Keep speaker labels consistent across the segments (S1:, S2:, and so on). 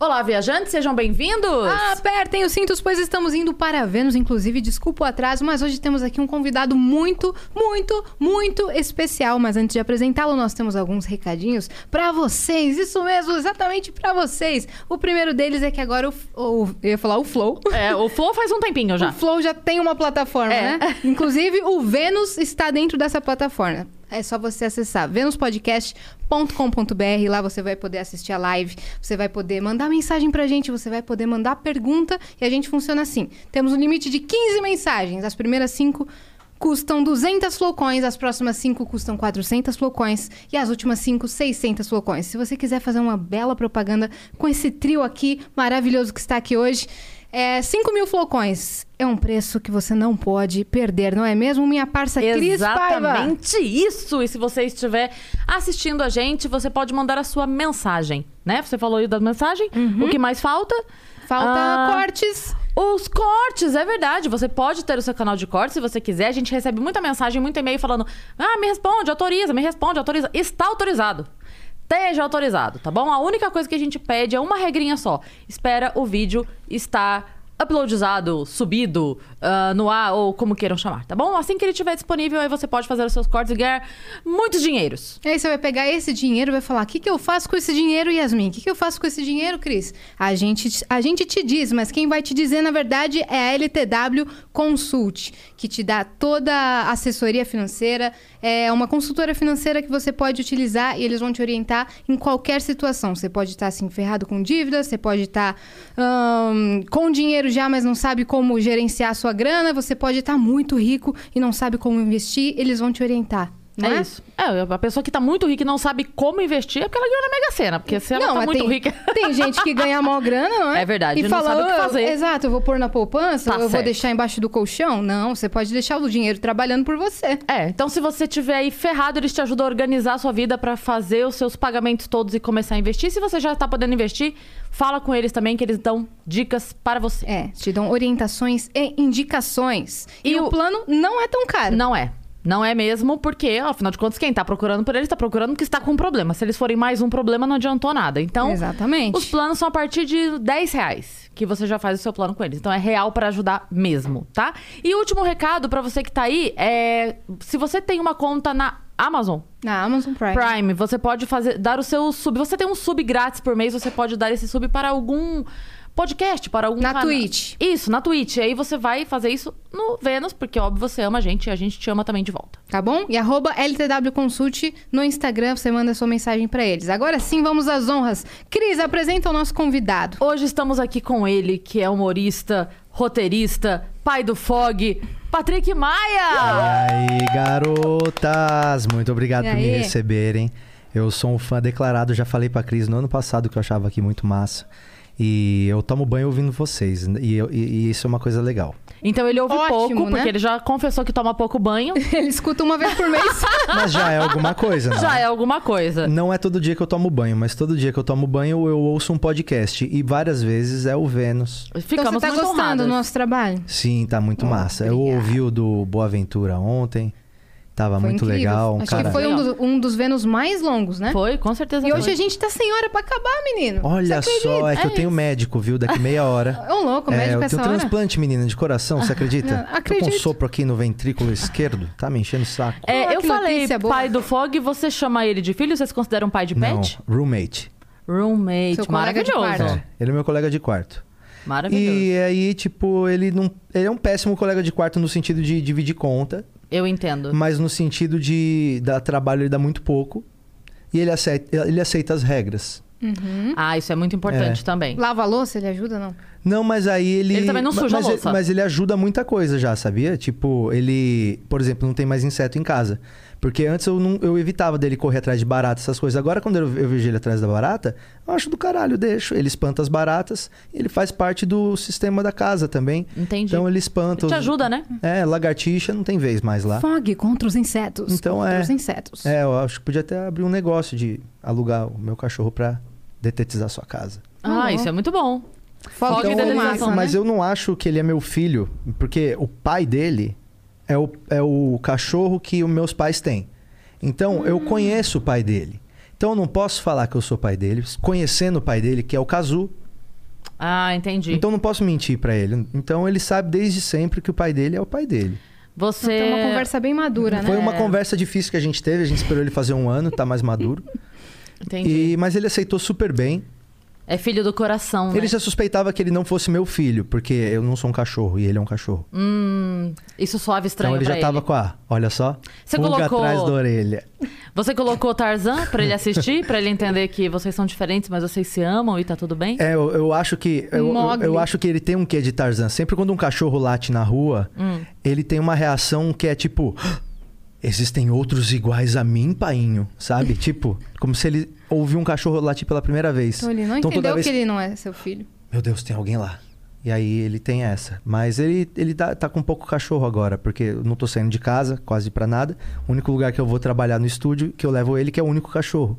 S1: Olá, viajantes, sejam bem-vindos!
S2: Ah, Apertem os cintos, pois estamos indo para Vênus. Inclusive, desculpa o atraso, mas hoje temos aqui um convidado muito, muito, muito especial. Mas antes de apresentá-lo, nós temos alguns recadinhos para vocês. Isso mesmo, exatamente para vocês. O primeiro deles é que agora o, o- eu ia falar o Flow.
S1: É, o Flow faz um tempinho já.
S2: O Flow já tem uma plataforma,
S1: É.
S2: né? Inclusive, o Vênus está dentro dessa plataforma. É só você acessar venuspodcast.com.br. Lá você vai poder assistir a live, você vai poder mandar mensagem pra gente, você vai poder mandar pergunta. E a gente funciona assim: temos um limite de 15 mensagens. As primeiras 5 custam 200 flowcoins, as próximas 5 custam 400 flowcoins e as últimas 5, 600 flowcoins. Se você quiser fazer uma bela propaganda com esse trio aqui maravilhoso que está aqui hoje, é 5 mil flowcoins. É um preço que você não pode perder, não é mesmo, minha parça Cris Paiva?
S1: Exatamente isso! E se você estiver assistindo a gente, você pode mandar a sua mensagem, né? Você falou aí da mensagem. O que mais falta?
S2: Uhum. Falta
S1: Ah,
S2: cortes.
S1: Os cortes, é verdade. Você pode ter o seu canal de cortes se você quiser. A gente recebe muita mensagem, muito e-mail falando: Ah, me responde, autoriza, me responde, autoriza. Está autorizado. Esteja autorizado, tá bom? A única coisa que a gente pede é uma regrinha só: espera o vídeo estar uploadizado, subido, ah, no ar, ou como queiram chamar, tá bom? Assim que ele estiver disponível, aí você pode fazer os seus cortes e ganhar muitos dinheiros.
S2: E Aí você vai pegar esse dinheiro e vai falar: o que, que eu faço com esse dinheiro, Yasmin? O que, que eu faço com esse dinheiro, Cris? A gente, a gente te diz, mas quem vai te dizer, na verdade, é a LTW Consult, que te dá toda a assessoria financeira. É uma consultora financeira que você pode utilizar e eles vão te orientar em qualquer situação. Você pode estar assim, ferrado com dívidas, você pode estar ahn, com dinheiro já, mas não sabe como gerenciar a sua grana, você pode estar muito rico e não sabe como investir, eles vão te orientar. Não é,
S1: É isso. É, a pessoa que tá muito rica e não sabe como investir é porque ela ganhou na Mega Sena. Porque se ela tá
S2: mas
S1: muito
S2: tem,
S1: rica.
S2: Tem gente que ganha mó grana, não é?
S1: É verdade,
S2: E
S1: não
S2: fala,
S1: sabe o que
S2: "Ah,
S1: fazer."
S2: Exato, eu vou pôr na poupança,
S1: Tá
S2: eu vou
S1: certo.
S2: deixar embaixo do colchão. Não, você pode deixar o dinheiro trabalhando por você.
S1: É, então se você tiver aí ferrado, eles te ajudam a organizar a sua vida pra fazer os seus pagamentos todos e começar a investir. Se você já tá podendo investir, fala com eles também que eles dão dicas para você.
S2: É, te dão orientações e indicações. E,
S1: E
S2: o
S1: o-
S2: plano não é tão caro.
S1: Não é. Não é mesmo, porque, afinal de contas, quem tá procurando por eles tá procurando porque está com um problema. Se eles forem mais um problema, não adiantou nada. Então,
S2: Exatamente.
S1: os planos são a partir de R$ 10 reais que você já faz o seu plano com eles. Então é real pra ajudar mesmo, tá? E último recado pra você que tá aí é: se você tem uma conta na Amazon,
S2: Na Amazon Prime.
S1: Prime, você pode fazer, dar o seu sub. Você tem um sub grátis por mês, você pode dar esse sub para algum podcast, para algum
S2: Na
S1: cana-
S2: Twitch.
S1: Isso, na Twitch. E aí você vai fazer isso no Vênus, porque óbvio você ama a gente e a gente te ama também de volta.
S2: Tá bom? E arroba LTW Consult no Instagram, você manda sua mensagem pra eles. Agora sim, vamos às honras. Cris, apresenta o nosso convidado.
S1: Hoje estamos aqui com ele, que é humorista, roteirista, pai do Fog, Patrick Maia.
S3: E aí, garotas! Muito obrigado
S2: E
S3: por me
S2: aí?
S3: receberem. Eu sou um fã declarado, já falei pra Cris no ano passado que eu achava aqui muito massa. E eu tomo banho ouvindo vocês. E, eu- e- e isso é uma coisa legal.
S1: Então ele ouve
S2: Ótimo,
S1: pouco, porque
S2: né?
S1: ele já confessou que toma pouco banho.
S2: Ele escuta uma vez por mês.
S3: Mas já é alguma coisa, né?
S1: já é alguma coisa.
S3: Não é todo dia que eu tomo banho, mas todo dia que eu tomo banho eu ouço um podcast. E várias vezes é o Vênus.
S1: Ficamos
S2: então você tá
S1: muito
S2: gostando
S1: honradas.
S2: do nosso trabalho?
S3: Sim, tá muito massa. Eu
S2: obrigada.
S3: ouvi o do Boa Ventura ontem. Tava
S2: Foi
S3: muito
S2: incrível.
S3: legal.
S2: Acho
S3: cara.
S2: que foi um
S1: Legal.
S2: dos, um dos Vênus mais longos, né?
S1: Foi, com certeza.
S2: E
S1: foi.
S2: hoje a gente tá sem hora pra acabar, menino.
S3: Olha
S2: Você acredita?
S3: só, é que
S1: É
S3: eu tenho médico, viu? Daqui meia hora.
S2: É um louco, médico
S3: eu
S2: essa
S3: tenho
S2: hora.
S3: transplante, menina, de coração, você acredita?
S2: Não,
S3: Tô com
S2: acredito.
S3: um sopro aqui no ventrículo esquerdo, tá me enchendo o saco.
S1: É,
S2: Ah,
S1: eu
S2: que
S1: falei
S2: notícia boa.
S1: pai do Fog, você chama ele de filho? Vocês consideram pai de
S3: Não,
S1: pet?
S3: roommate.
S1: Roommate,
S2: Seu colega de
S1: maravilhoso.
S2: quarto.
S3: É, ele é meu colega de quarto.
S1: Tá. Maravilhoso.
S3: E aí, tipo, ele não. Ele é um péssimo colega de quarto no sentido de dividir conta,
S1: Eu entendo.
S3: mas no sentido de dar trabalho ele dá muito pouco. e ele aceita, ele aceita as regras.
S2: Uhum.
S1: Ah, isso é muito importante também.
S2: Lava a louça, ele ajuda não?
S3: Não, mas aí ele.
S1: Ele também não suja a
S3: mas, ele-
S1: louça.
S3: mas ele ajuda muita coisa já, sabia? Tipo, ele, por exemplo, não tem mais inseto em casa. Porque antes eu, não- eu evitava dele correr atrás de barata, essas coisas. Agora, quando eu, eu vejo ele atrás da barata, eu acho do caralho, eu deixo. Ele espanta as baratas, ele faz parte do sistema da casa também.
S1: Entendi.
S3: Então ele espanta.
S1: Ele te
S3: os-
S1: ajuda, né?
S3: É, lagartixa não tem vez mais lá.
S2: Fog contra os insetos.
S3: Tá. Então
S2: contra
S3: é.
S2: os insetos.
S3: É, eu acho que podia até abrir um negócio de alugar o meu cachorro pra detetizar sua casa.
S1: Ah,
S2: Ah,
S1: isso é muito bom.
S2: Fog
S1: Fog
S2: com
S1: da
S2: fumaça,
S1: detetização,
S2: né?
S3: é Então, mas eu não acho que ele é meu filho, porque o pai dele é o, é o cachorro que os meus pais têm. Então, eu
S2: Hum.
S3: conheço o pai dele. Então, eu não posso falar que eu sou pai dele, conhecendo o pai dele, que é o Kazu.
S1: Ah, entendi.
S3: Então, eu não posso mentir pra ele. Então, ele sabe desde sempre que o pai dele é o pai dele.
S1: Você.
S2: Então, Tem uma conversa bem madura, né?
S3: Foi uma conversa difícil que a gente teve, a gente esperou ele fazer um ano, tá mais maduro.
S1: Entendi.
S3: E, mas ele aceitou super bem.
S1: É filho do coração, né?
S2: é?
S3: Ele já suspeitava que ele não fosse meu filho, porque eu não sou um cachorro e ele é um cachorro.
S1: Hum, isso soava
S3: então
S1: estranho
S3: ele já
S1: pra
S3: tava com a. Olha só.
S1: Você
S3: pulga
S1: colocou-
S3: atrás da orelha.
S1: Você colocou Tarzan pra ele assistir, pra ele entender que vocês são diferentes, mas vocês se amam e tá tudo bem?
S3: É, eu, eu acho que. Eu, eu-
S2: Mogli.
S3: eu acho que ele tem um quê de Tarzan. Sempre quando um cachorro late na rua,
S2: Hum.
S3: ele tem uma reação que é tipo. "Ah, Existem outros iguais a mim, painho, sabe? tipo, como se ele ouviu um cachorro latir pela primeira vez.
S2: Então ele não
S3: Então, toda
S2: entendeu
S3: vez
S2: que ele não é seu filho.
S3: Meu Deus, tem alguém lá. E aí ele tem essa. Mas ele, ele tá, tá com pouco cachorro agora, porque eu não tô saindo de casa quase pra nada. O único lugar que eu vou trabalhar no estúdio, que eu levo ele, que é o único cachorro.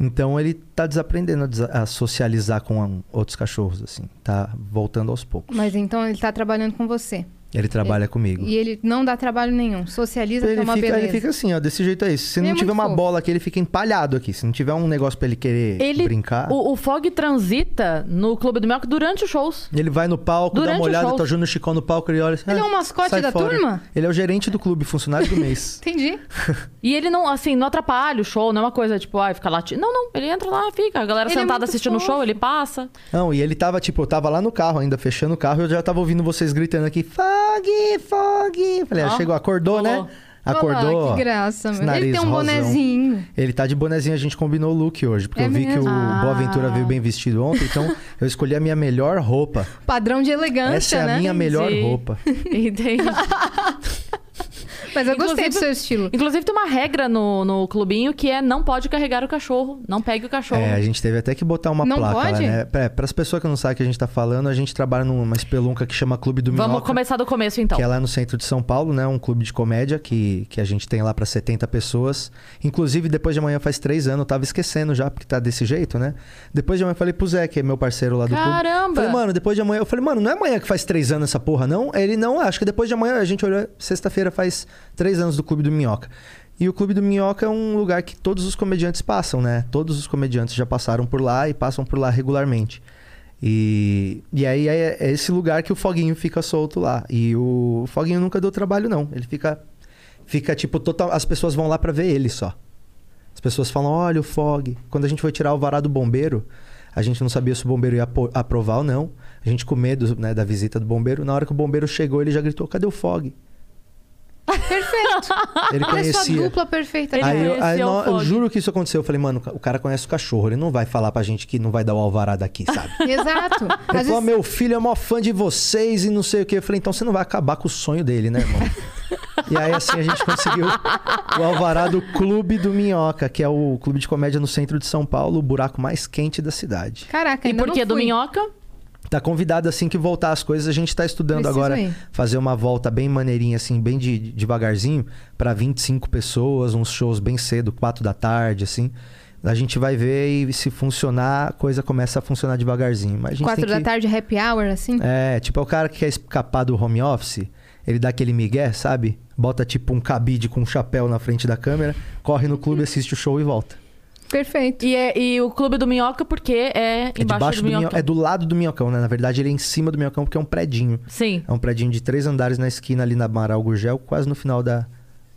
S3: Então ele tá desaprendendo a, desa- a socializar com a- outros cachorros, assim. Tá voltando aos poucos.
S2: Mas então ele tá trabalhando com você.
S3: Ele trabalha comigo.
S2: E ele não dá trabalho nenhum. Socializa que é
S3: Hum. Ele
S2: uma
S3: fica,
S2: beleza.
S3: ele fica assim, ó, desse jeito aí. Se
S2: Ele é
S3: não tiver
S2: muito
S3: uma
S2: fofo.
S3: bola aqui, ele fica empalhado aqui. Se não tiver um negócio pra ele querer
S1: Ele,
S3: brincar.
S1: O, o Fog transita no Clube do Melk durante os shows.
S3: Ele vai no palco,
S1: Durante
S3: dá
S1: o
S3: uma olhada,
S1: show.
S3: tá Júnior Chicó no palco, ele olha assim,
S2: Ele
S3: "Ah,
S2: é o mascote
S3: sai
S2: da
S3: fora."
S2: turma?
S3: Ele é o gerente do clube, funcionário do mês.
S2: Entendi.
S1: E ele não, assim, não atrapalha o show, não é uma coisa tipo, ai, fica latindo. Não, não, ele entra lá, fica. A galera
S2: Ele é
S1: sentada
S2: muito
S1: assistindo o
S2: fofo.
S1: show, ele passa.
S3: Não, e ele tava, tipo, eu tava lá no carro ainda, fechando o carro, eu já tava ouvindo vocês gritando aqui, Fog, Fog. Falei, ah,
S1: Ó,
S3: chegou, acordou,
S1: rolou.
S3: né? Acordou.
S2: Olha lá,
S3: ó,
S2: que graça,
S3: esse
S2: meu. Ele
S3: nariz
S2: tem um
S3: rosão.
S2: bonezinho.
S3: Ele tá de bonezinho, a gente combinou o look hoje, porque
S2: É
S3: eu vi que
S2: mesmo?
S3: o
S1: Ah.
S3: Boaventura veio bem vestido ontem, então eu escolhi a minha melhor roupa.
S2: Padrão de elegância,
S3: Essa é a
S2: né?
S3: minha melhor
S1: Entendi.
S3: roupa.
S1: Entendi.
S2: Mas eu gostei
S1: Inclusive-
S2: do seu estilo.
S1: Inclusive, tem uma regra no, no clubinho que é não pode carregar o cachorro, não pegue o cachorro.
S3: É, a gente teve até que botar uma
S2: Não
S3: placa lá,
S2: pode?
S3: né? Para as pessoas que não sabem o que a gente tá falando, a gente trabalha numa espelunca que chama Clube do
S1: Vamos
S3: Minhoca,
S1: começar do começo, então.
S3: que é lá no centro de São Paulo, né? Um clube de comédia que, que a gente tem lá para 70 pessoas. Inclusive, depois de amanhã faz três anos, eu tava esquecendo já, porque tá desse jeito, né? Depois de amanhã eu falei pro Zé, que é meu parceiro lá do clube.
S1: Caramba!
S3: Falei, mano, depois de amanhã. Eu falei, mano, não é amanhã que faz três anos essa porra, não? Ele não, acho que depois de amanhã a gente olhou. Sexta-feira faz três anos do Clube do Minhoca. E o Clube do Minhoca é um lugar que todos os comediantes passam, né? Todos os comediantes já passaram por lá e passam por lá regularmente. E, e aí é, é esse lugar que o Foguinho fica solto lá. E o Foguinho nunca deu trabalho, não. Ele fica. Fica tipo, total. As pessoas vão lá pra ver ele só. As pessoas falam, olha o fog. Quando a gente foi tirar o vará do bombeiro, a gente não sabia se o bombeiro ia apo- aprovar ou não. A gente com medo né, da visita do bombeiro. Na hora que o bombeiro chegou, ele já gritou, cadê o fog?
S2: Perfeito.
S3: Ele
S2: Olha a sua
S3: conhecia.
S2: dupla perfeita.
S1: Ele
S3: Aí, eu, aí
S1: conhecia o
S3: nó- eu
S1: Fog.
S3: juro que isso aconteceu. Eu falei, mano, o cara conhece o cachorro. Ele não vai falar pra gente que não vai dar o alvará daqui, sabe?
S2: Exato.
S3: Ele
S2: Às
S3: falou,
S2: vezes-
S3: meu filho é mó fã de vocês e não sei o quê. Eu falei, então você não vai acabar com o sonho dele, né, irmão? e aí, assim, a gente conseguiu o alvará do Clube do Minhoca, que é o clube de comédia no centro de São Paulo, o buraco mais quente da cidade.
S2: Caraca,
S1: E
S2: ainda
S1: por que
S2: não
S1: do
S2: fui.
S1: minhoca?
S3: Tá convidado, assim, que voltar as coisas. A gente tá estudando
S2: Preciso
S3: agora
S2: ir.
S3: fazer uma volta bem maneirinha, assim, bem de, devagarzinho, pra 25 pessoas, uns shows bem cedo, 4 da tarde, assim. A gente vai ver e se funcionar, a coisa começa a funcionar devagarzinho. Mas a gente
S2: Quatro
S3: tem
S2: da
S3: que...
S2: tarde, happy hour, assim.
S3: É, tipo, é o cara que quer escapar do home office, ele dá aquele migué, sabe? Bota tipo um cabide com um chapéu na frente da câmera, corre no clube, assiste o show e volta.
S2: Perfeito.
S1: E, é- e o Clube do Minhoca, porque é
S3: É
S1: embaixo
S3: debaixo
S1: do
S3: do
S1: minhoca.
S3: minhocão. É do lado do minhocão, né? Na verdade, ele é em cima do minhocão porque é um predinho.
S1: Sim.
S3: É um predinho de três andares na esquina ali na Amaral Gurgel, quase no final da,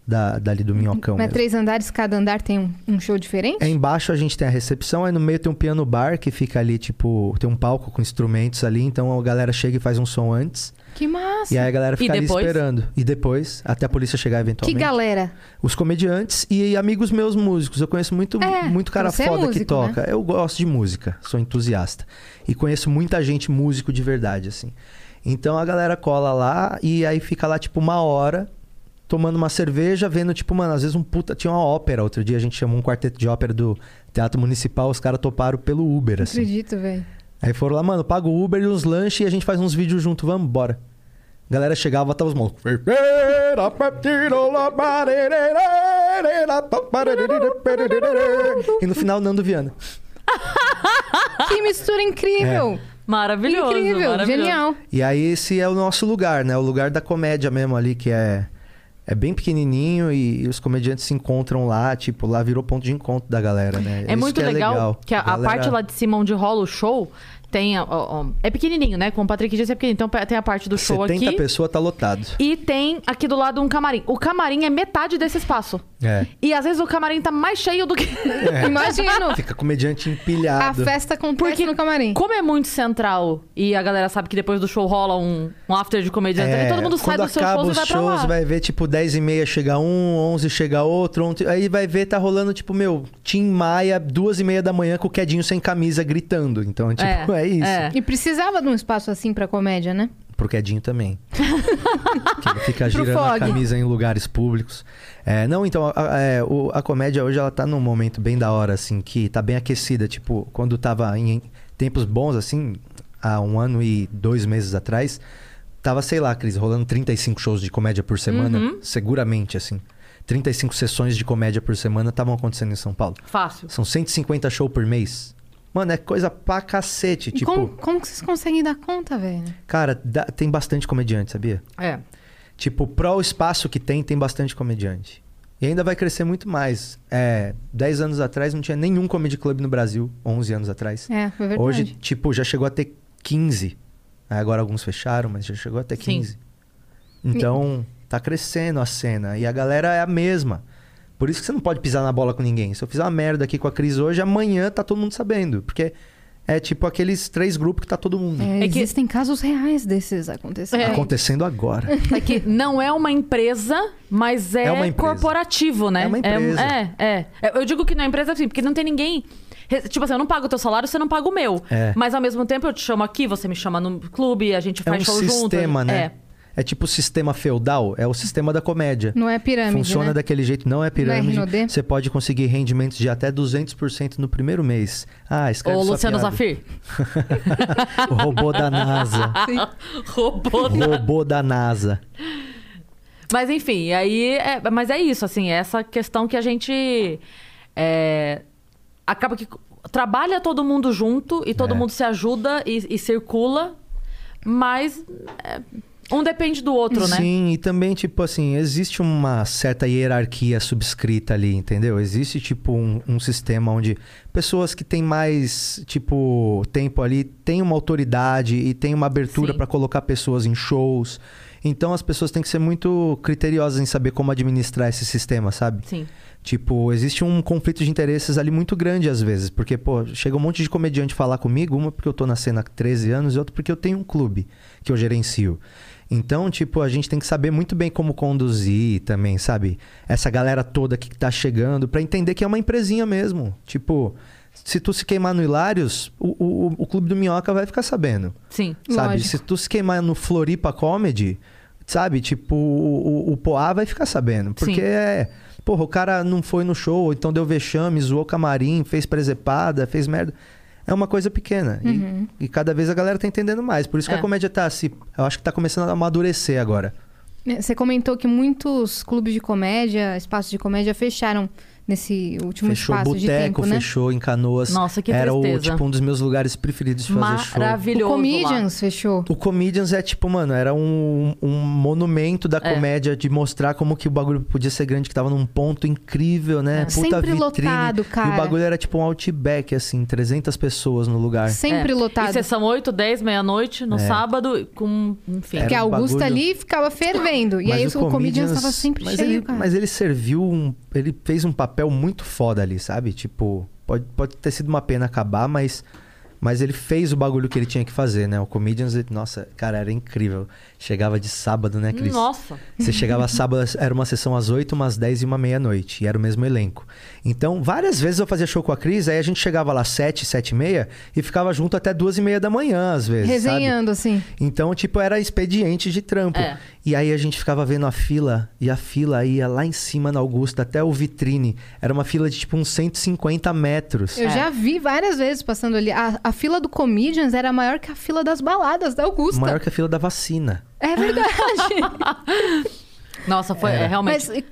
S3: da, dali do minhocão.
S2: Mas
S3: mesmo.
S2: três andares, cada andar tem um, um show diferente?
S3: É embaixo a gente tem a recepção, aí no meio tem um piano bar que fica ali, tipo, tem um palco com instrumentos ali, então a galera chega e faz um som antes.
S1: É.
S2: Que massa!
S3: E aí a galera fica ali
S1: depois?
S3: esperando. E depois, até a polícia chegar
S2: que
S3: eventualmente.
S2: galera!
S3: Os comediantes e amigos meus músicos. Eu conheço muito,
S2: É,
S3: muito cara
S2: você é
S3: foda
S2: músico,
S3: que toca. Eu gosto de música, sou entusiasta. E conheço muita gente músico de verdade, assim. Então a galera cola lá e aí fica lá, tipo, uma hora tomando uma cerveja, vendo, tipo, mano, às vezes um puta. Tinha uma ópera outro dia, a gente chamou um quarteto de ópera do Teatro Municipal, os caras toparam pelo Uber,
S2: Não
S3: assim.
S2: acredito, velho.
S3: Aí foram lá, mano, paga o Uber e uns lanches e a gente faz uns vídeos junto, vamos embora. Galera chegava, tava os malucos. E no final, Nando Viana.
S2: Que mistura incrível!
S1: Maravilhoso.
S2: Incrível,
S1: É. maravilhoso.
S2: genial.
S3: E aí esse é o nosso lugar, né? O lugar da comédia mesmo ali, que é, é bem pequenininho e, e os comediantes se encontram lá, tipo, lá virou ponto de encontro da galera, né?
S1: É
S3: Isso
S1: muito
S3: que
S1: legal, que a, a
S3: Galera-
S1: parte lá de cima onde rola o show tem. ó, ó, é pequenininho, né? Como o Patrick disse, é pequenininho. Então pe- tem a parte do show
S3: 70
S1: aqui.
S3: pessoas tá lotado.
S1: E tem aqui do lado um camarim. O camarim é metade desse espaço.
S3: É.
S1: E às vezes o camarim tá mais cheio do que.
S2: Imagino!
S3: Fica comediante
S2: A
S3: empilhado.
S2: festa acontece
S1: É. Porque
S2: no camarim.
S1: como é muito central e a galera sabe que depois do show rola um, um after de comediante,
S3: É,
S1: ali, todo mundo sai
S3: quando
S1: do seu
S3: acaba
S1: show e
S3: os
S1: vai pra
S3: shows,
S1: lá.
S3: vai ver, tipo, 10 e meia chega um, 11 chega outro. ontem- Aí vai ver, tá rolando, tipo, meu, Tim Maia, duas e meia da manhã com o Quedinho sem camisa gritando. Então, tipo, é, isso.
S1: é.
S2: E precisava de um espaço assim pra comédia, né?
S3: Pro Quedinho também. que ele fica
S2: Pro
S3: girando a
S2: Fog.
S3: camisa em lugares públicos. É, não, então, a, a- é, o- a comédia hoje, ela tá num momento bem da hora, assim, que tá bem aquecida. Tipo, quando tava em tempos bons, assim, há um ano e dois meses atrás, tava, sei lá, Cris, rolando 35 shows de comédia por semana,
S2: Uhum.
S3: seguramente, assim. 35 sessões de comédia por semana estavam acontecendo em São Paulo.
S1: Fácil.
S3: São 150 shows por mês. Mano, é coisa pra cacete.
S2: E
S3: Tipo,
S2: como, como que vocês conseguem dar conta, velho?
S3: cara, dá- tem bastante comediante, sabia?
S1: É.
S3: Tipo, pro espaço que tem, tem bastante comediante. E ainda vai crescer muito mais. É, 10 anos atrás não tinha nenhum comedy club no Brasil, 11 anos atrás.
S2: É, é verdade.
S3: Hoje, tipo, já chegou a ter 15. Aí Agora alguns fecharam, mas já chegou até
S1: Sim.
S3: 15. Então, tá crescendo a cena. E a galera é a mesma. Por isso que você não pode pisar na bola com ninguém. Se eu fizer uma merda aqui com a Cris hoje, amanhã tá todo mundo sabendo. Porque é tipo aqueles três grupos que tá todo mundo
S2: É,
S1: É que-
S2: existem casos reais desses acontecendo.
S3: acontecendo agora.
S1: É que não é uma empresa, mas é,
S3: É uma empresa.
S1: corporativo, né?
S3: É uma empresa.
S1: É, é, é. Eu digo que não é empresa assim, porque não tem ninguém. Tipo assim, eu não pago o teu salário, você não paga o meu.
S3: É.
S1: Mas ao mesmo tempo eu te chamo aqui, você me chama no clube, a gente
S3: É
S1: faz
S3: um
S1: show junto.
S3: sistema,
S1: a gente-
S3: né? É. tipo o sistema feudal, é o sistema da comédia.
S2: Não é pirâmide,
S3: Funciona
S2: né?
S3: daquele jeito, não é pirâmide.
S2: Não é RNOD?
S3: Você pode conseguir rendimentos de até 200% no primeiro mês. Ah,
S1: É.
S3: escreve
S1: Ô,
S3: sua
S1: Luciano
S3: piada.
S1: Zafir.
S3: o robô da NASA.
S1: Robô.
S3: O robô da NASA.
S1: Mas enfim, aí. É, mas é isso, assim, é essa questão que a gente. é, acaba que trabalha todo mundo junto e todo
S3: É.
S1: mundo se ajuda e, e circula, mas. é, um depende do outro, né?
S3: Sim, e também, tipo assim, existe uma certa hierarquia subscrita ali, entendeu? Existe, tipo, um, um sistema onde pessoas que têm mais, tipo, tempo ali têm uma autoridade e tem uma abertura
S1: Sim.
S3: pra colocar pessoas em shows. Então as pessoas têm que ser muito criteriosas em saber como administrar esse sistema, sabe?
S1: Sim.
S3: Tipo, existe um conflito de interesses ali muito grande às vezes, porque, pô, chega um monte de comediante falar comigo, uma porque eu tô na cena há 13 anos e outra porque eu tenho um clube que eu gerencio. Então, tipo, a gente tem que saber muito bem como conduzir também, sabe? Essa galera toda que tá chegando, pra entender que é uma empresinha mesmo. Tipo, se tu se queimar no Hilários, o, o, o Clube do Minhoca vai ficar sabendo.
S1: Sim.
S3: Sabe?
S2: Lógico.
S3: Se tu se queimar no Floripa Comedy, sabe? Tipo, o, o- o Poá vai ficar sabendo. Porque
S1: Sim.
S3: é. Porra, o cara não foi no show, ou então deu vexame, zoou camarim, fez presepada, fez merda. É uma coisa pequena. E- E, cada vez a galera tá entendendo mais. Por isso que
S1: É.
S3: a comédia tá assim. Eu acho que tá começando a amadurecer agora.
S2: Né, Você comentou que muitos clubes de comédia, espaços de comédia fecharam nesse último
S3: Fechou
S2: espaço de tempo,
S3: boteco,
S2: né?
S3: fechou em Canoas.
S1: Nossa, que
S3: Era o,
S1: tristeza.
S3: tipo, um dos meus lugares preferidos de fazer show.
S2: O
S1: Maravilhoso. lá. É.
S2: Comedians fechou.
S3: O Comedians é tipo, mano, era um, um monumento da
S2: É.
S3: comédia de mostrar como que o bagulho podia ser grande, que tava num ponto incrível, né? Puta
S2: É, Sempre
S3: vitrine.
S2: lotado, cara.
S3: E o bagulho era tipo um outback, assim, 300 pessoas no lugar.
S2: Sempre
S1: É.
S2: lotado.
S1: E sessão 8, 10, meia-noite, no sábado, com. Enfim.
S3: É. Era
S2: Porque a
S3: um
S2: Augusta
S3: bagulho-
S2: ali ficava fervendo. E aí o Comedians tava sempre
S3: mas
S2: cheio,
S3: ele,
S2: cara.
S3: Mas ele serviu um... Ele fez um papel muito foda ali, sabe? Tipo, pode, pode ter sido uma pena acabar, mas... Mas ele fez o bagulho que ele tinha que fazer, né? O Comedians, ele- nossa, cara, era incrível. Chegava de sábado, né, Cris?
S1: Nossa.
S3: Você chegava sábado, era uma sessão às 8, umas 10 e uma meia-noite. E era o mesmo elenco. Então, várias vezes eu fazia show com a Cris, aí a gente chegava lá às 7, 7 e meia e ficava junto até duas e meia da manhã, às vezes. sabe?
S2: Resenhando, assim.
S3: Então, tipo, era expediente de trampo.
S1: É.
S3: E aí a gente ficava vendo a fila, e a fila ia lá em cima na Augusta, até o vitrine. Era uma fila de tipo uns 150 metros.
S1: É.
S2: Eu já vi várias vezes passando ali. A, a fila do Comedians era maior que a fila das baladas da Augusta.
S3: Maior que a fila da vacina.
S2: É verdade.
S1: Nossa, foi é, realmente.
S2: Mas.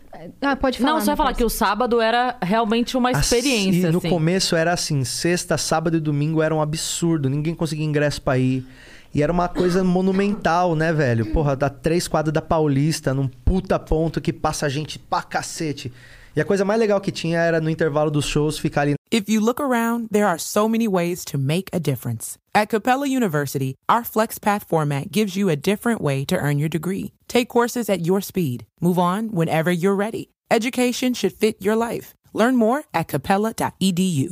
S2: Ah, pode falar.
S1: não, só ia falar
S2: posso.
S1: que o sábado era realmente uma experiência.
S3: E Ah, no
S1: assim.
S3: começo era assim, sexta, sábado e domingo era um absurdo, ninguém conseguia ingresso pra ir. E era uma coisa monumental, né, velho? Porra, dá três quadras da Paulista, num puta ponto que passa gente pra cacete. E a coisa mais legal que tinha era no intervalo dos shows ficar ali
S4: If you look around, there are so many ways to make a difference. At Capella University, our FlexPath format gives you a different way to earn your degree. Take courses at your speed. Move on whenever you're ready. Education should fit your life. Learn more at E capella.edu.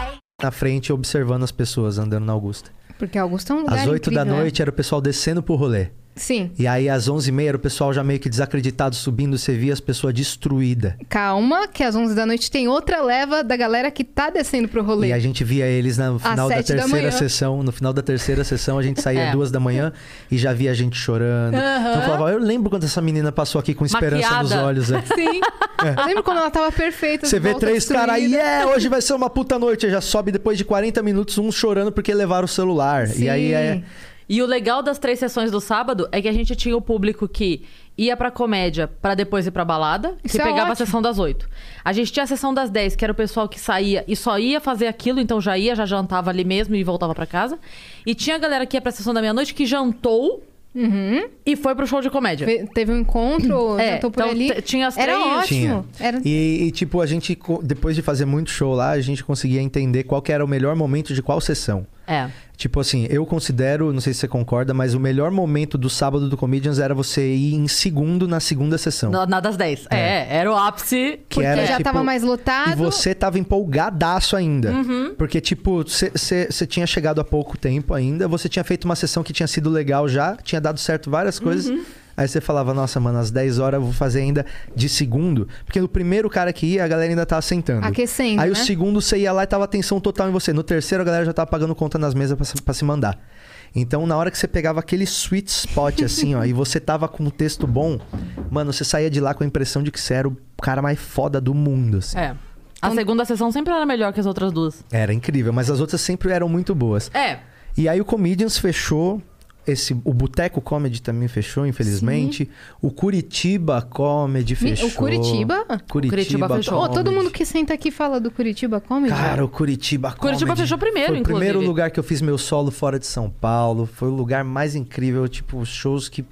S3: na frente observando as pessoas andando na Augusta.
S2: Porque Augusta é um lugar.
S3: Às 8 da
S2: incrível, né?
S3: noite era o pessoal descendo pro rolê.
S2: Sim.
S3: E aí às 11h30 era o pessoal já meio que desacreditado subindo, você via as pessoas destruídas.
S2: Calma, que às 11 da noite tem outra leva da galera que tá descendo pro rolê.
S3: E a gente via eles no final da
S2: sete da
S3: terceira
S2: manhã.
S3: sessão. No final da terceira sessão, a gente saía
S1: É.
S3: duas da manhã e já via a gente chorando. Então falava, eu lembro quando essa menina passou aqui com esperança nos
S1: Maquiada.
S3: olhos. é.
S2: Sim. Lembra quando ela tava perfeita?
S3: Você
S2: de
S3: vê
S2: volta
S3: três caras aí,
S2: destruída?
S3: é, hoje vai ser uma puta noite. Aí Já sobe depois de 40 minutos, um chorando porque levaram o celular.
S2: Sim.
S3: E aí é.
S1: E o legal das três sessões do sábado é que a gente tinha o público que ia pra comédia pra depois ir pra balada, que
S2: Isso é
S1: pegava a
S2: ótimo.
S1: sessão das oito. A gente tinha a sessão das dez, que era o pessoal que saía e só ia fazer aquilo, então já ia, já jantava ali mesmo e voltava pra casa. E tinha a galera que ia pra sessão da meia-noite que jantou
S2: Uhum.
S1: e foi pro show de
S3: é.
S1: comédia.
S2: Ve- Teve um encontro,
S1: É,
S2: jantou por
S1: então
S2: ali.
S1: te- tinha as
S2: Era
S1: três.
S2: ótimo.
S3: Tinha.
S2: Era...
S3: E, e, tipo, a gente, co- depois de fazer muito show lá, a gente conseguia entender qual que era o melhor momento de qual sessão.
S1: É.
S3: Tipo assim, eu considero, não sei se você concorda, mas o melhor momento do sábado do Comedians era você ir em segundo na segunda sessão.
S1: Na, na das dez. É. era o ápice.
S3: Que
S2: Porque
S3: era,
S2: já
S3: tipo,
S2: tava mais lotado.
S3: E você tava empolgadaço ainda.
S2: Uhum.
S3: Porque, tipo, você tinha chegado há pouco tempo ainda, você tinha feito uma sessão que tinha sido legal já, tinha dado certo várias coisas.
S2: Uhum.
S3: Aí você falava, nossa, mano, às 10 horas eu vou fazer ainda de segundo. Porque no primeiro cara que ia, a galera ainda tava sentando.
S2: Aquecendo,
S3: Aí o
S2: né?
S3: segundo você ia lá e tava atenção total em você. No terceiro a galera já tava pagando conta nas mesas pra se- pra se mandar. Então, na hora que você pegava aquele sweet spot, assim, ó, e você tava com um texto bom, mano, você saía de lá com a impressão de que você era o cara mais foda do mundo, assim.
S1: É. A
S2: Então
S1: segunda sessão sempre era melhor que as outras duas.
S3: Era incrível, mas as outras sempre eram muito boas.
S1: É.
S3: E aí o Comedians fechou. Esse, o Boteco Comedy também fechou, infelizmente. O Curitiba Comedy fechou.
S2: Curitiba?
S3: Curitiba,
S1: Curitiba fechou.
S2: Ô,
S3: Comedy.
S2: todo mundo que senta aqui fala do Curitiba Comedy.
S3: Cara, o Curitiba Comedy.
S1: né? Curitiba fechou primeiro,
S3: Foi o primeiro
S1: inclusive.
S3: lugar que eu fiz meu solo fora de São Paulo. Foi o lugar mais incrível, tipo, shows que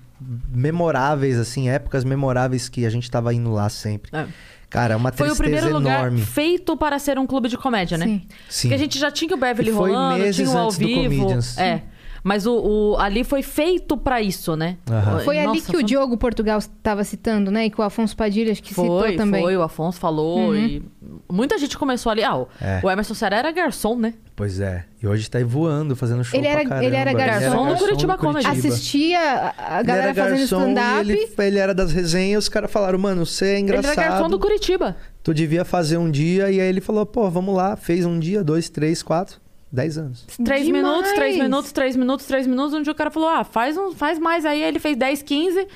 S3: memoráveis, assim, épocas memoráveis que a gente tava indo lá sempre.
S1: É.
S3: Cara, é uma
S1: Foi
S3: tristeza
S1: o primeiro lugar
S3: enorme.
S1: feito para ser um clube de comédia, né?
S2: Sim.
S3: Sim.
S1: Porque a gente já tinha o Beverly
S3: E foi
S1: rolando,
S3: meses
S1: tinha o ao
S3: antes do
S1: vivo.
S3: Comedians.
S1: é. Mas o, o- ali foi feito pra isso, né?
S3: Aham.
S2: Foi ali
S1: Nossa,
S2: que o Diogo Portugal estava citando, né? E que o Afonso Padilha acho que citou
S1: Foi,
S2: também. Uhum.
S1: foi, o Afonso falou e muita gente começou ali. Ah, o,
S3: É.
S1: o Emerson Serra era garçom, né?
S3: Pois é. E hoje tá aí voando, fazendo show
S2: Ele
S3: pra
S2: era- ele
S3: caramba.
S2: era garçom no
S1: Curitiba Comedy.
S2: Assistia a- a
S3: Ele
S2: galera
S3: era
S2: fazendo
S3: garçom e
S2: stand-up.
S3: ele, ele era das resenhas, os caras falaram, mano, você é
S1: Ele era garçom
S3: engraçado.
S1: do Curitiba.
S3: Tu devia fazer um dia. E aí ele falou, pô, vamos lá. Fez um dia, dois, três, quatro, dez anos.
S1: Três
S2: Demais.
S1: minutos, três minutos, três minutos, três minutos. Um dia o cara falou, ah, faz, um, faz mais aí. Aí ele fez 10, 15.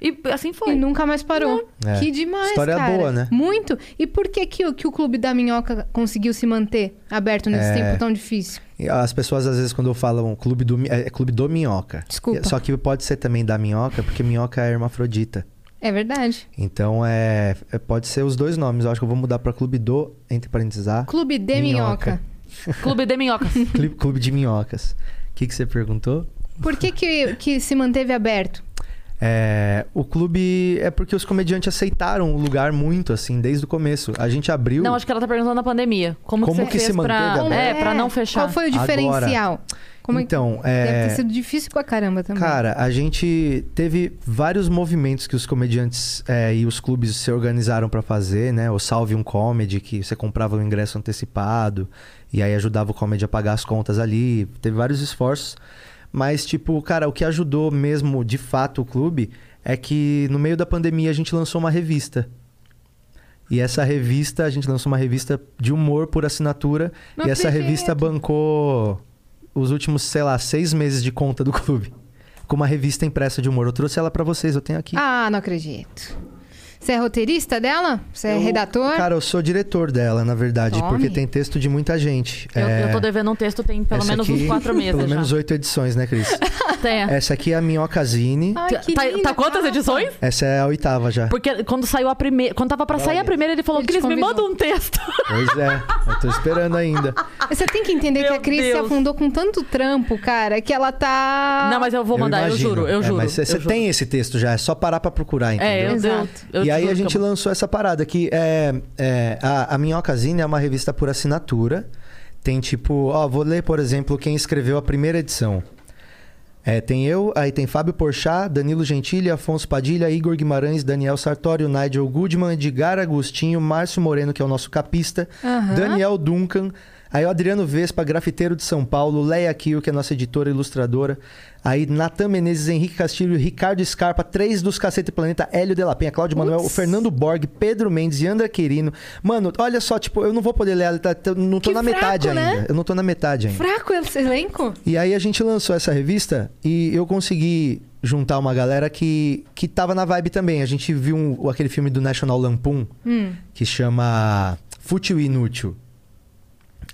S1: E assim foi. Né?
S2: E nunca mais parou.
S3: É.
S2: Que demais,
S3: História
S2: cara.
S3: boa, né?
S2: Muito. E por que que, o- que o Clube da Minhoca conseguiu se manter aberto nesse
S3: É.
S2: tempo tão difícil?
S3: E As pessoas, às vezes, quando falam clube do, mi- é, é clube do minhoca.
S2: Desculpa.
S3: Só que pode ser também da minhoca, porque minhoca é hermafrodita.
S2: É verdade.
S3: Então, é, é- pode ser os dois nomes. Eu acho que eu vou mudar pra clube do, entre parênteses, A,
S2: Clube de Minhoca.
S1: Clube de Minhocas.
S3: clube, clube de minhocas. O que, que você perguntou?
S2: Por que que, que se manteve aberto?
S3: É, o clube é porque os comediantes aceitaram o lugar muito, assim, desde o começo. A gente abriu.
S1: Não, acho que ela tá perguntando na pandemia. Como,
S3: Como
S1: que
S3: que
S1: você
S3: se
S1: fez pra...
S3: manteve
S1: É,
S3: aberto?
S1: pra não fechar.
S2: Qual foi o diferencial? Como é que-
S3: então,
S2: Deve
S3: é,
S2: ter sido difícil pra caramba também.
S3: Cara, a gente teve vários movimentos que os comediantes é, e os clubes se organizaram pra fazer, né? O Salve um Comedy, que você comprava o ingresso antecipado e aí ajudava o comedy a pagar as contas ali. Teve vários esforços. Mas, tipo, cara, o que ajudou mesmo, de fato, o clube é que no meio da pandemia a gente lançou uma revista. E essa revista, a gente lançou uma revista de humor por assinatura.
S2: Não
S3: e essa
S2: acredito.
S3: revista bancou os últimos, sei lá, seis meses de conta do clube. Com uma revista impressa de humor. Eu trouxe ela pra vocês, eu tenho aqui.
S2: Ah, não acredito. Você é roteirista dela? Você é
S3: Eu-
S2: redator?
S3: Cara, eu sou diretor dela, na verdade,
S2: Tome.
S3: porque tem texto de muita gente.
S1: Eu,
S3: É,
S1: eu tô devendo um texto tem pelo
S3: essa
S1: menos
S3: aqui-
S1: uns quatro meses
S3: Pelo
S1: já.
S3: menos oito edições, né, Cris?
S1: Tem.
S3: essa aqui é a Minhocazine.
S2: Ai, que
S1: tá,
S2: linda
S1: tá quantas
S2: capa.
S1: edições?
S3: Essa é a oitava já.
S1: Porque quando saiu a primeira... Quando tava pra sair a primeira, ele falou,
S2: Ele te
S1: Cris, me
S2: convidou.
S1: manda um texto.
S3: Pois é, eu tô esperando ainda.
S2: Você tem que entender que
S1: Meu
S2: a Cris se
S1: Deus.
S2: afundou com tanto trampo, cara, que ela tá.
S1: Não, mas eu vou mandar, eu,
S3: imagino.
S1: juro, eu
S3: É,
S1: juro.
S3: Mas
S1: eu
S3: você
S1: juro.
S3: tem esse texto já, é só parar pra procurar, entendeu?
S1: É, eu, eu,
S2: Exato.
S1: eu
S3: e aí
S1: juro
S3: a
S1: que
S3: gente
S1: eu-
S3: lançou essa parada que é, é, a, a Minhocazine é uma revista por assinatura. Tem tipo, ó, vou ler, por exemplo, quem escreveu a primeira edição. É, tem eu, aí tem Fábio Porchat, Danilo Gentili, Afonso Padilha, Igor Guimarães, Daniel Sartório, Nigel Goodman, Edgar Agostinho, Márcio Moreno, que é o nosso capista, Daniel Duncan, aí o Adriano Vespa, grafiteiro de São Paulo, Leia Kiel, que é nossa editora e ilustradora, aí Natan Menezes, Henrique Castilho, Ricardo Scarpa, três dos Cacete Planeta, Hélio de la Penha, Cláudio Manuel, o Fernando Borg, Pedro Mendes e André Quirino. Mano, olha só, tipo, eu não vou poder ler, ela tá- eu não tô
S2: Que
S3: na
S2: fraco,
S3: metade
S2: né?
S3: ainda. Eu não tô na metade ainda.
S2: Fraco esse elenco?
S3: E aí a gente lançou essa revista e eu consegui juntar uma galera que, que tava na vibe também. A gente viu um- aquele filme do National Lampoon
S2: Hum.
S3: que chama Fútil e Inútil.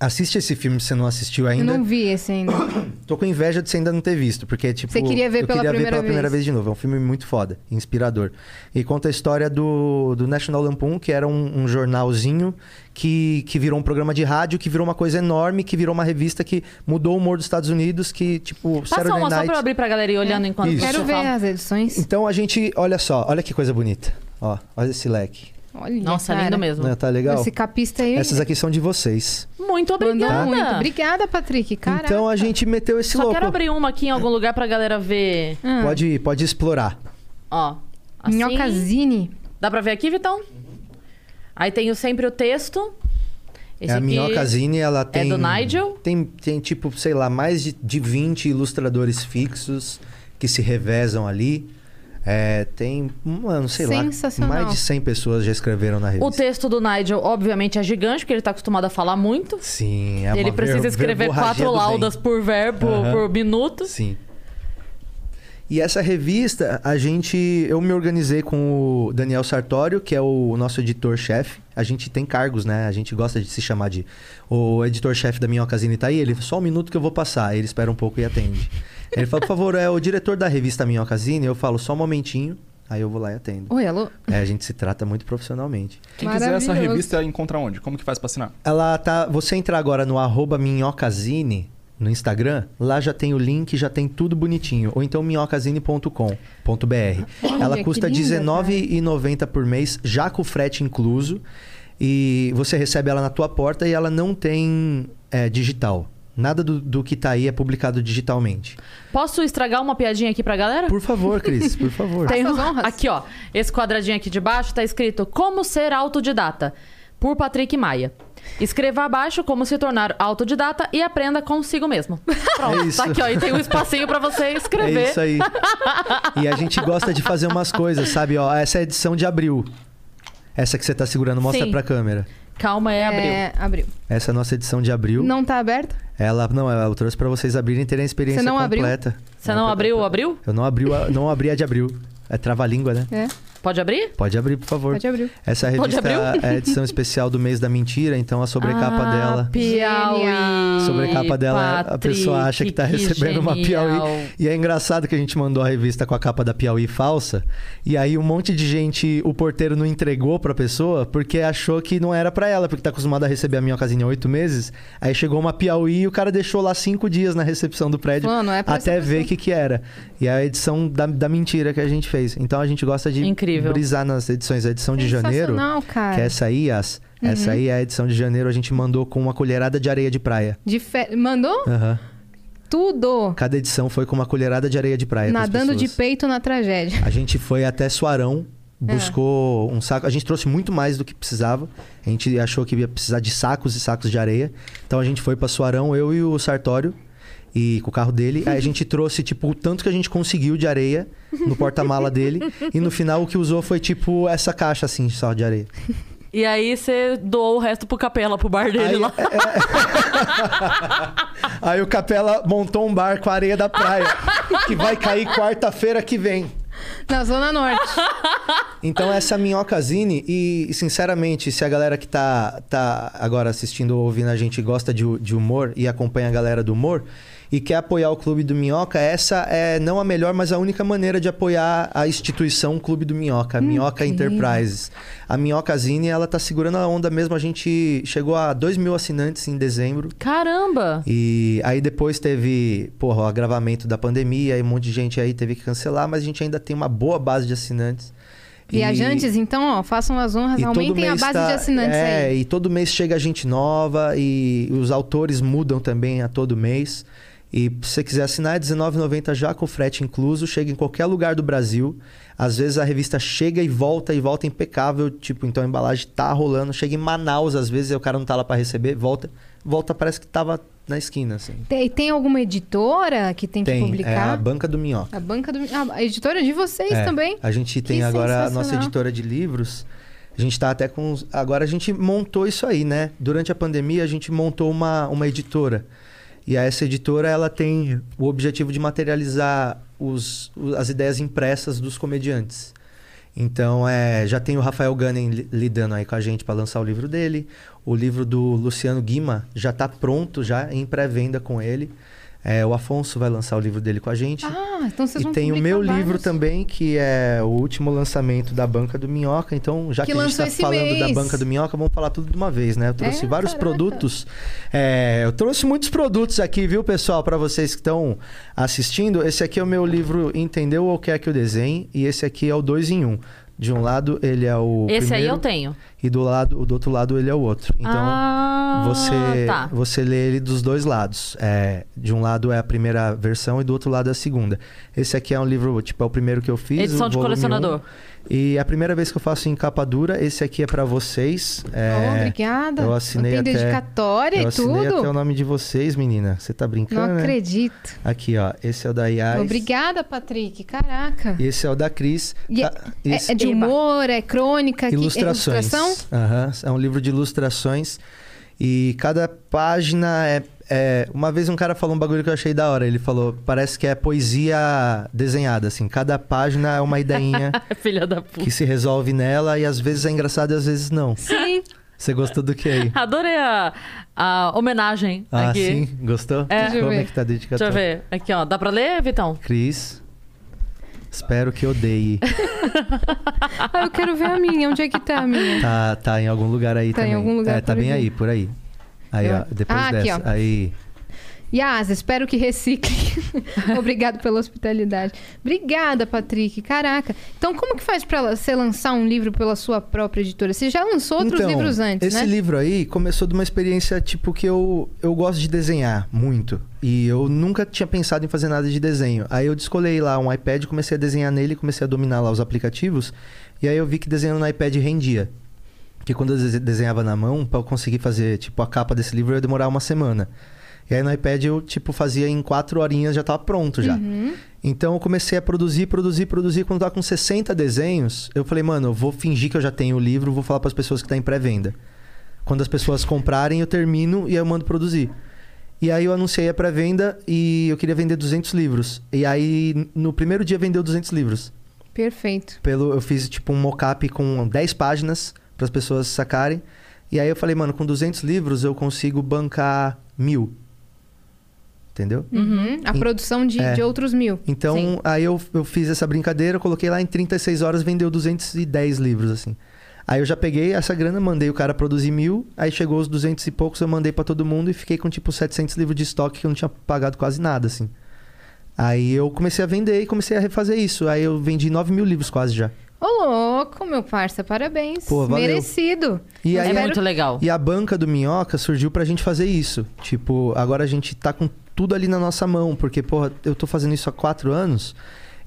S3: Assiste esse filme se você não assistiu
S2: Eu
S3: ainda.
S2: não vi esse ainda.
S3: Tô com inveja de você ainda não ter visto, porque tipo.
S2: Você queria ver
S3: eu
S2: pela
S3: queria ver
S2: primeira
S3: pela primeira
S2: vez.
S3: vez de novo. É um filme muito foda, inspirador. E conta a história do, do National Lampoon, que era um, um jornalzinho que, que virou um programa de rádio, que virou uma coisa enorme, que virou uma revista que mudou o humor dos Estados Unidos, que tipo.
S1: Passa
S3: Saturday
S1: uma só
S3: Night...
S1: pra eu abrir pra galera e olhando enquanto
S3: Isso.
S1: você
S2: Quero ver
S1: fala.
S2: as edições.
S3: Então a gente, olha só, olha que coisa bonita. Ó, olha esse leque.
S2: Olha,
S1: Nossa,
S2: cara.
S1: lindo mesmo.
S3: Né, tá legal?
S2: Esse capista aí.
S3: Essas aqui são de vocês.
S1: Muito
S2: Mandou
S1: obrigada.
S2: muito. Obrigada, Patrick. Caraca.
S3: Então a gente meteu esse
S1: Só
S3: louco.
S1: quero abrir uma aqui em algum lugar pra galera ver.
S2: Ah.
S3: Pode, pode explorar.
S1: Ó. Assim.
S2: Minhocazine.
S1: Dá pra ver aqui, Vitão? Aí tem o- sempre o texto. Esse
S3: é a
S1: aqui- é
S3: Minhocazine, ela tem.
S1: do Nigel?
S3: Tem, tem, tipo, sei lá, mais de, de 20 ilustradores fixos que se revezam ali. É, tem, mano, sei lá.
S2: Sensacional.
S3: Mais de 100 pessoas já escreveram na
S1: O
S3: revista.
S1: texto do Nigel, obviamente, é gigante, porque ele tá acostumado a falar muito.
S3: Sim, é uma
S1: ele precisa
S3: ver-
S1: escrever quatro
S3: verborragia do bem.
S1: laudas por verbo,
S3: Aham.
S1: por minuto.
S3: Sim. E essa revista, a gente. Eu me organizei com o Daniel Sartório, que é o nosso editor-chefe. A gente tem cargos, né? A gente gosta de se chamar de. O editor-chefe da Minhocazine tá aí, ele só um minuto que eu vou passar. Ele espera um pouco e atende. Ele fala, por favor, é o diretor da revista Minhocazine. Eu falo, só um momentinho. Aí eu vou lá e atendo.
S2: Oi, alô.
S3: É, a gente se trata muito profissionalmente.
S5: Quem quiser essa
S2: Maravilhoso.
S5: revista, encontra onde? Como que faz pra assinar?
S3: Ela tá. Você entrar agora no arroba minhocazine no Instagram, lá já tem o link, já tem tudo bonitinho. Ou então minhocazine.com.br. Ela
S2: que
S3: custa
S2: linda,
S3: R$19,90 por mês, já com frete incluso. E você recebe ela na tua porta e ela não tem é, digital. Nada do, do que tá aí é publicado digitalmente.
S1: Posso estragar uma piadinha aqui pra galera?
S3: Por favor, Cris, por favor.
S1: Tem
S2: Faça as
S1: um-
S2: honras.
S1: Aqui, ó. Esse quadradinho aqui de baixo tá escrito Como ser autodidata, por Patrick Maia. Escreva abaixo como se tornar autodidata e aprenda consigo mesmo. Pronto,
S3: É isso.
S1: tá aqui, ó. E tem um espacinho pra você escrever.
S3: É isso aí. E a gente gosta de fazer umas coisas, sabe? Ó, essa é a edição de abril. Essa que você tá segurando, mostra
S2: Sim.
S3: pra câmera.
S1: Calma, é abril.
S2: É, abriu.
S3: Essa é a nossa edição de abril.
S2: Não tá aberto?
S3: Ela não, eu trouxe pra vocês abrirem e terem a experiência
S2: Você não abriu?
S3: completa.
S1: Você não abriu o abril?
S3: Eu não tá, abri, a- não abri a de abril. É trava-língua, né?
S2: É.
S1: Pode abrir?
S3: Pode abrir, por favor.
S2: Pode abrir.
S3: Essa
S1: Pode
S3: revista
S1: abrir?
S3: é a edição especial do mês da mentira, então a sobrecapa
S1: Ah,
S3: dela.
S1: Piauí.
S2: Genial.
S3: Sobrecapa dela, a pessoa acha que tá
S1: Patrick,
S3: recebendo uma
S1: genial.
S3: Piauí. E é engraçado que a gente mandou a revista com a capa da Piauí falsa. E aí um monte de gente, o porteiro não entregou pra pessoa porque achou que não era pra ela, porque tá acostumada a receber a minhocazinha há oito meses. Aí chegou uma Piauí e o cara deixou lá cinco dias na recepção do prédio
S2: Falou, "Não é pra
S3: até
S2: essa
S3: ver o
S2: pessoa."
S3: que, que era. E é a edição da, da mentira que a gente fez. Então a gente gosta de
S1: Incrível.
S3: brisar nas edições. A edição de janeiro.
S2: Sensacional, cara. Uhum.
S3: Que é essa aí, as. Essa aí é a edição de janeiro, a gente mandou com uma colherada de areia de praia.
S2: De fe- Mandou
S3: Aham.
S2: tudo.
S3: Cada edição foi com uma colherada de areia de praia. É pras
S2: Nadando de
S3: pessoas.
S2: peito na tragédia.
S3: A gente foi até Suarão,
S2: É.
S3: buscou um saco. A gente trouxe muito mais do que precisava. A gente achou que ia precisar de sacos e sacos de areia. Então a gente foi pra Suarão, eu e o Sartório. E com o carro dele, aí a gente trouxe, tipo, o tanto que a gente conseguiu de areia no porta-mala dele. E no final o que usou foi, tipo, essa caixa, assim, só de areia.
S1: E aí você doou o resto pro capela, pro bar dele
S3: Aí, é,
S1: lá.
S3: Aí o Capela montou um bar com a areia da praia, que vai cair quarta-feira que vem.
S2: Na Zona Norte.
S3: Então essa minhocazine, e e, sinceramente, se a galera que tá, tá agora assistindo ou ouvindo a gente gosta de, hu- de humor e acompanha a galera do humor e quer apoiar o Clube do Minhoca, essa é não a melhor, mas a única maneira de apoiar a instituição Clube do Minhoca, a Minhoca Enterprises. A minhocazine, ela tá segurando a onda mesmo, a gente chegou a 2 mil assinantes em dezembro.
S1: Caramba!
S3: E aí depois teve, porra, o agravamento da pandemia e um monte de gente aí teve que cancelar, mas a gente ainda tem uma boa base de assinantes. E-
S2: Viajantes, então, ó, façam as honras,
S3: e todo
S2: aumentem a
S3: mês
S2: base
S3: tá-
S2: de assinantes
S3: é,
S2: aí.
S3: e todo mês chega gente nova e os autores mudam também a todo mês. E se você quiser assinar, é R$19,90 já com frete incluso. Chega em qualquer lugar do Brasil. Às vezes a revista chega e volta, e volta impecável. Tipo, então a embalagem tá rolando. Chega em Manaus, às vezes, e o cara não tá lá pra receber. Volta, volta parece que tava na esquina, assim.
S2: Tem, e tem alguma editora que tem, que
S3: Tem, é a
S2: publicar?
S3: Banca do Minhoca.
S2: a... banca do. A editora de vocês
S3: É,
S2: também.
S3: A gente tem
S2: Que
S3: agora a nossa
S2: sensacional.
S3: editora de livros. A gente tá até com. os- Agora a gente montou isso aí, né? Durante a pandemia, a gente montou uma, uma editora. E aí essa editora, ela tem o objetivo de materializar os, o- as ideias impressas dos comediantes. Então, é, já tem o Rafael Gunning li- lidando aí com a gente para lançar o livro dele. O livro do Luciano Guima já tá pronto, já em pré-venda com ele. É, o Afonso vai lançar o livro dele com a gente.
S2: Ah, então vocês
S3: E
S2: vão
S3: tem o
S2: publicar
S3: meu
S2: vários.
S3: livro também, que é o último lançamento da Banca do Minhoca. Então, já
S2: Que
S3: que, a gente
S2: lançou
S3: está
S2: esse
S3: falando da
S2: mês.
S3: Banca do Minhoca, vamos falar tudo de uma vez, né? Eu trouxe
S2: É,
S3: vários
S2: caraca.
S3: produtos. É, eu trouxe muitos produtos aqui, viu, pessoal? Para vocês que estão assistindo. Esse aqui é o meu livro Entendeu ou Quer Que Eu Desenhe? E esse aqui é o dois em um. De um lado, ele é o
S1: Esse aí
S3: primeiro,
S1: eu tenho.
S3: E do, lado, do outro lado, ele é o outro. Então,
S1: ah,
S3: você,
S1: tá.
S3: você lê ele dos dois lados. É, de um lado é a primeira versão e do outro lado é a segunda. Esse aqui é um livro, tipo, é o primeiro que eu fiz.
S1: Edição
S3: o
S1: de
S3: volume
S1: colecionador.
S3: um. e é a primeira vez que eu faço em capa dura. Esse aqui é pra vocês. É,
S2: Oh, obrigada.
S3: Eu assinei
S2: tem
S3: até...
S2: dedicatória
S3: eu
S2: e
S3: assinei
S2: tudo.
S3: até o nome de vocês, menina. Você tá brincando,
S2: Não
S3: né?
S2: acredito.
S3: Aqui, ó. Esse é o da Yas.
S2: Obrigada, Patrick. Caraca.
S3: E esse é o da Cris.
S2: E é-
S3: Tá-
S2: é,
S3: esse-
S2: é de humor, é crônica, que- é
S3: Ilustrações.
S2: ilustração?
S3: Aham, É um livro de ilustrações. E cada página é, é- Uma vez um cara falou um bagulho que eu achei da hora. Ele falou: parece que é poesia desenhada, assim. Cada página é uma ideinha
S1: Filha da puta.
S3: que se resolve nela e às vezes é engraçado e às vezes não.
S2: Sim.
S3: Você gostou do que aí?
S1: Adorei a, a homenagem
S3: Ah,
S1: aqui.
S3: sim? Gostou?
S1: É.
S2: Deixa eu
S3: Como é
S2: ver.
S3: que tá a
S1: Deixa eu
S3: dedicatória?
S1: ver. Aqui, ó. Dá pra ler, Vitão?
S3: Cris. Espero que odeie.
S2: Ah, eu quero ver a minha. Onde é que tá a minha?
S3: Tá, tá em algum lugar aí
S2: Tá em
S3: também.
S2: algum lugar
S3: É, tá
S2: por
S3: bem
S2: aqui.
S3: aí, por aí. Aí,
S2: Eu-
S3: ó, depois
S2: Ah, aqui,
S3: dessa.
S2: ó.
S3: Aí.
S2: Yas, espero que recicle. Obrigado pela hospitalidade. Obrigada, Patrick. Caraca. Então, como que faz pra você lançar um livro pela sua própria editora? Você já lançou outros
S3: Então,
S2: livros antes,
S3: esse
S2: né?
S3: livro aí começou de uma experiência tipo que eu, eu gosto de desenhar muito. E eu nunca tinha pensado em fazer nada de desenho. Aí eu descolei lá um iPad, comecei a desenhar nele, comecei a dominar lá os aplicativos. E aí eu vi que desenhando no iPad rendia. que quando eu dese- desenhava na mão, pra eu conseguir fazer, tipo, a capa desse livro, eu ia demorar uma semana. E aí no iPad eu, tipo, fazia em quatro horinhas, já tava pronto já. Então eu comecei a produzir, produzir, produzir. Quando eu tava com 60 desenhos, eu falei, mano, eu vou fingir que eu já tenho o livro, vou falar para as pessoas que tá em pré-venda. Quando as pessoas comprarem, eu termino e aí eu mando produzir. E aí eu anunciei a pré-venda e eu queria vender 200 livros. E aí no primeiro dia vendeu 200 livros
S2: Perfeito.
S3: pelo eu fiz tipo um mockup com 10 páginas para as pessoas sacarem. E aí eu falei, mano, com 200 livros eu consigo bancar mil. Entendeu?
S2: Uhum. A produção de,
S3: É.
S2: de outros mil.
S3: Então,
S2: Sim.
S3: aí eu, eu fiz essa brincadeira, eu coloquei lá em 36 horas, vendeu 210 livros, assim. Aí eu já peguei essa grana, mandei o cara produzir mil, aí chegou os 200 e poucos, eu mandei pra todo mundo e fiquei com tipo 700 livros de estoque que eu não tinha pagado quase nada, assim. Aí eu comecei a vender e comecei a refazer isso. Aí eu vendi 9 mil livros quase já.
S2: Ô, louco, meu parça, parabéns.
S3: Pô, valeu.
S2: Merecido.
S3: E
S2: Eu
S3: aí-
S1: é
S2: espero-
S1: muito legal.
S3: E a banca do Minhoca surgiu pra gente fazer isso. Tipo, agora a gente tá com tudo ali na nossa mão, porque, porra, eu tô fazendo isso há quatro anos.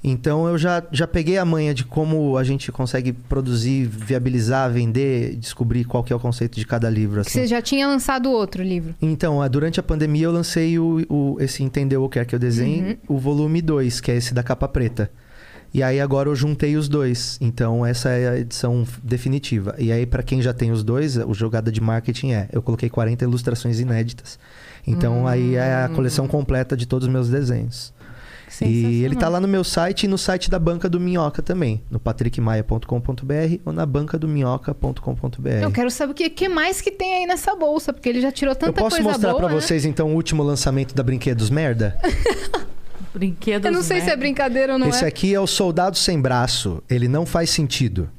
S3: Então eu já, já peguei a manha de como a gente consegue produzir, viabilizar, vender, descobrir qual que é o conceito de cada livro.
S2: que
S3: Assim.
S2: Você já tinha lançado outro livro.
S3: Então, ah, durante a pandemia eu lancei o, o- esse Entendeu o que é que eu
S2: Uhum.
S3: desenho, o volume 2, que é esse da capa preta. E aí agora eu juntei os dois. Então essa é a edição f- definitiva. E aí pra quem já tem os dois, o jogada de marketing é, eu coloquei 40 ilustrações inéditas. Então aí é a
S2: Hum.
S3: coleção completa de todos os meus desenhos. E ele tá lá no meu site e no site da banca do Minhoca também, no patrickmaia.com.br ou na banca do minhoca.com.br.
S2: Eu quero saber o que, que mais que tem aí nessa bolsa, porque ele já tirou tanta
S3: É. Eu posso
S2: coisa
S3: mostrar
S2: boa.
S3: pra
S2: né?
S3: vocês então o último lançamento da Brinquedos Merda?
S1: Brinquedos.
S2: Eu não sei
S1: né?
S2: se é brincadeira ou não
S3: Esse
S2: é.
S3: aqui é o Soldado Sem Braço. Ele não faz sentido.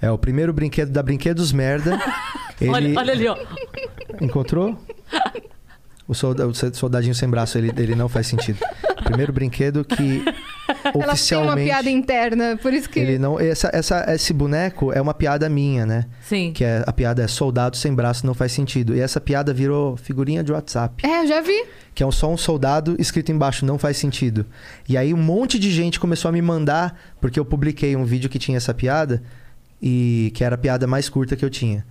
S3: É o primeiro brinquedo da Brinquedos Merda. Ele
S1: Olha, olha ali, ó.
S3: encontrou? O, solda- o soldadinho sem braço, ele, ele não faz sentido. Primeiro brinquedo que
S2: Ela tem uma
S3: oficialmente
S2: piada interna, por isso que.
S3: ele não. Essa, essa- esse boneco é uma piada minha, né?
S1: Sim.
S3: Que é, a piada é soldado sem braço não faz sentido. E essa piada virou figurinha de WhatsApp.
S2: É, eu já vi.
S3: que é um- só um soldado escrito embaixo, não faz sentido. E aí um monte de gente começou a me mandar, porque eu publiquei um vídeo que tinha essa piada, e que era a piada mais curta que eu tinha.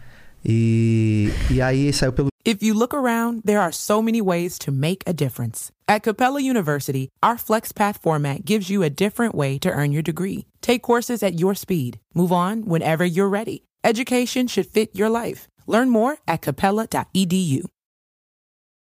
S3: E, e aí saiu pelo
S4: If you look around, there are so many ways to make a difference. At Capella University, our FlexPath format gives you a different way to earn your degree. Take courses at your speed. Move on whenever you're ready. Education should fit your life. Learn more at E capella.edu.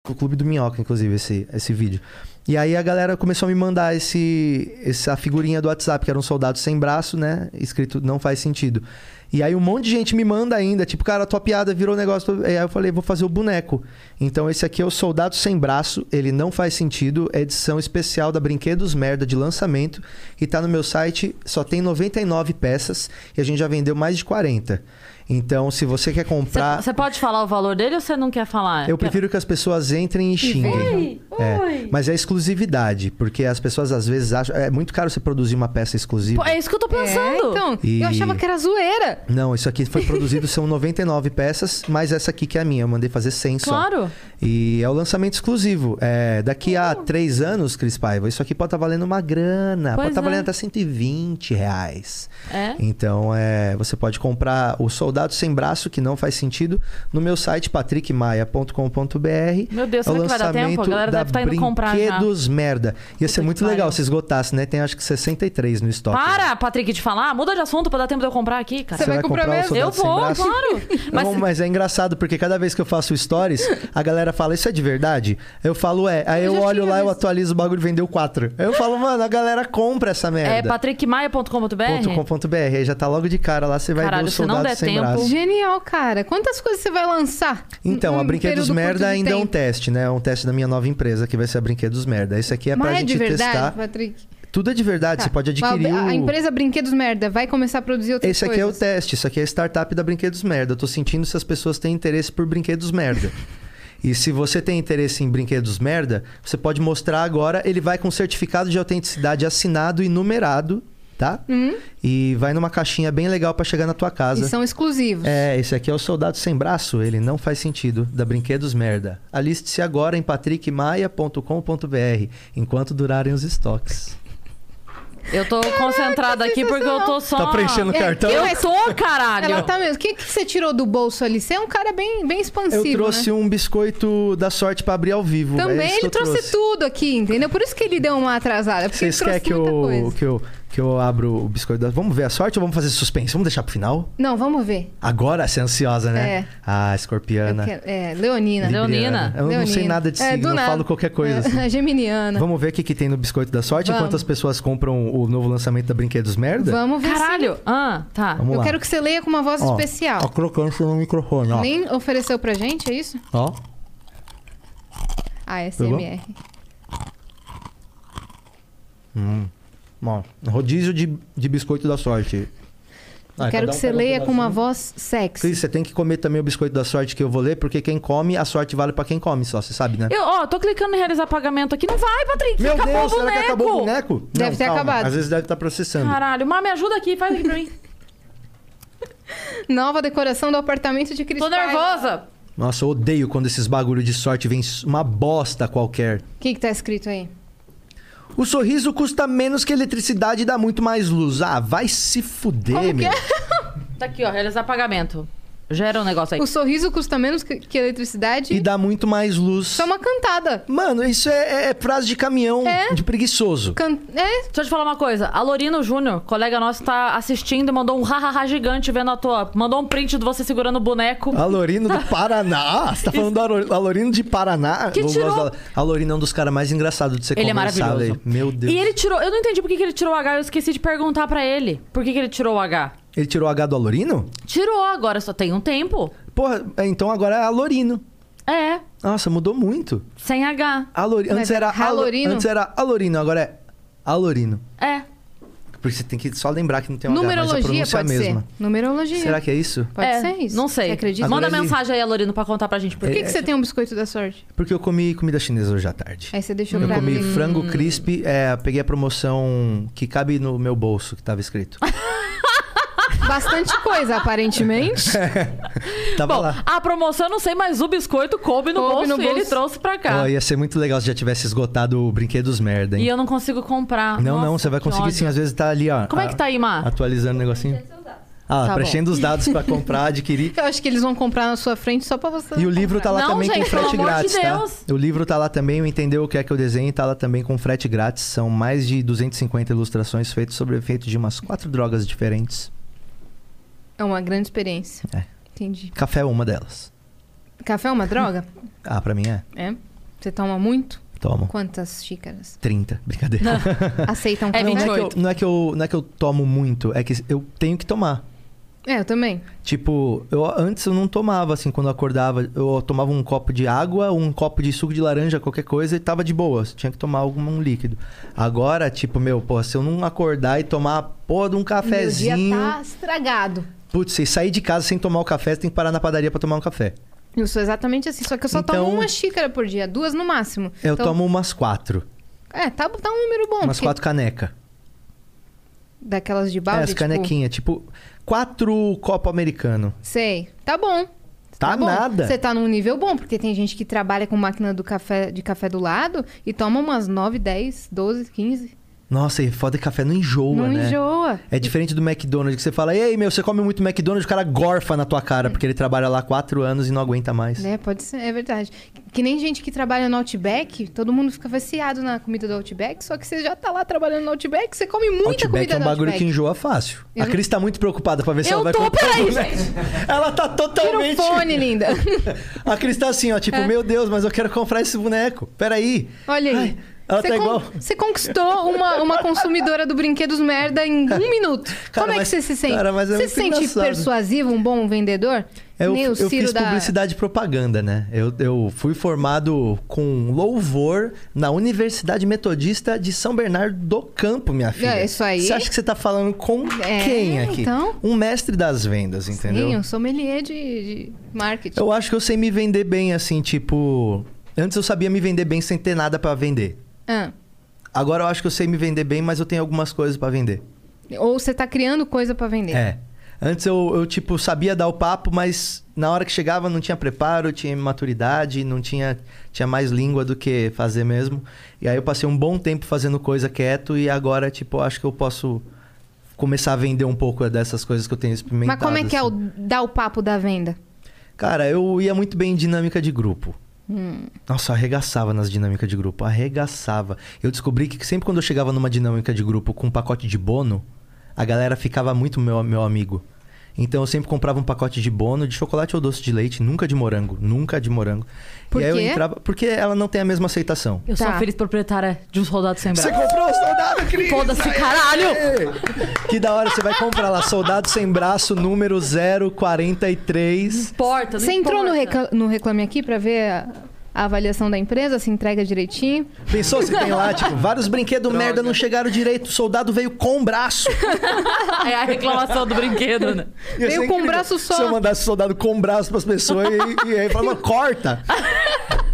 S3: o Clube do Minhoca, inclusive, esse, esse vídeo. E aí a galera começou a me mandar esse, essa figurinha do WhatsApp, que era um soldado sem braço, né? Escrito não faz sentido. E aí um monte de gente me manda ainda, tipo, cara, tua piada virou negócio. E aí eu falei, vou fazer o boneco. Então esse aqui é o Soldado Sem Braço, ele não faz sentido, é edição especial da Brinquedos Merda de lançamento. E tá no meu site, só tem 99 peças e a gente já vendeu mais de 40. Então, se você quer comprar.
S1: Você pode falar o valor dele ou você não quer falar?
S3: Eu prefiro que as pessoas entrem e xinguem. É, Mas é exclusividade, porque as pessoas às vezes acham. É muito caro você produzir uma peça exclusiva.
S1: Pô, é isso que eu tô
S2: É,
S1: pensando.
S2: então,
S3: E-
S2: eu achava que era zoeira.
S3: Não, isso aqui foi produzido, são 99 peças, mas essa aqui que é a minha, eu mandei fazer 100 só.
S1: Claro.
S3: E é o lançamento exclusivo. É, daqui a três anos, Cris Paiva, isso aqui pode estar valendo uma grana. pode
S1: Pois
S3: estar
S1: é.
S3: valendo até 120 reais.
S1: É.
S3: Então, é, você pode comprar o Soldado Sem Braço, que não faz sentido, no meu site patrickmaia.com.br.
S1: Meu Deus,
S3: é
S1: será
S3: o
S1: que vai dar tempo? A
S3: lançamento
S1: galera
S3: da
S1: deve tá indo comprar já.
S3: Brinquedos Merda. Ia ser
S1: que
S3: muito legal
S1: pariu.
S3: se esgotasse, né? Tem acho que 63 no estoque.
S1: Para, Patrick, de falar. Muda de assunto pra dar tempo de eu comprar aqui, cara.
S3: Você vai comprar,
S2: comprar
S3: o
S2: mesmo?
S3: Soldado
S1: Eu vou,
S3: Sem Braço?
S1: claro.
S3: Mas...
S1: Mas-
S3: mas é engraçado, porque cada vez que eu faço stories, a galera fala, isso é de verdade? Eu falo, é. Aí eu,
S2: já
S3: olho
S2: tinha
S3: lá, eu
S2: visto.
S3: atualizo o bagulho, vendeu quatro. Aí eu falo, mano, a galera compra essa
S1: É
S3: merda.
S1: patrickmaia.com.br?
S3: .com.br, aí já tá logo de cara lá, você vai
S1: Caralho,
S3: ver o
S1: se não
S3: soldado
S1: der
S3: sem
S1: tempo-
S3: braço.
S2: Genial, cara. Quantas coisas você vai lançar?
S3: Então,
S2: num
S3: a Brinquedos
S2: um período curto de
S3: Merda ainda é um
S2: tempo?
S3: teste, né? É um teste da minha nova empresa, que vai ser a Brinquedos Merda. Isso aqui é pra
S2: Mas é
S3: gente
S2: de verdade,
S3: testar.
S2: Patrick.
S3: Tudo é de verdade,
S2: Tá.
S3: você pode
S2: Mas
S3: adquirir
S2: a,
S3: o...
S2: a empresa Brinquedos Merda vai começar a produzir outras
S3: Esse aqui é o
S2: coisas.
S3: teste, isso aqui é a startup da Brinquedos Merda. Eu tô sentindo se as pessoas têm interesse por Brinquedos Merda. E se você tem interesse em brinquedos merda, você pode mostrar agora. Ele vai com certificado de autenticidade assinado e numerado, tá? E vai numa caixinha bem legal pra chegar na tua casa.
S2: E são exclusivos.
S3: É, esse aqui é o Soldado Sem Braço, ele não faz sentido, da Brinquedos Merda. Aliste-se agora em patrickmaia.com.br, enquanto durarem os estoques.
S1: Eu tô concentrada aqui porque eu tô só.
S3: Tá preenchendo o
S2: É,
S3: cartão?
S1: Eu tô, caralho!
S2: Ela tá mesmo. O que, que você tirou do bolso ali? Você é um cara bem, bem
S3: Eu
S2: expansivo.
S3: trouxe
S2: né?
S3: um biscoito da sorte pra abrir ao vivo. é
S2: Também
S3: isso que
S2: ele
S3: eu
S2: trouxe, tudo aqui, entendeu? Por isso que ele deu uma atrasada. Porque
S3: Vocês
S2: ele trouxe
S3: querem
S2: muita
S3: que eu,
S2: coisa.
S3: que, eu, que eu abra o biscoito da... Vamos ver a sorte ou vamos fazer suspense? Vamos deixar pro final?
S2: Não, vamos ver.
S3: Agora você é ansiosa, né?
S2: É.
S3: Ah,
S2: Eu
S3: escorpiana.
S2: quero- É, Leonina.
S1: Leonina.
S3: Libriana. Eu não sei
S2: Leonina.
S3: nada de
S2: É,
S3: signo,
S2: do
S3: eu
S2: nada.
S3: falo qualquer coisa.
S2: É,
S3: assim.
S2: Geminiana.
S3: Vamos ver o que, que tem no biscoito da sorte enquanto
S2: Vamos.
S3: as pessoas compram o novo lançamento da Brinquedos Merda?
S2: Vamos ver. se-
S1: Caralho! Ah, tá.
S3: Vamos
S2: Eu
S3: lá.
S2: quero que você leia com uma voz
S3: Ó,
S2: especial.
S3: Ó, crocante no microfone, ó.
S2: Nem ofereceu pra gente, é isso?
S3: Ó.
S2: Ah, SMR.
S3: Ó, rodízio de, de biscoito da sorte. Ah,
S2: quero
S3: cada
S2: que
S3: um
S2: você
S3: pega um
S2: leia com uma
S3: pedacinho.
S2: voz sexy.
S3: Cris, você tem que comer também o biscoito da sorte que eu vou ler, porque quem come, a sorte vale pra quem come só, você sabe, né?
S1: Eu, ó, tô clicando em realizar pagamento aqui. Não vai, Patrick!
S3: Meu
S1: acabou
S3: Deus,
S1: o
S3: será
S1: boneco!
S3: que acabou o boneco?
S2: Deve ter acabado.
S3: Às vezes deve estar processando.
S1: Caralho, mas me ajuda aqui, faz aqui pra mim.
S2: Nova decoração do apartamento de Cris
S1: Tô
S2: Paiva.
S1: nervosa!
S3: Nossa, eu odeio quando esses bagulho de sorte vem uma bosta qualquer.
S2: O que, que tá escrito aí?
S3: O sorriso custa menos que eletricidade e dá muito mais luz. Ah, vai se fuder, meu.
S2: é?
S1: Tá aqui, ó, realizar pagamento. Gera um negócio aí.
S2: O sorriso custa menos que, que eletricidade.
S3: E dá muito mais luz.
S2: Só uma cantada.
S3: Mano, isso é, é- é frase de caminhão
S2: É?
S3: de preguiçoso.
S2: Can... É,
S1: Deixa eu te falar uma coisa. A Lorino Júnior, colega nosso, tá assistindo e mandou um hahaha gigante vendo a tua. Mandou um print de você segurando o boneco.
S3: Alorino do Paraná. Você tá falando do Alo- Alorino de Paraná?
S1: Que
S3: Eu
S1: tirou-
S3: gosto da- Alorino é um dos caras mais engraçados de você
S1: Ele é
S3: conversar,
S1: maravilhoso.
S3: velho. Meu Deus.
S1: E ele tirou. Eu não entendi por que, que ele tirou o H. Eu esqueci de perguntar pra ele por que, que ele tirou o H.
S3: Ele tirou o H do Alorino?
S1: Tirou agora, só tem um tempo.
S3: Porra, é, então agora é Alorino.
S1: É,
S3: Nossa, mudou muito.
S1: sem H.
S3: Alori... Antes,
S2: é
S3: era Alo-
S2: Halorino?
S3: Antes era Alorino, agora é Alorino.
S1: É.
S3: Porque você tem que só lembrar que não tem um H, mas a
S2: numerologia
S3: pronúncia é a
S2: pode ser.
S3: mesma.
S2: Numerologia.
S3: Será que é isso?
S2: Pode
S1: é.
S2: ser isso.
S1: Não sei.
S2: Você acredita?
S3: Agora
S1: Manda
S3: ele- É,
S1: mensagem aí, Alorino, pra contar pra gente por
S2: Por
S1: quê.
S2: que, que você tem um biscoito da sorte?
S3: Porque eu comi comida chinesa hoje à tarde.
S2: Aí você deixou
S3: Eu
S2: É pra
S3: comi
S2: mim.
S3: frango crisp, é, peguei a promoção que cabe no meu bolso, que tava escrito.
S2: Bastante coisa, aparentemente.
S3: Tava
S1: Bom,
S3: lá.
S1: a promoção eu não sei, mas o biscoito coube no
S2: Coube
S1: bolso
S2: no
S1: e ele
S2: bolso.
S1: trouxe pra cá.
S3: Ó, ia ser muito legal se já tivesse esgotado o Brinquedos Merda, hein?
S1: Tá. E eu não consigo comprar.
S3: Não, não,
S1: Nossa,
S3: você vai
S1: que
S3: conseguir
S1: ódio.
S3: sim. Ah, Às vezes tá ali, ó.
S1: Como é que tá aí, Má?
S3: Atualizando o negocinho. Ah,
S1: Tá bom.
S3: preenchendo os dados pra comprar, adquirir.
S2: Eu acho que eles vão comprar na sua frente só pra você.
S3: E o livro tá lá
S1: Não,
S3: também
S1: gente,
S3: com frete
S1: pelo amor de
S3: grátis, tá?
S1: Deus.
S3: O livro tá lá também, o Entendeu o que é que eu desenho, tá lá também com frete grátis. São mais de 250 ilustrações feitas sobre o efeito de umas quatro drogas diferentes.
S2: É uma grande experiência.
S3: É.
S2: Entendi.
S3: Café é uma delas.
S2: Café é uma droga?
S3: Ah, pra mim é.
S2: é. Você toma muito?
S3: Tomo.
S2: Quantas xícaras?
S3: 30, brincadeira.
S2: Aceitam
S1: É
S2: café?
S3: Não, é que eu,
S1: 28.
S3: não, é que eu, não é que eu tomo muito, é que eu tenho que tomar.
S2: É, eu também.
S3: Tipo, eu antes eu não tomava, assim, quando eu acordava. Eu tomava um copo de água, um copo de suco de laranja, qualquer coisa, e tava de boa. Tinha que tomar algum um líquido. Agora, tipo, meu, pô, se eu não acordar e tomar a porra de um
S2: Meu dia
S3: cafezinho.
S2: tá estragado.
S3: Putz, se sair de casa sem tomar o café, você tem que parar na padaria pra tomar um café.
S2: Eu sou exatamente assim, só que eu só
S3: Então-
S2: tomo uma xícara por dia, duas no máximo.
S3: Eu
S2: Então-
S3: tomo umas quatro.
S2: É, tá, tá um número bom.
S3: umas
S2: porque
S3: quatro caneca.
S2: Daquelas de
S3: É,
S2: balde,
S3: as
S2: tipo-
S3: canequinhas, tipo, quatro copo americano.
S2: Sei. Tá bom.
S3: Tá,
S2: bom.
S3: nada.
S2: Você tá num nível bom, porque tem gente que trabalha com máquina do café, de café do lado e toma umas 9, 10, 12, 15.
S3: Nossa, e foda que café não enjoa,
S2: não
S3: né?
S2: enjoa.
S3: É diferente do McDonald's que você fala, ei meu, você come muito McDonald's, o cara gorfa na tua cara, porque ele trabalha lá quatro anos e não aguenta mais.
S2: É, pode ser, é verdade. Que nem gente que trabalha no Outback, todo mundo fica viciado na comida do Outback, só que você já tá lá trabalhando no Outback, você come muita
S3: Outback
S2: comida
S3: é um
S2: do
S3: bagulho
S2: Outback.
S3: que enjoa fácil.
S2: Eu
S3: A
S2: não-
S3: Cris tá muito preocupada pra ver se
S1: Eu
S3: ela vai
S1: tô,
S3: comprar
S1: peraí,
S3: o boneco. Ela tá
S2: Tira o
S3: totalmente.
S2: fone, linda.
S3: A Cris tá assim, ó, tipo, meu Deus, mas eu quero comprar esse boneco. Peraí.
S2: Olha aí.
S3: Ai, ela
S2: Você
S3: tá
S2: con-
S3: igual.
S2: Você conquistou uma, uma consumidora do Brinquedos Merda em um minuto.
S3: Cara,
S2: Como é que
S3: mas-
S2: você se sente?
S3: cara, mas é
S2: você
S3: muito
S2: se sente
S3: engraçado.
S2: persuasivo, um bom vendedor?
S3: É, Eu,
S2: Nem o
S3: eu
S2: Ciro
S3: fiz
S2: da...
S3: publicidade e propaganda, né? Eu, eu fui formado com louvor na Universidade Metodista de São Bernardo do Campo, minha filha.
S2: É, isso aí.
S3: Você acha que você tá falando com
S2: É,
S3: quem aqui?
S2: então.
S3: Um mestre das vendas, entendeu?
S2: Sim, um sommelier de, de marketing.
S3: Eu acho que eu sei me vender bem, assim, tipo... Antes eu sabia me vender bem sem ter nada pra vender.
S2: Ah,
S3: Agora eu acho que eu sei me vender bem, mas eu tenho algumas coisas pra vender.
S2: ou você tá criando coisa pra vender.
S3: É. Antes eu, eu, tipo, sabia dar o papo, mas na hora que chegava não tinha preparo, tinha maturidade, não tinha, tinha mais língua do que fazer mesmo. E aí eu passei um bom tempo fazendo coisa quieto e agora, tipo, acho que eu posso começar a vender um pouco dessas coisas que eu tenho experimentado.
S2: Mas como é que é o
S3: assim.
S2: dar o papo da venda?
S3: Cara, eu ia muito bem em dinâmica de grupo.
S2: Hum.
S3: Nossa, eu arregaçava nas dinâmicas de grupo, arregaçava. Eu descobri que sempre quando eu chegava numa dinâmica de grupo com um pacote de bono, a galera ficava muito meu, meu amigo. Então eu sempre comprava um pacote de bono de chocolate ou doce de leite, nunca de morango, nunca de morango.
S2: Por
S3: e aí
S2: quê?
S3: eu entrava. Porque ela não tem a mesma aceitação.
S1: Eu sou
S2: Tá.
S1: a feliz proprietária de um soldado sem
S3: Você
S1: braço.
S3: comprou o soldado, Cris?
S1: Foda-se,
S3: Aê!
S1: caralho!
S3: Que da hora, você vai comprar lá, soldado sem braço, número 043.
S1: Porta, não
S2: Você entrou no,
S1: importa.
S2: recla- no Reclame Aqui pra ver a, a avaliação da empresa, se entrega direitinho?
S3: Pensou, você tem lá, tipo, vários brinquedos
S5: Droga.
S3: merda não chegaram direito, o soldado veio com o braço.
S1: É a reclamação do brinquedo, né?
S3: Ia
S2: Veio com
S3: ser incrível
S2: o braço só.
S3: Se eu mandasse soldado com o braço pras pessoas e, e aí falava, corta.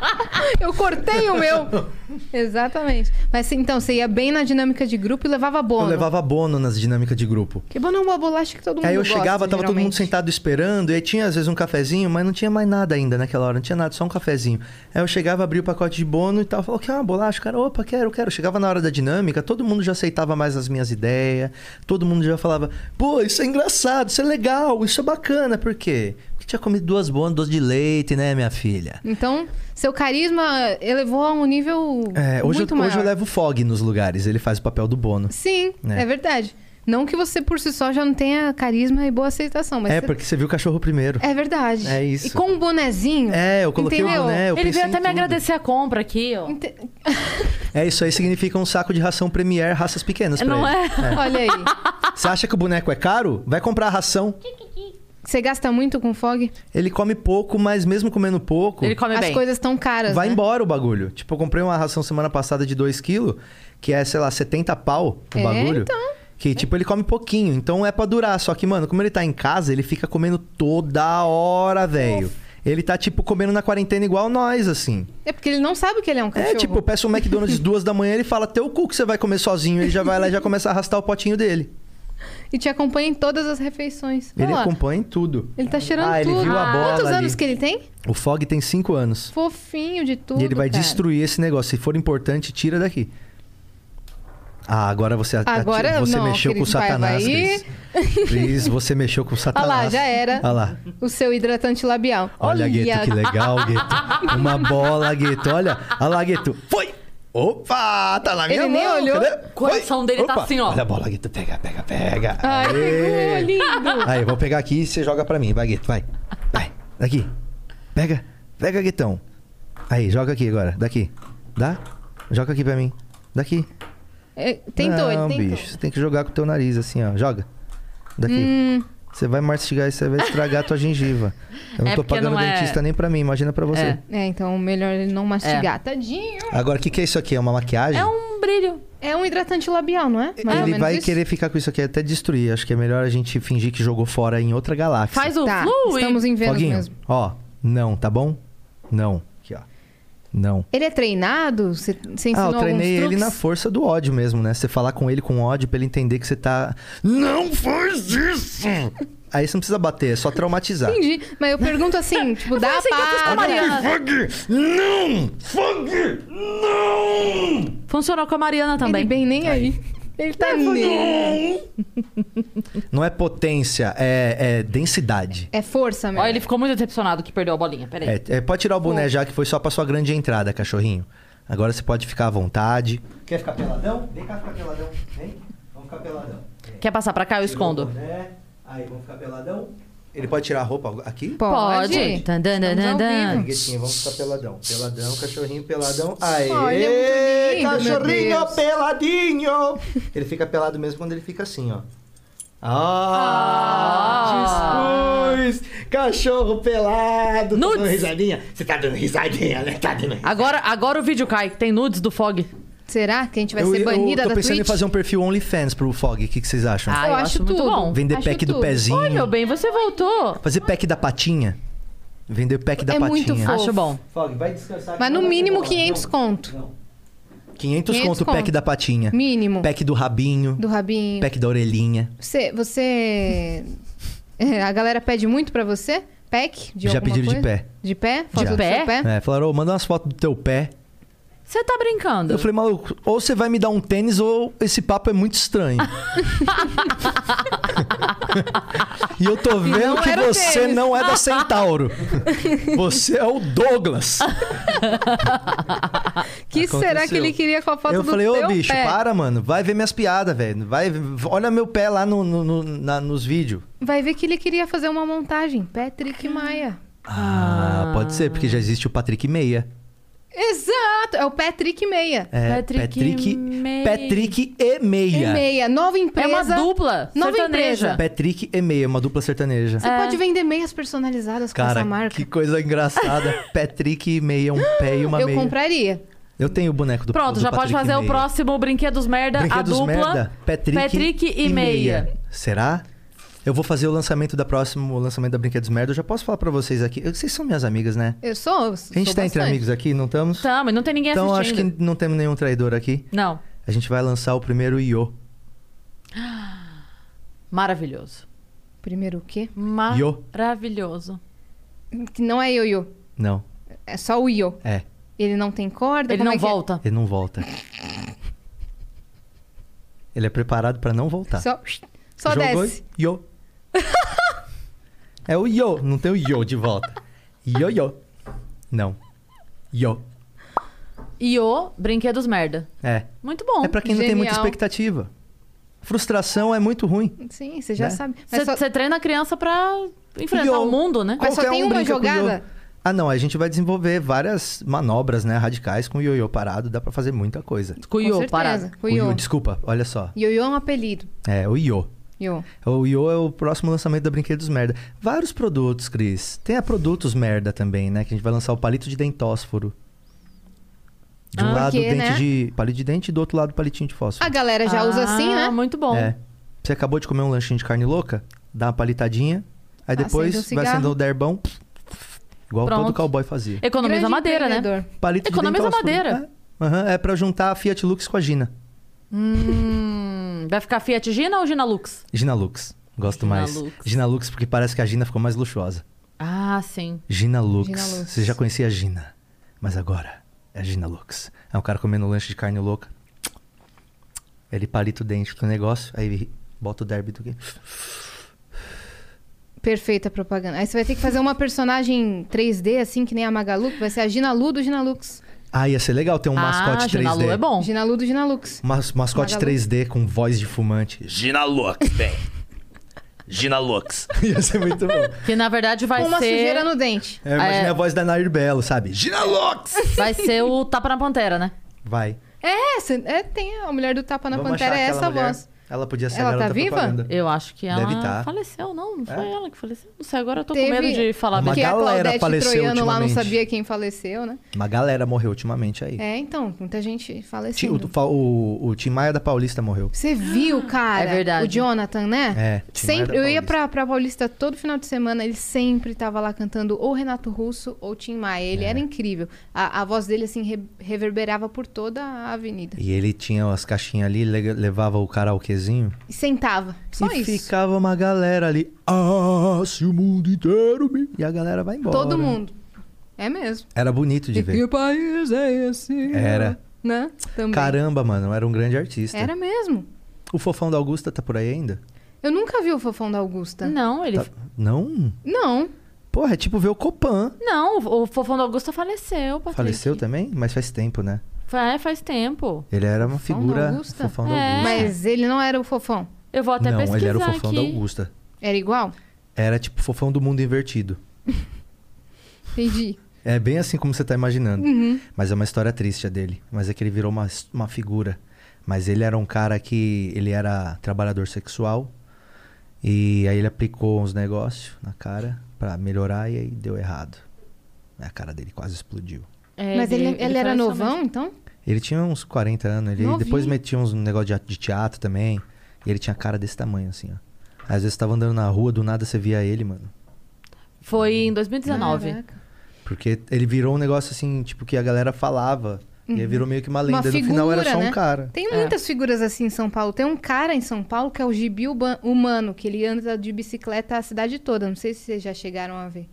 S2: Ah, Eu cortei o meu! Exatamente. Mas então, você ia bem na dinâmica de grupo e levava bono.
S3: Eu levava bono nas dinâmicas de grupo.
S2: Que bono é uma bolacha que todo mundo
S3: Aí eu
S2: gosta,
S3: chegava, tava todo mundo
S2: geralmente.
S3: sentado esperando, e aí tinha às vezes um cafezinho, mas não tinha mais nada ainda naquela hora, não tinha nada, só um cafezinho. Aí eu chegava, abria o pacote de bono e tal, falou, quer uma bolacha? O cara, opa, quero, quero. Chegava na hora da dinâmica, todo mundo já aceitava mais as minhas ideias, todo mundo já falava, pô, isso é engraçado, isso é legal, isso é bacana, por quê? Porque tinha comido duas bonas, doce de leite, né, minha filha?
S2: Então, seu carisma elevou a um nível
S3: É, hoje,
S2: muito
S3: eu,
S2: maior.
S3: hoje eu levo o Fog nos lugares, ele faz o papel do Bono.
S2: Sim, é.
S3: É.
S2: verdade. Não que você por si só já não tenha carisma e boa aceitação, mas
S3: É,
S2: você-
S3: porque você viu o cachorro primeiro.
S2: é verdade.
S3: É isso.
S2: E com o bonezinho.
S3: É, eu coloquei
S2: entendeu?
S3: o boné, eu
S1: Ele
S3: pensei
S1: veio
S3: em
S1: até me
S3: tudo.
S1: agradecer a compra aqui, ó.
S2: Ente-
S3: É, isso aí significa um saco de ração Premier raças pequenas pra
S1: Não
S3: ele.
S1: é?
S2: Olha aí.
S3: Você acha que o boneco é caro? Vai comprar a ração.
S2: Você gasta muito com fog?
S3: Ele come pouco, mas mesmo comendo pouco,
S1: Ele come
S2: As
S1: bem.
S2: coisas estão caras.
S3: vai
S2: né?
S3: embora o bagulho. Tipo, eu comprei uma ração semana passada de 2kg, que é, sei lá, 70 pau o
S2: É,
S3: bagulho.
S2: então.
S3: Que, tipo, ele come pouquinho, então é pra durar. Só que, mano, como ele tá em casa, ele fica comendo toda hora, velho. Ele tá, tipo, comendo na quarentena igual nós, assim.
S2: É porque ele não sabe que ele é um cachorro.
S3: É, tipo, eu peço um McDonald's duas da manhã, ele fala, teu cu que você vai comer sozinho. Ele já vai lá e já começa a arrastar o potinho dele.
S2: E te acompanha em todas as refeições.
S3: Ele
S2: Olha lá,
S3: acompanha em tudo.
S2: ele tá cheirando
S3: Ah, ele
S2: tudo.
S3: viu a bola
S2: Quantos
S3: ali.
S2: anos que ele tem?
S3: O Fog tem cinco anos.
S2: Fofinho de tudo.
S3: e ele vai
S2: cara.
S3: destruir esse negócio. Se for importante, tira daqui. Ah, agora você ati-
S2: Agora
S3: você
S2: não,
S3: mexeu com o
S2: Cris, vai,
S3: Satanás,
S2: vai.
S3: Cris. Cris, você mexeu com o
S2: Olha
S3: Satanás.
S2: lá, já era.
S3: Olha lá.
S2: O seu hidratante labial.
S3: Olha, Gueto, que legal, Gueto. Uma bola, Gueto. Olha, olha lá, Gueto. Foi! Opa, tá na minha
S2: Ele nem
S3: mão.
S2: olhou.
S3: cadê?
S1: O coração
S3: Foi!
S1: dele tá
S3: Opa!
S1: assim, ó.
S3: Olha a bola, Gueto. Pega, pega, pega.
S2: Ai, pegou,
S3: Aê.
S2: lindo.
S3: Aí, eu vou pegar aqui e você joga pra mim. Vai, Gueto, vai. Vai, daqui. Pega, pega, Guetão. Aí, joga aqui agora. Daqui. Dá? Joga aqui pra mim. Daqui.
S2: É, Tentou,
S3: Não,
S2: ele tentou.
S3: bicho. Você tem que jogar com o teu nariz, assim, ó. Joga. Daqui.
S1: Hum.
S3: Você vai mastigar e você vai estragar a tua gengiva. Eu não
S1: É
S3: tô
S1: porque
S3: pagando
S1: não é-
S3: dentista nem pra mim, imagina pra você.
S1: É.
S2: É, então melhor ele não mastigar. Tadinho.
S3: Agora, o que, que é isso aqui? É uma maquiagem?
S1: É um brilho.
S2: É um hidratante labial, não é? Mais ou
S3: Ele
S2: menos
S3: vai
S2: isso?
S3: querer ficar com isso aqui até destruir. Acho que é melhor a gente fingir que jogou fora em outra galáxia.
S1: Faz o
S2: Tá,
S1: flu e-
S2: estamos em Vênus
S3: Foguinho,
S2: mesmo.
S3: ó, não, tá bom? Não. Aqui, ó. Não.
S2: Ele é treinado? Você você ensinou
S3: Ah, eu treinei
S2: alguns
S3: ele na
S2: truques?
S3: força do ódio mesmo, né? Você falar com ele com ódio pra ele entender que você tá. Não faz isso! Aí você não precisa bater, é só traumatizar.
S2: Entendi. Mas eu pergunto assim, tipo, dá a
S1: assim que eu fiz com a
S2: pá.
S1: Mariana.
S3: Fug! Não! Fug! Não!
S1: Funcionou com a Mariana também.
S2: Ele bem nem aí. Ele tá nem.
S3: Não é potência, é, é densidade.
S2: É força mesmo.
S1: Ó, ele ficou muito decepcionado que perdeu a bolinha. Peraí.
S3: É, é, pode tirar o boné já que foi só pra sua grande entrada, cachorrinho. Agora você pode ficar à vontade. Quer ficar peladão? Vem cá ficar peladão. Vem. Vamos ficar peladão.
S1: Quer passar pra cá? Eu escondo.
S3: Aí, vamos ficar peladão. Ele pode tirar a roupa aqui?
S2: Pode.
S1: Tan, tan, tan,
S2: Estamos ao
S1: tan.
S2: vivo.
S3: Guetinho, vamos ficar peladão. Peladão, cachorrinho peladão. Aê!
S2: Olha, é muito lindo, meu
S3: cachorrinho
S2: Deus.
S3: peladinho! Ele fica pelado mesmo quando ele fica assim, ó. Ah! Jesus! Cachorro pelado! Tá
S1: Nudes.
S3: dando risadinha? Você tá dando risadinha, né? Tá dando risadinha.
S1: Agora, agora o vídeo cai. Tem nudes do Fog.
S2: Será que a gente vai ser banida
S3: eu
S2: da
S3: tô pensando
S2: Twitch?
S3: em fazer um perfil OnlyFans pro Fog. O que, que vocês acham?
S1: Ah, eu, acho, muito
S2: tudo.
S1: bom.
S3: Vender
S2: acho
S3: pack do
S2: tudo.
S3: pezinho.
S1: Oi, meu bem, você voltou.
S3: Fazer pack da patinha. Vender pack da
S2: É muito
S3: patinha.
S2: fofo.
S1: Acho bom.
S3: Fog, vai descansar.
S2: Mas no mínimo 500 conto.
S3: 500,
S2: 500
S3: conto o pack
S2: conto.
S3: da patinha.
S2: Mínimo.
S3: Pack do rabinho.
S2: Do rabinho.
S3: Pack da orelhinha.
S2: Você. você... É, A galera pede muito pra você? Pack? De
S3: Já
S2: alguma
S3: pediram de
S2: coisa?
S3: pé.
S2: De pé? Foto
S3: Já.
S2: do
S1: Pé?
S2: seu pé?
S3: É, falaram, ô, manda umas fotos do teu pé.
S1: Você tá brincando?
S3: Eu falei, maluco, ou você vai me dar um tênis ou esse papo é muito estranho. e eu tô vendo
S2: não
S3: que
S2: era o
S3: você
S2: tênis.
S3: não é da Centauro. você é o Douglas.
S2: que será que
S3: Aconteceu.
S2: ele queria com a foto
S3: eu
S2: do
S3: falei, ô
S2: teu
S3: bicho,
S2: pé?
S3: para, mano. Vai ver minhas piadas, velho. Vai, olha meu pé lá no, no- no- na- nos vídeos.
S2: Vai ver que ele queria fazer uma montagem. Patrick Maia.
S3: Ah, pode ser, porque já existe o Patrick Meia.
S2: Exato! É o Patrick Meia.
S3: É,
S1: Patrick Meia.
S3: Patrick e
S2: E
S3: Meia.
S2: meia. Nova
S1: É uma
S2: empresa.
S1: dupla
S2: Nova
S1: sertaneja.
S2: empresa.
S3: Patrick e Meia, uma dupla sertaneja.
S1: É,
S2: Você pode vender meias personalizadas com
S3: Cara,
S2: essa marca.
S3: que coisa engraçada. Patrick e Meia, um pé e uma
S2: Eu
S3: meia.
S2: compraria.
S3: Eu tenho o boneco do
S1: Pronto,
S3: do
S1: já pode
S3: Patrick
S1: fazer o
S3: Meia.
S1: próximo Brinquedos Merda,
S3: Brinquedos
S1: a dupla.
S3: merda, Patrick,
S1: Patrick e, meia.
S3: Será? Eu vou fazer o lançamento da próxima, o lançamento da Brinquedos Merda. Eu já posso falar pra vocês aqui. Eu- Vocês são minhas amigas, né?
S2: Eu sou.
S3: A gente tá entre amigos aqui, não estamos?
S1: Tá, mas não tem ninguém
S3: então acho
S1: assistindo.
S3: que não temos nenhum traidor aqui.
S1: Não.
S3: A gente vai lançar o primeiro Yo.
S1: Maravilhoso.
S2: Primeiro o quê?
S3: Yo.
S1: Maravilhoso.
S2: Que não é ioiô.
S3: Não,
S2: É só o io.
S3: é.
S2: Ele não tem corda.
S1: Ele
S2: como
S1: não
S2: é que é?
S1: volta.
S3: Ele não volta. Ele é preparado pra não voltar.
S2: Só, só
S3: Jogou,
S2: desce.
S3: Yo. é o yo, não tem o yo de volta. Yo, yo. Não. Yo.
S1: E o Brinquedos Merda.
S3: É.
S1: Muito bom.
S3: É pra quem não tem muita
S2: Genial.
S3: expectativa. Frustração é muito ruim.
S2: Sim, você já
S3: Né?
S2: sabe. Mas
S1: Você
S2: É
S1: tá-
S2: só-
S1: treina a criança pra enfrentar
S3: Yo.
S1: o mundo, né?
S2: Mas só
S3: Qualquer um
S2: tem uma
S3: brinca com yo.
S2: jogada?
S3: Ah, não. A gente vai desenvolver várias manobras, né? Radicais com o yo parado. Dá pra fazer muita coisa.
S1: Com
S2: Com
S1: Yo,
S2: certeza.
S1: parada.
S2: Com
S3: O yo,
S2: io.
S3: desculpa. Olha só.
S2: Ioiô é um apelido.
S3: É, o yo.
S2: Io.
S3: O Yo é o próximo lançamento da Brinquedos Merda. Vários produtos, Cris. Tem a produtos merda também, né? Que a gente vai lançar o palito de dentósforo. De um
S2: Ah,
S3: lado,
S2: porque,
S3: dente
S2: né? Ah,
S3: de. palito de dente e do outro lado, palitinho de
S2: A
S3: fósforo.
S2: galera já usa assim,
S1: Ah,
S2: né?
S1: Muito bom.
S3: É. Você acabou de comer um lanchinho de carne louca, dá uma palitadinha, aí
S2: Acende
S3: depois
S2: um
S3: vai
S2: cigarro.
S3: acender o derbão, igual todo
S1: Pronto.
S3: cowboy fazia.
S1: Economiza
S2: Grande
S1: madeira, né?
S2: empreendedor.
S3: Palito
S1: Economiza
S3: de dentósforo.
S1: madeira.
S3: É, Aham, é pra juntar a Fiat Lux com a Gina.
S1: Hum, vai ficar Fiat Gina ou Gina Lux?
S3: Gina Lux. Gosto
S1: Gina
S3: mais.
S1: Lux.
S3: Gina Lux, porque parece que a Gina ficou mais luxuosa.
S1: Ah, sim.
S3: Gina Lux.
S2: Gina Lux.
S3: Você já conhecia a Gina, mas agora é a Gina Lux. É um cara comendo um lanche de carne louca. Ele palita o dente do negócio, aí ele bota o derby do game.
S2: Perfeita propaganda. Aí você vai ter que fazer uma personagem 3D, assim, que nem a Magalu, que vai ser a Ginalu do Ginalux.
S3: Ah, ia ser legal ter um
S1: ah,
S3: mascote
S1: Gina
S3: 3D.
S1: Lu é bom.
S2: Ginalu do Ginalux.
S3: Mas- mascote
S2: Magalu.
S3: 3D com voz de fumante.
S6: Gina Lux, bem. Gina Lux.
S3: Ia ser muito bom.
S1: Que na verdade vai
S2: Com uma
S1: ser.
S2: sujeira no dente.
S3: Eu imaginei É, a voz da Nair Belo, sabe? Gina Lux!
S1: Vai ser o Tapa na Pantera, né?
S3: Vai.
S2: É, cê- é, tem a mulher do Tapa na
S3: Vamos
S2: Pantera,
S3: achar
S2: é
S3: aquela
S2: essa
S3: mulher.
S2: voz.
S3: Ela podia ser
S2: Ela
S3: a garota
S2: tá viva?
S3: propaganda.
S1: Eu acho que ela
S3: Deve tá.
S1: faleceu, não. Não foi ela que faleceu. Não sei, agora eu tô
S2: Teve-
S1: com medo de falar
S3: Uma
S1: bem.
S2: Porque a
S3: galera
S2: Claudete
S3: faleceu
S2: Troiano lá não
S3: ultimamente.
S2: sabia quem faleceu, né?
S3: Uma galera morreu ultimamente aí.
S2: É, então, muita gente
S3: Ti- o,
S2: faleceu.
S3: o, o Tim Maia da Paulista morreu.
S2: Você viu, cara?
S1: É verdade.
S2: O Jonathan, né?
S3: É, Tim Maia
S2: Sempre,
S3: da
S2: eu ia
S3: Paulista.
S2: pra, pra Paulista todo final de semana, ele sempre tava lá cantando ou Renato Russo ou Tim Maia. Ele
S3: É.
S2: era incrível. A, a voz dele, assim, re- reverberava por toda a avenida.
S3: E ele tinha as caixinhas ali, le- levava o karaokezinho.
S2: E sentava. Só
S3: e
S2: isso.
S3: ficava uma galera ali. Ah, se o mundo inteiro me... E a galera vai embora.
S2: Todo mundo. É mesmo.
S3: Era bonito de ver.
S2: país é esse?
S3: Era.
S2: Né? Também.
S3: Caramba, mano, era um grande artista.
S2: Era mesmo.
S3: O Fofão da Augusta tá por aí ainda?
S2: Eu nunca vi o Fofão da Augusta.
S1: Não, ele.
S3: Tá. Não.
S2: Não.
S3: Porra, é tipo ver o Copan.
S1: Não, o Fofão do Augusto faleceu, Patrick.
S3: Faleceu também? Mas faz tempo, né?
S1: Fa- É, faz tempo.
S3: Ele era uma
S2: Fofão da
S3: figura
S2: Augusta?
S3: Fofão da
S1: É.
S3: Augusta.
S2: Mas ele não era o Fofão.
S1: Eu vou até
S3: Não,
S1: pesquisar
S3: ele era o Fofão
S1: aqui.
S3: da Augusta.
S2: Era igual?
S3: Era tipo Fofão do Mundo Invertido.
S2: Entendi.
S3: É bem assim como você tá imaginando.
S1: Uhum.
S3: Mas é uma história triste a dele. Mas é que ele virou uma, uma figura. Mas ele era um cara que. Ele era trabalhador sexual. E aí ele aplicou uns negócios na cara pra melhorar e aí deu errado. A cara dele quase explodiu.
S1: É,
S2: Mas ele, ele era
S1: faleceu
S2: novão,
S1: mesmo.
S2: então?
S3: Ele tinha uns 40 anos, ele
S2: Novinho.
S3: depois metia uns negócio de, a- de teatro também. E ele tinha a cara desse tamanho, assim, ó. Às vezes você tava andando na rua, do nada você via ele, mano.
S1: Foi em 2019.
S2: Caraca.
S3: Porque ele virou um negócio assim, tipo, que a galera falava. E aí virou meio que uma lenda.
S2: Uhum. Uma
S3: no
S2: figura,
S3: final era só
S2: né?
S3: um cara.
S2: Tem muitas figuras assim em São Paulo. Tem um cara em São Paulo que é o gibi uba- humano, que ele anda de bicicleta a cidade toda. Não sei se vocês já chegaram a ver.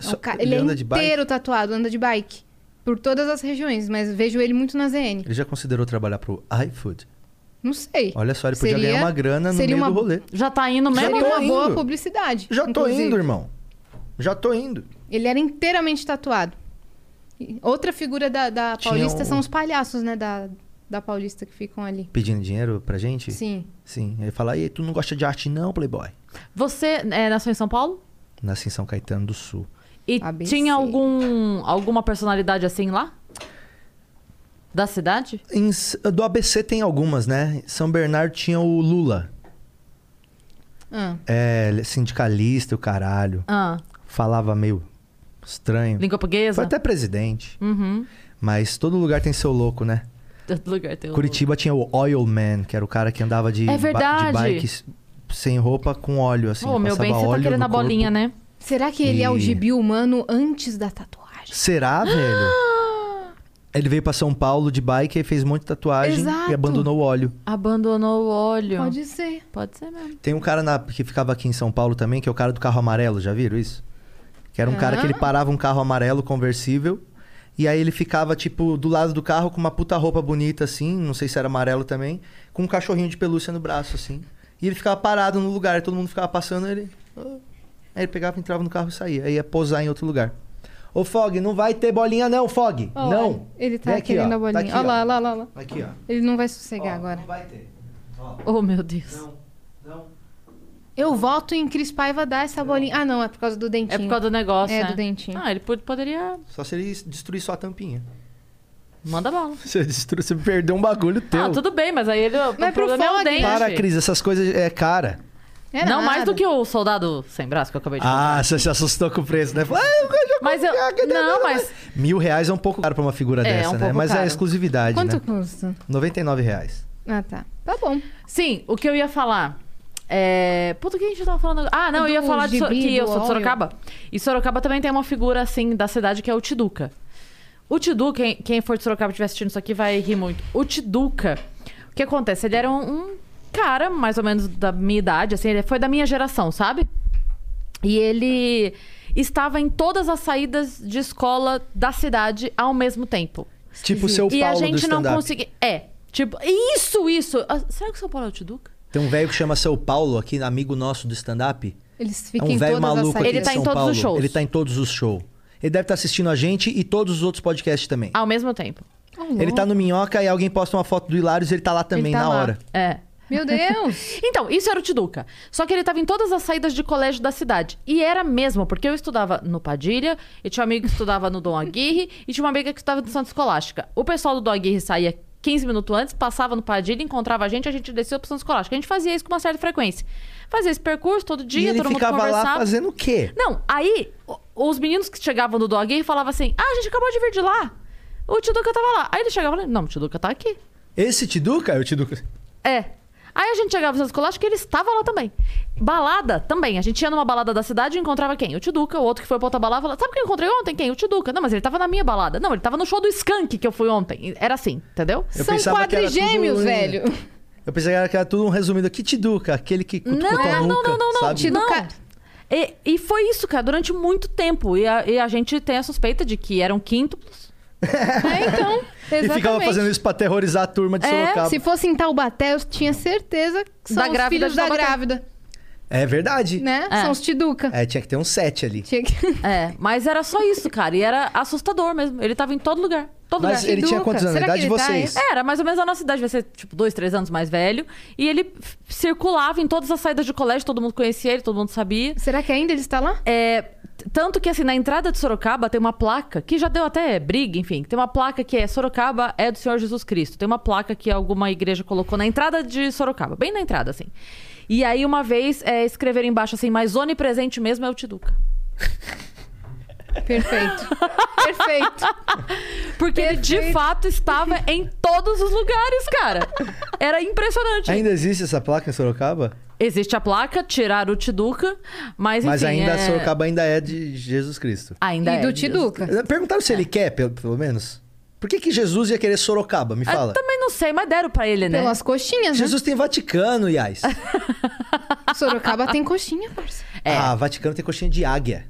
S2: É um
S3: Só-
S2: ca-
S3: ele
S2: Ele,
S3: anda
S2: é
S3: de bike?
S2: inteiro tatuado, anda de bike. Por todas as regiões, mas vejo ele muito na ZN.
S3: Ele já considerou trabalhar pro iFood?
S2: Não sei.
S3: Olha só, ele podia ganhar uma grana no
S2: seria
S3: meio
S2: uma-
S3: do rolê.
S1: Já tá indo
S3: Já
S1: mesmo?
S3: tô
S2: Uma boa
S3: indo.
S2: publicidade.
S3: Já tô
S2: inclusive.
S3: indo, irmão. Já tô indo.
S2: Ele era inteiramente tatuado. E Outra figura da, da
S3: Tinha
S2: Paulista
S3: um-
S2: são os palhaços, né? Da, da Paulista que ficam ali.
S3: Pedindo dinheiro pra gente?
S2: Sim.
S3: Sim. Ele fala, e tu não gosta de arte não, playboy?
S1: Você é, nasceu em São Paulo?
S3: Nasci em São Caetano do Sul.
S1: E
S2: ABC.
S1: tinha algum, alguma personalidade assim lá? Da cidade?
S3: Em S- eh, do ABC tem algumas, né? São Bernardo tinha o Lula.
S2: Ah,
S3: É, ele é sindicalista, o caralho.
S1: Ah,
S3: Falava meio estranho.
S1: língua portuguesa?
S3: Foi até presidente.
S1: Uhum.
S3: Mas todo lugar tem seu louco, né?
S1: Todo lugar tem um-
S3: Curitiba tinha o Oil Man, que era o cara que andava de,
S1: É
S3: ba- de
S1: verdade.
S3: bike s- sem roupa com óleo, assim.
S1: Ô, meu
S3: passava
S1: bem, você tá
S3: óleo
S1: querendo
S3: no
S1: a bolinha,
S3: corpo.
S1: né?
S2: será que ele é o
S3: E-
S2: gibi humano antes da tatuagem?
S3: Será, velho? Ele veio pra São Paulo de bike e fez um monte de tatuagem
S2: Exato.
S3: e abandonou o óleo.
S1: Abandonou o óleo.
S2: Pode ser.
S1: Pode ser mesmo.
S3: Tem um cara na- que ficava aqui em São Paulo também, que é o cara do carro amarelo, já viram isso? Que era um cara que ele parava um carro amarelo conversível. E aí ele ficava, tipo, do lado do carro com uma puta roupa bonita, assim, não sei se era amarelo também, com um cachorrinho de pelúcia no braço, assim. E ele ficava parado no lugar, todo mundo ficava passando, ele. "Ah". Aí ele pegava, entrava no carro e saía. Aí ia posar em outro lugar. Ô, Fog, não vai ter bolinha, não, Fog!
S2: Ó,
S3: não!
S2: Ele tá
S3: Vem aqui,
S2: querendo
S3: ó.
S2: a bolinha.
S3: Tá aqui,
S2: olha lá,
S3: ó.
S2: olha lá, olha lá.
S3: Aqui, ó.
S2: Ele não vai sossegar
S3: Ó,
S2: agora.
S3: Não vai ter. Ó,
S1: Oh, meu Deus.
S3: não, não.
S2: Eu voto em Cris Paiva dar essa bolinha. Ah, não, é por causa do dentinho.
S1: É por causa do negócio,
S2: É,
S1: né?
S2: do dentinho.
S1: Ah, ele pod- poderia...
S3: Só se ele destruir só a tampinha.
S1: Manda bala.
S3: Você, destru... você perdeu um bagulho teu.
S1: Ah, tudo bem, mas aí ele...
S2: Mas
S1: o problema
S2: pro
S1: é o
S2: fone,
S1: dente.
S3: Para, Cris, essas coisas é cara.
S2: É
S1: Não, mais
S2: nada.
S1: do que o soldado sem braço que eu acabei de falar.
S3: Ah, você se assustou com o preço, né? Fala, "Ah, eu quero jogar
S1: Mas eu-
S3: com cara,
S1: não, mas-
S3: Mil reais é um pouco caro pra uma figura
S1: É, é um
S3: dessa, né?
S1: pouco
S3: Mas é
S1: caro.
S3: exclusividade,
S2: Quanto
S3: né?
S2: custa?
S3: 99 reais.
S2: Ah, tá. Tá bom.
S1: Sim, o que eu ia falar. É... Puta, o que a gente tava falando? Ah, não, eu ia
S2: Do
S1: falar de so-
S2: gibi,
S1: que eu
S2: do
S1: sou de
S2: óleo.
S1: Sorocaba. E Sorocaba também tem uma figura, assim, da cidade que é o Tiduca. O Tiduca, quem, quem for de Sorocaba e estiver assistindo isso aqui vai rir muito. O Tiduca, o que acontece? Ele era um, um cara, mais ou menos da minha idade, assim, ele foi da minha geração, sabe? E ele estava em todas as saídas de escola da cidade ao mesmo tempo.
S3: Tipo o seu
S1: e
S3: Paulo
S1: a
S3: do
S1: gente não
S3: stand-up.
S1: conseguia. É. Tipo, isso, isso. Ah, Será que o São Paulo é o Tiduca?
S3: Tem um velho que chama seu Paulo aqui, amigo nosso do stand-up.
S2: Eles
S3: É
S2: ficam
S3: um
S2: em
S3: velho
S2: todas as
S3: maluco
S2: saídas.
S3: aqui
S1: Ele
S3: de
S1: tá em
S3: São
S1: todos os
S3: Paulo.
S1: shows.
S3: Ele tá em todos os shows. Ele deve estar assistindo a gente e todos os outros podcasts também.
S1: Ao mesmo tempo.
S3: ele tá no Minhoca e alguém posta uma foto do Hilários e ele tá lá também
S2: tá
S3: na
S2: lá.
S3: hora.
S1: É.
S2: Meu Deus!
S1: Então, isso era o Tiduca. Só que ele tava em todas as saídas de colégio da cidade. E era mesmo, porque eu estudava no Padilha, e tinha um amigo que estudava no Dom Aguirre, e tinha uma amiga que estudava no Santos Escolástica. O pessoal do Dom Aguirre saía 15 minutos antes, passava no Padilha, encontrava a gente, a gente descia pro Santos Escolástica. A gente fazia isso com uma certa frequência. Fazia esse percurso todo
S3: e
S1: dia,
S3: ele
S1: todo mundo
S3: ficava
S1: conversava.
S3: lá fazendo o quê?
S1: Não, aí o- os meninos que chegavam do Dog falavam assim: Ah, a gente acabou de vir de lá. O Tiduca tava lá. Aí ele chegava e falava: Não, o Tiduca tá aqui.
S3: Esse Tiduca? É o Tiduca.
S1: É. Aí a gente chegava nos escolas que ele estava lá também. Balada também. A gente ia numa balada da cidade e encontrava quem? O Tiduca, o outro que foi pra outra balada. Falava, Sabe quem eu encontrei ontem? Quem? O Tiduca. Não, mas ele tava na minha balada. Não, ele tava no show do Skank que eu fui ontem. Era assim, entendeu?
S3: Eu
S2: São
S3: pensava que era
S2: quadrigêmios,
S3: tudo- um,
S2: velho.
S3: Eu pensei que era- que era tudo um resumido. Que Tiduca? Aquele que cutucou
S1: Não,
S3: tua
S1: não,
S3: nuca,
S1: não, não, não,
S3: sabe?
S2: Tido
S1: Não.
S2: ca-
S1: E, e foi isso, cara, durante muito tempo. E a, e a gente tem a suspeita de que eram quíntuplos.
S2: É, então. Exatamente.
S3: E ficava fazendo isso pra aterrorizar a turma de
S1: É,
S3: Sorocaba.
S2: Se fosse em Taubaté, eu tinha certeza que são
S1: Da
S2: os
S1: grávida
S2: filhos
S1: de
S2: da
S1: Taubaté.
S2: grávida,
S3: É verdade.
S2: né? São os Tiduca.
S3: É, tinha que ter um set ali.
S2: Tinha que-
S1: É, mas era só isso, cara. E era assustador mesmo. Ele tava em todo lugar. Todo
S3: Mas
S1: lugar.
S3: ele tinha
S2: Tiduca.
S3: quantos anos? A
S2: Será que
S3: idade de
S2: ele tá
S3: vocês.
S1: Era mais ou menos a nossa idade, vai ser tipo dois, três anos mais velho. E ele f- circulava em todas as saídas de colégio, todo mundo conhecia ele, todo mundo sabia.
S2: Será que ainda ele está lá?
S1: É, t- tanto que assim, na entrada de Sorocaba tem uma placa, que já deu até briga, enfim. Tem uma placa que é Sorocaba é do Senhor Jesus Cristo. Tem uma placa que alguma igreja colocou na entrada de Sorocaba, bem na entrada, assim. E aí uma vez é, escreveram embaixo assim, mas onipresente mesmo é o Tiduca.
S2: Perfeito. Perfeito.
S1: Porque ele de
S2: Perfeito.
S1: fato estava em todos os lugares, cara. Era impressionante.
S3: Ainda existe essa placa em Sorocaba?
S1: Existe a placa, tirar o Tiduca, mas enfim.
S3: Mas ainda
S1: é...
S3: Sorocaba ainda é de Jesus Cristo.
S1: Ainda
S2: e do
S1: é,
S2: Tiduca.
S3: Perguntaram se ele quer, pelo, pelo menos. Por que, que Jesus ia querer Sorocaba? Me fala.
S1: Também não sei, mas deram pra ele, Ah, tá né?
S2: Pelas coxinhas,
S3: Jesus tem Vaticano, Yas.
S2: né? Sorocaba tem coxinha, parça.
S1: É.
S3: Ah, Vaticano tem coxinha de águia.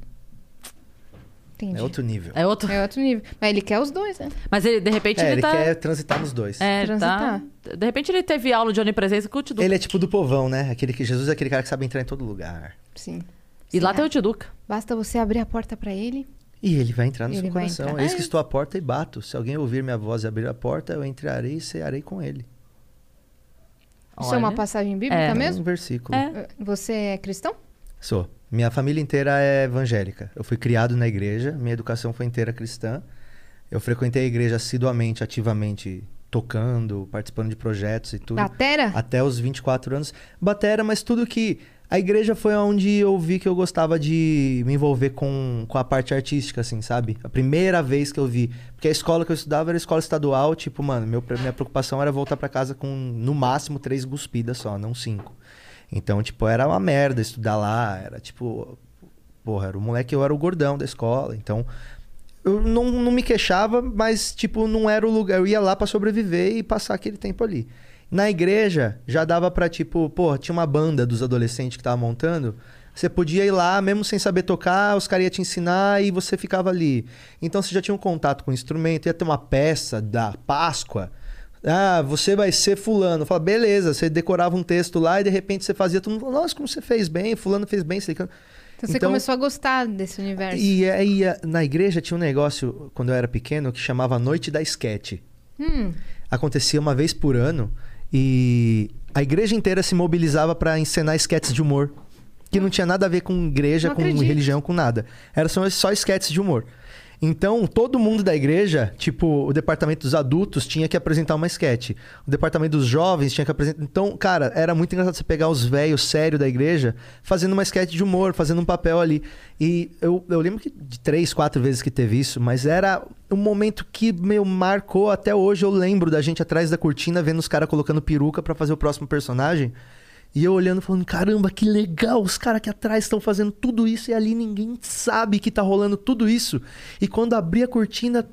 S2: Entendi.
S3: É outro nível.
S1: É outro.
S2: É outro nível. Mas ele quer os dois, né?
S1: Mas ele, de repente,
S3: É,
S1: ele,
S3: ele
S1: tá.
S3: quer transitar nos dois.
S1: É, ele tá.
S2: Transitar.
S1: De repente ele teve aula de onipresença com o Tiduca.
S3: Ele é tipo do povão, né? Aquele que Jesus é aquele cara que sabe entrar em todo lugar.
S2: Sim.
S1: E lá
S2: Sim,
S1: tem
S2: é.
S1: o Tiduca.
S2: Basta você abrir a porta pra ele.
S3: E ele vai entrar no
S2: Ele
S3: seu
S2: vai
S3: coração.
S2: entrar.
S3: Eis que
S2: É.
S3: estou à porta e bato. Se alguém ouvir minha voz e abrir a porta, eu entrarei e cearei com ele.
S2: Isso é uma
S1: Olha.
S2: passagem bíblica
S1: É.
S3: Um
S2: mesmo?
S3: versículo.
S1: É.
S2: Você é cristão?
S3: Sou. Minha família inteira é evangélica. Eu fui criado na igreja, minha educação foi inteira cristã. Eu frequentei a igreja assiduamente, ativamente, tocando, participando de projetos e tudo.
S2: Batera?
S3: Até os 24 anos. Batera, mas tudo que. A igreja foi onde eu vi que eu gostava de me envolver com, com a parte artística, assim, sabe? A primeira vez que eu vi. Porque a escola que eu estudava era escola estadual, tipo, mano, meu, minha preocupação era voltar pra casa com no máximo três guspidas só, não cinco. Então, tipo, era uma merda estudar lá, era tipo. Porra, era o moleque, eu era o gordão da escola, então. Eu não, não me queixava, mas, tipo, não era o lugar. Eu ia lá pra sobreviver e passar aquele tempo ali. Na igreja, já dava pra, tipo, porra, tinha uma banda dos adolescentes que tava montando. Você podia ir lá, mesmo sem saber tocar, os caras iam te ensinar e você ficava ali. Então você já tinha um contato com o instrumento, ia ter uma peça da Páscoa. Ah, você vai ser fulano. Fala, beleza, você decorava um texto lá e de repente você fazia todo mundo. falava, Nossa, como você fez bem, fulano fez bem, sei que.
S2: Então você começou a gostar desse universo.
S3: E aí, a- na igreja tinha um negócio, quando eu era pequeno, que chamava Noite da Esquete.
S2: Hum.
S3: Acontecia uma vez por ano e a igreja inteira se mobilizava pra encenar esquetes de humor. Que não tinha nada a ver com igreja,
S2: Não
S3: com
S2: acredito.
S3: religião, com nada. Era só, só esquetes de humor. Então, todo mundo da igreja, tipo, o departamento dos adultos tinha que apresentar uma esquete. O departamento dos jovens tinha que apresentar. Então, cara, era muito engraçado você pegar os velhos sérios da igreja fazendo uma esquete de humor, fazendo um papel ali. E eu, eu lembro que de três, quatro vezes que teve isso, mas era um momento que, meu, marcou até hoje. Eu lembro da gente atrás da cortina vendo os caras colocando peruca pra fazer o próximo personagem. E eu olhando falando, caramba, que legal, os caras aqui atrás estão fazendo tudo isso e ali ninguém sabe que tá rolando tudo isso. E quando abri a cortina,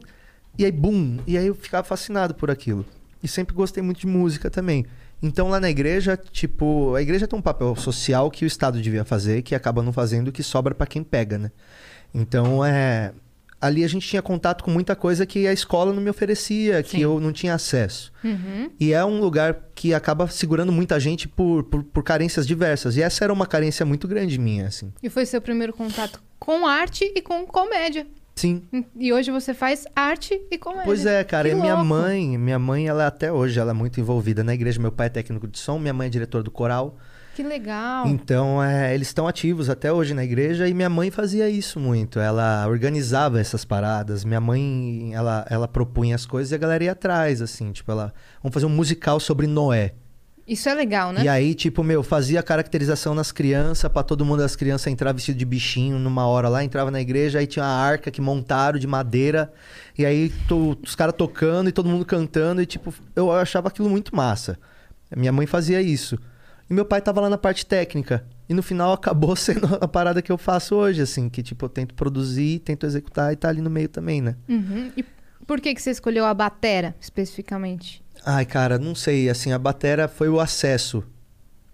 S3: e aí bum, e aí eu ficava fascinado por aquilo. E sempre gostei muito de música também. Então lá na igreja, tipo, a igreja tem um papel social que o Estado devia fazer, que acaba não fazendo, que sobra pra quem pega, né? Então é, ali a gente tinha contato com muita coisa que a escola não me oferecia, que eu não tinha acesso. E é um lugar que acaba segurando muita gente por, por, por carências diversas. E essa era uma carência muito grande minha, assim.
S2: E foi seu primeiro contato com arte e com comédia.
S3: Sim.
S2: E hoje você faz arte e comédia.
S3: Pois é, cara.
S2: Que
S3: e minha
S2: louco.
S3: mãe, minha mãe, ela até hoje, ela é muito envolvida na igreja. Meu pai é técnico de som, minha mãe é diretora do coral.
S2: Que legal.
S3: Então, é, eles estão ativos até hoje na igreja e minha mãe fazia isso muito. Ela organizava essas paradas. Minha mãe, ela, ela propunha as coisas e a galera ia atrás, assim. Tipo, ela... Vamos fazer um musical sobre Noé.
S2: Isso é legal, né?
S3: E aí, tipo, meu, fazia caracterização nas crianças, pra todo mundo das crianças entrar vestido de bichinho numa hora lá, entrava na igreja, aí tinha a arca que montaram de madeira, e aí to- os caras tocando e todo mundo cantando, e tipo, eu achava aquilo muito massa. Minha mãe fazia isso. E meu pai tava lá na parte técnica. E no final acabou sendo a parada que eu faço hoje, assim, que tipo, eu tento produzir, tento executar e tá ali no meio também, né?
S2: Uhum. E por que, que você escolheu a batera, especificamente?
S3: Ai, cara, não sei. Assim, a batera foi o acesso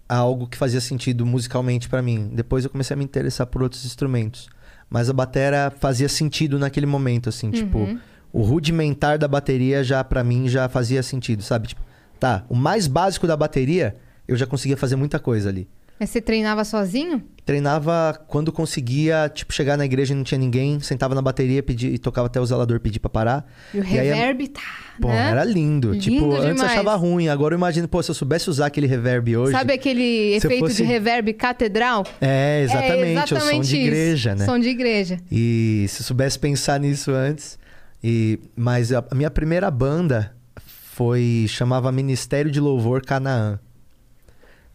S3: a algo que fazia sentido musicalmente pra mim. Depois eu comecei a me interessar por outros instrumentos. Mas a batera fazia sentido naquele momento, assim, tipo,
S2: Uhum.
S3: o rudimentar da bateria já pra mim já fazia sentido, sabe? Tipo, tá, o mais básico da bateria, eu já conseguia fazer muita coisa ali.
S2: Mas você treinava sozinho?
S3: Treinava quando conseguia, tipo, chegar na igreja e não tinha ninguém, sentava na bateria pedi, e tocava até o zelador pedir pra parar.
S2: E o
S3: E aí, é
S2: reverb tá.
S3: Pô,
S2: né?
S3: era lindo.
S2: Lindo
S3: tipo, antes eu
S2: demais.
S3: achava ruim. Agora eu imagino, pô, se eu soubesse usar aquele reverb hoje.
S2: Sabe aquele
S3: se eu
S2: efeito
S3: fosse-
S2: de reverb catedral?
S3: É, exatamente.
S2: é
S3: o som
S2: exatamente
S3: de
S2: isso.
S3: igreja, né?
S2: Som de igreja.
S3: E se eu soubesse pensar nisso antes. E... Mas a a minha primeira banda foi. chamava Ministério de Louvor Canaã.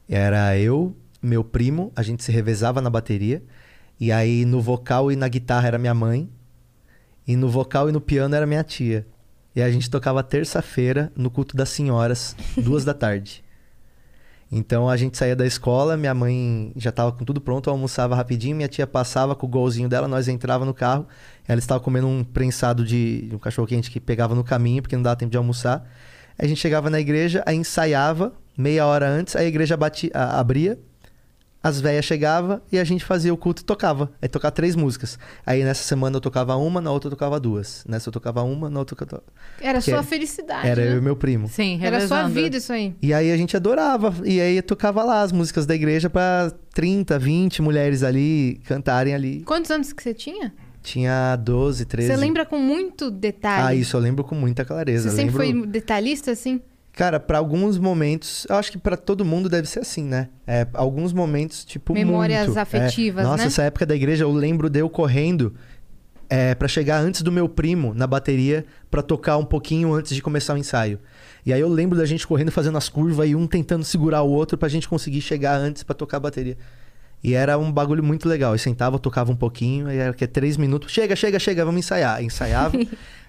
S3: Era eu, meu primo, a gente se revezava na bateria. E aí no vocal e na guitarra era minha mãe. E no vocal e no piano era minha tia. E a gente tocava terça-feira no culto das senhoras, duas da tarde. Então a gente saía da escola, minha mãe já estava com tudo pronto, eu almoçava rapidinho, minha tia passava com o golzinho dela, nós entrava no carro, ela estava comendo um prensado de, de um cachorro quente que pegava no caminho, porque não dava tempo de almoçar. Aí a gente chegava na igreja, aí ensaiava meia hora antes, aí a igreja bati- a- abria, as velhas chegavam e a gente fazia o culto e tocava. Aí tocar três músicas. Aí nessa semana eu tocava uma, na outra eu tocava duas. Nessa eu tocava uma, na outra eu tocava.
S2: Era
S3: Que é-
S2: sua felicidade,
S3: Era
S2: né?
S3: eu e meu primo.
S1: Sim,
S2: Era sua
S1: revezando.
S2: vida isso aí.
S3: E aí a gente adorava. E aí eu tocava lá as músicas da igreja pra 30, 20 mulheres ali cantarem ali.
S2: Quantos anos que você tinha?
S3: Tinha 12, 13.
S2: Você lembra com muito detalhe.
S3: Ah, isso eu lembro com muita clareza.
S2: Você
S3: Eu
S2: sempre
S3: lembro...
S2: foi detalhista, assim?
S3: Cara, pra alguns momentos, eu acho que pra todo mundo deve ser assim, né? É, alguns momentos, tipo,
S2: Memórias
S3: muito. É,
S2: afetivas,
S3: Nossa,
S2: né?
S3: essa época da igreja, eu lembro de eu correndo é, para chegar antes do meu primo na bateria pra tocar um pouquinho antes de começar o ensaio. E aí eu lembro da gente correndo, fazendo as curvas e um tentando segurar o outro pra gente conseguir chegar antes pra tocar a bateria. E era um bagulho muito legal. Eu sentava, tocava um pouquinho, aí era que é três minutos. Chega, chega, chega, vamos ensaiar. Aí Ensaiava.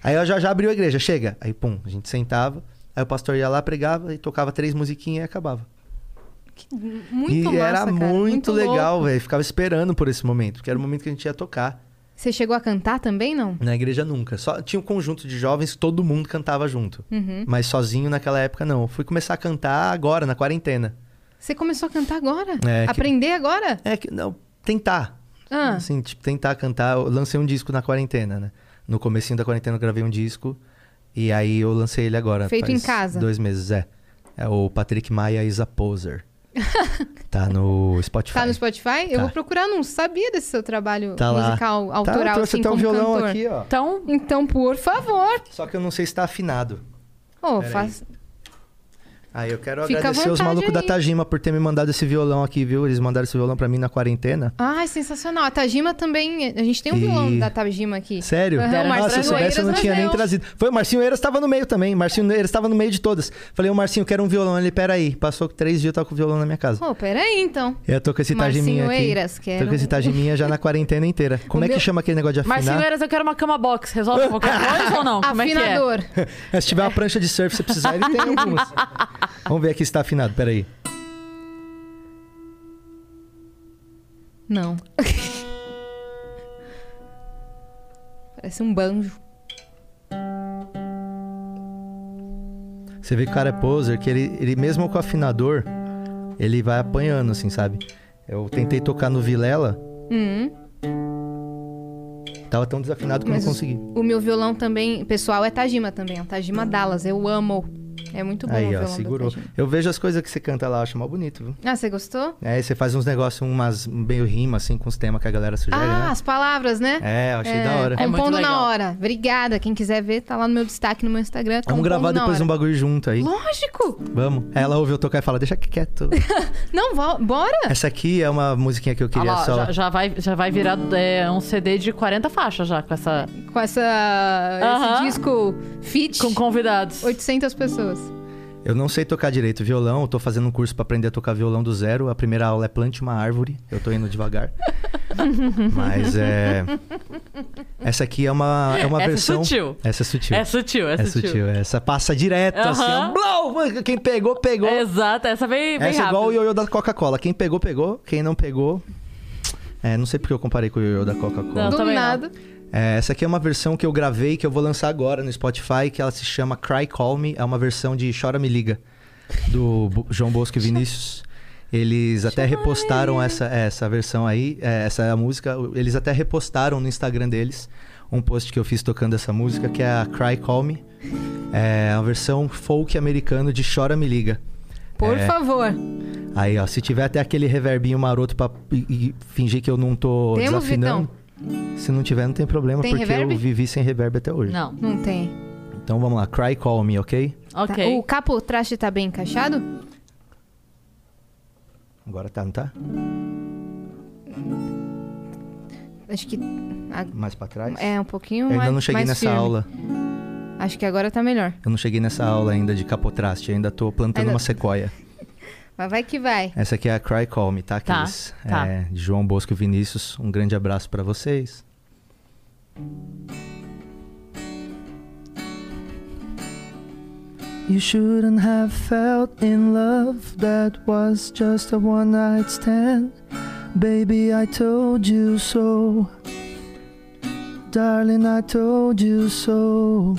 S3: aí eu já, já abriu a igreja, chega. Aí, pum, a gente sentava. Aí o pastor ia lá, pregava e tocava três musiquinhas e acabava.
S2: Muito
S3: e
S2: massa,
S3: era
S2: cara.
S3: muito,
S2: louco.
S3: legal, velho. Ficava esperando por esse momento, porque era o momento que a gente ia tocar.
S2: Você chegou a cantar também, não?
S3: Na igreja nunca. Só tinha um conjunto de jovens que todo mundo cantava junto.
S2: Uhum.
S3: Mas sozinho naquela época não. Eu Fui começar a cantar agora, na quarentena.
S2: Você começou a cantar agora?
S3: É, que-
S2: Aprender agora?
S3: É que não, tentar.
S2: Ah.
S3: Assim, tipo, tentar cantar. Eu lancei um disco na quarentena, né? No comecinho da quarentena eu gravei um disco. E aí eu lancei ele agora.
S2: Feito
S3: faz
S2: em casa.
S3: Dois meses, é. É o Patrick Maia Isa Poser. tá no Spotify.
S2: Tá no Spotify? Eu
S3: Tá.
S2: vou procurar, não sabia desse seu trabalho
S3: Tá lá.
S2: musical,
S3: Tá,
S2: autoral,
S3: eu trouxe
S2: assim,
S3: até um
S2: como
S3: violão
S2: cantor.
S3: aqui, ó.
S1: Então,
S2: Então, por favor.
S3: Só que eu não sei se tá afinado.
S2: Ô,
S3: Peraí.
S2: faz...
S3: Aí Ah, eu quero
S2: Fica à
S3: agradecer os
S2: vontade
S3: malucos da
S2: aí.
S3: Tajima por ter me mandado esse violão aqui, viu? Eles mandaram esse violão pra mim na quarentena.
S2: Ai, sensacional. A Tajima também... A gente tem um
S3: E-
S2: violão da Tajima aqui.
S3: Sério?
S2: Aham, o
S3: Nossa, se eu
S2: Marcinho
S3: soubesse, eu não
S2: Eiras
S3: tinha nem
S2: nasceu.
S3: trazido. Foi, o Marcinho Eiras tava no meio também. Marcinho Eiras tava no meio de todas. Falei, o Marcinho, quero um violão. Ele, peraí. Passou três dias, eu tava com o violão na minha casa.
S2: Ô, peraí, então.
S3: Eu tô com esse
S2: Marcinho
S3: tajiminha aqui.
S2: Eiras, quero
S3: Tô com esse
S2: um-
S3: tajiminha já na quarentena inteira. Como é que
S2: meu-
S3: chama aquele negócio de afinar?
S1: Marcinho Eiras, eu quero uma cama box. Resolve qualquer coisa ou não? Como é que é?
S2: Afinador.
S3: É, se tiver uma prancha de surf, você precisar, ele tem algumas. Vamos ver aqui se tá afinado, peraí.
S2: Não. Parece um banjo.
S3: Você vê que o cara é poser, que ele, ele mesmo com o afinador, ele vai apanhando, assim, sabe? Eu tentei tocar no Vilela,
S2: Hum.
S3: tava tão desafinado que eu não
S2: Mas os-
S3: consegui.
S2: O meu violão também, pessoal, é Tajima também. É um Tajima Dallas. Eu amo. É muito bom o
S3: Aí, ó,
S2: violão
S3: segurou.
S2: do Tajima.
S3: Eu vejo as coisas que você canta lá, eu acho mal bonito, viu?
S2: Ah, você gostou?
S3: Aí você faz uns negócios, umas meio rima, assim, com os temas que a galera sugere,
S2: ah,
S3: né?
S2: as palavras, né?
S3: É, eu achei da hora.
S1: É muito
S2: Compondo na
S1: legal.
S2: hora. Obrigada. Quem quiser ver, tá lá no meu destaque no meu Instagram. Tá
S3: Vamos gravar depois um bagulho junto aí.
S2: Lógico!
S3: Vamos. Aí Ela ouve eu tocar e fala, deixa quieto.
S2: Não, vo- bora!
S3: Essa aqui é uma musiquinha que eu
S1: Ah
S3: queria
S1: lá,
S3: só.
S1: já, já vai, já vai virar é, um CD de 40 faixas já com essa.
S3: É.
S2: Com essa,
S1: Aham.
S2: esse disco fit
S1: Com convidados.
S2: 800 pessoas.
S3: Eu não sei tocar direito violão, eu tô fazendo um curso pra aprender a tocar violão do zero. A primeira aula é plante uma árvore, eu tô indo devagar. Mas é. Essa aqui é uma, é uma
S1: Essa é
S3: versão.
S1: sutil.
S3: Essa é sutil.
S1: É sutil, é,
S3: É sutil. Essa passa direto, assim.
S1: Aham.
S3: ó, Blow! Mano, Quem pegou, pegou.
S1: Exato, essa vem, vem
S3: é. Essa é
S1: rápido.
S3: igual o ioiô da Coca-Cola. Quem pegou, pegou. Quem não pegou. É, não sei porque eu comparei com o ioiô da Coca-Cola.
S1: Não,
S2: Do
S1: também não.
S2: nada.
S3: É, essa aqui é uma versão que eu gravei, que eu vou lançar agora no Spotify, que ela se chama Cry Call Me. É uma versão de Chora Me Liga, do Bo- João Bosco e Vinícius. Eles até repostaram essa, essa versão aí, é, essa música. Eles até repostaram no Instagram deles um post que eu fiz tocando essa música, que é a Cry Call Me. É a versão folk americano de Chora Me Liga.
S2: Por
S3: É.
S2: favor.
S3: Aí, ó, se tiver até aquele reverbinho maroto pra e- e fingir que eu não tô
S2: Temos, então.
S3: desafinando. Se não tiver, não tem problema,
S2: Tem
S3: porque
S2: reverb?
S3: eu vivi sem reverb até hoje.
S1: Não.
S2: Não tem.
S3: Então vamos lá, Cry Call Me, ok?
S2: Tá.
S1: Ok.
S2: O capo traste tá bem encaixado?
S3: Agora tá, não tá?
S2: Acho que a-
S3: Mais pra trás?
S2: é um pouquinho
S3: Eu
S2: mais.
S3: ainda não cheguei
S2: mais
S3: nessa
S2: firme.
S3: aula.
S2: Acho que agora tá melhor.
S3: Eu não cheguei nessa aula ainda de capotraste, eu ainda tô plantando
S2: Ainda-
S3: uma sequoia.
S2: Mas vai que vai.
S3: Essa aqui é a Cry Call Me, tá,
S1: Tá,
S3: Cris?
S1: tá.
S3: É, de João Bosco e Vinícius, um grande abraço pra vocês. You shouldn't have felt in love. That was just a one night stand. Baby, I told you so. Darling, I told you so.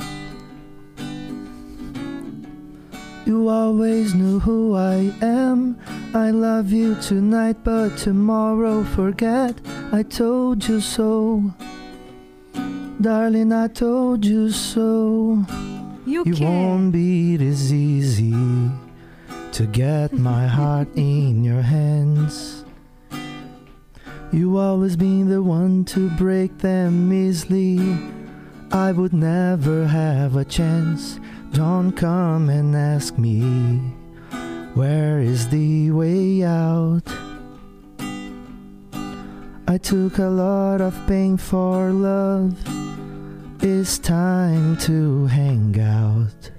S3: You always knew who I am. I love you tonight, but tomorrow forget. I told you so. Darling, I told you so.
S2: E o
S3: You
S2: quê?
S3: won't be this easy to get my heart in your hands. You always been the one to break them easily. I would never have a chance. Don't come and ask me where is the way out. I took a lot of pain for love. It's time to hang out.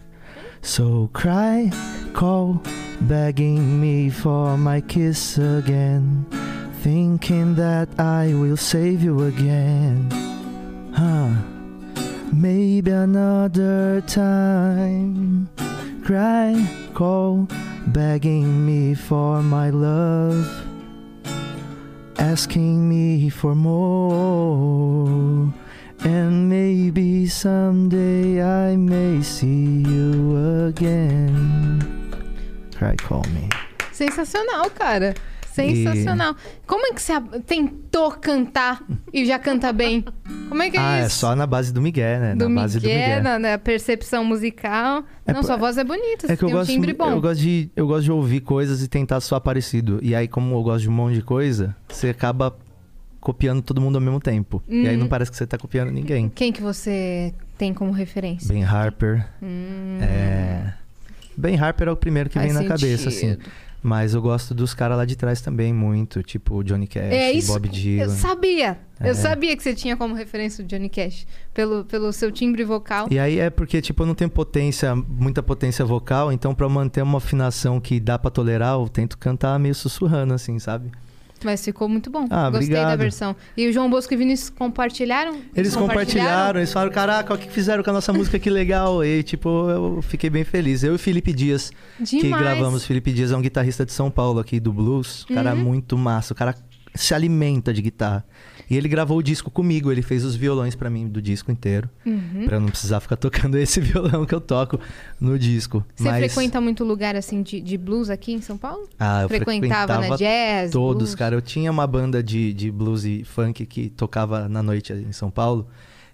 S3: So cry, call, begging me for my kiss again. Thinking that I will save you again. Huh? Maybe another time. Cry, call, begging me for my love. Asking me for more. And maybe someday I may see you again. Cry, call me.
S2: Sensacional, cara. Sensacional. Como é que você a- tentou cantar e já canta bem? Como é que é
S3: ah,
S2: isso?
S3: é só na base do Miguel, né?
S2: do
S3: na base do
S2: Miguel,
S3: Miguel.
S2: na, na percepção musical.
S3: É
S2: Não,
S3: po-
S2: sua voz é bonita, você
S3: É que eu
S2: tem um
S3: gosto,
S2: timbre bom.
S3: eu, gosto de, eu gosto de ouvir coisas e tentar soar parecido. E aí, como eu gosto de um monte de coisa, você acaba copiando todo mundo ao mesmo tempo. E aí
S2: Uhum.
S3: não parece que você tá copiando ninguém.
S2: Quem que você tem como referência?
S3: Ben Harper. É... Ben Harper é o primeiro que
S2: Hum. Faz
S3: vem na cabeça, assim.
S2: sentido.
S3: Mas eu gosto dos caras lá de trás também muito. Tipo Johnny Cash,
S2: É isso.
S3: Bob Dylan.
S2: Eu sabia.
S3: É.
S2: Eu sabia que você tinha como referência o Johnny Cash. Pelo, pelo seu timbre vocal.
S3: E aí é porque, tipo, eu não tenho potência, muita potência vocal, então pra manter uma afinação que dá pra tolerar, eu tento cantar meio sussurrando, assim, sabe?
S2: Mas ficou muito bom.
S3: Ah,
S2: Gostei da
S3: obrigado.
S2: versão. E o João Bosco e Vinícius compartilharam?
S3: Eles compartilharam, eles falaram, caraca, olha o que fizeram com a nossa música, que legal. E, tipo, eu fiquei bem feliz. Eu e o Felipe Dias, que
S2: Demais.
S3: gravamos. Felipe Dias é um guitarrista de São Paulo aqui, do blues. O cara é
S2: Uhum.
S3: muito massa, o cara se alimenta de guitarra. E ele gravou o disco comigo, ele fez os violões pra mim do disco inteiro.
S2: Uhum.
S3: Pra eu não precisar ficar tocando esse violão que eu toco no disco.
S2: Você
S3: Mas...
S2: frequenta muito lugar assim de, de blues aqui em São Paulo?
S3: Ah, eu
S2: frequentava,
S3: frequentava,
S2: né? Jazz,
S3: todos,
S2: blues.
S3: cara. Eu tinha uma banda de, de blues e funk que tocava na noite em São Paulo,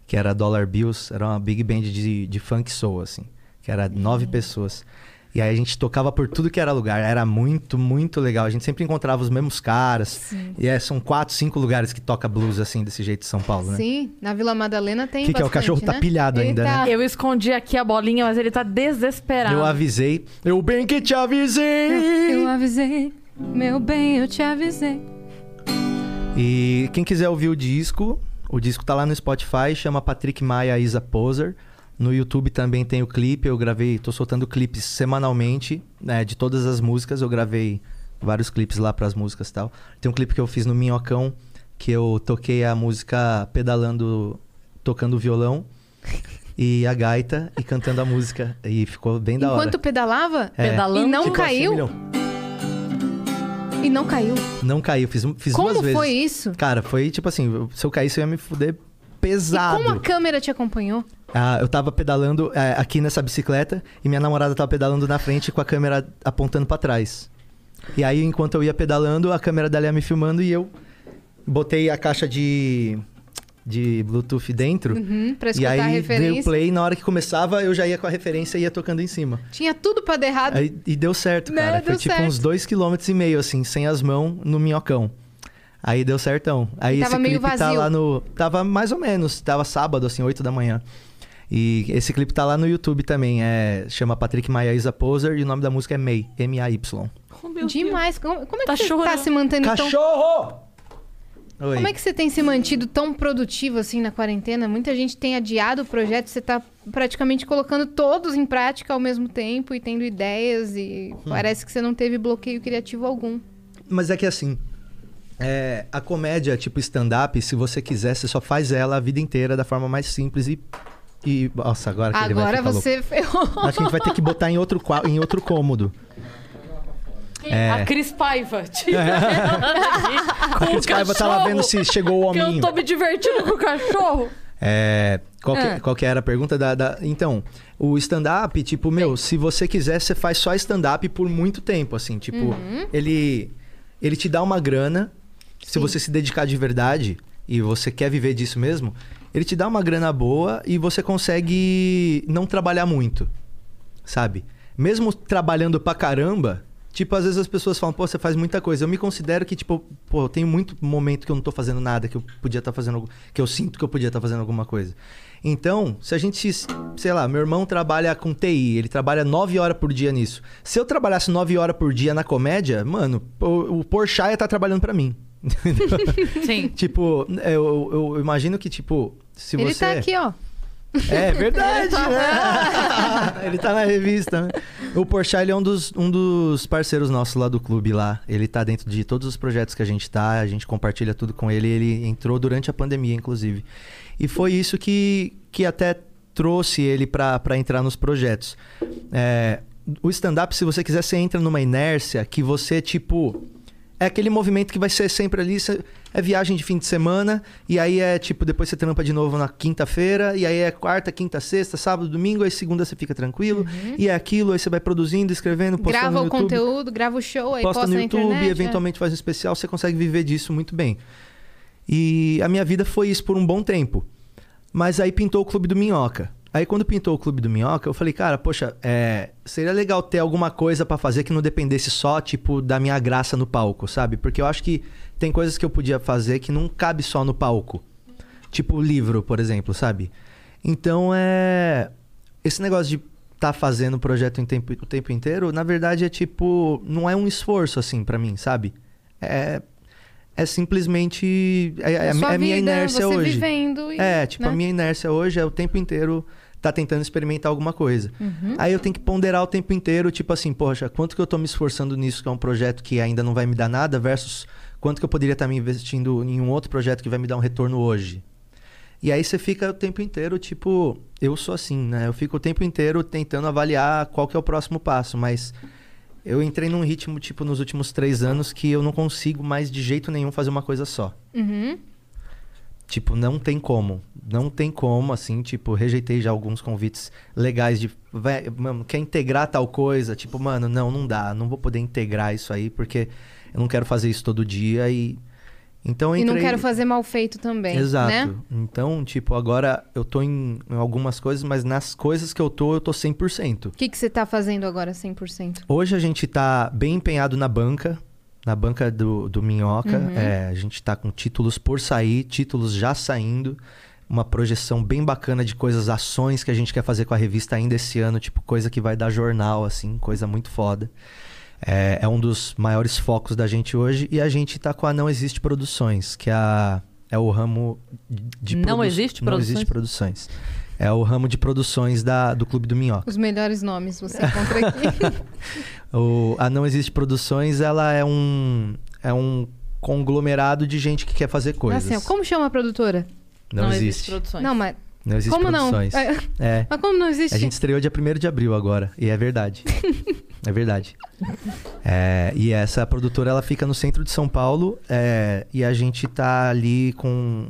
S3: que era Dollar Bills, era uma big band de, de funk soul, assim, que era
S2: Uhum.
S3: nove pessoas. E aí a gente tocava por tudo que era lugar, era muito, muito legal. A gente sempre encontrava os mesmos caras. E é, são quatro, cinco lugares que toca blues assim, desse jeito em São Paulo, né?
S2: Sim, na Vila Madalena tem
S3: Que que é, o
S2: bastante,
S3: cachorro tá
S2: né?
S3: pilhado
S2: Ele
S3: ainda, né?
S2: tá-
S1: Eu escondi aqui a bolinha, mas ele tá desesperado.
S3: Eu avisei, eu bem que te avisei.
S2: Eu avisei, meu bem, eu te avisei.
S3: E quem quiser ouvir o disco, o disco tá lá no Spotify, chama Patrick Maia Isa Poser. No YouTube também tem o clipe, eu gravei, tô soltando clipes semanalmente, né, de todas as músicas, eu gravei vários clipes lá pras músicas e tal. Tem um clipe que eu fiz no Minhocão, que eu toquei a música pedalando, tocando violão e a gaita e cantando a música. E ficou bem da
S2: Enquanto
S3: hora.
S2: pedalava
S3: É.
S2: e não
S3: Ficou assim,
S2: caiu,
S3: milhão.
S2: e não caiu.
S3: Não caiu, fiz, um, fiz
S2: Como
S3: duas vezes.
S2: foi isso?
S3: Cara, foi tipo assim, eu- se eu caísse eu ia me fuder
S2: E
S3: pesado.
S2: como a câmera te acompanhou?
S3: Ah, eu tava pedalando é, aqui nessa bicicleta e minha namorada tava pedalando na frente com a câmera apontando pra trás. E aí, enquanto eu ia pedalando, a câmera dela ia me filmando e eu botei a caixa de, de Bluetooth dentro.
S2: Uhum, pra
S3: e
S2: escutar
S3: aí
S2: a
S3: dei
S2: referência.
S3: o play, na hora que começava, eu já ia com a referência e ia tocando em cima.
S2: Tinha tudo pra dar errado.
S3: Aí, e deu certo,
S2: Né,
S3: cara.
S2: deu
S3: Foi tipo
S2: certo.
S3: uns dois quilômetros e meio, assim, sem as mãos, no minhocão. Aí deu certão. Aí
S2: E
S3: esse
S2: tava meio
S3: clipe tá
S2: vazio.
S3: lá no. Tava mais ou menos, tava sábado, assim, 8 da manhã. E esse clipe tá lá no YouTube também. É, chama Patrick Maia Isa Poser e o nome da música é May, M-A-Y.
S1: Oh, meu
S2: Demais. Como, como é que
S1: Tá
S2: você tá
S1: chorando.
S2: se mantendo tão...
S3: Cachorro! Oi.
S2: Como é que você tem se mantido tão produtivo assim na quarentena? Muita gente tem adiado o projeto, você tá praticamente colocando todos em prática ao mesmo tempo e tendo ideias e
S3: Hum.
S2: parece que você não teve bloqueio criativo algum.
S3: Mas é que assim. é, a comédia, tipo stand-up, se você quiser, você só faz ela a vida inteira da forma mais simples e E. Nossa, agora que ele vai
S2: Agora
S3: ficar louco.
S2: você ferrou.
S3: Acho que a gente vai ter que botar em outro, qua- em outro cômodo. É.
S1: A Cris Paiva, tira ela daqui com
S3: A Cris
S1: o
S3: Paiva tá lá
S1: cachorro,
S3: vendo se chegou o
S1: que eu
S3: hominho.
S1: tô me divertindo com o cachorro.
S3: É, qual, que,
S1: Ah.
S3: qual que era a pergunta da. da- Então, o stand-up, tipo, meu, se você quiser, você faz só stand-up por muito tempo, assim. Tipo,
S7: Uhum.
S3: ele, ele te dá uma grana. Se você se dedicar de verdade e você quer viver disso mesmo, ele te dá uma grana boa e você consegue não trabalhar muito. Sabe? Mesmo trabalhando pra caramba. Tipo, às vezes as pessoas falam, pô, você faz muita coisa. Eu me considero que, tipo, pô, eu tenho muito momento que eu não tô fazendo nada, que eu podia estar fazendo. algu- que eu sinto que eu podia estar fazendo alguma coisa. Então, se a gente. se- sei lá, meu irmão trabalha com TI, ele trabalha nove horas por dia nisso. Se eu trabalhasse nove horas por dia na comédia, mano, o, o Porchat ia estar trabalhando pra mim.
S1: Sim.
S3: Tipo, eu, eu imagino que, tipo, se
S2: Ele
S3: você.
S2: tá aqui, ó.
S3: É verdade,
S2: né?
S3: Ele tá na revista, né? O Porchat, ele é um dos, um dos parceiros nossos lá do clube lá. Ele tá dentro de todos os projetos que a gente tá, a gente compartilha tudo com ele. Ele entrou durante a pandemia, inclusive. E foi isso que, que até trouxe ele pra pra entrar nos projetos. É, o stand-up, se você quiser, você entra numa inércia que você, tipo... É aquele movimento que vai ser sempre ali. cê- É viagem de fim de semana. E aí é tipo, depois você trampa de novo na quinta-feira. E aí é quarta, quinta, sexta, sábado, domingo. Aí segunda você fica tranquilo. E é aquilo. Aí você vai produzindo, escrevendo, postando
S2: Uhum. Grava
S3: no
S2: o
S3: YouTube.
S2: conteúdo, grava o show, aí
S3: posta,
S2: posta,
S3: no
S2: na
S3: YouTube.
S2: internet.
S3: e
S2: é.
S3: eventualmente faz um especial. Você consegue viver disso muito bem. E a minha vida foi isso por um bom tempo. Mas aí pintou o Clube do Minhoca. Aí quando pintou o Clube do Minhoca, eu falei, cara, poxa, é, seria legal ter alguma coisa pra fazer que não dependesse só, tipo, da minha graça no palco, sabe? Porque eu acho que tem coisas que eu podia fazer que não cabe só no palco. Tipo livro, por exemplo, sabe? Então é. Esse negócio de tá fazendo projeto em tempo, o tempo inteiro, na verdade é tipo. Não é um esforço, assim, pra mim, sabe? É. É simplesmente. É, é,
S2: É sua
S3: é a minha
S2: vida,
S3: inércia
S2: você
S3: hoje.
S2: vivendo e-
S3: é, tipo,
S2: né?
S3: a minha inércia hoje é o tempo inteiro tá tentando experimentar alguma coisa.
S2: Uhum.
S3: Aí eu tenho que ponderar o tempo inteiro, tipo assim, poxa, quanto que eu tô me esforçando nisso, que é um projeto que ainda não vai me dar nada, versus quanto que eu poderia estar me investindo em um outro projeto que vai me dar um retorno hoje. E aí você fica o tempo inteiro, tipo, eu sou assim, né? Eu fico o tempo inteiro tentando avaliar qual que é o próximo passo, mas eu entrei num ritmo, tipo, nos últimos três anos que eu não consigo mais de jeito nenhum fazer uma coisa só.
S2: Uhum.
S3: Tipo, não tem como. Não tem como, assim, tipo, rejeitei já alguns convites legais de. "Vé, Mano, quer integrar tal coisa? Tipo, mano, não, não dá. Não vou poder integrar isso aí, porque eu não quero fazer isso todo dia e. Então eu
S2: E não
S3: entrei...
S2: quero fazer mal feito também.
S3: Exato.
S2: Né?
S3: Então, tipo, agora eu tô em, em algumas coisas, mas nas coisas que eu tô, eu tô 100%.
S2: O que, que você tá fazendo agora 100%?
S3: Hoje a gente tá bem empenhado na banca, na banca do, do Minhoca.
S2: Uhum.
S3: É, a gente tá com títulos por sair, títulos já saindo. Uma projeção bem bacana de coisas, ações que a gente quer fazer com a revista ainda esse ano, tipo coisa que vai dar jornal, assim, coisa muito foda. É, é um dos maiores focos da gente hoje. E a gente tá com a Não Existe Produções, que é, a- é o ramo de
S1: Não
S3: produ-
S1: Existe
S3: Não Existe Produções. É o ramo de produções da, do Clube do Minhoca.
S2: Os melhores nomes você encontra aqui.
S3: O- a Não Existe Produções, ela é um, é um conglomerado de gente que quer fazer coisas.
S2: Assim, ó, como chama a produtora?
S3: Não Não Existe Existe.
S1: produções.
S2: Não, mas.
S3: Não Existe
S2: como
S3: Produções.
S2: Não? É. Assim.
S3: É.
S2: Mas como não existe?
S3: A gente estreou dia 1 de abril agora, e é verdade. é verdade. É, e essa produtora, ela fica no centro de São Paulo, é, e a gente tá ali com,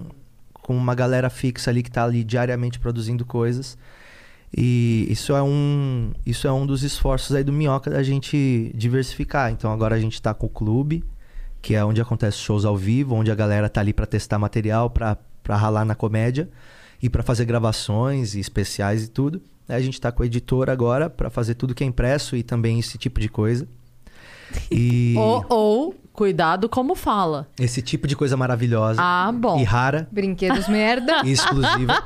S3: com uma galera fixa ali que tá ali diariamente produzindo coisas. E isso é um, isso é um dos esforços aí do Minhoca da gente diversificar. Então agora a gente tá com o clube, que é onde acontece shows ao vivo, onde a galera tá ali pra testar material, pra pra ralar na comédia e pra fazer gravações e especiais e tudo. Aí A gente tá com a editora agora pra fazer tudo que é impresso e também esse tipo de coisa. E
S1: Ou, ou, cuidado como fala.
S3: esse tipo de coisa maravilhosa
S1: Ah, bom.
S3: e rara.
S2: Brinquedos merda.
S3: Exclusiva.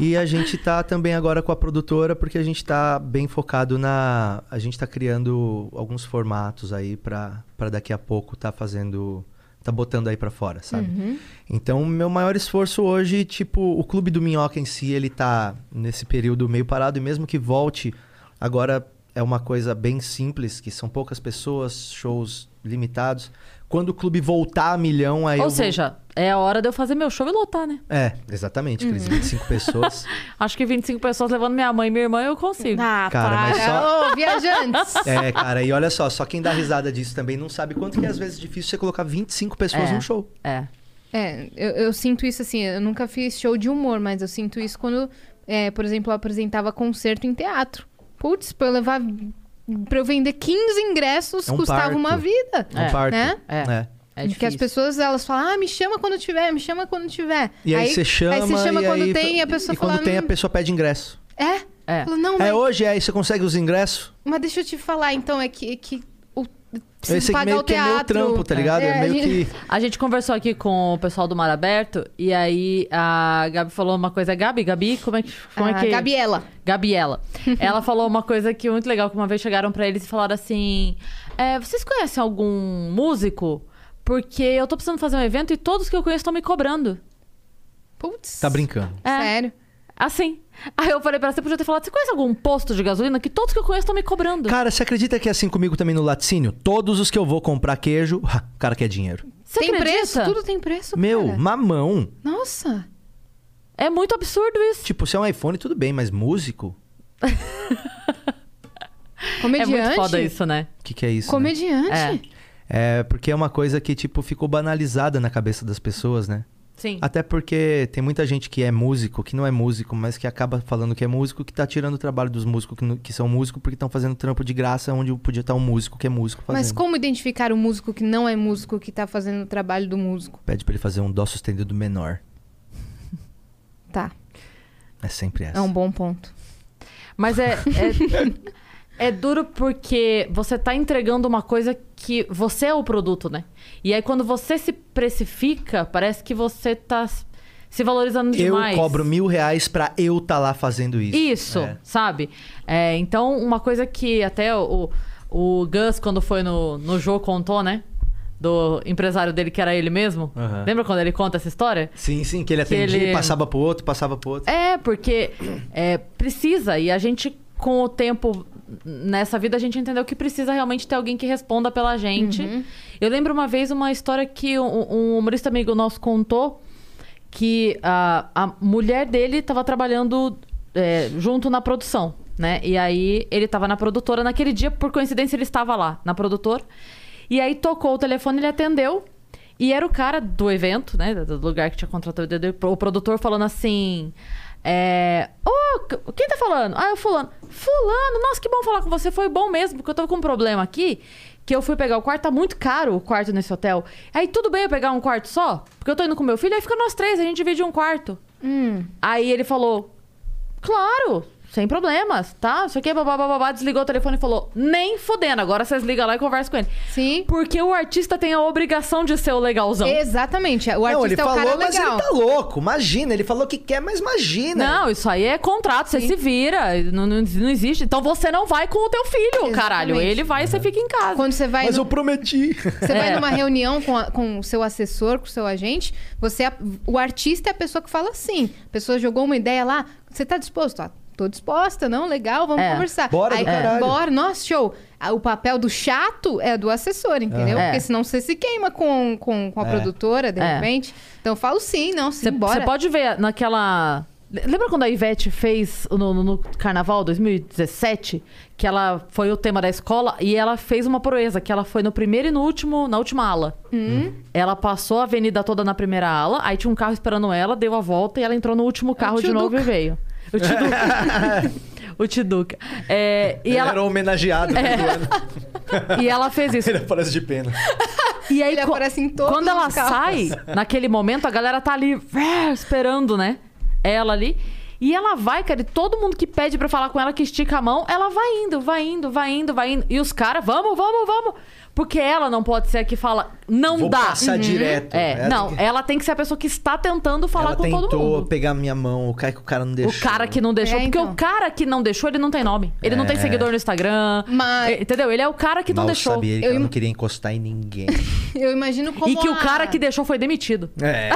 S3: E a gente tá também agora com a produtora, porque a gente tá bem focado na. A gente tá criando alguns formatos aí pra, pra daqui a pouco tá fazendo. tá botando aí pra fora, sabe?
S8: Uhum.
S3: Então, meu maior esforço hoje, tipo, o Clube do Minhoca em si, ele tá nesse período meio parado, e mesmo que volte agora é uma coisa bem simples, que são poucas pessoas, shows limitados. Quando o clube voltar a milhão, aí. eu
S1: Ou
S3: vou-
S1: seja, é a hora de eu fazer meu show e lotar, né?
S3: É, exatamente,
S2: Uhum.
S3: aqueles 25 pessoas.
S1: Acho que 25 pessoas levando minha mãe e minha irmã eu consigo.
S2: Ah,
S3: Cara, mas
S2: para.
S3: só-
S2: Ô, viajantes.
S3: É, cara, e olha só, só quem dá risada disso também não sabe quanto que é às vezes difícil você colocar 25 pessoas
S1: É.
S3: num show.
S1: É.
S2: É, eu, eu sinto isso assim. Eu nunca fiz show de humor, mas eu sinto isso quando, é, por exemplo, eu apresentava concerto em teatro. Putz, pra eu levar. pra eu vender 15 ingressos
S3: É um
S2: custava
S3: parto.
S2: uma vida.
S3: É. Um parto.
S2: Né?
S1: É. É
S2: Porque as
S1: difícil.
S2: pessoas elas falam, ah, me chama quando tiver, me chama quando tiver.
S3: E aí, você chama.
S2: Aí você chama
S3: e
S2: quando
S3: aí-
S2: tem e a pessoa
S3: E quando
S2: fala.
S3: tem, a
S2: "Hum,
S3: pessoa pede ingresso.
S2: É?
S1: É.
S2: Fala, não,
S3: É
S2: mas,
S3: hoje, aí você consegue os ingressos?
S2: mas deixa eu te falar, então, é que. é que o, preciso
S3: Esse
S2: pagar
S3: meio
S2: o
S3: que é
S2: teatro.
S3: meio trampo, tá ligado? É,
S2: É,
S3: meio
S2: a gente-
S3: que.
S1: A gente conversou aqui com o pessoal do Mar Aberto e aí a Gabi falou uma coisa. Gabi, Gabi, como é que. Como é
S2: Ah,
S1: que...
S2: Gabriela.
S1: Gabiela. Ela falou uma coisa que é muito legal, que uma vez chegaram pra eles e falaram assim: é, vocês conhecem algum músico? Porque eu tô precisando fazer um evento e todos que eu conheço estão me cobrando.
S2: Putz.
S3: Tá brincando.
S1: É.
S2: Sério.
S1: Assim. Aí eu falei pra ela, você podia ter falado, você conhece algum posto de gasolina? Que todos que eu conheço estão me cobrando.
S3: Cara, você acredita que é assim comigo também no laticínio? Todos os que eu vou comprar queijo, ha, o cara quer dinheiro.
S1: você
S2: tem
S1: acredita?
S2: preço? Tudo tem preço,
S3: Meu,
S2: cara.
S3: mamão.
S2: Nossa.
S1: É muito absurdo isso.
S3: Tipo, se é um iPhone, tudo bem, mas músico?
S2: Comediante.
S1: É muito foda isso, né?
S3: O que, que é isso? né?
S2: Comediante.
S3: É, porque é uma coisa que, tipo, ficou banalizada na cabeça das pessoas, né?
S1: Sim.
S3: Até porque tem muita gente que é músico, que não é músico, mas que acaba falando que é músico, que tá tirando o trabalho dos músicos que, não- que são músicos porque estão fazendo trampo de graça onde podia estar um músico que é músico fazendo.
S2: Mas como identificar o músico que não é músico que tá fazendo o trabalho do músico?
S3: Pede pra ele fazer um dó sustenido menor.
S2: Tá.
S3: É sempre essa.
S2: É um bom ponto.
S1: Mas é. É, é duro porque você tá entregando uma coisa que você é o produto, né? E aí quando você se precifica, parece que você tá s- se valorizando
S3: eu
S1: demais.
S3: cobro mil reais pra eu tá lá fazendo isso.
S1: Isso,
S3: É.
S1: sabe? É, então, uma coisa que até o, o Gus, quando foi no, no jogo, contou, né? Do empresário dele, que era ele mesmo.
S3: Aham.
S1: Lembra quando ele conta essa história?
S3: Sim, sim, que ele atendia
S1: ele-
S3: e passava pro outro, passava pro outro.
S1: É, porque é, precisa. E a gente, com o tempo nessa vida, a gente entendeu que precisa realmente ter alguém que responda pela gente. Eu lembro uma vez uma história que um, um humorista amigo nosso contou que a, a mulher dele estava trabalhando é, junto na produção, né? E aí ele estava na produtora. Naquele dia, por coincidência, ele estava lá na produtora. E aí tocou o telefone, ele atendeu. E era o cara do evento, né? Do lugar que tinha contratado ele, o produtor falando assim. É. Ô, c- quem tá falando? Ah, é o Fulano. Fulano, nossa, que bom falar com você. Foi bom mesmo, porque eu tava com um problema aqui. Que eu fui pegar o quarto, tá muito caro o quarto nesse hotel. Aí tudo bem eu pegar um quarto só? Porque eu tô indo com meu filho, aí fica nós três, a gente divide um quarto. Aí ele falou: Claro, sem problemas, tá? Isso aqui, babá, babá, desligou o telefone e falou: Nem fudendo, agora vocês ligam lá e conversam com ele.
S2: Sim.
S1: Porque o artista tem a obrigação de ser o legalzão.
S2: Exatamente. O artista
S3: não, ele
S2: é o
S3: falou,
S2: cara
S3: mas
S2: legal.
S3: ele tá louco. Imagina, ele falou que quer, mas imagina.
S1: Não, isso aí é contrato, você se vira. Não, não, não existe. Então você não vai com o teu filho, caralho. Ele vai e você fica em casa.
S2: Quando você vai,
S3: Mas
S2: no-
S3: eu prometi.
S2: você vai
S1: É.
S2: numa reunião com, a- com o seu assessor, com o seu agente, você é- o artista é a pessoa que fala assim. A pessoa jogou uma ideia lá, você tá disposto? Ah, tô disposta, não, legal, vamos
S1: É.
S2: conversar.
S3: Bora do
S2: Aí,
S3: caralho.
S2: Bora, nossa, show. Ah, O papel do chato é do assessor, entendeu?
S1: É.
S2: Porque senão você se queima com, com, com a produtora, de
S1: É.
S2: repente. Então eu falo sim, não, sim,
S1: Você
S2: bora.
S1: você pode ver naquela. Lembra quando a Ivete fez no, no- no carnaval 2017? Que ela foi o tema da escola e ela fez uma proeza, que ela foi no primeiro e no último, na última ala. Ela passou a avenida toda na primeira ala, aí tinha um carro esperando ela, deu a volta e ela entrou no último carro de
S2: tio
S1: novo
S2: Duca.
S1: e veio. O Tiduca. o Tiduca. É, e,
S3: ele
S1: ela, É.
S3: era um homenageado.
S1: e ela fez isso.
S3: Ele aparece de pena.
S1: E aí,
S2: Ele
S1: co-
S2: aparece em todos
S1: quando ela
S2: os carros.
S1: sai, naquele momento, a galera tá ali vé, esperando, né? Ela ali. E ela vai, cara, e todo mundo que pede pra falar com ela, que estica a mão, ela vai indo, vai indo, vai indo, vai indo. E os caras, vamos, vamos, vamos. Porque ela não pode ser a que fala, não
S3: Vou
S1: dá.
S3: passar direto.
S1: É,
S3: Ela
S1: não,
S3: tem que-
S1: ela tem que ser a pessoa que está tentando falar
S3: Ela
S1: com
S3: tentou
S1: todo mundo.
S3: pegar minha mão, o cara que o cara não deixou.
S1: O cara que não deixou.
S2: É,
S1: porque
S2: então.
S1: o cara que não deixou, ele não tem nome. Ele não tem seguidor no Instagram.
S2: Mas-
S1: é, Entendeu? Ele é o cara que
S3: É. Mal
S1: não deixou.
S3: sabia ele que
S2: Eu
S3: ela
S2: im-
S3: não queria encostar em ninguém.
S2: Eu imagino como
S1: E que o
S2: a-
S1: cara que deixou foi demitido.
S3: é.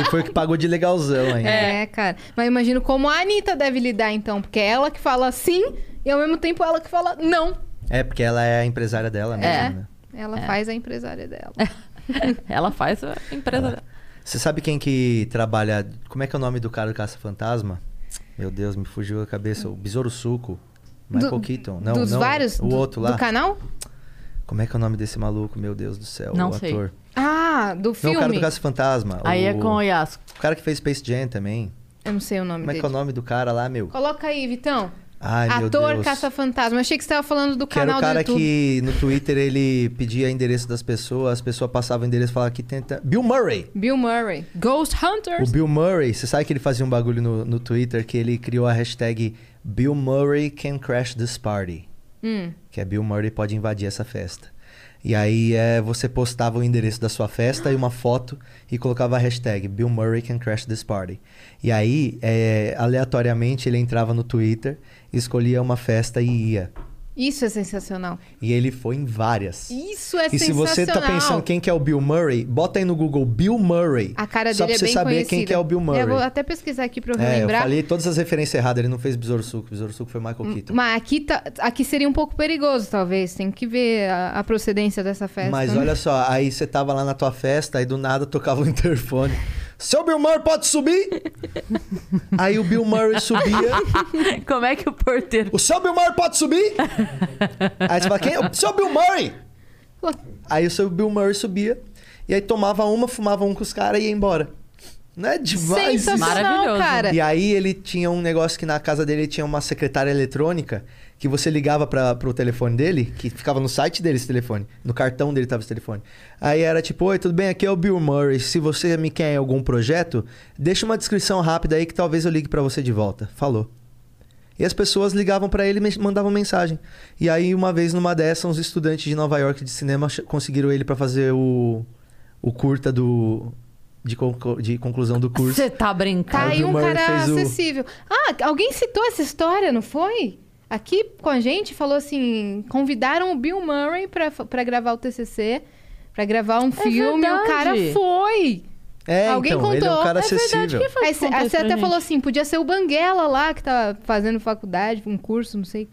S3: E foi o que pagou de
S1: É.
S3: legalzão ainda.
S2: É, cara. Mas eu imagino como a Anitta deve lidar, então. Porque é ela que é fala sim E ao mesmo tempo ela que fala não.
S3: É, porque ela é a empresária dela mesmo,
S2: É.
S3: né?
S2: Ela
S1: É.
S2: faz a empresária dela.
S1: Ela faz a
S3: É.
S1: empresa dela.
S3: Você sabe quem que trabalha. Como é que é o nome do cara do Caça-Fantasma? Meu Deus, me fugiu a cabeça. O Besouro Suco. Michael
S2: Do-
S3: Keaton. Não,
S2: Dos
S3: não,
S2: vários?
S3: O
S2: do,
S3: outro lá.
S2: Do canal?
S3: Como é que é o nome desse maluco? Meu Deus do céu.
S1: Não
S3: o
S1: sei.
S3: ator.
S2: Ah, do
S3: Não,
S2: filme.
S3: o cara do Caça-Fantasma.
S1: Aí
S3: o...
S1: é com o Yasuo.
S3: O cara que fez Space Jam também.
S2: Eu não sei o nome
S3: Como é
S2: dele.
S3: que é o nome do cara lá, meu?
S2: Coloca aí, Vitão.
S3: Ai, meu
S2: Ator
S3: Deus.
S2: Caça-Fantasma. Eu Achei que você tava falando do
S3: Que era
S2: canal
S3: o cara
S2: do YouTube.
S3: que no Twitter ele pedia endereço das pessoas, as pessoas passavam o endereço e falavam que tenta. Bill Murray!
S2: Bill Murray. Ghost
S3: O
S2: Hunters.
S3: Bill Murray, você sabe que ele fazia um bagulho no, no Twitter que ele criou a hashtag Bill Murray can crash this party.
S2: Hum.
S3: Que é Bill Murray pode invadir essa festa. E aí é, você postava o endereço da sua festa e uma foto e colocava a hashtag Bill Murray can crash this party. E aí, é, aleatoriamente, ele entrava no Twitter, escolhia uma festa e ia.
S2: Isso é sensacional.
S3: E ele foi em várias.
S2: Isso é
S3: E se
S2: sensacional.
S3: você tá pensando quem que é o Bill Murray, bota aí no Google Bill Murray.
S2: A cara
S3: só
S2: dele é
S3: pra você
S2: bem
S3: saber
S2: conhecida.
S3: quem que é o Bill Murray.
S2: Eu vou até pesquisar aqui pra eu
S3: É, eu
S2: relembrar.
S3: falei todas as referências erradas, ele não fez Besouro Suco, Besouro Suco foi Michael Keaton.
S2: Mas aqui, tá- aqui seria um pouco perigoso, talvez. Tem que ver a, a procedência dessa festa.
S3: Mas
S2: né?
S3: olha só, aí você tava lá na tua festa, aí do nada tocava o interfone. Seu Bill Murray pode subir? aí o Bill Murray subia.
S1: Como é que o porteiro.
S3: O seu Bill Murray pode subir? aí você fala, quem? é O seu Bill Murray! Aí o seu Bill Murray subia. E aí tomava uma, fumava um com os caras e ia embora. Não é demais isso?
S2: Sensacional,
S1: Maravilhoso.
S2: cara.
S3: E aí ele tinha um negócio que na casa dele tinha uma secretária eletrônica que você ligava para pro telefone dele, que ficava no site dele esse telefone, no cartão dele tava esse telefone. Aí era tipo, oi, tudo bem? Aqui é o Bill Murray. Se você me quer em algum projeto, deixa uma descrição rápida aí que talvez eu ligue para você de volta. Falou. E as pessoas ligavam para ele e men- mandavam mensagem. E aí, uma vez numa dessas, uns estudantes de Nova York de cinema ch- conseguiram ele para fazer o, o curta do. De, conclu- de conclusão do curso. é
S1: Você tá brincando?
S2: Tá
S3: Aí
S2: aí
S3: o Bill
S2: um
S3: Murray
S2: cara
S3: fez o-
S2: acessível. Ah, alguém citou essa história, não foi? Aqui com a gente falou assim, convidaram o Bill Murray pra, pra gravar o TCC, pra gravar um filme, e o
S1: É verdade.
S2: cara foi.
S3: É,
S2: Alguém
S3: então, ele é um
S2: contou.
S3: cara
S2: É
S1: verdade,
S3: acessível.
S1: quem foi que
S2: Aí você
S1: contou isso pra
S2: até
S1: gente?
S2: falou assim, podia ser o Banguela lá que tá fazendo faculdade, um curso, não sei.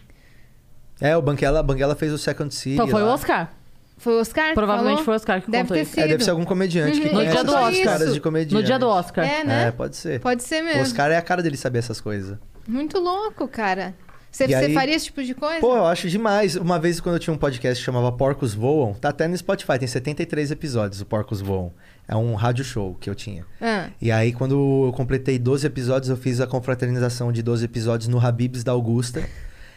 S3: É, o Banguela, Banguela fez o Second City.
S1: Então foi o
S3: lá.
S1: Oscar.
S2: Foi o Oscar? que
S1: Provavelmente
S2: falou?
S1: foi o Oscar que
S2: Deve
S1: contou
S2: ter
S1: isso.
S3: É, deve ser algum comediante que
S2: Uhum.
S1: No
S3: conhece
S1: dia do
S3: essas
S2: Oscar.
S3: caras de comediante.
S1: No dia do Oscar.
S2: É, né?
S3: É, pode ser.
S2: Pode ser
S3: O
S2: mesmo.
S3: Oscar é a cara dele saber essas coisas.
S2: Muito louco, cara. Você,
S3: E
S2: você
S3: aí-
S2: faria esse tipo de coisa?
S3: Pô, eu acho demais. Uma vez, quando eu tinha um podcast que chamava Porcos Voam, tá até no Spotify, tem 73 episódios o Porcos Voam. É um rádio show que eu tinha.
S2: Ah.
S3: E aí, quando eu completei 12 episódios, eu fiz a confraternização de 12 episódios no Habibs da Augusta.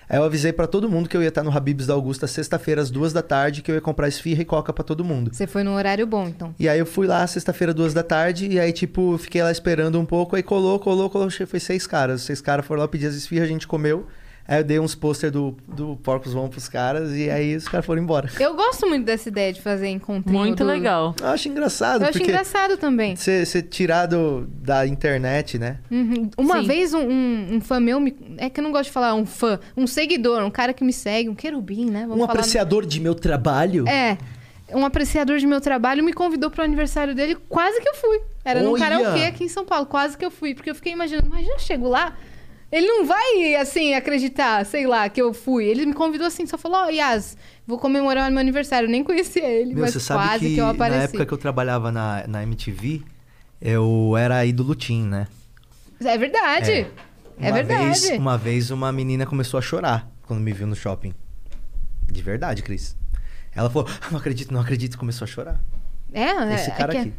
S3: Aí eu avisei pra todo mundo que eu ia estar no Habibs da Augusta sexta-feira, às duas da tarde, que eu ia comprar esfirra e coca pra todo mundo.
S2: Você foi num horário bom, então.
S3: E aí eu fui lá sexta-feira, duas da tarde, e aí, tipo, fiquei lá esperando um pouco, aí colou, colou, colou, che- foi seis caras. Os seis caras foram lá pedir as esfirras, a gente comeu. Aí eu dei uns pôster do, do Porcos Vão pros caras, e aí os caras foram embora.
S2: Eu gosto muito dessa ideia de fazer encontrinho.
S1: Muito
S2: do-
S1: legal.
S3: Eu acho engraçado,
S2: Eu acho
S3: porque
S2: engraçado também.
S3: ser tirado da internet, né?
S2: Uhum. Uma
S1: Sim.
S2: vez um, um, um fã meu me... É que eu não gosto de falar um fã. Um seguidor, um cara que me segue, um querubim, né? Vamos
S3: um
S2: falar no-
S3: apreciador de meu trabalho.
S2: É. Um apreciador de meu trabalho me convidou pro aniversário dele, quase que eu fui. Era num
S3: Olha!
S2: karaokê aqui em São Paulo, quase que eu fui. Porque eu fiquei imaginando, imagina, eu chego lá, ele não vai, assim, acreditar, sei lá, que eu fui. Ele me convidou assim, só falou, ó, Yas, vou comemorar meu aniversário. Eu nem conhecia ele,
S3: Meu,
S2: mas
S3: você sabe
S2: quase que,
S3: que,
S2: eu
S3: na
S2: apareci.
S3: época que eu trabalhava na, na MTV, eu era ídolo Tim, né?
S2: É verdade. É,
S3: Uma
S2: verdade.
S3: Vez, uma vez uma menina começou a chorar quando me viu no shopping. De verdade, Cris. Ela falou, "Ah, não acredito, não acredito, e começou a chorar.
S2: É,
S3: Esse
S2: é
S3: cara
S2: que-
S3: aqui.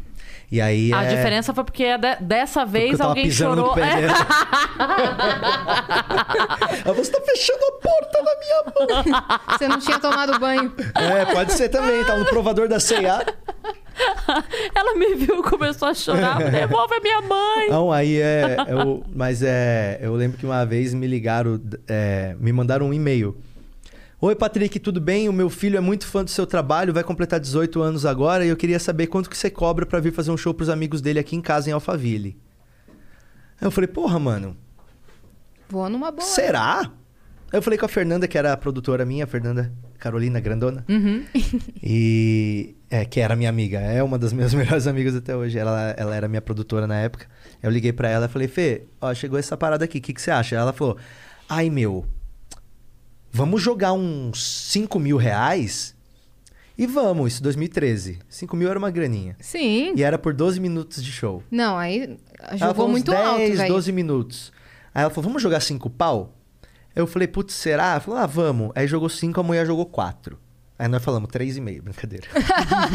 S3: E aí
S1: A
S3: é-
S1: diferença foi porque de- dessa
S3: porque eu
S1: vez
S3: tava
S1: alguém
S3: pisando no
S1: chorou.
S3: pé
S1: É.
S3: dela. Ela falou, você tá fechando a porta da minha mão.
S2: Você não tinha tomado banho.
S3: é, pode ser também, tá no provador da C&A.
S1: Ela me viu, começou a chorar. Devolve a minha mãe.
S3: Não, aí é. eu- mas é. Eu lembro que uma vez me ligaram, é, me mandaram um e-mail. Oi, Patrick, tudo bem? O meu filho é muito fã do seu trabalho, vai completar 18 anos agora e eu queria saber quanto que você cobra pra vir fazer um show pros amigos dele aqui em casa em Alphaville. Aí eu falei, porra, mano,
S2: Vou numa boa.
S3: será? Aí eu falei com a Fernanda, que era a produtora minha, a Fernanda Carolina Grandona. E é, que era minha amiga, é uma das minhas melhores amigas até hoje. Ela, ela era minha produtora na época. Eu liguei pra ela e falei, Fê, ó, chegou essa parada aqui, o que, que você acha? Ela falou, ai meu, Vamos jogar uns 5 mil reais? E vamos, isso 2013. 5 mil era uma graninha.
S2: Sim.
S3: E era por 12 minutos de show.
S2: Não, aí ah,
S3: Ela
S2: jogou
S3: falou
S2: muito
S3: uns 10,
S2: alto, velho.
S3: 12 minutos. Aí ela falou, vamos jogar 5 pau? Eu falei, putz, será? Ela falou, ah, vamos. Aí jogou 5, a mulher jogou 4. Aí nós falamos, 3,5, brincadeira.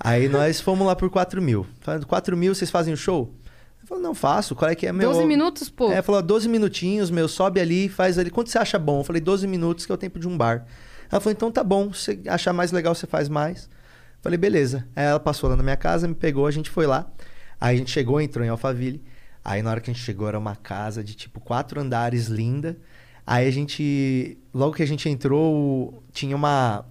S3: Aí nós fomos lá por 4 mil. Falando, 4 mil, vocês fazem o show? Eu falei, não faço, qual é que é meu...
S2: 12 minutos, pô.
S3: É, falou, 12 minutinhos, meu, sobe ali, faz ali. Quanto você acha bom? Eu falei, 12 minutos, que é o tempo de um bar. Ela falou, então tá bom, se você achar mais legal, você faz mais. Eu Falei, beleza. Aí ela passou lá na minha casa, me pegou, a gente foi lá. Aí a gente chegou, entrou em Alphaville. Aí na hora que a gente chegou, era uma casa de tipo quatro andares, linda. Aí a gente, logo que a gente entrou, tinha uma,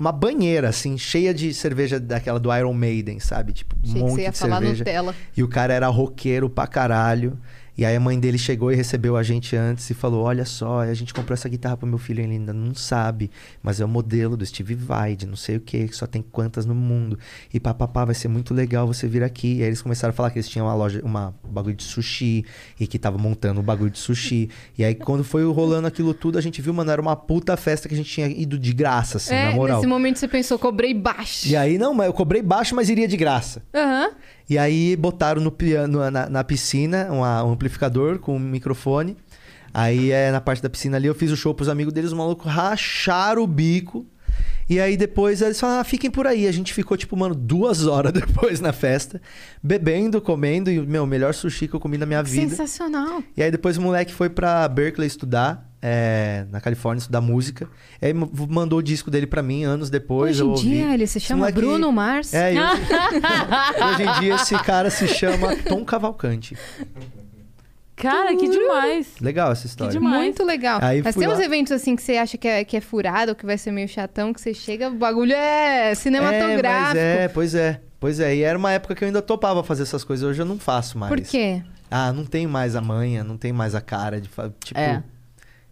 S3: uma banheira, assim, cheia de cerveja daquela do Iron Maiden, sabe? Tipo, um
S2: Achei que
S3: monte
S2: você ia
S3: de
S2: falar
S3: cerveja.
S2: Nutella.
S3: E o cara era roqueiro pra caralho. E aí a mãe dele chegou e recebeu a gente antes e falou: Olha só, a gente comprou essa guitarra pro meu filho, ele ainda não sabe, mas é o modelo do Steve Vai, de não sei o que, que só tem quantas no mundo. E papapá, vai ser muito legal você vir aqui. E aí eles começaram a falar que eles tinham uma loja, uma um bagulho de sushi, e que tava montando um bagulho de sushi. E aí quando foi rolando aquilo tudo, a gente viu, mano, era uma puta festa que a gente tinha ido de graça, assim,
S2: é,
S3: na moral.
S2: nesse momento você pensou, cobrei baixo.
S3: E aí, não, mas eu cobrei baixo, mas iria de graça.
S2: Aham.
S3: E aí botaram no piano, na, na piscina uma- um amplificador com um microfone. Aí é, na parte da piscina ali eu fiz o show pros amigos deles, os malucos racharam o bico. E aí depois eles falaram, ah, fiquem por aí. A gente ficou, tipo, mano, duas horas depois na festa, bebendo, comendo, e, meu, o melhor sushi que eu comi na minha vida.
S2: Sensacional.
S3: E aí depois o moleque foi pra Berkeley estudar, é, na Califórnia, estudar música. E aí m- mandou o disco dele pra mim anos depois.
S2: Hoje
S3: eu
S2: em
S3: ouvi.
S2: dia ele se
S3: Esse
S2: chama
S3: moleque-
S2: Bruno Mars.
S3: É, e hoje... hoje em dia esse cara se chama Tom Cavalcante.
S1: Cara, que demais.
S3: Legal essa história.
S1: Que demais.
S2: Muito legal.
S3: Aí
S2: Mas
S3: fui
S2: tem uns
S3: lá.
S2: eventos assim que você acha que é, que é furado, ou que vai ser meio chatão, que você chega, o bagulho é
S3: É, mas
S2: cinematográfico.
S3: é, pois é. Pois é, e era uma época que eu ainda topava fazer essas coisas, hoje eu não faço mais.
S2: Por quê?
S3: Ah, não tenho mais a manha, não tenho mais a cara de... fa- Tipo,
S1: É.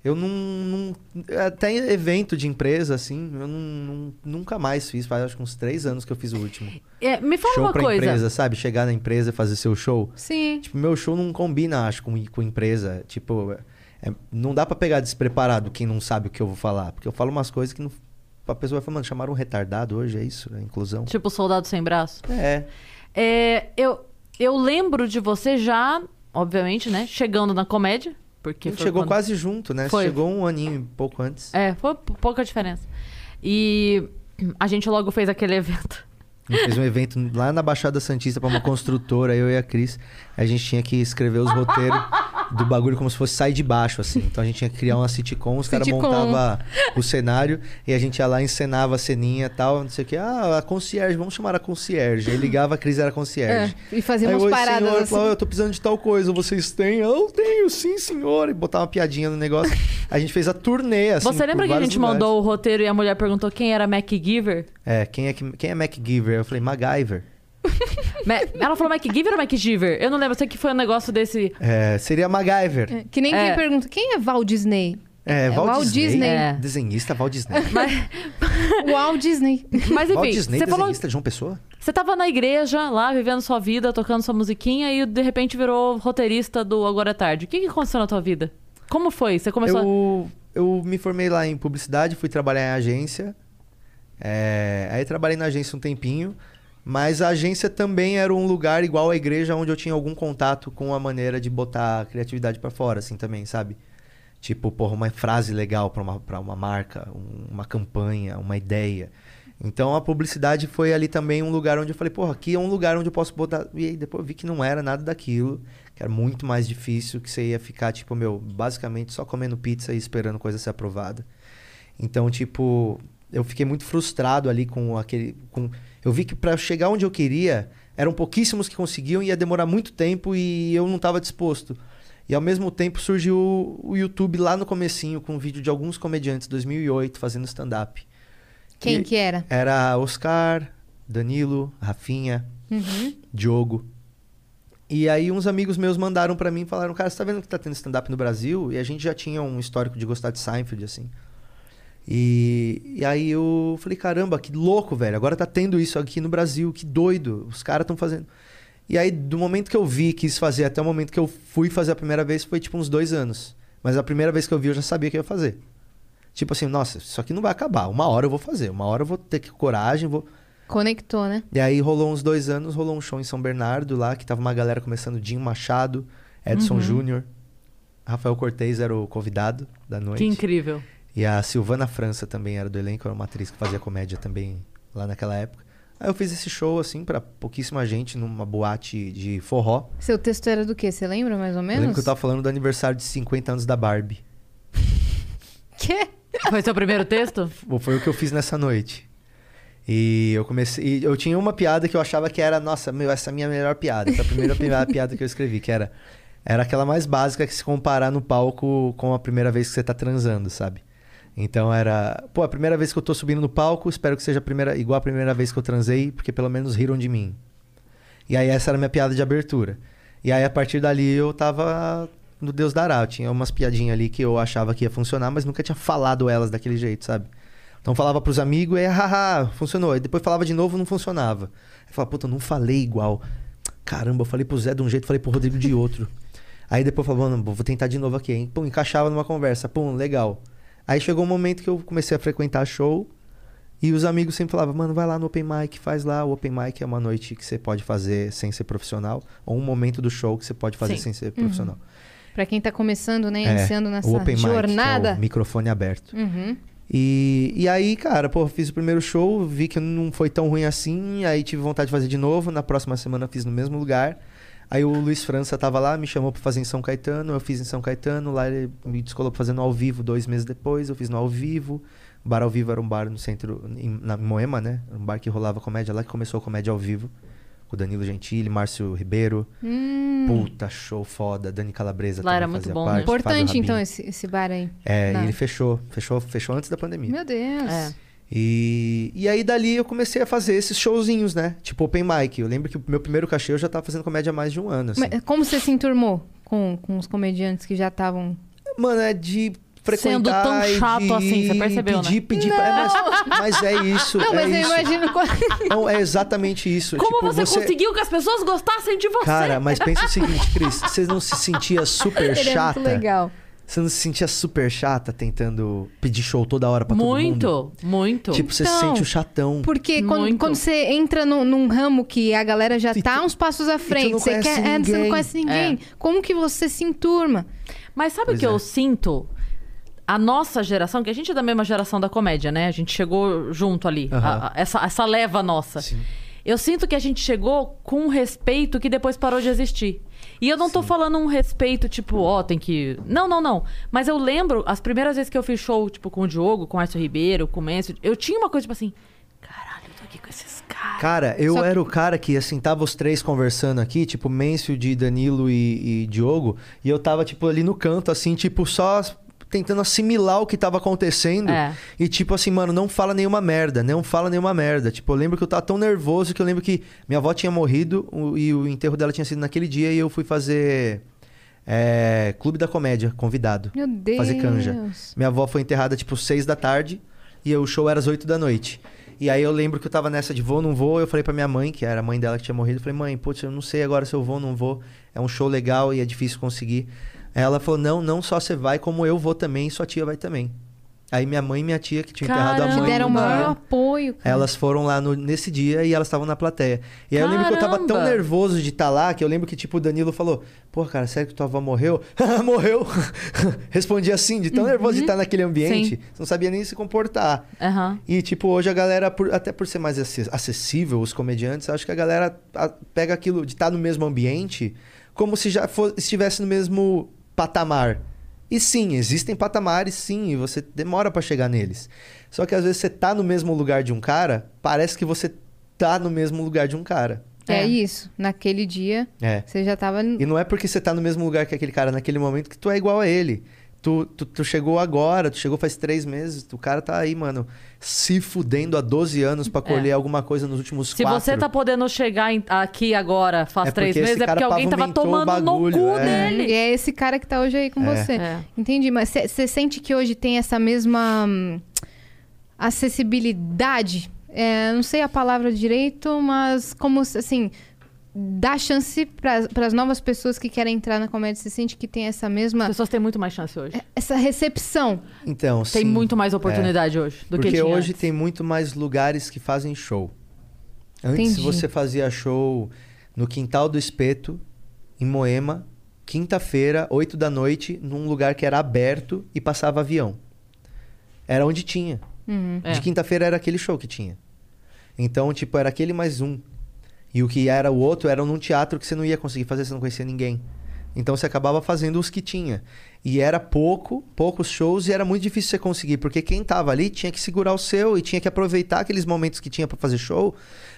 S3: eu não, não- Até em evento de empresa, assim, eu não, não- nunca mais fiz. Faz acho que uns três anos que eu fiz o último.
S1: É, me fala
S3: show
S1: uma
S3: pra
S1: coisa.
S3: empresa, sabe? Chegar na empresa e fazer seu show.
S2: Sim.
S3: Tipo, meu show não combina, acho, com, com empresa. Tipo, é- é- não dá pra pegar despreparado quem não sabe o que eu vou falar. Porque eu falo umas coisas que não, a pessoa vai falar, mano, chamaram um retardado hoje, é isso? É inclusão?
S1: Tipo, soldado sem braço.
S3: É.
S1: É, eu, eu lembro de você já, obviamente, né? Chegando na comédia. Porque
S3: A
S1: foi
S3: gente chegou
S1: quando-
S3: quase junto, né?
S1: Foi.
S3: Chegou um aninho e pouco antes.
S1: É, foi pou- pouca diferença. E a gente logo fez aquele evento.
S3: A gente fez um evento lá na Baixada Santista pra uma construtora, eu e a Cris. A gente tinha que escrever os roteiros do bagulho como se fosse sair de baixo, assim. Então a gente tinha que criar uma sitcom, os caras
S2: Sitcom.
S3: montavam o cenário e a gente ia lá, encenava a ceninha e tal, não sei o que. Ah, a concierge, vamos chamar a concierge. Aí ligava, a Cris era concierge.
S2: É, e fazia umas
S3: "Oi,
S2: paradas
S3: senhor,
S2: assim.
S3: Clau, eu tô precisando de tal coisa, vocês têm? "Ah, Eu tenho, sim, senhor. E botava uma piadinha no negócio. A gente fez a turnê, assim.
S1: você lembra
S3: por
S1: que a
S3: vários
S1: gente
S3: lugares.
S1: mandou o roteiro e a mulher perguntou quem era MacGyver?
S3: É, quem é, que- quem é MacGyver? Eu falei, MacGyver.
S1: Ma- Ela falou MacGyver ou MacGyver? Eu não lembro, eu sei que foi um negócio desse.
S3: É, seria MacGyver.
S2: É, Que nem
S1: É.
S2: quem pergunta, quem é Walt Disney?
S3: É, Walt,
S2: Walt
S3: Disney.
S2: Disney.
S1: É.
S3: Desenhista Walt Disney.
S2: Walt Disney.
S1: Mas
S3: Walt
S1: enfim,
S3: Disney,
S1: você falou.
S3: desenhista de João Pessoa?
S1: Você tava na igreja, lá, vivendo sua vida, tocando sua musiquinha, e de repente virou roteirista do Agora é Tarde. O que, que aconteceu na tua vida? Como foi? Você começou a.
S3: Eu, eu me formei lá em publicidade, fui trabalhar em agência. É, aí trabalhei na agência um tempinho. Mas a agência também era um lugar igual à igreja onde eu tinha algum contato com a maneira de botar a criatividade pra fora, assim também, sabe? Tipo, porra, uma frase legal pra uma, pra uma marca, um- uma campanha, uma ideia. Então a publicidade foi ali também um lugar onde eu falei, porra, aqui é um lugar onde eu posso botar. E aí depois eu vi que não era nada daquilo, que era muito mais difícil, que você ia ficar, tipo, meu, basicamente só comendo pizza e esperando coisa ser aprovada. Então, tipo, eu fiquei muito frustrado ali com aquele. Com... Eu vi que pra chegar onde eu queria, eram pouquíssimos que conseguiam, ia demorar muito tempo e eu não estava disposto. E ao mesmo tempo surgiu o YouTube lá no comecinho, com um vídeo de alguns comediantes, 2008, fazendo stand-up.
S2: Quem
S3: E-
S2: que era?
S3: Era Oscar, Danilo, Rafinha, Diogo. E aí uns amigos meus mandaram pra mim e falaram, cara, você tá vendo que tá tendo stand-up no Brasil? E a gente já tinha um histórico de gostar de Seinfeld, assim. E, e aí eu falei, caramba, que louco, velho. Agora tá tendo isso aqui no Brasil, que doido. Os caras estão fazendo. E aí, do momento que eu vi, quis fazer, até o momento que eu fui fazer a primeira vez, foi tipo uns dois anos. Mas a primeira vez que eu vi, eu já sabia que eu ia fazer. Tipo assim, nossa, isso aqui não vai acabar. Uma hora eu vou fazer, uma hora eu vou ter que coragem, vou.
S2: Conectou, né?
S3: E aí rolou uns dois anos, rolou um show em São Bernardo lá, que tava uma galera começando, Dinho Machado, Edson
S1: Uhum.
S3: Júnior, Rafael Cortez era o convidado da noite.
S1: Que incrível.
S3: E a Silvana França também era do elenco, era uma atriz que fazia comédia também lá naquela época. Aí eu fiz esse show, assim, pra pouquíssima gente, numa boate de forró.
S2: Seu texto era do quê? Você lembra mais ou
S3: Eu lembro
S2: menos?
S3: que eu tava falando do aniversário de 50 anos da Barbie.
S2: Quê?
S1: Foi seu primeiro texto?
S3: Bom, Foi o que eu fiz nessa noite. E eu comecei. e Eu tinha uma piada que eu achava que era, nossa, meu, essa é a minha melhor piada. Essa é a primeira, primeira piada que eu escrevi, que era. Era aquela mais básica que se comparar no palco com a primeira vez que você tá transando, sabe? Então era. Pô, a primeira vez que eu tô subindo no palco, espero que seja a primeira, igual a primeira vez que eu transei, porque pelo menos riram de mim. E aí essa era a minha piada de abertura. E aí a partir dali eu tava no Deus dará. Eu tinha umas piadinhas ali que eu achava que ia funcionar, mas nunca tinha falado elas daquele jeito, sabe? Então falava pros amigos e haha, funcionou. E depois falava de novo, não funcionava. Aí falava, puta, eu não falei igual. Caramba, eu falei pro Zé de um jeito, falei pro Rodrigo de outro. aí depois falava, mano, vou tentar de novo aqui, hein? Pum, encaixava numa conversa, pum, legal. Aí chegou um momento que eu comecei a frequentar show e os amigos sempre falavam, mano, vai lá no open mic, faz lá. O open mic é uma noite que você pode fazer sem ser profissional, ou um momento do show que você pode fazer
S2: Sim.
S3: sem ser
S2: Uhum.
S3: profissional.
S2: Pra quem tá começando, né?
S3: É,
S2: Iniciando nessa
S3: o open mic, que é o
S2: jornada.
S3: microfone aberto.
S2: Uhum.
S3: E, e aí, cara, pô, fiz o primeiro show, vi que não foi tão ruim assim, aí tive vontade de fazer de novo, na próxima semana fiz no mesmo lugar. Aí o Luiz França tava lá, me chamou pra fazer em São Caetano, eu fiz em São Caetano, lá ele me descolou pra fazer no ao vivo dois meses depois, eu fiz no ao vivo. O bar ao vivo era um bar no centro, em, na Moema, né? Era um bar que rolava comédia, lá que começou a comédia ao vivo. Com o Danilo Gentili, Márcio Ribeiro.
S2: Hum.
S3: Puta, show foda. Dani Calabresa
S2: Lá
S3: também
S2: era muito
S3: fazia
S2: bom,
S3: parte,
S2: né?
S3: Fábio
S2: Importante,
S3: Rabin.
S2: então, esse, esse bar aí.
S3: É,
S2: Na-
S3: e ele fechou, fechou, fechou antes da pandemia.
S2: Meu Deus.
S3: E, e aí dali eu comecei a fazer esses showzinhos, né? Tipo open mic. Eu lembro que o meu primeiro cachê eu já tava fazendo comédia há mais de um ano, assim.
S2: Mas como você se enturmou com, com os comediantes que já estavam.
S3: Mano, é de frequentar
S2: tão
S3: e
S2: chato
S3: de
S2: assim, você percebeu, né?
S3: pedir, Pedir, é, mas,
S2: Não!
S3: mas é isso.
S2: Não,
S3: é
S2: mas eu
S3: isso.
S2: imagino
S3: Não, é exatamente isso.
S1: Como
S3: tipo,
S1: você, conseguiu que as pessoas gostassem de você?
S3: Cara, mas pensa o seguinte, Cris. Você não se sentia super
S1: Ele é muito
S3: chata?
S1: legal.
S3: Você não se sentia super chata tentando pedir show toda hora pra todo mundo?
S1: Muito, muito.
S3: Tipo, você se sente o chatão.
S2: Porque quando,
S1: Muito.
S2: quando você entra num, num ramo que a galera já tá uns passos à frente,
S1: não
S2: você,
S1: conhece
S2: quer, é, você não
S1: ninguém.
S2: conhece ninguém. Como que você se enturma?
S1: Mas sabe o
S2: Pois
S1: que
S2: é.
S1: eu sinto? A nossa geração, que a gente é da mesma geração da comédia, né? A gente chegou junto ali,
S7: Aham.
S1: a- a- essa, essa leva nossa. Eu sinto que a gente chegou com um respeito que depois parou de existir. E eu não tô falando um respeito, tipo, ó, tem que. Não, não, não. Mas eu lembro, as primeiras vezes que eu fiz show, tipo, com o Diogo, com o Arthur Ribeiro, com o Mencio, eu tinha uma coisa, tipo assim,
S3: Cara, eu era o cara que, assim, tava os três conversando aqui, tipo, Mêncio de Danilo e, e Diogo, e eu tava, tipo, ali no canto, assim, tipo, só tentando assimilar o que tava acontecendo.
S8: É.
S3: E, tipo, assim, mano, não fala nenhuma merda, não fala nenhuma merda. Tipo, eu lembro que eu tava tão nervoso que eu lembro que minha avó tinha morrido o- e o enterro dela tinha sido naquele dia e eu fui fazer. é, Clube da Comédia, convidado.
S2: Meu Deus.
S3: Fazer canja. Minha avó foi enterrada tipo 6 da tarde e o show era às 8 da noite. E aí eu lembro que eu tava nessa de vou ou não vou, eu falei pra minha mãe, que era a mãe dela que tinha morrido, eu falei: "Mãe, putz, eu não sei agora se eu vou ou não vou. É um show legal e é difícil conseguir". Ela falou: "Não, não só você vai, como eu vou também, e sua tia vai também". Aí minha mãe e minha tia que tinham enterrado a
S2: Te
S3: mãe.
S2: deram o
S3: no
S2: maior
S3: dia,
S2: apoio. cara.
S3: elas foram lá no- nesse dia e elas estavam na plateia. E aí eu lembro que eu tava tão
S2: Caramba!
S3: nervoso de estar lá que eu lembro que, tipo, o Danilo falou: Pô, cara, sério que tua avó morreu? morreu! Respondi assim, de tão nervoso de estar naquele ambiente,
S1: Sim.
S3: você não sabia nem se comportar.
S1: aham.
S3: E, tipo, hoje a galera, por- até por ser mais acess- acessível, os comediantes, acho que a galera a- pega aquilo de estar no mesmo ambiente como se já fo- estivesse no mesmo patamar. E sim, existem patamares, sim, e você demora pra chegar neles. Só que às vezes você tá no mesmo lugar de um cara, parece que você tá no mesmo lugar de um cara.
S2: É isso. Naquele dia,
S3: É.
S2: você já tava.
S3: E não é porque você tá no mesmo lugar que aquele cara naquele momento que tu é igual a ele. Tu, tu, tu chegou agora, tu chegou faz três meses, o cara tá aí, mano, se fudendo há 12 anos pra colher
S1: É.
S3: alguma coisa nos últimos
S1: Se
S3: quatro.
S1: você tá podendo chegar em- aqui agora, faz
S3: É
S1: três
S3: porque esse
S1: meses, é porque
S3: cara
S1: alguém tava
S3: pavimentou o
S1: tomando
S3: bagulho,
S1: no cu
S3: é.
S1: dele.
S2: E é esse cara que tá hoje aí com
S3: É.
S2: você.
S3: É.
S2: Entendi, mas você sente que hoje tem essa mesma hum, acessibilidade? É, não sei a palavra direito, mas como se, assim. dá chance para as novas pessoas que querem entrar na comédia. Você sente que tem essa mesma. As
S1: pessoas têm muito mais chance hoje.
S2: Essa recepção.
S3: Então,
S1: Tem
S3: sim,
S1: muito mais oportunidade hoje do que
S3: Porque
S1: tinha
S3: hoje
S1: antes.
S3: tem muito mais lugares que fazem show. Antes
S2: Entendi.
S3: você fazia show no Quintal do Espeto, em Moema, quinta-feira, 8 da noite, num lugar que era aberto e passava avião. Era onde tinha.
S2: Uhum.
S3: De quinta-feira era aquele show que tinha. Então, tipo, era aquele mais um. E o que era o outro era num teatro que você não ia conseguir fazer, você não conhecia ninguém. Então você acabava fazendo os que tinha. E era pouco, poucos shows, e era muito difícil você conseguir, porque quem tava ali tinha que segurar o seu e tinha que aproveitar aqueles momentos que tinha pra fazer show.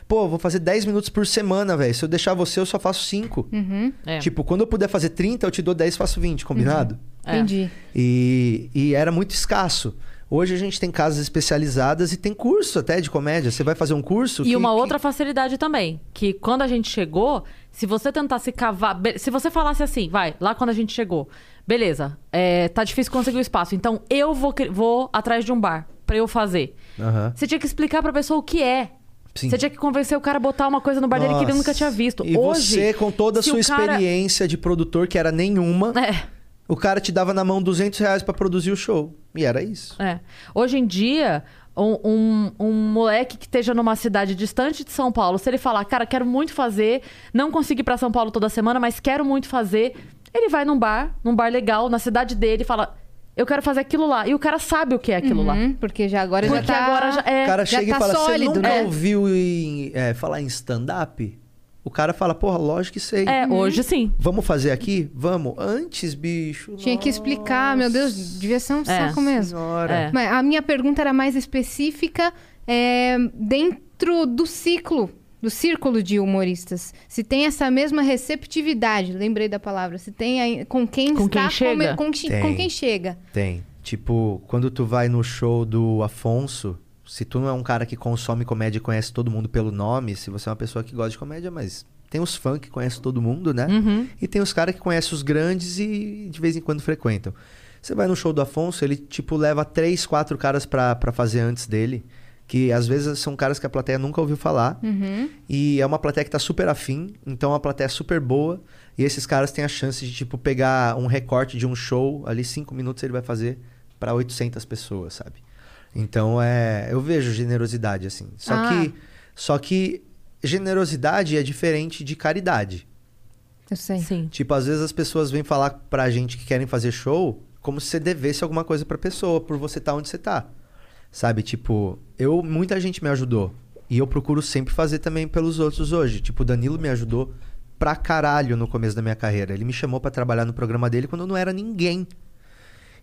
S3: Pô, vou fazer 10 minutos por semana, velho. Se eu deixar você, eu só faço 5.
S2: Uhum.
S1: É.
S3: Tipo, quando eu puder fazer 30, eu te dou 10, faço 20, combinado?
S1: É.
S2: Entendi.
S3: E, e era muito escasso. Hoje a gente tem casas especializadas e tem curso até de comédia. Você vai fazer um curso?
S1: E
S3: que-
S1: uma outra facilidade também, que quando a gente chegou, se você tentasse cavar. be- Se você falasse assim, vai, lá quando a gente chegou, beleza, é, tá difícil conseguir o espaço, então eu vou, cri- vou atrás de um bar pra eu fazer.
S3: Aham.
S1: Você tinha que explicar pra pessoa o que é.
S3: Sim.
S1: Você tinha que convencer o cara a botar uma coisa no bar dele que ele
S3: Nossa.
S1: nunca tinha visto.
S3: E
S1: Hoje,
S3: você, com toda a
S1: se
S3: sua
S1: o cara-
S3: experiência de produtor, que era nenhuma,
S1: É.
S3: o cara te dava na mão 200 reais pra produzir o show. E era isso.
S1: É. Hoje em dia, um, um- um moleque que esteja numa cidade distante de São Paulo, se ele falar, cara, quero muito fazer, não consegui ir pra São Paulo toda semana, mas quero muito fazer, ele vai num bar, num bar legal, na cidade dele, e fala, eu quero fazer aquilo lá. E o cara sabe o que é aquilo lá.
S2: Uhum, porque já agora
S1: Porque
S2: já tá.
S1: agora já é.
S3: o cara
S2: já
S3: chega
S2: tá
S3: e fala, você
S2: sólido,
S3: nunca
S2: né?"
S3: ouviu em- é, falar em stand-up? O cara fala, porra, lógico que sei.
S1: É, hoje sim.
S3: Vamos fazer aqui? Vamos. Antes, bicho.
S2: Tinha que explicar, meu Deus, devia ser um saco mesmo.
S3: Senhora.
S1: É.
S2: Mas a minha pergunta era mais específica é, dentro do ciclo, do círculo de humoristas. Se tem essa mesma receptividade, lembrei da palavra, se tem aí- com quem
S1: Com
S2: está
S1: quem chega?
S2: com, chi-
S3: Tem.
S2: com quem chega.
S3: Tem. Tipo, quando tu vai no show do Afonso, se tu não é um cara que consome comédia e conhece todo mundo pelo nome, se você é uma pessoa que gosta de comédia, mas tem os fãs que conhecem todo mundo, né? E tem os caras que conhecem os grandes e de vez em quando frequentam. Você vai no show do Afonso, ele tipo leva três, quatro caras pra, pra fazer antes dele. Que às vezes são caras que a plateia nunca ouviu falar. E é uma plateia que tá super afim, então é uma plateia super boa. E esses caras têm a chance de, tipo, pegar um recorte de um show, ali cinco minutos ele vai fazer pra 800 pessoas, sabe? Então é. Eu vejo generosidade assim. Só,
S2: Ah.
S3: que, só que generosidade é diferente de caridade.
S2: Eu sei.
S1: Sim.
S3: Tipo, às vezes as pessoas vêm falar pra gente que querem fazer show como se você devesse alguma coisa pra pessoa, por você estar onde você tá. Sabe, tipo, eu muita gente me ajudou. E eu procuro sempre fazer também pelos outros hoje. Tipo, o Danilo me ajudou pra caralho no começo da minha carreira. Ele me chamou pra trabalhar no programa dele quando eu não era ninguém.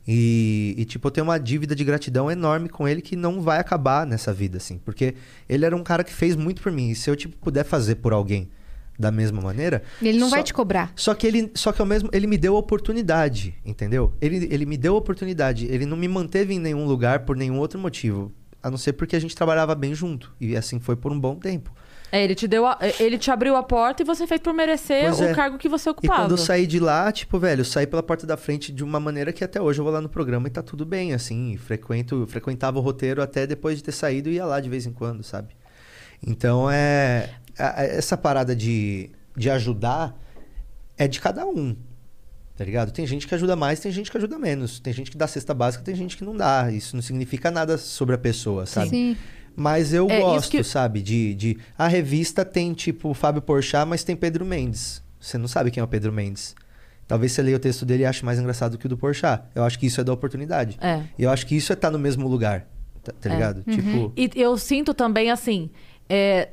S3: E, e, tipo, eu tenho uma dívida de gratidão enorme com ele que não vai acabar nessa vida, assim. Porque ele era um cara que fez muito por mim. E se eu, tipo, puder fazer por alguém da mesma maneira...
S2: Ele não
S3: só-
S2: vai te cobrar.
S3: só que ele, só que ao mesmo, ele me deu a oportunidade, entendeu? Ele, ele me deu a oportunidade. Ele não me manteve em nenhum lugar por nenhum outro motivo, a não ser porque a gente trabalhava bem junto e assim foi por um bom tempo.
S1: É, ele te deu a- ele te abriu a porta e você fez por merecer
S3: Pois
S1: o
S3: é.
S1: cargo que você
S3: E
S1: ocupava.
S3: quando eu saí de lá, tipo, velho, eu saí pela porta da frente de uma maneira que até hoje eu vou lá no programa e tá tudo bem, assim, e frequento, frequentava o roteiro até depois de ter saído e ia lá de vez em quando, sabe? Então é a- a- essa parada de, de ajudar é de cada um. Tá ligado? Tem gente que ajuda mais, tem gente que ajuda menos. Tem gente que dá cesta básica, tem gente que não dá. Isso não significa nada sobre a pessoa, sabe?
S2: Sim.
S3: Mas eu
S1: É, isso
S3: gosto,
S1: que-
S3: sabe? De, de. A revista tem, tipo, o Fábio Porchat, mas tem Pedro Mendes. Você não sabe quem é o Pedro Mendes. Talvez você leia o texto dele e ache mais engraçado que o do Porchat. Eu acho que isso é da oportunidade.
S1: É. Uhum.
S3: E eu acho que isso é estar no mesmo lugar. Tá, tá ligado? Tipo.
S1: E eu sinto também assim. é,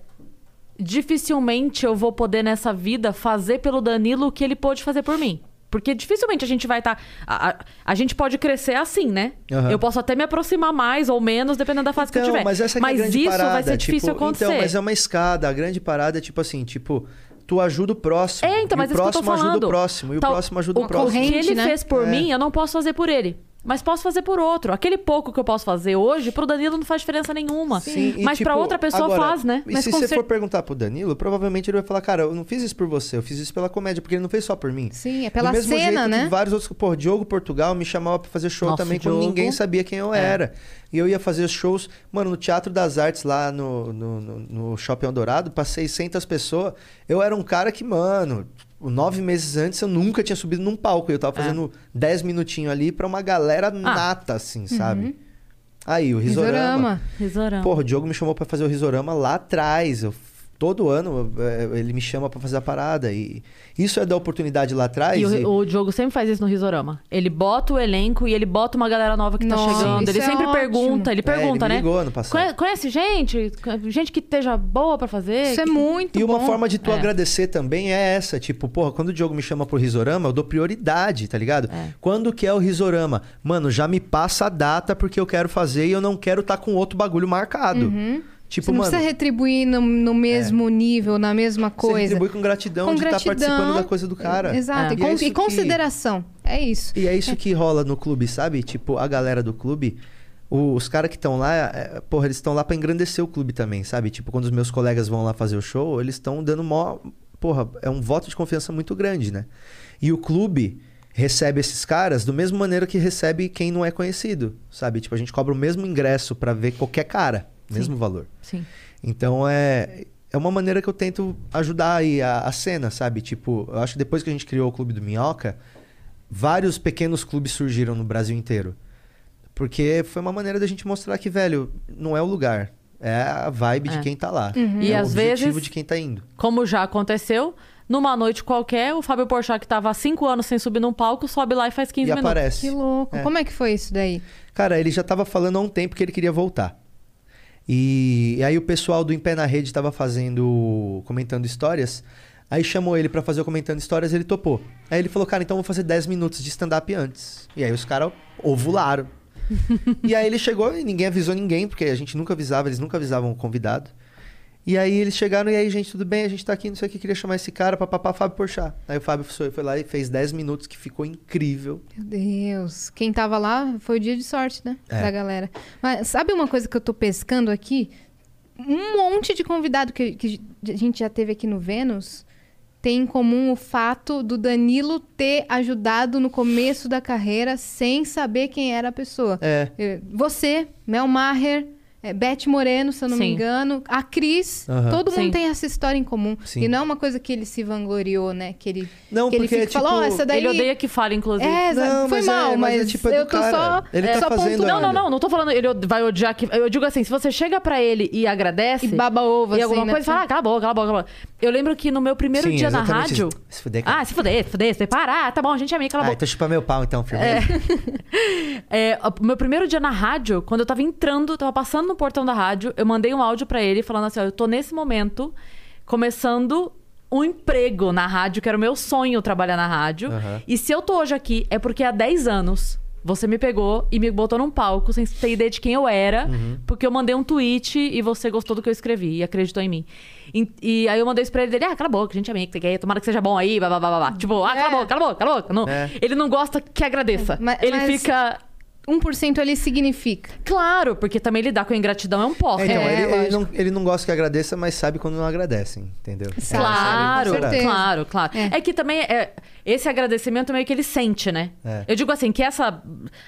S1: dificilmente eu vou poder nessa vida fazer pelo Danilo o que ele pôde fazer por mim. Porque dificilmente a gente vai estar. a, a- a gente pode crescer assim, né?
S3: Aham.
S1: Eu posso até me aproximar mais ou menos, dependendo da fase que eu
S3: Então,
S1: tiver.
S3: mas essa que é a grande
S1: isso
S3: parada,
S1: vai ser difícil
S3: tipo,
S1: acontecer.
S3: Então, mas é uma escada. A grande parada é tipo assim, tipo, tu ajuda o próximo.
S1: É, então,
S3: e
S1: mas é
S3: o
S1: isso que eu
S3: próximo
S1: tô falando.
S3: ajuda o próximo. E o
S1: Tal-
S3: próximo ajuda o,
S1: o
S3: próximo.
S1: que ele
S2: né?
S1: fez por
S3: É.
S1: mim, eu não posso fazer por ele. Mas posso fazer por outro. Aquele pouco que eu posso fazer hoje, pro Danilo não faz diferença nenhuma.
S3: e,
S1: Mas pra
S3: tipo,
S1: outra pessoa
S3: agora,
S1: faz, né?
S3: E
S1: Mas
S3: se
S1: com
S3: você
S1: cer-
S3: for perguntar pro Danilo, provavelmente ele vai falar, cara, eu não fiz isso por você, eu fiz isso pela comédia, porque ele não fez só por mim.
S2: Sim, é pela
S3: Do mesmo
S2: cena,
S3: jeito
S2: né?
S3: Que vários outros. Pô, Diogo Portugal me chamava pra fazer show
S1: Nossa,
S3: também,
S1: Diogo. É.
S3: quando ninguém sabia quem eu era. E eu ia fazer os shows, mano, no Teatro das Artes, lá no, no, no, no Shopping Eldorado, pra 600 pessoas. Eu era um cara que, mano. Nove meses antes eu nunca tinha subido num palco. Eu tava
S1: É.
S3: fazendo dez minutinhos ali pra uma
S1: Ah.
S3: galera nata, assim, sabe? Aí, o
S2: Uhum. Risorama.
S1: Risorama.
S3: Porra, o Diogo me chamou pra fazer o Risorama lá atrás. Eu- todo ano eh, ele me chama pra fazer a parada. E isso é dar oportunidade lá atrás.
S1: E
S3: e-
S1: o, o Diogo sempre faz isso no Risorama. Ele bota o elenco e ele bota uma galera nova que
S2: Nossa,
S1: tá chegando.
S2: isso
S1: Ele
S2: é
S1: sempre
S2: ótimo.
S1: pergunta, ele
S3: É, ele
S1: pergunta,
S3: me
S1: né?
S3: ligou ano passado.
S1: Conhe- Conhece gente? Gente que esteja boa pra fazer?
S2: Isso é
S1: que-
S2: muito
S3: E uma
S2: bom.
S3: forma de tu
S1: É.
S3: agradecer também é essa. Tipo, porra, quando o Diogo me chama pro risorama, eu dou prioridade, tá ligado? Quando que é o risorama? Mano, já me passa a data porque eu quero fazer e eu não quero estar com outro bagulho marcado. Tipo,
S2: Você não
S3: mano,
S2: precisa retribuir no, no mesmo nível, na mesma
S3: É. você
S2: coisa.
S3: retribui com gratidão
S2: Com
S3: de estar
S2: gratidão.
S3: participando da coisa do cara.
S2: Exato. E,
S3: é
S2: con-
S3: isso
S2: e
S3: que-
S2: consideração. É isso.
S3: E é isso que rola no clube, sabe? Tipo, a galera do clube. o- os caras que estão lá, é, porra, eles estão lá pra engrandecer o clube também, sabe? Tipo, quando os meus colegas vão lá fazer o show, eles estão dando mó. Porra, é um voto de confiança muito grande, né? E o clube recebe esses caras do mesmo maneira que recebe quem não é conhecido, sabe? Tipo, a gente cobra o mesmo ingresso pra ver qualquer cara, mesmo valor.
S1: Sim.
S3: Então é, é uma maneira que eu tento ajudar aí a, a cena, sabe? Tipo, eu acho que depois que a gente criou o Clube do Minhoca, vários pequenos clubes surgiram no Brasil inteiro. Porque foi uma maneira da gente mostrar que, velho, não é o lugar. É a vibe de quem tá lá.
S1: Uhum. E
S3: é
S1: às
S3: o objetivo
S1: vezes-
S3: de quem tá indo.
S1: Como já aconteceu, numa noite qualquer, o Fábio Porchat, que tava há cinco anos sem subir num palco, sobe lá e faz 15
S3: E
S1: minutos.
S3: aparece.
S2: Que louco.
S3: É.
S2: Como é que foi isso daí?
S3: Cara, ele já tava falando há um tempo que ele queria voltar. E, e aí o pessoal do Em Pé na Rede tava fazendo. comentando histórias. Aí chamou ele pra fazer o comentando histórias ele topou. Aí ele falou, cara, então eu vou fazer 10 minutos de stand-up antes. E aí os caras ovularam. e aí ele chegou e ninguém avisou ninguém, porque a gente nunca avisava, eles nunca avisavam o convidado. E aí eles chegaram, e aí, gente, tudo bem? A gente tá aqui, não sei o que, queria chamar esse cara pra papar Fábio Porchat. Aí o Fábio foi foi lá e fez 10 minutos, que ficou incrível.
S2: Meu Deus. Quem tava lá foi o dia de sorte, né?
S3: É.
S2: Da galera. Mas sabe uma coisa que eu tô pescando aqui? Um monte de convidado que, que a gente já teve aqui no Vênus tem em comum o fato do Danilo ter ajudado no começo da carreira sem saber quem era a pessoa.
S3: É.
S2: Eh, Você, Mel Maher, eh, Beth Moreno, se eu não me
S1: Sim.
S2: engano, a Cris,
S3: Aham.
S2: todo mundo
S1: Sim.
S2: tem essa história em comum.
S3: Sim.
S2: E não é uma coisa que ele se vangloriou, né? Que ele,
S3: Não,
S2: que ele
S3: porque
S2: fica
S3: é
S2: e fala,
S3: tipo-
S2: "Ó, essa daí...
S1: Ele odeia que fale, inclusive.
S2: É,
S3: Não,
S2: foi
S3: mas é-
S2: mal,
S3: mas
S2: mas,
S3: é tipo, é do
S2: eu tô
S3: cara.
S2: só.
S3: Ele
S2: é,
S3: tá
S2: só
S3: fazendo
S2: pontuando.
S3: ainda.
S1: Não, não, não. Não tô falando ele od- vai odiar que. Eu digo assim, se você chega pra ele e agradece.
S2: E baba ovo,
S1: E alguma
S2: assim, né?
S1: coisa, fala, ah, cala a boca, cala a boca, cala a boca. Eu lembro que no meu primeiro
S3: Sim,
S1: dia na
S3: exatamente
S1: rádio.
S3: isso. Se fuder, cara.
S1: ah, se fuder, se fuder, se fuder. Parar, tá bom, a gente é amigo, cala a
S3: Ah,
S1: boca.
S3: então chupa meu pau, então, firmeza.
S1: É, o meu primeiro dia na rádio, quando eu tava entrando, tava passando no portão da rádio, eu mandei um áudio pra ele falando assim: ó, eu tô nesse momento começando um emprego na rádio, que era o meu sonho trabalhar na rádio.
S3: Aham.
S1: E se eu tô hoje aqui, é porque há 10 anos você me pegou e me botou num palco sem ter ideia de quem eu era,
S3: Uhum.
S1: porque eu mandei um tweet e você gostou do que eu escrevi e acreditou em mim. E, e aí eu mandei isso pra ele, ele, ah, cala a boca, gente, amigo, que tomara que seja bom aí, blá, blá, blá, blá, blá. Tipo, ah, cala a boca, cala a boca, cala a boca. Não,
S3: É.
S1: Ele não gosta que agradeça.
S2: É. Mas-
S1: ele
S2: mas-
S1: fica...
S2: 1% ali significa.
S1: Claro, porque também lidar com a ingratidão é um porre.
S3: É, então,
S2: É,
S3: ele, ele
S2: lógico.
S3: não, ele não gosta que agradeça, mas sabe quando não agradecem, entendeu? É,
S1: Claro,
S3: sabe?
S2: com certeza.
S1: claro, claro.
S2: É.
S1: É. que também é, esse agradecimento meio que ele sente, né?
S3: É.
S1: Eu digo assim, que essa.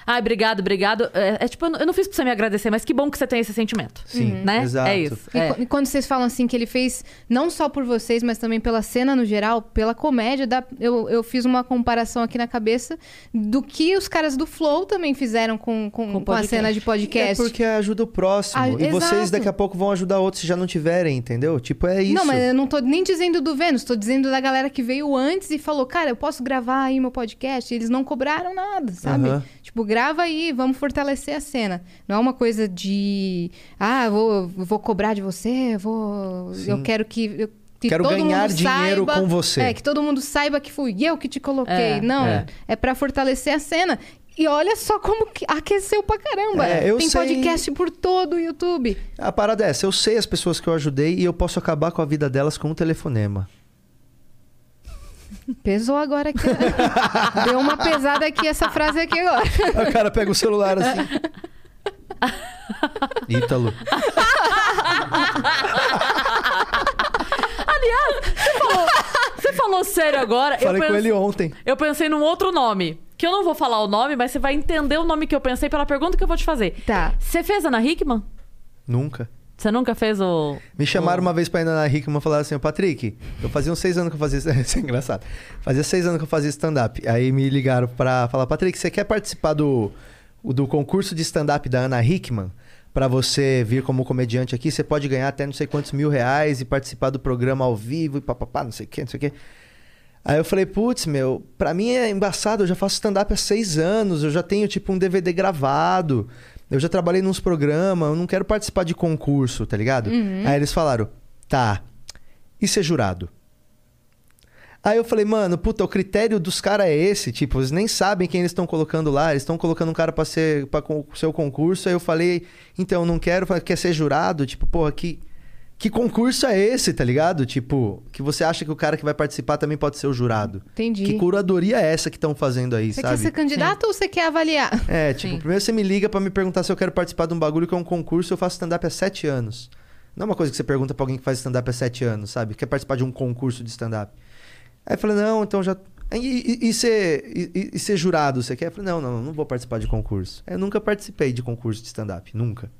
S1: Ai, obrigado, obrigado. É, é tipo, eu não- eu não fiz pra você me agradecer, mas que bom que você tem esse sentimento.
S3: Sim,
S1: Né?
S3: exato.
S1: É isso.
S2: E
S1: é.
S2: qu- E quando vocês falam assim que ele fez não só por vocês, mas também pela cena no geral, pela comédia, dá- eu, eu fiz uma comparação aqui na cabeça do que os caras do Flow também fizeram com, com, com a
S1: podcast.
S2: cena de
S3: É
S2: podcast.
S3: porque ajuda o próximo.
S2: Ah,
S3: e vocês
S2: exato.
S3: daqui a pouco vão ajudar outros se já não tiverem, entendeu? Tipo, é isso.
S2: Não, mas eu não tô nem dizendo do Vênus, tô dizendo da galera que veio antes e falou, cara, eu posso gravar aí meu podcast? E eles não cobraram nada, sabe?
S3: Aham.
S2: Tipo, grava aí, vamos fortalecer a cena. Não é uma coisa de, ah, vou, vou cobrar de você, vou, eu quero que... eu- que
S3: Quero
S2: todo
S3: ganhar
S2: mundo
S3: dinheiro
S2: saiba-
S3: com você.
S2: É, que todo mundo saiba que fui eu que te coloquei.
S1: É,
S2: não,
S3: é.
S2: é, pra fortalecer a cena. E olha só como que aqueceu pra caramba.
S3: É, eu
S2: Tem
S3: sei-
S2: podcast por todo o YouTube.
S3: A parada é essa, eu sei as pessoas que eu ajudei e eu posso acabar com a vida delas com um telefonema.
S2: Pesou agora aqui. Deu uma pesada aqui essa frase aqui agora.
S3: Aí o cara pega o celular assim. Ítalo.
S1: Aliás, você falou, você falou sério agora. eu
S3: Falei com
S1: pense-
S3: ele ontem.
S1: Eu pensei num outro nome. Que eu não vou falar o nome, mas você vai entender o nome que eu pensei pela pergunta que eu vou te fazer.
S2: Tá.
S1: Você fez Ana Hickman?
S3: Nunca.
S1: Você nunca fez o.
S3: Me chamaram uma vez pra ir na Hickman e falaram assim, "Ô, Patrick, eu fazia uns seis anos que eu fazia... Isso é engraçado. Fazia seis anos que eu fazia stand-up. Aí me ligaram pra falar, Patrick, você quer participar do, do concurso de stand-up da Ana Hickman? Pra você vir como comediante aqui, você pode ganhar até não sei quantos mil reais e participar do programa ao vivo e papapá, não sei o que, não sei o que. Aí eu falei, putz, meu, pra mim é embaçado, eu já faço stand-up há seis anos, eu já tenho, tipo, um DVD gravado, eu já trabalhei nos programas, eu não quero participar de concurso, tá ligado? Aí eles falaram, tá, e ser jurado? Aí eu falei, mano, puta, o critério dos caras é esse, tipo, eles nem sabem quem eles estão colocando lá, eles estão colocando um cara pra ser para ser o concurso. Aí eu falei, então, eu não quero, falei, quer ser jurado? Tipo, porra, que que concurso é esse, tá ligado? Tipo, que você acha que o cara que vai participar também pode ser o jurado?
S2: Entendi.
S3: Que curadoria é essa que estão fazendo aí,
S2: Você
S3: sabe?
S2: quer ser candidato ou você quer avaliar?
S3: É, tipo, primeiro você me liga pra me perguntar se eu quero participar de um bagulho que é um concurso, eu faço stand-up há sete anos. Não é uma coisa que você pergunta pra alguém que faz stand-up há sete anos, sabe? Quer participar de um concurso de stand-up. Aí eu falei, não, então já. E, e- e ser, e- e- e ser jurado, você quer? Eu falei, não, não, não vou participar de concurso. Eu nunca participei de concurso de stand-up, nunca.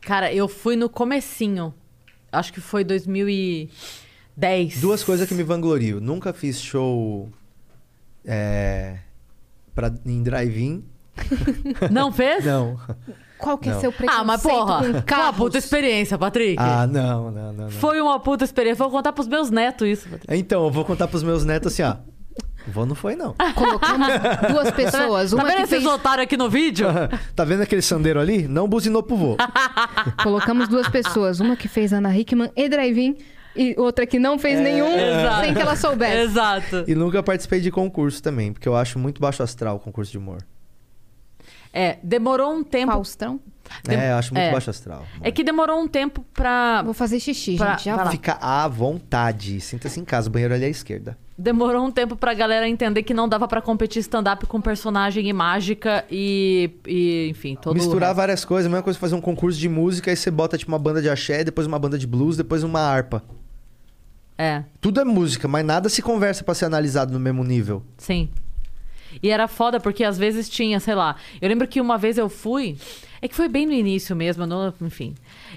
S1: Cara, eu fui no comecinho. Acho que foi 2010.
S3: Duas coisas que me vanglorio. Nunca fiz show é, pra, em drive-in.
S1: Não fez?
S3: Não.
S2: Qual que é
S3: Não.
S2: seu preconceito
S1: Ah, mas porra.
S2: com
S1: Foi uma
S2: carros?
S1: puta experiência, Patrick.
S3: Ah, não, não, não. não.
S1: Foi uma puta experiência. Vou contar pros meus netos isso. Patrick.
S3: Então, eu vou contar pros meus netos assim, ó. Vó não foi, não.
S2: Colocamos duas pessoas.
S1: Tá
S2: Uma
S1: vendo
S2: que
S1: esses
S2: fez...
S1: otários aqui no vídeo?
S3: tá vendo aquele sandeiro ali? Não buzinou pro vô.
S2: Colocamos duas pessoas. Uma que fez Ana Hickman e Drive-In e outra que não fez nenhum
S1: É, Exato.
S2: sem que ela soubesse.
S1: Exato.
S3: E nunca participei de concurso também, porque eu acho muito baixo astral o concurso de humor.
S1: É, demorou um tempo.
S2: Faustão.
S3: É, eu acho muito
S1: É.
S3: baixo astral.
S1: É que demorou um tempo pra.
S2: Vou fazer xixi,
S1: Pra-
S2: gente. Já
S1: vai lá.
S2: volto.
S3: Fica à vontade. Sinta-se em casa, o banheiro ali é à esquerda.
S1: Demorou um tempo pra galera entender que não dava pra competir stand-up com personagem e mágica e. e, enfim, todo o
S3: Misturar
S1: resto.
S3: várias coisas, a mesma coisa que fazer um concurso de música, aí você bota tipo uma banda de axé, depois uma banda de blues, depois uma harpa.
S1: É,
S3: Tudo é música, mas nada se conversa pra ser analisado no mesmo nível.
S1: sim. E era foda porque às vezes tinha, sei lá. Eu lembro que uma vez eu fui. É que foi bem no início mesmo, no, enfim.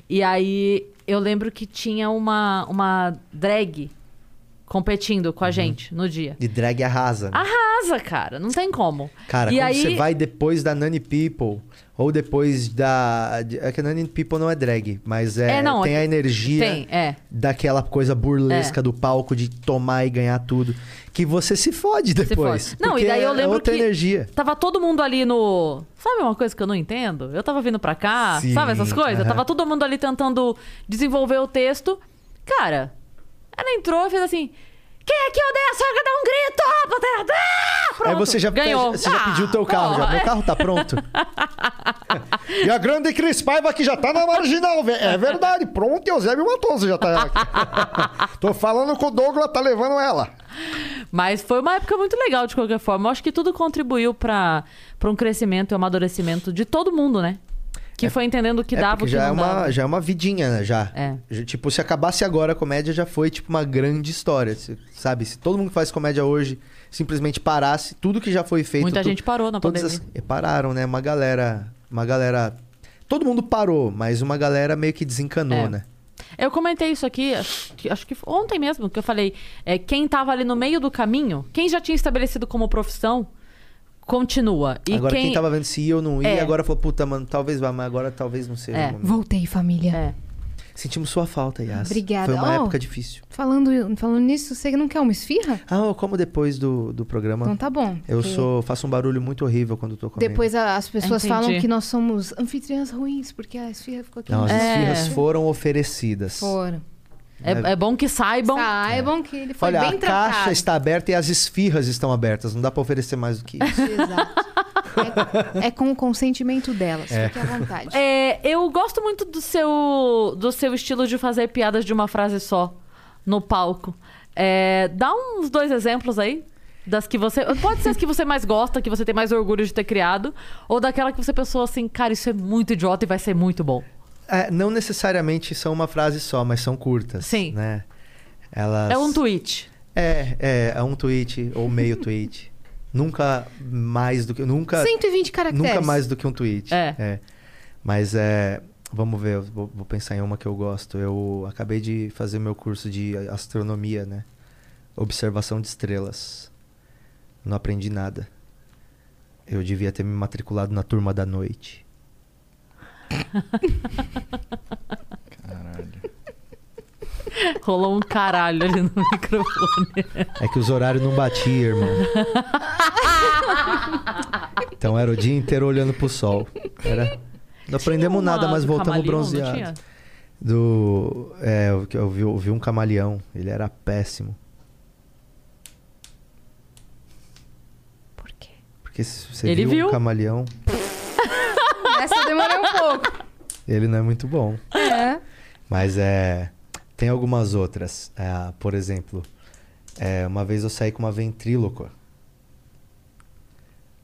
S1: E aí eu lembro que tinha uma, uma drag competindo
S3: Uhum.
S1: com a gente no dia.
S3: De drag arrasa. Né?
S1: Arrasa, cara. Não tem como.
S3: Cara,
S1: Ah, e
S3: quando
S1: aí,
S3: você vai depois da Nanny People, ou depois da. de- É que a Nanny People não é drag, mas é,
S1: É, não,
S3: tem a
S1: é-
S3: energia
S1: tem, é.
S3: daquela coisa burlesca do palco de tomar e ganhar tudo. Que você se fode
S1: Você
S3: depois.
S1: pode. Não,
S3: porque
S1: e daí eu
S3: é-
S1: lembro
S3: é outra
S1: que
S3: energia.
S1: tava todo mundo ali no. Sabe uma coisa que eu não entendo? Eu tava vindo pra cá,
S3: Sim,
S1: sabe essas coisas?
S3: aham.
S1: Tava todo mundo ali tentando desenvolver o texto. Cara, ela entrou e fez assim. Quem aqui odeia a sogra dá um grito! Plateia, Ah! Pronto,
S3: Aí você já,
S1: ganhou.
S3: Você já pediu o teu
S1: Ah,
S3: carro, já.
S1: porra,
S3: Meu carro tá pronto. e a grande Cris Paiva que já tá na marginal. vé- É verdade. Pronto, Eusébio Matoso já tá aqui. Tô falando com o Douglas, tá levando ela.
S1: Ah, Mas foi uma época muito legal, de qualquer forma. Eu acho que tudo contribuiu pra pra um crescimento e um amadurecimento de todo mundo, né? Que foi entendendo o que
S3: É,
S1: dava,
S3: porque
S1: o que não
S3: já é uma,
S1: dava.
S3: Já é uma vidinha, né? Já.
S1: É.
S3: Já, Tipo, se acabasse agora a comédia, já foi, tipo, uma grande história. se- sabe? Se todo mundo que faz comédia hoje simplesmente parasse, tudo que já foi feito...
S1: Muita
S3: tu-
S1: gente parou na
S3: todas
S1: pandemia.
S3: as- e pararam, né? Uma galera... Uma galera... Todo mundo parou, mas uma galera meio que desencanou,
S1: É.
S3: né?
S1: Eu comentei isso aqui, acho que- acho que ontem mesmo, que eu falei, é, quem tava ali no meio do caminho, quem já tinha estabelecido como profissão, continua. E
S3: agora quem...
S1: quem
S3: tava vendo se ia ou não ia,
S1: É.
S3: agora falou, puta, mano, talvez vá, mas agora talvez não seja.
S1: É.
S3: o momento."
S2: Voltei, família.
S1: É.
S3: Sentimos sua falta, Yas.
S2: Obrigada.
S3: Foi uma
S2: Oh.
S3: época difícil.
S2: Falando, falando nisso, você não quer uma esfirra?
S3: Ah, eu como depois do, do programa.
S2: Então tá bom.
S3: Eu
S2: porque
S3: sou, faço um barulho muito horrível quando tô comendo.
S2: Depois a- as pessoas
S1: Entendi.
S2: falam que nós somos anfitriãs ruins, porque a esfirra ficou aqui.
S3: Não, Então, as
S2: É.
S3: esfirras foram oferecidas.
S2: Fora.
S1: é, é bom que saibam.
S2: Saibam Ah, é que ele foi
S3: É. Olha,
S2: bem
S3: a
S2: tratado.
S3: caixa está aberta e as esfirras estão abertas. Não dá pra oferecer mais do que isso.
S2: Exato. É, é com o consentimento delas. Fique à vontade.
S1: É, eu gosto muito do seu, do seu estilo de fazer piadas de uma frase só no palco. É, dá uns dois exemplos aí. Das que você. Pode ser as que você mais gosta, que você tem mais orgulho de ter criado. Ou daquela que você pensou assim, cara, isso é muito idiota e vai ser muito bom.
S3: É, não necessariamente são uma frase só, mas são curtas.
S1: Sim.
S3: Né? Elas...
S1: É um tweet.
S3: É, é, é um tweet ou meio tweet. nunca mais do que. Nunca,
S2: 120 caracteres.
S3: nunca mais do que um tweet.
S1: É.
S3: Mas é. Vamos ver, eu vou, vou pensar em uma que eu gosto. Eu acabei de fazer meu curso de astronomia, né? Observação de estrelas. Não aprendi nada. Eu devia ter me matriculado na turma da noite.
S5: Caralho.
S1: Rolou um caralho ali no microfone.
S3: É que os horários não batiam, irmão. Então era o dia inteiro olhando pro sol. Era... Não aprendemos
S1: Tinha uma
S3: nada, mas
S1: do
S3: voltamos
S1: camaleão, não tinha?
S3: bronzeados. Do. É, eu, eu vi, eu vi um camaleão, ele era péssimo.
S2: Por quê?
S3: Porque se você
S1: Ele
S3: viu,
S1: viu.
S3: um camaleão,
S2: Essa eu demorei um pouco.
S3: ele não é muito bom.
S2: É.
S3: Mas é. Tem algumas outras. É, por exemplo, é, uma vez eu saí com uma ventríloca.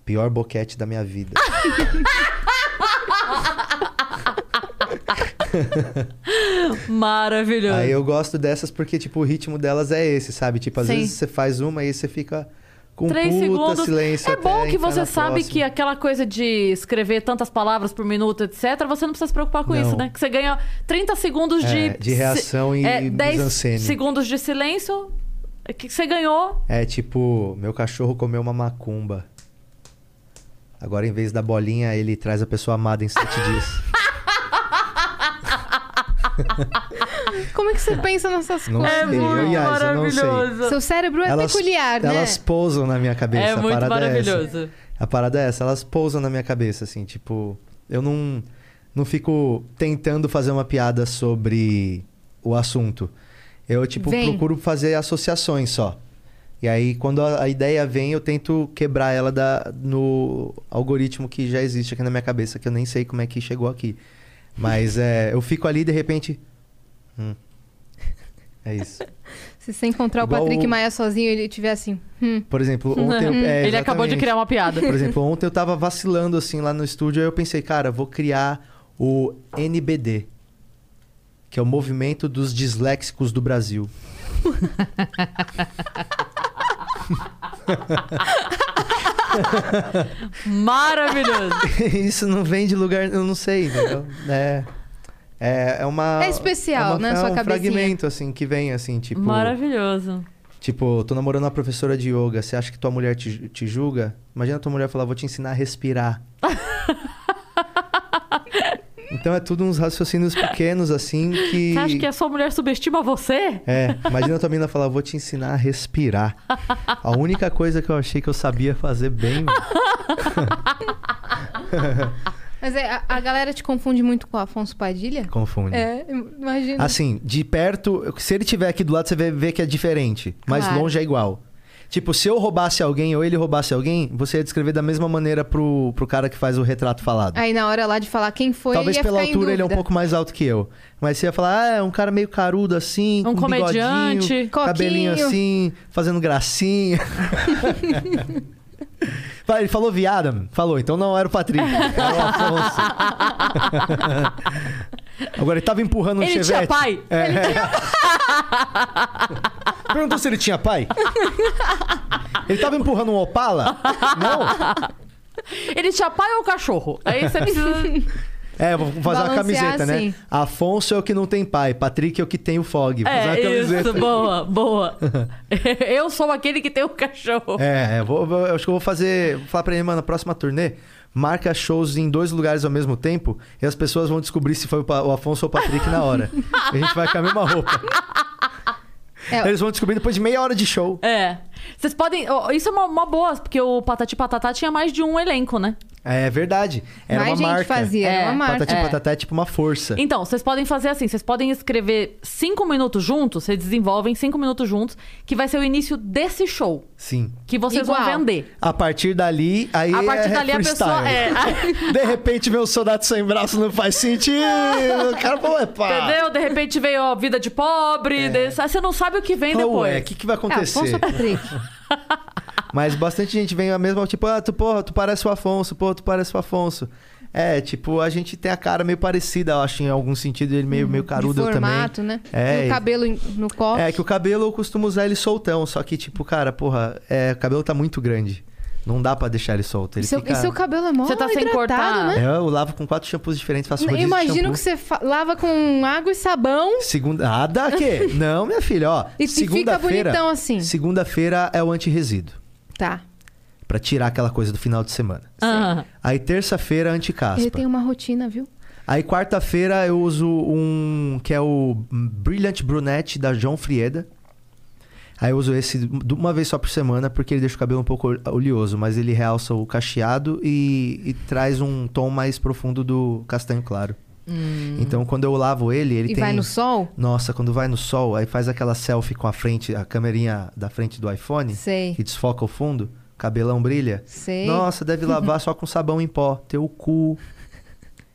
S3: Pior boquete da minha vida.
S1: Maravilhoso.
S3: Aí eu gosto dessas porque, tipo, o ritmo delas é esse, sabe? Tipo, às
S2: Sim.
S3: vezes você faz uma e você fica com um
S1: Três
S3: puta
S1: segundos.
S3: silêncio
S1: é
S3: até
S1: bom que
S3: entrar
S1: você
S3: na
S1: sabe
S3: próxima.
S1: que aquela coisa de escrever tantas palavras por minuto, etc., você não precisa se preocupar com
S3: Não.
S1: isso, né? Que você ganha 30 segundos
S3: É,
S1: de.
S3: de reação e
S1: é, 10
S3: mise-en-scène.
S1: segundos de silêncio. é Que você ganhou.
S3: É tipo, meu cachorro comeu uma macumba. Agora, em vez da bolinha, ele traz a pessoa amada em sete dias.
S2: Como é que você pensa nessas
S3: Não
S2: coisas?
S3: sei, eu e Ais, eu não sei.
S1: É maravilhoso.
S2: Seu cérebro é
S3: Elas,
S2: peculiar, né?
S3: elas pousam na minha cabeça.
S1: É
S3: a
S1: muito
S3: parada é essa.
S1: maravilhoso.
S3: A parada é essa, elas pousam na minha cabeça, assim, tipo, eu não, não fico tentando fazer uma piada sobre o assunto. Eu, tipo,
S2: Vem.
S3: procuro fazer associações só. E aí, quando a, a ideia vem, eu tento quebrar ela da, no algoritmo que já existe aqui na minha cabeça, que eu nem sei como é que chegou aqui. Mas é, eu fico ali e de repente. hum, É isso.
S2: Se você encontrar
S3: Igual
S2: o Patrick
S3: o-
S2: Maia sozinho, ele tiver assim. hum.
S3: Por exemplo, ontem. eu- é,
S1: Ele acabou de
S3: exatamente.
S1: criar uma
S2: um-
S1: piada.
S3: Por exemplo, ontem eu tava vacilando assim lá no estúdio, aí eu pensei, cara, vou criar o NBD, que é o Movimento dos Disléxicos do Brasil.
S1: Maravilhoso.
S3: Tipo, Isso não vem de lugar, eu não sei, entendeu? É, é, é uma
S2: É especial,
S3: é uma-
S2: né,
S3: É
S2: sua
S3: um
S2: cabecinha.
S3: fragmento assim que vem assim, tipo,
S1: Maravilhoso.
S3: tipo, tô namorando uma professora de yoga, você acha que tua mulher te, te julga? Imagina tua mulher falar, vou te ensinar a respirar. Então é tudo uns raciocínios pequenos assim que
S1: Você acha que é a sua mulher subestima você?
S3: É, imagina a tua menina falar, vou te ensinar a respirar. A única coisa que eu achei que eu sabia fazer bem.
S2: Mas é, a, a galera te confunde muito com o Afonso Padilha?
S3: Confunde.
S2: É, imagina.
S3: Assim, de perto, eu- se ele tiver aqui do lado, você vai ver que é diferente. Mas
S2: Claro.
S3: longe é igual. Tipo, se eu roubasse alguém ou ele roubasse alguém, você ia descrever da mesma maneira pro, pro cara que faz o retrato falado.
S2: Aí na hora lá de falar quem foi,
S3: Talvez
S2: ia
S3: pela
S2: ficar em
S3: altura ele é um
S2: dúvida.
S3: pouco mais alto que eu. Mas você ia falar, ah, é um cara meio carudo assim,
S1: Um
S3: com
S1: comediante,
S3: bigodinho, cabelinho
S2: coquinho."
S3: assim, fazendo gracinha. Vai, ele falou viada, mano. falou, então não era o Patrick, era o Afonso. Agora ele tava empurrando um
S1: Ele tinha
S3: chevette.
S1: pai?
S3: É. Perguntou se ele tinha pai? Ele tava empurrando um Opala? Não?
S1: Ele te apaia ou cachorro? Aí você precisa.
S3: É, vou fazer uma
S2: Balancear
S3: camiseta,
S2: assim.
S3: né? Afonso é o que não tem pai, Patrick é o que tem o fog. Vou fazer uma
S1: É,
S3: camiseta.
S1: isso, boa, boa. Eu sou aquele que tem o cachorro.
S3: É, é, vou- vou- eu acho que eu vou fazer. Vou falar pra ele, mano, na próxima turnê, marca shows em dois lugares ao mesmo tempo e as pessoas vão descobrir se foi o, Pa- o Afonso ou o Patrick na hora. a gente vai com a mesma roupa.
S2: É.
S3: Eles vão descobrir depois de meia hora de show.
S1: É. Vocês podem. ó, Isso é uma, uma boa, porque o Patati Patatá tinha mais de um elenco, né?
S3: É verdade. Era
S2: Mais
S3: uma
S2: gente
S3: marca.
S2: fazia, era É. uma marca.
S3: Patati
S2: É.
S3: Patatá é tipo uma força.
S1: Então, vocês podem fazer assim: vocês podem escrever cinco minutos juntos, vocês desenvolvem cinco minutos juntos, que vai ser o início desse show.
S3: Sim.
S1: Que vocês vão
S2: Igual.
S1: vender.
S3: A partir dali, aí
S1: a partir
S3: é
S1: dali a pessoa.
S3: freestyle.
S1: É,
S3: De repente, meu soldado sem braço não faz sentido. O cara falou, é pá.
S1: entendeu? De repente veio a vida de
S3: É.
S1: pobre. desse- aí Você não sabe o que vem
S3: Fala,
S1: depois.
S3: Ué, o que, que vai
S2: É,
S3: acontecer?
S2: Afonso Patrick.
S3: Mas bastante gente vem a mesma, tipo, ah, tu, porra, tu parece o Afonso, porra, tu parece o Afonso. É, tipo, a gente tem a cara meio parecida, eu acho, em algum sentido, ele meio, meio
S2: Uhum. De
S3: carudo eu também.
S2: formato, né?
S3: É,
S2: E
S3: e-
S2: o cabelo em- no copo.
S3: É, que o cabelo eu costumo usar ele soltão, só que, tipo, cara, porra, é, o cabelo tá muito grande. Não dá pra deixar ele solto.
S2: E
S3: Ele
S2: seu,
S3: fica...
S2: e seu cabelo é mó
S1: Você tá sem
S2: hidratado,
S1: cortar?
S2: né?
S3: É, eu lavo com quatro shampoos diferentes, faço
S2: Eu
S3: rodízio É, de
S2: imagino
S3: shampoo.
S2: que você fa- lava com água e sabão.
S3: Segunda... Nada que... Não, minha filha, ó.
S2: E- e fica
S3: segunda-feira-
S2: bonitão assim.
S3: Segunda-feira é o antirresíduo.
S2: Tá.
S3: Pra tirar aquela coisa do final de semana.
S1: Ah,
S3: Aí terça-feira, anticaspa.
S2: Ele tem uma rotina, viu?
S3: Aí quarta-feira eu uso um que é o Brilliant Brunette da João Frieda. Aí eu uso esse de uma vez só por semana porque ele deixa o cabelo um pouco oleoso, mas ele realça o cacheado e, e traz um tom mais profundo do castanho claro. Então quando eu lavo ele, ele
S2: Hum. e
S3: tem um
S2: vai no sol?
S3: Nossa, quando vai no sol, aí faz aquela selfie com a frente, a câmerinha da frente do iPhone,
S2: Sei.
S3: que desfoca o fundo, cabelão brilha.
S2: Sei.
S3: Nossa, deve lavar só com sabão em pó. Teu cu.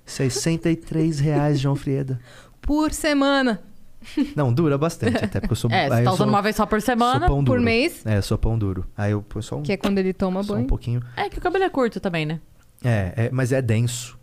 S3: 63 reais, João Frieda.
S2: Por semana.
S3: Não, dura bastante, até porque eu sou...
S1: é,
S3: aí
S1: você tá
S3: eu
S1: usando
S3: sou-
S1: uma vez só por semana.
S3: sou pão
S2: por
S3: duro.
S2: mês?
S3: É, sou pão duro. Aí eu ponho só um,
S2: Que é quando ele toma
S3: só um
S2: banho.
S3: pouquinho.
S1: É que o cabelo é curto também, né?
S3: É, é, mas é denso.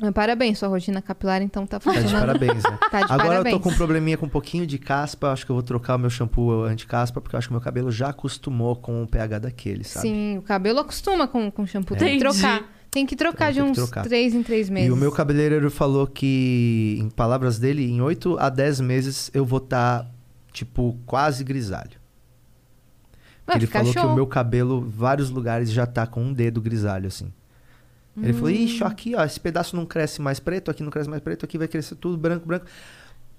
S2: Mas parabéns, sua rotina capilar então tá
S3: Tá de
S2: funcionando.
S3: parabéns, né?
S2: Tá de
S3: Agora
S2: parabéns.
S3: eu tô com um probleminha com um pouquinho de caspa. Acho que eu vou trocar o meu shampoo anti-caspa, porque eu acho que meu cabelo já acostumou com o pH daquele, sabe?
S2: Sim, o cabelo acostuma com, com shampoo. Tem que
S1: Entendi.
S2: trocar. Tem que trocar
S3: Tem
S2: de
S3: que
S2: uns
S3: trocar.
S2: três em três meses.
S3: E o meu cabeleireiro falou que, em palavras dele, em 8 a 10 meses eu vou estar, tipo, quase grisalho.
S2: Vai
S3: ele
S2: ficar
S3: falou que
S2: show.
S3: o meu cabelo, vários lugares, já tá com um dedo grisalho, assim. Ele falou,
S2: Hum.
S3: ixi, ó, aqui, ó, esse pedaço não cresce mais preto, aqui não cresce mais preto, aqui vai crescer tudo branco, branco.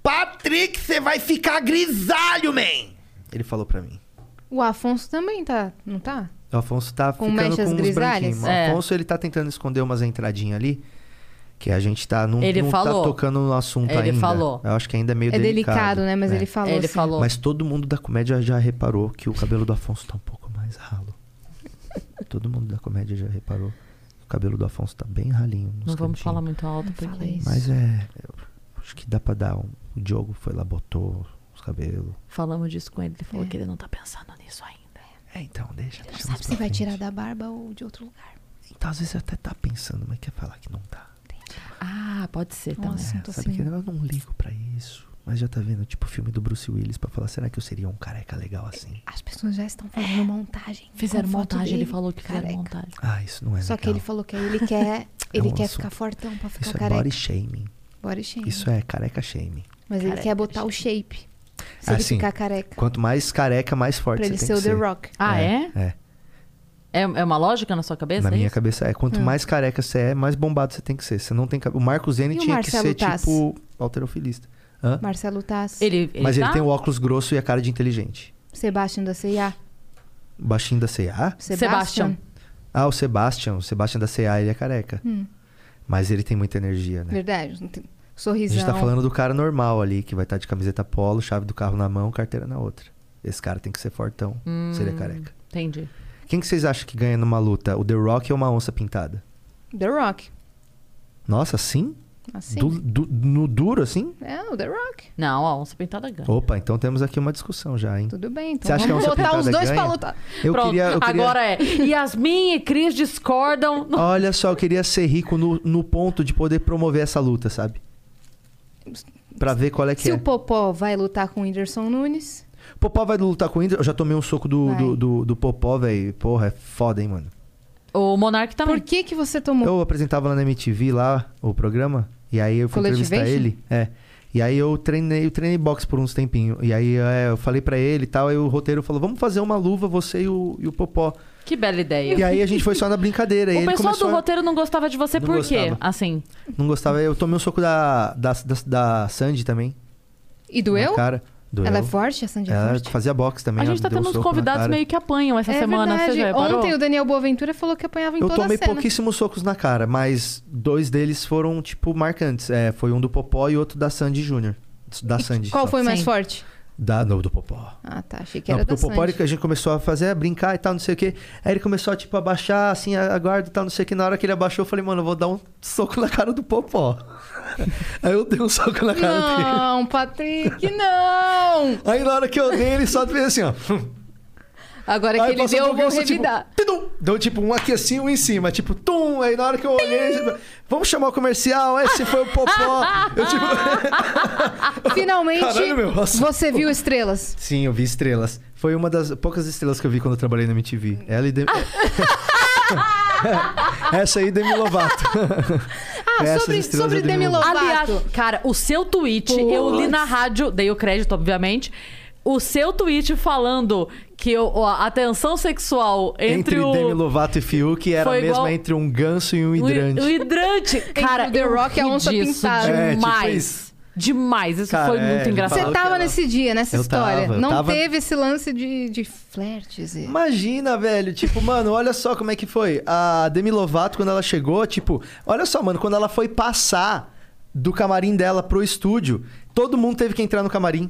S6: Patrick, você vai ficar grisalho, man!
S3: Ele falou pra mim.
S2: O Afonso também tá, não tá?
S3: O Afonso tá
S2: Com
S3: ficando com
S2: mechas
S3: uns
S2: grisalhas?
S3: branquinhos. O
S1: É.
S3: Afonso, ele tá tentando esconder umas entradinhas ali, que a gente tá, não,
S1: Ele
S3: não
S1: falou.
S3: tá tocando no assunto
S1: Ele
S3: ainda.
S1: falou.
S3: Eu acho que ainda é meio
S2: é delicado, né? Mas
S3: É.
S2: ele falou.
S1: Ele
S2: assim.
S1: falou.
S3: Mas todo mundo da comédia já reparou que o cabelo do Afonso tá um pouco mais ralo. todo mundo da comédia já reparou. O cabelo do Afonso tá bem ralinho. nos
S1: Não vamos
S3: cantinhos.
S1: falar muito alto,
S2: Fala
S1: porque.
S2: isso.
S3: Mas é. eu acho que dá pra dar um. O Diogo foi lá, botou os cabelos.
S1: Falamos disso com ele. Ele falou que ele não tá pensando nisso ainda.
S3: É, então, deixa.
S2: Não
S3: deixa mais
S2: sabe se
S3: pra
S2: vai
S3: frente.
S2: tirar da barba ou de outro lugar.
S3: Então, às vezes até tá pensando, mas quer falar que não tá.
S1: Ah, pode ser também.
S2: Nossa, eu tô
S3: Sabe
S2: assim.
S3: que eu não ligo pra isso. Mas já tá vendo, tipo, o filme do Bruce Willis pra falar, será que eu seria um careca legal assim?
S2: As pessoas já estão
S3: É.
S2: fazendo montagem.
S1: Fizeram
S2: com foto
S1: montagem, ele
S2: dele,
S1: falou que fizeram
S2: careca.
S1: montagem.
S3: Ah, isso não é
S2: Só
S3: legal.
S2: que ele falou que aí ele quer, ele
S3: um
S2: quer
S3: assunto.
S2: ficar fortão pra ficar
S3: Isso é
S2: careca.
S3: body shaming.
S2: Body shape.
S3: Isso é careca shaming.
S2: Mas ele quer botar o shape. Se ele
S3: Assim,
S2: ficar careca.
S3: Quanto mais careca, mais forte
S2: Pra
S3: você
S2: ele
S3: tem
S2: ser o
S3: que
S2: The Rock.
S1: Ah, é?
S3: É.
S1: É, é uma lógica na sua cabeça?
S3: Na
S1: é
S3: minha
S1: isso?
S3: cabeça é. Quanto
S2: Hum.
S3: mais careca você é, mais bombado você tem que ser. Você não tem cabelo. O Marco Zene
S2: E o
S3: tinha
S2: Marcelo
S3: que ser
S2: Tassi?
S3: tipo alterofilista. Hã?
S2: Marcelo Tassi.
S1: Ele, ele
S3: Mas ele
S1: tá?
S3: tem um o óculos grosso e a cara de inteligente.
S2: Sebastian da C&A.
S3: Baixinho da CA?
S1: Sebastian.
S3: Ah, o Sebastian. O Sebastian da CA, ele é careca. Mas ele tem muita energia, né?
S2: Hum. É Verdade. não tem-
S3: A
S2: Sorrisão.
S3: gente tá falando do cara normal ali, que vai estar de camiseta polo, chave do carro na mão, carteira na outra. Esse cara tem que ser fortão, se ele é careca.
S1: Entendi.
S3: Quem que vocês acham que ganha numa luta? O The Rock ou uma onça pintada?
S2: The Rock.
S3: Nossa, sim?
S2: Assim.
S3: Du- du- no duro, assim?
S2: É, o The Rock.
S1: Não, a onça pintada ganha.
S3: Opa, então temos aqui uma discussão já, hein?
S2: Tudo bem. Então
S3: Você acha que a
S2: vamos
S3: onça
S2: botar
S3: pintada
S2: os dois
S3: ganha?
S2: pra lutar.
S3: Eu
S1: Pronto,
S3: queria, eu queria-
S1: agora é. Yasmin e Cris discordam. No...
S3: Olha só, eu queria ser rico no, no ponto de poder promover essa luta, sabe? Pra ver qual é que
S2: Se
S3: é.
S2: o Popó vai lutar com o Whindersson Nunes,
S3: Popó vai lutar com o Indra. Eu já tomei um soco do,
S2: Vai.
S3: do, do, do Popó, velho. Porra, é foda, hein, mano.
S1: O Monark também.
S2: por que que você tomou?
S3: Eu apresentava lá na MTV, lá, o programa. E aí eu fui entrevistar
S2: Collectivation?
S3: ele. É. E aí eu treinei, eu treinei boxe por uns tempinho. E aí é, eu falei pra ele e tal. Aí o roteiro falou, vamos fazer uma luva, você e o, e o Popó.
S1: Que bela ideia.
S3: E aí a gente foi só na brincadeira. e
S1: O
S3: ele
S1: pessoal
S3: começou
S1: do
S3: a-
S1: roteiro não gostava de você
S3: Não
S1: por quê?
S3: gostava.
S1: Assim.
S3: Não gostava. Eu tomei um soco da, da, da, da Sandy também.
S2: E
S3: na
S2: doeu?
S3: cara. Doeu.
S2: Ela é forte, a Sandy é
S3: Ela
S2: forte?
S3: fazia boxe também.
S1: A
S3: ela
S1: gente tá
S3: deu um
S1: tendo uns
S3: soco na
S1: convidados
S3: cara.
S1: meio que apanham essa semana.
S2: É verdade.
S1: Você já reparou?
S2: Ontem o Daniel Boaventura falou que apanhava em
S3: Eu
S2: toda
S3: tomei
S2: a cena.
S3: pouquíssimos socos na cara, mas dois deles foram, tipo, marcantes. É, foi um do Popó e outro da Sandy Júnior. Da Sandy.
S2: Qual
S3: só.
S2: foi mais
S1: Sim.
S2: forte?
S3: Da, não, do Popó.
S2: Ah, tá. Achei que
S3: Não,
S2: era
S3: porque
S2: da
S3: o Popó
S2: Sandy.
S3: ele- a gente começou a fazer, a brincar e tal, não sei o quê. Aí ele começou a, tipo, abaixar, assim, a, a guarda e tal, não sei o quê. Na hora que ele abaixou, eu falei, mano, eu vou dar um soco na cara do Popó. Aí eu dei um soco na cara dele.
S2: Não, Patrick, não!
S3: Aí na hora que eu dei, ele só fez assim, ó.
S2: Agora que
S3: Aí
S2: ele
S3: passou
S2: deu,
S3: um
S2: eu vou
S3: pouquinho, só, tipo,
S2: revidar.
S3: tidum. Deu tipo um aqui assim, um em cima. Tipo, tum. Aí na hora que eu olhei, tipo, vamos chamar o comercial. Esse foi o Popó. eu tipo.
S2: Finalmente,
S3: Caralho, meu, nossa.
S2: você viu estrelas.
S3: Sim, eu vi estrelas. Foi uma das poucas estrelas que eu vi quando eu trabalhei na MTV. Ela e É Demi... Essa aí, Demi Lovato.
S2: Ah,
S3: Essas
S2: sobre,
S3: estrelas
S2: sobre
S3: eu dei
S2: Demi
S3: um-
S2: Lovato.
S1: Aliás, cara, o seu tweet, eu li na rádio, dei o crédito, obviamente. O seu tweet falando que o- a tensão sexual entre,
S3: Entre,
S1: o.
S3: Demi Lovato e Fiuk era a
S1: Foi
S3: mesma
S1: igual-
S3: entre um ganso e um
S1: o-
S3: hidrante.
S1: O hidrante. Cara,
S2: o The
S1: eu
S2: Rock e a
S1: ri
S2: onça
S1: disso
S2: pintada.
S3: É, tipo
S1: Demais.
S3: isso.
S1: Demais. Isso
S3: Cara,
S1: foi
S3: é,
S1: muito
S3: ele
S2: Você
S3: falou
S1: engraçado.
S3: que
S2: tava
S3: ela-
S2: nesse dia, nessa
S3: Eu
S2: história.
S3: tava, eu
S2: Não
S3: tava-
S2: teve esse lance de, de flertes. e-
S3: Imagina, velho. Tipo, mano, olha só como é que foi. A Demi Lovato, quando ela chegou, tipo, olha só, mano, quando ela foi passar do camarim dela pro estúdio, todo mundo teve que entrar no camarim.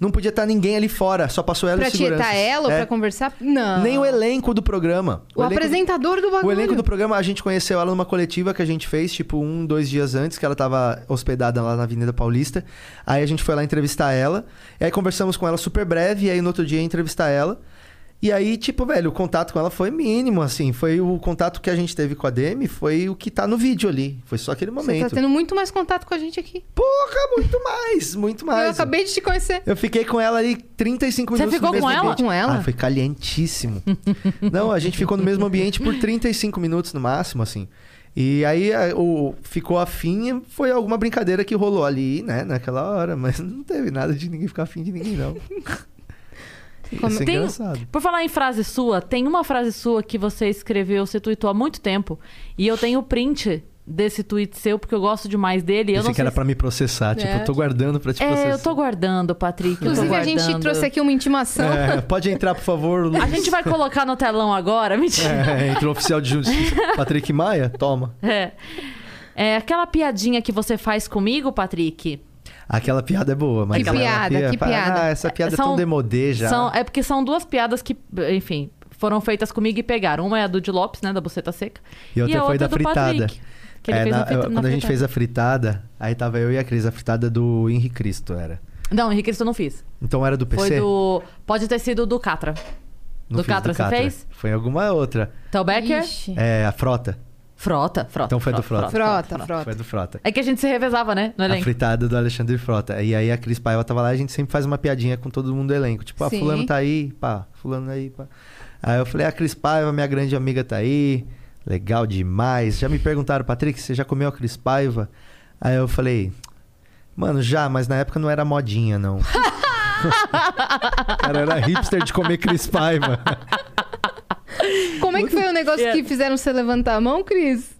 S3: Não podia estar ninguém ali fora, só passou ela e
S2: Pra
S3: os seguranças.
S2: tietar ela ou
S3: É.
S2: pra conversar? Não.
S3: Nem o elenco do programa.
S2: O
S3: elenco do-
S2: apresentador do bagulho.
S3: O elenco do programa, a gente conheceu ela numa coletiva que a gente fez, tipo, um, dois dias antes, que ela tava hospedada lá na Avenida Paulista. Aí a gente foi lá entrevistar ela. E aí conversamos com ela super breve, e aí no outro dia ia entrevistar ela. E aí, tipo, velho, o contato com ela foi mínimo, assim. Foi o contato que a gente teve com a Demi, foi o que tá no vídeo ali. Foi só aquele
S2: Você tá
S3: momento.
S2: tendo muito mais contato com a gente aqui.
S3: Porra, muito mais, muito mais.
S2: eu acabei de te conhecer.
S3: Eu fiquei com ela ali 35
S1: Você
S3: minutos.
S1: ficou
S3: no mesmo
S1: com ela?
S3: ambiente.
S2: Com ela?
S3: Ah, foi calientíssimo. Não, a gente ficou no mesmo ambiente por 35 minutos no máximo, assim. E aí a- o, ficou afim, foi alguma brincadeira que rolou ali, né, naquela hora, mas não teve nada de ninguém ficar afim de ninguém, não. Isso é
S1: Tem- um,
S3: engraçado.
S1: Por falar em frase sua, tem uma frase sua que você escreveu, você tweetou há muito tempo. E eu tenho o print desse tweet seu, porque eu gosto demais dele. Eu
S3: Pensei
S1: não
S3: que
S1: sei
S3: era
S1: se-
S3: pra me processar, tipo, eu tô guardando pra te processar.
S1: É, eu tô guardando, Patrick. eu tô
S2: Inclusive, a gente
S1: guardando.
S2: trouxe aqui uma intimação.
S3: É, pode entrar, por favor, Luiz.
S1: A gente vai colocar no telão agora, mentira.
S3: É, entre o oficial de justiça, Patrick Maia, toma.
S1: É. É, aquela piadinha que você faz comigo, Patrick.
S3: Aquela piada é boa, mas...
S2: Que
S3: ela-
S2: piada,
S3: pia-
S2: que
S3: pa-
S2: piada.
S3: Ah, essa piada é tão demodê já.
S1: são- é porque são duas piadas que, enfim, foram feitas comigo e pegaram. Uma é a do de Lopes, né, da buceta seca.
S3: E outra
S1: a
S3: foi
S1: outra
S3: da
S1: é do
S3: fritada.
S1: Patrick, que ele
S3: É,
S1: fez
S3: na-
S1: na frita-
S3: quando
S1: na
S3: a gente
S1: fritada.
S3: fez a fritada, aí tava eu e a Cris, a fritada do Henri Cristo era.
S1: Não, Henrique, isso eu não fiz.
S3: Então era do PC?
S1: Foi do. Pode ter sido do Catra.
S3: Não
S1: do
S3: fiz
S1: Catra, você fez?
S3: Foi alguma outra.
S1: Telbecker?
S2: Ixi.
S3: É, a frota.
S1: Frota, frota.
S3: Então foi do Frota.
S2: Frota,
S3: Foi
S2: frota.
S3: do frota.
S1: É que a gente se revezava, né? No
S3: A
S1: elenco.
S3: fritada do Alexandre Frota. E aí a Cris Paiva tava lá, a gente sempre faz uma piadinha com todo mundo do elenco. Tipo, ah,
S2: Sim.
S3: fulano tá aí, pá, fulano aí, pá. Aí eu falei, a Cris Paiva, minha grande amiga, tá aí. Legal demais. Já me perguntaram, Patrick, você já comeu a Cris Paiva? Aí eu falei, mano, já, mas na época não era modinha, não. Cara, era hipster de comer Cris Paiva.
S2: Como é que foi o negócio
S1: Yeah.
S2: que fizeram você levantar a mão, Cris?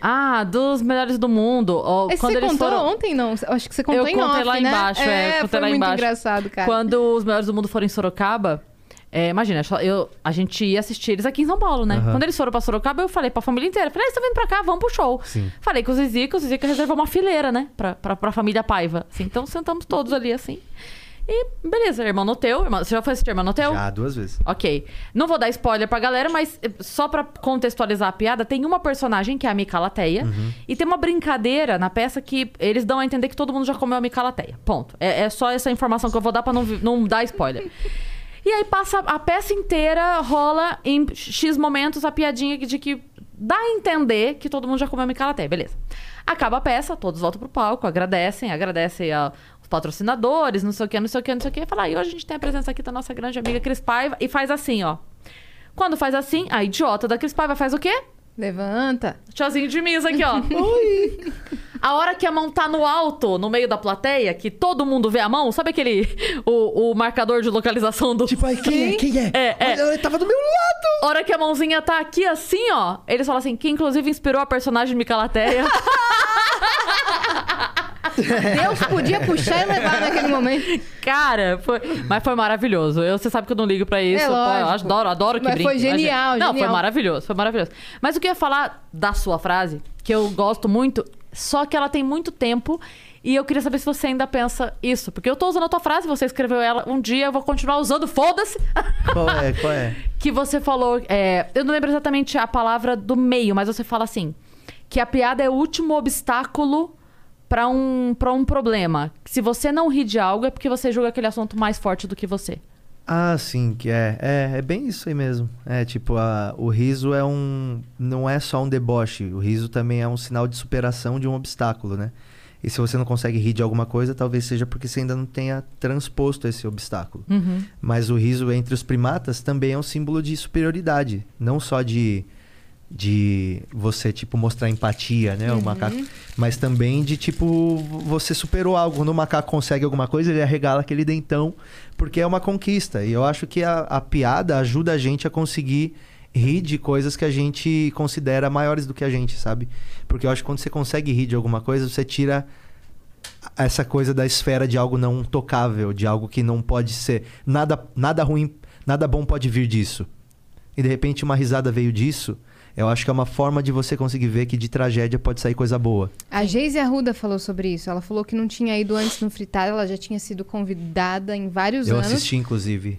S1: Ah, dos melhores do mundo. Ó,
S2: Esse
S1: quando
S2: você
S1: eles
S2: contou
S1: foram...
S2: ontem, não? Eu Acho que você contou
S1: Eu
S2: em
S1: contei
S2: off,
S1: lá
S2: né?
S1: embaixo, é, eu contei
S2: foi
S1: lá
S2: muito
S1: embaixo.
S2: engraçado, cara.
S1: Quando os melhores do mundo foram em Sorocaba, é, imagina, só- eu, a gente ia assistir eles aqui em São Paulo, né? Quando eles foram pra Sorocaba, eu falei pra família inteira. Falei, ah, eles estão vindo pra cá, vamos pro show. Falei com o Zizica, o Zizica reservou uma fileira, né? Pra, pra, pra família Paiva. assim. então sentamos todos ali, assim. E beleza, irmão no teu. Irmão, você já foi assistir irmão no teu?
S3: Já, duas vezes.
S1: Ok. Não vou dar spoiler pra galera, mas eh, só pra contextualizar a piada, tem uma personagem que é a Micalateia. E tem uma brincadeira na peça que eles dão a entender que todo mundo já comeu a Micalateia. Ponto. É, é só essa informação que eu vou dar pra não, vi- não dar spoiler. E aí passa a peça inteira, rola em X momentos a piadinha de que dá a entender que todo mundo já comeu a Micalateia. Beleza. Acaba a peça, todos voltam pro palco, agradecem, agradecem a os patrocinadores, não sei o que, não sei o que, não sei o que. E fala, e hoje a gente tem a presença aqui da nossa grande amiga Cris Paiva. E faz assim, ó. Quando faz assim, a idiota da Cris Paiva faz o quê?
S2: Levanta.
S1: Tchauzinho de misa aqui, ó. A hora que a mão tá no alto, no meio da plateia, que todo mundo vê a mão, sabe aquele. O, o marcador de localização do.
S3: Tipo, ai, quem é? Quem é?
S1: É, é.
S3: Olha, Ela tava do meu lado!
S1: A hora que a mãozinha tá aqui assim, ó. Eles falam assim, que inclusive inspirou a personagem de Micalateia.
S2: Deus podia puxar e levar naquele momento.
S1: Cara, foi... mas foi maravilhoso. Eu, você sabe que eu não ligo pra isso.
S2: É
S1: Pô, eu
S2: lógico.
S1: adoro, adoro que
S2: Mas
S1: brinque.
S2: foi genial,
S1: Não, foi
S2: genial.
S1: maravilhoso, foi maravilhoso. Mas o que eu ia falar da sua frase, que eu gosto muito, só que ela tem muito tempo. E eu queria saber se você ainda pensa isso. Porque eu tô usando a tua frase, você escreveu ela um dia, eu vou continuar usando, foda-se.
S3: Qual é? Qual é?
S1: que você falou. é, eu não lembro exatamente a palavra do meio, mas você fala assim: que a piada é o último obstáculo pra um, pra um problema. Se você não ri de algo, é porque você julga aquele assunto mais forte do que você.
S3: Ah, sim, que é. É, é bem isso aí mesmo. É, tipo, a, o riso é um. Não é só um deboche. O riso também é um sinal de superação de um obstáculo, né? E se você não consegue rir de alguma coisa, talvez seja porque você ainda não tenha transposto esse obstáculo. Mas o riso entre os primatas também é um símbolo de superioridade. Não só de. De você, tipo, mostrar empatia, né? O macaco. Mas também de, tipo, você superou algo. Quando o macaco consegue alguma coisa, ele arregala aquele dentão, porque é uma conquista. E eu acho que a, a piada ajuda a gente a conseguir rir de coisas que a gente considera maiores do que a gente, sabe? Porque eu acho que quando você consegue rir de alguma coisa, você tira essa coisa da esfera de algo não tocável, de algo que não pode ser. Nada, nada ruim, nada bom pode vir disso. E de repente uma risada veio disso. Eu acho que é uma forma de você conseguir ver que de tragédia pode sair coisa boa.
S2: A Geise Arruda falou sobre isso. Ela falou que não tinha ido antes no fritado, ela já tinha sido convidada em vários
S3: eu
S2: anos.
S3: assisti, inclusive.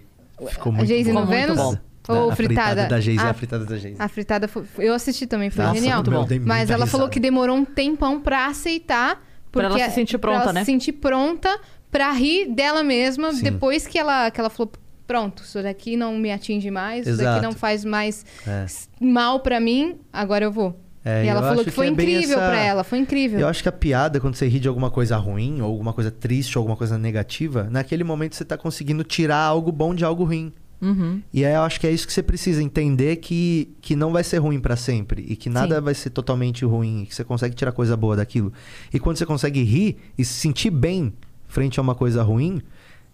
S3: Ficou muito
S2: a Geise
S3: bom.
S2: no
S1: Ficou muito
S2: Vênus?
S1: bom.
S2: Ou
S3: a fritada,
S2: fritada?
S3: da Geise,
S2: Ah,
S3: a fritada da Geise.
S2: A fritada foi, eu assisti também, foi
S3: Nossa,
S2: genial.
S3: muito bom. Eu dei
S2: Mas
S3: muita
S2: ela falou
S3: risada.
S2: que demorou um tempão pra aceitar.
S1: Pra
S2: Porque,
S1: ela se sentir
S2: pra
S1: pronta,
S2: ela
S1: né?
S2: se sentir pronta pra rir dela mesma
S3: Sim.
S2: depois que ela, que ela falou: pronto, isso daqui não me atinge mais, isso daqui
S3: Exato.
S2: não faz mais
S3: É.
S2: mal pra mim, agora eu vou.
S3: É,
S2: e
S3: eu
S2: ela falou
S3: acho
S2: que foi
S3: é bem
S2: incrível
S3: essa-
S2: pra ela, foi incrível.
S3: Eu acho que a piada, quando você ri de alguma coisa ruim, ou alguma coisa triste, ou alguma coisa negativa, naquele momento você tá conseguindo tirar algo bom de algo ruim. E aí eu acho que é isso que você precisa entender que, que não vai ser ruim pra sempre e que nada vai ser totalmente ruim, e que você consegue tirar coisa boa daquilo. E quando você consegue rir e se sentir bem frente a uma coisa ruim,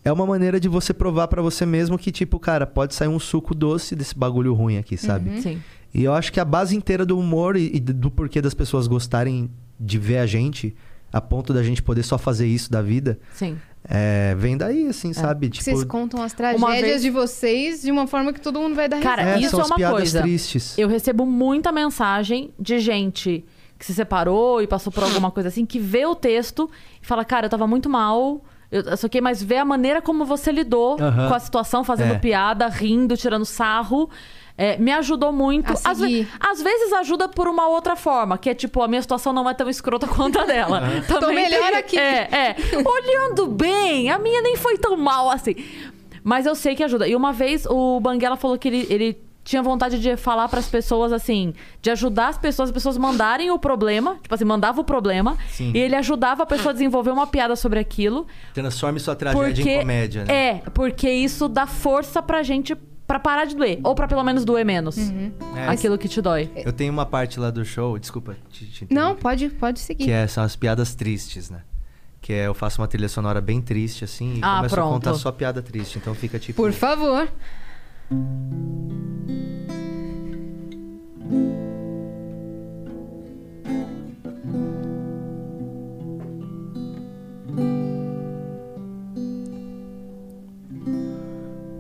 S3: é uma maneira de você provar pra você mesmo que tipo, cara, pode sair um suco doce desse bagulho ruim aqui, sabe?
S1: Sim.
S3: E eu acho que a base inteira do humor e, e do porquê das pessoas gostarem de ver a gente, a ponto da gente poder só fazer isso da vida,
S1: Sim.
S3: é, vem daí, assim, sabe?
S2: Que Vocês contam as tragédias
S1: vez-
S2: de vocês de uma forma que todo mundo vai dar
S1: Cara,
S2: risada.
S3: é,
S1: isso
S3: são
S1: é
S3: as
S1: uma
S3: piadas
S1: coisa.
S3: tristes.
S1: Eu recebo muita mensagem de gente que se separou e passou por alguma coisa assim, que vê o texto e fala, cara, eu tava muito mal. Eu, eu soquei, mas vê a maneira como você lidou
S3: Aham.
S1: com a situação, fazendo
S3: É.
S1: piada, rindo, tirando sarro. É, me ajudou muito.
S2: A
S1: Às, ve-
S2: seguir.
S1: às vezes ajuda por uma outra forma, que é tipo, a minha situação não é tão escrota quanto a dela. Então, Também
S2: Tô melhor
S1: tem-
S2: aqui.
S1: É, é. Olhando bem, a minha nem foi tão mal assim. Mas eu sei que ajuda. E uma vez o Banguela falou que ele, ele tinha vontade de falar pras pessoas assim, de ajudar as pessoas, as pessoas mandarem o problema, tipo assim, mandava o problema,
S3: Sim.
S1: e ele ajudava a pessoa a desenvolver uma piada sobre aquilo,
S3: Transforme sua
S1: porque
S3: né?
S1: é, porque isso dá força pra gente pra parar de doer, ou pra pelo menos doer menos.
S3: Uhum. É.
S1: Aquilo que te dói.
S3: Eu tenho uma parte lá do show, desculpa te, te interromper.
S2: Não, pode, pode seguir.
S3: Que é, são as piadas tristes, né? Que é, eu faço uma trilha sonora bem triste, assim, e
S1: Ah,
S3: começo
S1: pronto.
S3: a contar só piada triste. Então fica tipo.
S2: Por favor.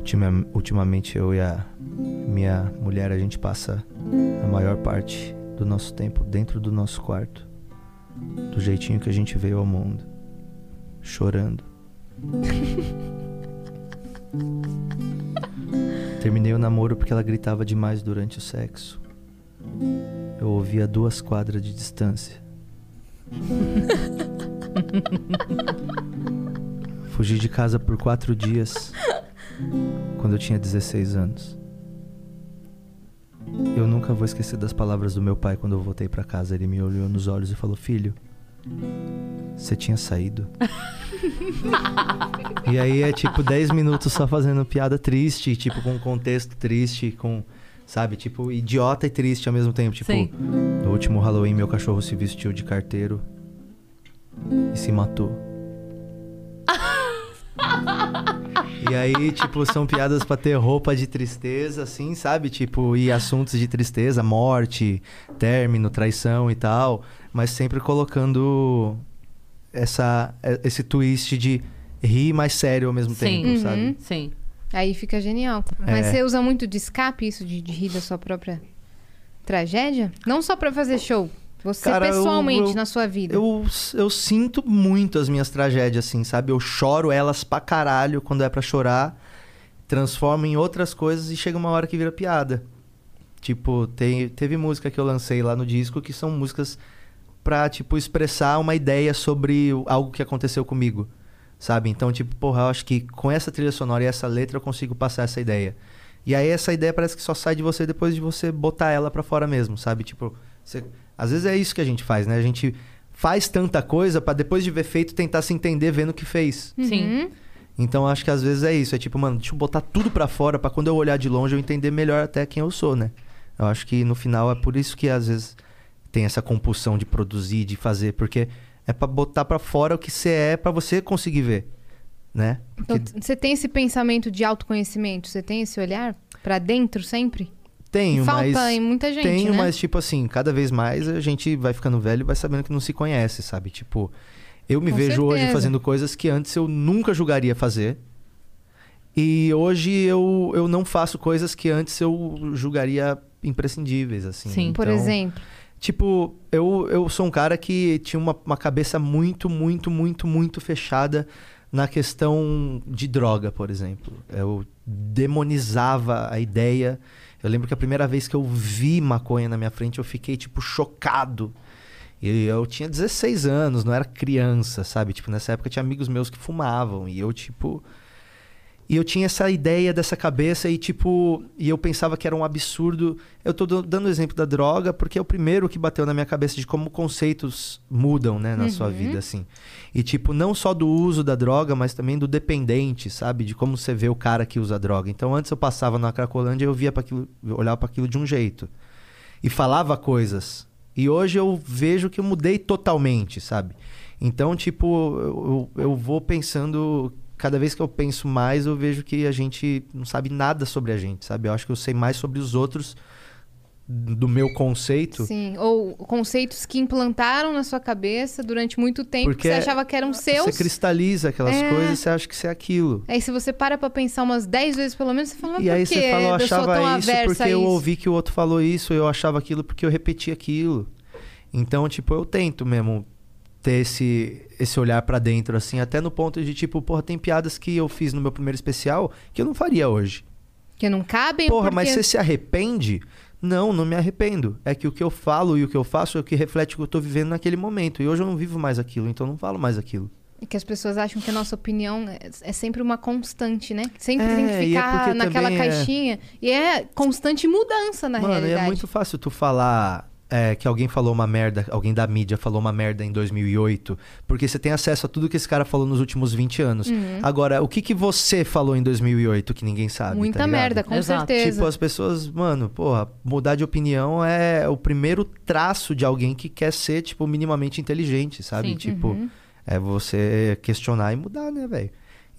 S3: Ultima- Ultimamente eu e a minha mulher, a gente passa a maior parte do nosso tempo dentro do nosso quarto, do jeitinho que a gente veio ao mundo, chorando. Terminei o namoro porque ela gritava demais durante o sexo. Eu ouvia a duas quadras de distância. Fugi de casa por quatro dias quando eu tinha 16 anos. Eu nunca vou esquecer das palavras do meu pai quando eu voltei pra casa. Ele me olhou nos olhos e falou: Filho, você tinha saído. e aí é tipo 10 minutos só fazendo piada triste, tipo com contexto triste, com. Sabe, tipo, idiota e triste ao mesmo tempo. Tipo,
S1: Sim.
S3: no último Halloween, meu cachorro se vestiu de carteiro e se matou. E aí, tipo, são piadas pra ter roupa de tristeza, assim, sabe? Tipo, e assuntos de tristeza, morte, término, traição e tal. Mas sempre colocando essa, é- esse twist de rir mais sério ao mesmo tempo,
S2: Uhum.
S3: sabe?
S1: Sim.
S2: Aí fica genial. Mas
S3: É.
S2: você usa muito de escape isso, de, de rir da sua própria tragédia? Não só pra fazer show. Você
S3: Cara, eu-
S2: pessoalmente,
S3: eu-
S2: na sua vida.
S3: Eu, eu sinto muito as minhas tragédias, assim, sabe? Eu choro elas pra caralho quando é pra chorar. Transformo em outras coisas e chega uma hora que vira piada. Tipo, tem, teve música que eu lancei lá no disco que são músicas pra, tipo, expressar uma ideia sobre o- algo que aconteceu comigo, sabe? Então, tipo, porra, eu acho que com essa trilha sonora e essa letra eu consigo passar essa ideia. E aí essa ideia parece que só sai de você depois de você botar ela pra fora mesmo, sabe? Tipo, você- às vezes é isso que a gente faz, né? A gente faz tanta coisa pra depois de ver feito tentar se entender vendo o que fez.
S1: Uhum.
S2: Uhum.
S1: Sim.
S3: Então acho que às vezes é isso, é tipo, mano, deixa eu botar tudo pra fora pra quando eu olhar de longe eu entender melhor até quem eu sou, né? Eu acho que no final é por isso que às vezes tem essa compulsão de produzir, de fazer, porque é pra botar pra fora o que você é pra você conseguir ver, né?
S2: Então, t- você tem esse pensamento de autoconhecimento? Você tem esse olhar pra dentro sempre?
S3: Tenho,
S2: Falta
S3: mas.
S2: em muita gente,
S3: Tenho,
S2: né?
S3: mas, tipo assim, cada vez mais a gente vai ficando velho e vai sabendo que não se conhece, sabe? Tipo, eu me
S2: Com
S3: vejo hoje
S2: certeza.
S3: fazendo coisas que antes eu nunca julgaria fazer. E hoje eu, eu não faço coisas que antes eu julgaria imprescindíveis, assim.
S2: Sim. Por exemplo?
S3: Tipo, eu, eu sou um cara que tinha uma, uma cabeça muito, muito, muito, muito fechada na questão de droga, por exemplo. Eu demonizava a ideia. Eu lembro que a primeira vez que eu vi maconha na minha frente, eu fiquei, tipo, chocado. E eu tinha 16 anos, não era criança, sabe? Tipo, nessa época tinha amigos meus que fumavam. E eu, tipo, e eu tinha essa ideia dessa cabeça e, tipo, e eu pensava que era um absurdo. Eu tô do- dando o exemplo da droga porque é o primeiro que bateu na minha cabeça de como conceitos mudam, né, na sua
S7: Uhum.
S3: vida, assim. E, tipo, não só do uso da droga, mas também do dependente, sabe? De como você vê o cara que usa droga. Então, antes eu passava na Cracolândia e eu via para aquilo, eu olhava para aquilo de um jeito. E falava coisas. E hoje eu vejo que eu mudei totalmente, sabe? Então, tipo, eu, eu eu vou pensando. Cada vez que eu penso mais, eu vejo que a gente não sabe nada sobre a gente, sabe? Eu acho que eu sei mais sobre os outros do meu conceito.
S2: Sim. Ou conceitos que implantaram na sua cabeça durante muito tempo que você achava que eram seus.
S3: Você cristaliza aquelas
S2: É.
S3: coisas e você acha que você é aquilo.
S2: Aí se você para pra pensar umas 10 vezes pelo menos, você fala, mas
S3: e
S2: por
S3: aí
S2: que
S3: você fala, eu
S2: sou tão
S3: achava isso
S2: aversa
S3: porque
S2: a
S3: eu
S2: isso?
S3: ouvi que o outro falou isso, eu achava aquilo porque eu repeti aquilo. Então, tipo, eu tento mesmo ter esse, esse olhar pra dentro, assim, até no ponto de, tipo, porra, tem piadas que eu fiz no meu primeiro especial que eu não faria hoje.
S2: Que não cabem
S3: Porra,
S2: porque...
S3: mas você se arrepende? Não, não me arrependo. É que o que eu falo e o que eu faço é o que reflete o que eu tô vivendo naquele momento. E hoje eu não vivo mais aquilo, então eu não falo mais aquilo.
S2: E É que as pessoas acham que a nossa opinião é, é sempre uma constante, né? Que Sempre
S3: É,
S2: tem
S3: e é
S2: que ficar
S3: porque
S2: naquela
S3: também é-
S2: caixinha. E é constante mudança na
S3: Mano, e
S2: realidade.
S3: é muito fácil tu falar é, que alguém falou uma merda, alguém da mídia falou uma merda em 2008, porque você tem acesso a tudo que esse cara falou nos últimos 20 anos.
S2: Uhum.
S3: Agora, o que que você falou em 2008 que ninguém sabe?
S2: Muita
S3: tá ligado?
S2: merda, com Exato. certeza.
S3: Tipo, as pessoas, mano, porra, mudar de opinião é o primeiro traço de alguém que quer ser, tipo, minimamente inteligente, sabe?
S7: Sim.
S3: Tipo,
S7: Uhum.
S3: é você questionar e mudar, né, velho?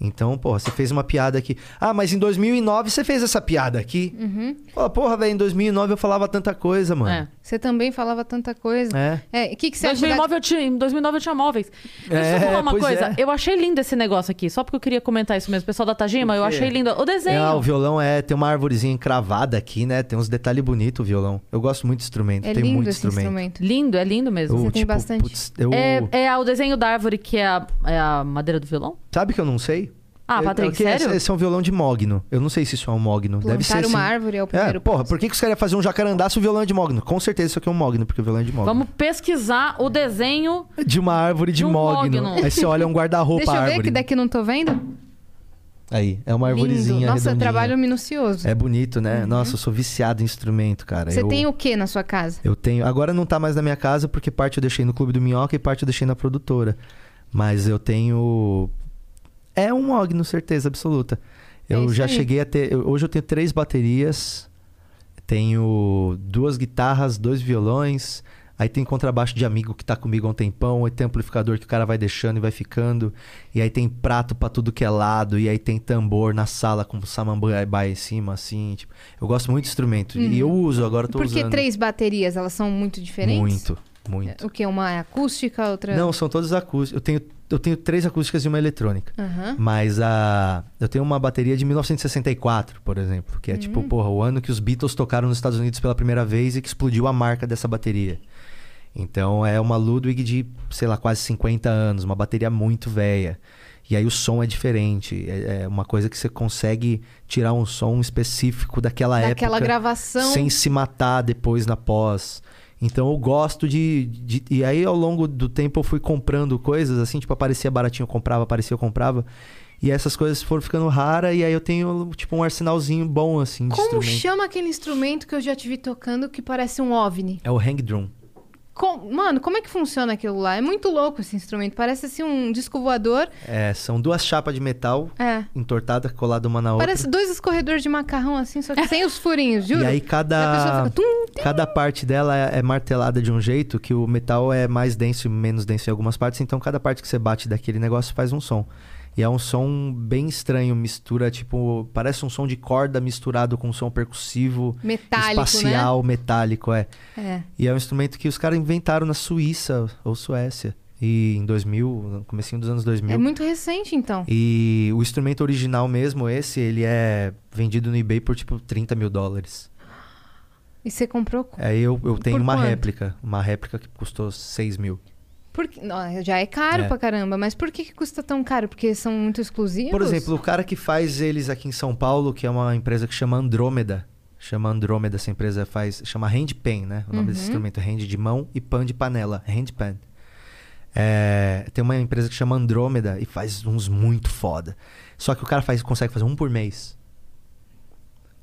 S3: Então, porra, você fez uma piada aqui. Ah, mas em 2009 você fez essa piada aqui.
S2: Uhum.
S3: Fala, porra, velho, em 2009 eu falava tanta coisa,
S1: Uhum. É.
S3: mano.
S2: Você também falava tanta coisa.
S3: assim- É.
S2: É, o que, que você acha da-
S1: 2009 eu tinha, em 2009 eu tinha móveis. Deixa
S3: É,
S1: eu falar uma
S3: pois
S1: coisa.
S3: é.
S1: Eu achei lindo esse negócio aqui, só porque eu queria comentar isso mesmo. Pessoal da Tajima, eu
S3: quê?
S1: achei lindo. O desenho.
S3: Ah, o violão é. Tem uma árvorezinha encravada aqui, né? Tem uns detalhes bonitos o violão. Eu gosto muito do instrumento.
S2: É
S3: tem muito instrumento.
S1: Lindo, é lindo mesmo.
S3: Eu, Você tem tipo, bastante. putz, eu-
S1: É, é o desenho da árvore que é a, é a madeira do violão?
S3: Sabe que eu não sei?
S1: Ah,
S3: Eu-
S1: Patrick,
S3: é que esse-
S1: sério?
S3: Esse é um violão de mogno. Eu não sei se isso é um mogno. Deve ser.
S2: Plantar uma
S3: sim.
S2: árvore é o primeiro
S3: porra, por que, que os caras iam fazer um jacarandá se o violão é de mogno? Com certeza isso aqui é um mogno, porque o violão é de mogno.
S1: Vamos pesquisar o desenho.
S3: De uma árvore de,
S1: um
S3: mogno.
S1: mogno.
S3: Aí você olha um guarda-roupa
S2: Deixa eu ver
S3: árvore.
S2: que daqui não tô vendo.
S3: Aí, é uma
S2: Lindo.
S3: arvorezinha
S2: Nossa,
S3: redondinha.
S2: trabalho minucioso.
S3: É bonito, né? Nossa, eu sou viciado em instrumento, cara.
S2: Você
S3: eu...
S2: tem o que na sua casa?
S3: Eu tenho. Agora não tá mais na minha casa, porque parte eu deixei no Clube do Minhoca e parte eu deixei na produtora. Mas eu tenho. É um Ogno, certeza absoluta.
S2: É
S3: Eu
S7: isso
S3: já
S7: aí.
S3: cheguei a ter. eu- Hoje eu tenho três baterias, tenho duas guitarras, dois violões. Aí tem contrabaixo de amigo que tá comigo há um tempão, aí tem amplificador que o cara vai deixando e vai ficando. E aí tem prato pra tudo que é lado, e aí tem tambor na sala com samambaia em cima, assim. tipo. eu gosto muito de instrumento.
S2: Uhum.
S3: E eu uso, agora eu tô
S2: Porque
S3: usando.
S2: três baterias, elas são muito diferentes?
S3: Muito. Muito.
S2: O que? Uma é acústica, outra.
S3: Não, são todas acústicas. Eu tenho, eu tenho três acústicas e uma eletrônica.
S2: Aham.
S3: Mas a. Eu tenho uma bateria de 1964, por exemplo. Que é
S2: Hum.
S3: tipo, porra, o ano que os Beatles tocaram nos Estados Unidos pela primeira vez e que explodiu a marca dessa bateria. Então é uma Ludwig de, sei lá, quase 50 anos, uma bateria muito velha. E aí o som é diferente. É, é uma coisa que você consegue tirar um som específico daquela época.
S2: Daquela gravação.
S3: Sem se matar depois na pós. Então eu gosto de, de- E aí ao longo do tempo eu fui comprando coisas, assim, tipo, aparecia baratinho, eu comprava, aparecia, eu comprava. E essas coisas foram ficando raras, e aí eu tenho, tipo, um arsenalzinho bom, assim, de
S2: Como
S3: instrumento.
S2: chama aquele instrumento que eu já te vi tocando que parece um OVNI?
S3: É o hang drum.
S2: Com- Mano, como é que funciona aquilo lá? É muito louco esse instrumento. Parece assim um disco voador.
S3: É, são duas chapas de metal
S2: É.
S3: entortadas, coladas uma na outra.
S2: Parece dois escorredores de macarrão assim, só que sem os furinhos, juro.
S3: E
S2: E
S3: aí
S2: a pessoa
S3: cada,
S2: fica tum, tum.
S3: cada parte dela é, é martelada de um jeito que o metal é mais denso e menos denso em algumas partes, então cada parte que você bate daquele negócio faz um som. E é um som bem estranho, mistura tipo, parece um som de corda misturado com um som percussivo,
S2: Metálico, né?
S3: espacial, metálico, é.
S2: É.
S3: E é um instrumento que os caras inventaram na Suíça ou Suécia. E em 2000, no comecinho dos anos 2000.
S2: É muito recente, então.
S3: E o instrumento original mesmo, esse, ele é vendido no eBay por tipo 30 mil dólares.
S2: E você comprou como?
S3: Aí eu, eu tenho
S2: Por
S3: uma
S2: quanto?
S3: réplica. Uma réplica que custou 6 mil.
S2: Por que- Não, já é caro
S3: É.
S2: pra caramba, mas por que, que custa tão caro? Porque são muito exclusivos?
S3: Por exemplo, o cara que faz eles aqui em São Paulo, que é uma empresa que chama Andrômeda. Chama Andrômeda, essa empresa faz. Chama Handpan, né? O
S2: Uhum.
S3: nome desse instrumento é hand de mão e pan de panela. Handpan. É, tem uma empresa que chama Andrômeda e faz uns muito foda. Só que o cara faz, consegue fazer um por mês.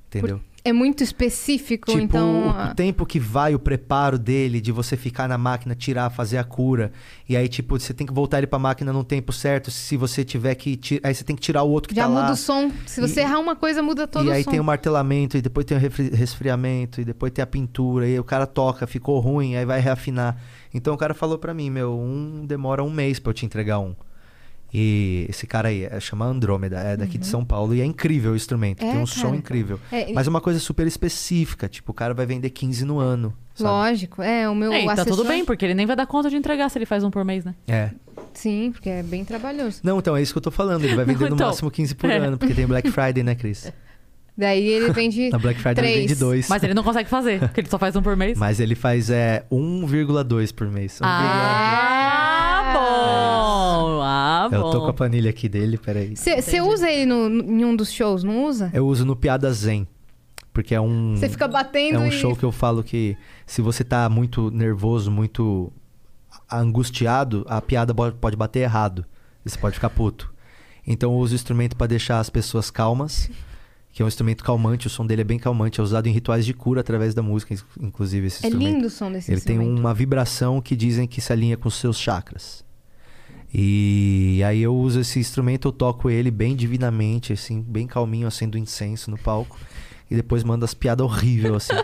S3: Entendeu?
S2: É muito específico,
S3: Tipo,
S2: então...
S3: o-
S2: ah,
S3: o tempo que vai, o preparo dele, de você ficar na máquina, tirar, fazer a cura. E aí, tipo, você tem que voltar ele pra máquina num tempo certo. Se você tiver que. ti- Aí você tem que tirar o outro que
S2: Já
S3: tá
S2: muda
S3: lá.
S2: o som. Se
S3: E-
S2: você errar uma coisa, muda todo
S3: e aí
S2: o som.
S3: tem o martelamento, e depois tem o refri- resfriamento, e depois tem a pintura, e aí o cara toca, ficou ruim, aí vai reafinar. Então o cara falou pra mim, meu, um demora um mês pra eu te entregar um. E esse cara aí, é, chama Andrômeda, é daqui de São Paulo, e é incrível o instrumento,
S2: É,
S3: tem um
S2: cara.
S3: som incrível.
S2: É, e-
S3: Mas é uma coisa super específica, tipo, o cara vai vender 15 no ano. sabe?
S2: Lógico, é, o meu
S1: É, e tá
S2: assessor...
S1: tudo bem, porque ele nem vai dar conta de entregar se ele faz um por mês, né?
S3: É.
S2: Sim, porque é bem trabalhoso.
S3: Não, então é isso que eu tô falando. Ele vai
S1: Não,
S3: vender no
S1: então.
S3: máximo 15 por
S1: É.
S3: ano, porque tem Black Friday, né, Cris?
S2: Daí ele vende
S3: Na Black Friday ele
S2: três.
S3: vende dois.
S1: Mas ele não consegue fazer, porque ele só faz um por mês.
S3: Mas ele faz é 1,2 por mês. 1,2.
S1: Ah, bom! Ah,
S2: Tá
S1: bom.
S3: Eu tô com a planilha aqui dele, peraí.
S2: Você usa ele no, em um dos shows, não usa?
S3: Eu uso no Piada Zen. Porque é um.
S2: Você fica batendo
S3: É um
S2: e-
S3: show que eu falo que se você tá muito nervoso, muito angustiado, a piada bo- pode bater errado. Você pode ficar puto. Então eu uso o instrumento pra deixar as pessoas calmas, que é um instrumento calmante, o som dele é bem calmante, é usado em rituais de cura através da música, in- inclusive esse
S2: É
S3: instrumento.
S2: lindo o som desse
S3: Ele tem
S2: instrumento.
S3: uma vibração que dizem que se alinha com os seus chakras. E aí eu uso esse instrumento, eu toco ele bem divinamente, assim, bem calminho, acendo incenso no palco. E depois mando as piadas horríveis, assim.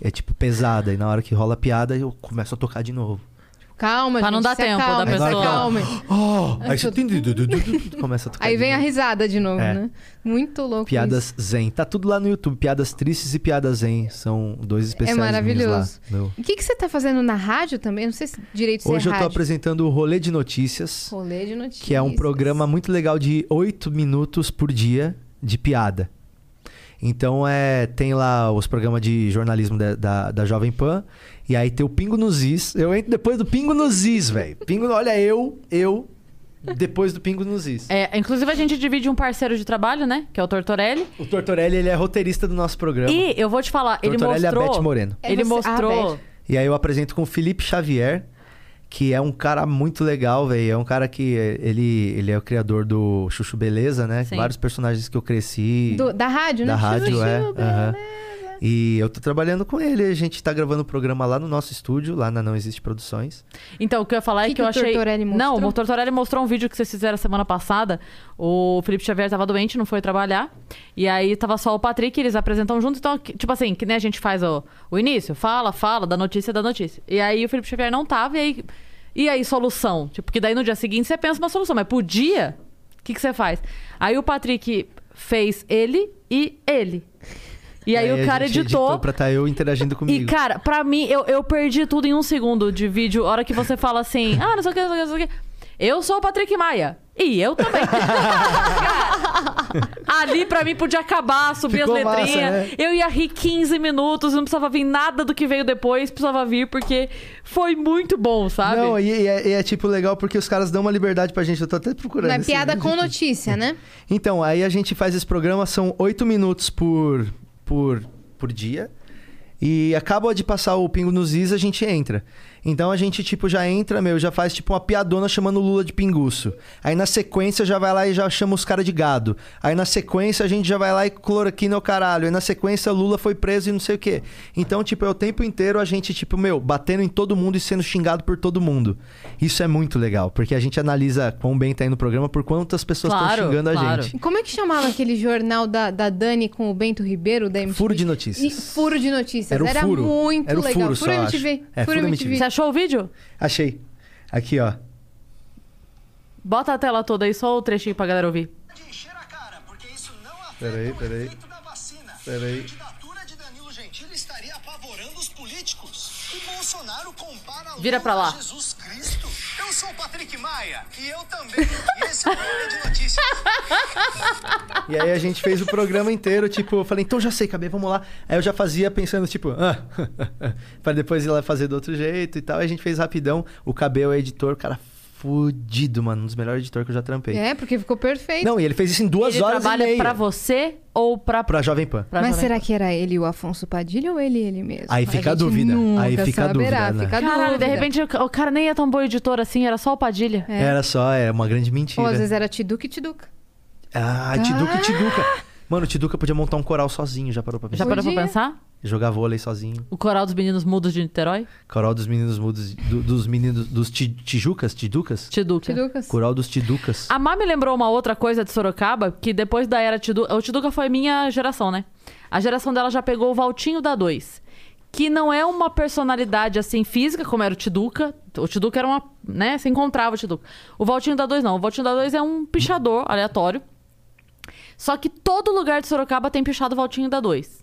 S3: é tipo pesada. E na hora que rola a piada, eu começo a tocar de novo. um-
S2: Calma,
S1: Pra não
S2: gente,
S1: dar
S2: se
S1: tempo da
S2: acalme, se
S1: pessoa.
S2: acalme.
S3: Oh, aí
S2: você-
S3: começa a tocar.
S2: é Aí
S3: de
S2: vem a
S3: novo.
S2: risada de novo,
S3: É.
S2: né? Muito louco isso.
S3: Piadas Zen. Tá tudo lá no YouTube. Piadas Tristes e Piadas Zen. São dois especiais minhos
S2: É maravilhoso.
S3: lá. Meu.
S2: O que, que você tá fazendo na rádio também? Eu Não sei se direito se é
S3: Hoje eu tô
S2: rádio.
S3: apresentando o Rolê de Notícias.
S2: Rolê de notícias.
S3: que é um programa muito legal de 8 minutos por dia de piada. Então é, tem lá os programas de jornalismo da, da, da Jovem Pan, e aí tem o Pingo nos Is. Eu entro depois do Pingo nos Is, velho. Pingo, olha, eu, eu, depois do Pingo nos Is.
S1: É, inclusive, a gente divide um parceiro de trabalho, né? Que é o Tortorelli.
S3: O Tortorelli, ele é roteirista do nosso programa.
S1: E eu vou te falar, ele
S3: Tortorelli é a
S1: mostrou.
S3: Beth Moreno.
S2: É
S1: Ele
S2: você- Ah,
S1: mostrou.
S2: Beth.
S3: E aí eu apresento com o Felipe Xavier, que é um cara muito legal, velho. É um cara que eh, ele, ele é o criador do Chuchu Beleza, né?
S1: Sim.
S3: Vários personagens que eu cresci.
S2: Do- da rádio,
S3: da
S2: né?
S3: rádio,
S2: Chuchu,
S3: é.
S2: chuchu,
S3: aham.
S2: beleza.
S3: E eu tô trabalhando com ele. A gente tá gravando o programa lá no nosso estúdio, lá na Não Existe Produções.
S1: Então, o que eu ia falar é
S2: Que
S1: que,
S2: que
S1: eu
S2: o
S1: achei.
S2: Tortorelli mostrou?
S1: Não, o Tortorelli mostrou um vídeo que vocês fizeram semana passada. O Felipe Xavier tava doente, não foi trabalhar. E aí tava só o Patrick, eles apresentam junto. Então, que- tipo assim, que nem a gente faz o, o início, fala, fala, da notícia, da notícia. E aí o Felipe Xavier não tava, e aí. E aí, solução? Tipo, que daí no dia seguinte você pensa uma solução, mas pro dia, o que, que você faz? Aí o Patrick fez ele e ele. E aí, o
S3: a
S1: cara
S3: gente
S1: editou.
S3: editou pra tá eu interagindo comigo.
S1: E, cara, pra mim, eu, eu perdi tudo em um segundo de vídeo. A hora que você fala assim, ah, não sei o que, não sei o que, não sei o que. Eu sou o Patrick Maia. E eu também. Ali, pra mim, podia acabar, subir
S3: Ficou
S1: as
S3: massa,
S1: letrinhas.
S3: né?
S1: Eu ia rir 15 minutos, não precisava vir nada do que veio depois, precisava vir porque foi muito bom, sabe?
S3: Não, e, e é, e é, tipo legal porque os caras dão uma liberdade pra gente. Eu tô até procurando.
S2: Não é
S3: esse
S2: piada
S3: vídeo
S2: com
S3: aqui.
S2: notícia, né?
S3: Então, aí a gente faz esse programa, são oito minutos por, por, por dia. E acaba de passar o pingo nos is, a gente entra. Então a gente, tipo, já entra, meu, já faz tipo uma piadona chamando o Lula de pinguço. Aí na sequência já vai lá e já chama os caras de gado. Aí na sequência a gente já vai lá e cloroquina o caralho. Aí na sequência Lula foi preso e não sei o quê. Então, tipo, é o tempo inteiro a gente, tipo, meu, batendo em todo mundo e sendo xingado por todo mundo. Isso é muito legal, porque a gente analisa quão bem tá indo o programa por quantas pessoas estão
S1: Claro,
S3: xingando
S1: claro.
S3: a gente.
S2: Como é que chamava aquele jornal da, da Dani com o Bento Ribeiro da MTV?
S3: Furo de
S2: E
S3: notícias.
S2: furo de notícias.
S3: Era o furo.
S2: muito
S3: Era o
S2: legal.
S3: furo só,
S2: MTV.
S3: acho. É, furo MTV.
S1: Você achou o vídeo?
S3: Achei. Aqui, ó.
S1: Bota a tela toda aí, só o trechinho pra galera ouvir.
S3: Peraí, peraí. Peraí.
S1: Vira pra lá.
S7: Eu sou o Patrick Maia e eu também. E esse é o Hora de Notícias.
S3: E aí a gente fez o programa inteiro, tipo, eu falei, então já sei, acabei, vamos lá. Aí eu já fazia pensando, tipo, ah, pra depois ir lá fazer do outro jeito e tal. Aí a gente fez rapidão. O Cabel é editor, cara, fudido, mano. Um dos melhores editores que eu já trampei.
S2: É, porque ficou perfeito.
S3: Não, e ele fez isso em duas
S1: Ele
S3: horas e
S1: trabalha
S3: meia.
S1: pra você ou pra.
S3: pra Jovem Pan.
S1: pra
S2: Mas
S1: Jovem
S2: será
S1: Pan?
S2: que era ele o Afonso Padilha ou ele ele mesmo?
S3: um Aí fica a
S2: gente
S3: dúvida,
S2: nunca
S3: aí fica a
S2: saberá,
S3: dúvida, né?
S2: fica a
S1: Caralho, de
S2: dúvida.
S1: repente o o cara nem é tão bom editor assim, era só o Padilha.
S2: É.
S3: Era só, era uma grande
S2: Ou
S3: mentira.
S2: às vezes era Tiduca e Tiduca.
S3: Ah, Tiduca e Tiduca. Mano, o Tiduca podia montar um coral sozinho, já parou pra
S1: Já
S3: pensar?
S1: parou pra
S2: Podia.
S1: pensar?
S3: Jogar vôlei sozinho.
S1: O coral dos meninos mudos de Niterói?
S3: Coral dos meninos mudos, do- dos meninos, dos ti, tijucas, tiducas?
S1: Tiduca.
S2: Tiducas.
S3: Coral dos tiducas.
S1: A Má me lembrou uma outra coisa de Sorocaba, que depois da era Tiduca... O Tiduca foi minha geração, né? A geração dela já pegou o Valtinho da 2. Que não é uma personalidade, assim, física, como era o Tiduca. O Tiduca era uma... né? Você encontrava o Tiduca. O Valtinho da 2 não. O Valtinho da 2 é um pichador aleatório. Só que todo lugar de Sorocaba tem pichado Valtinho da 2.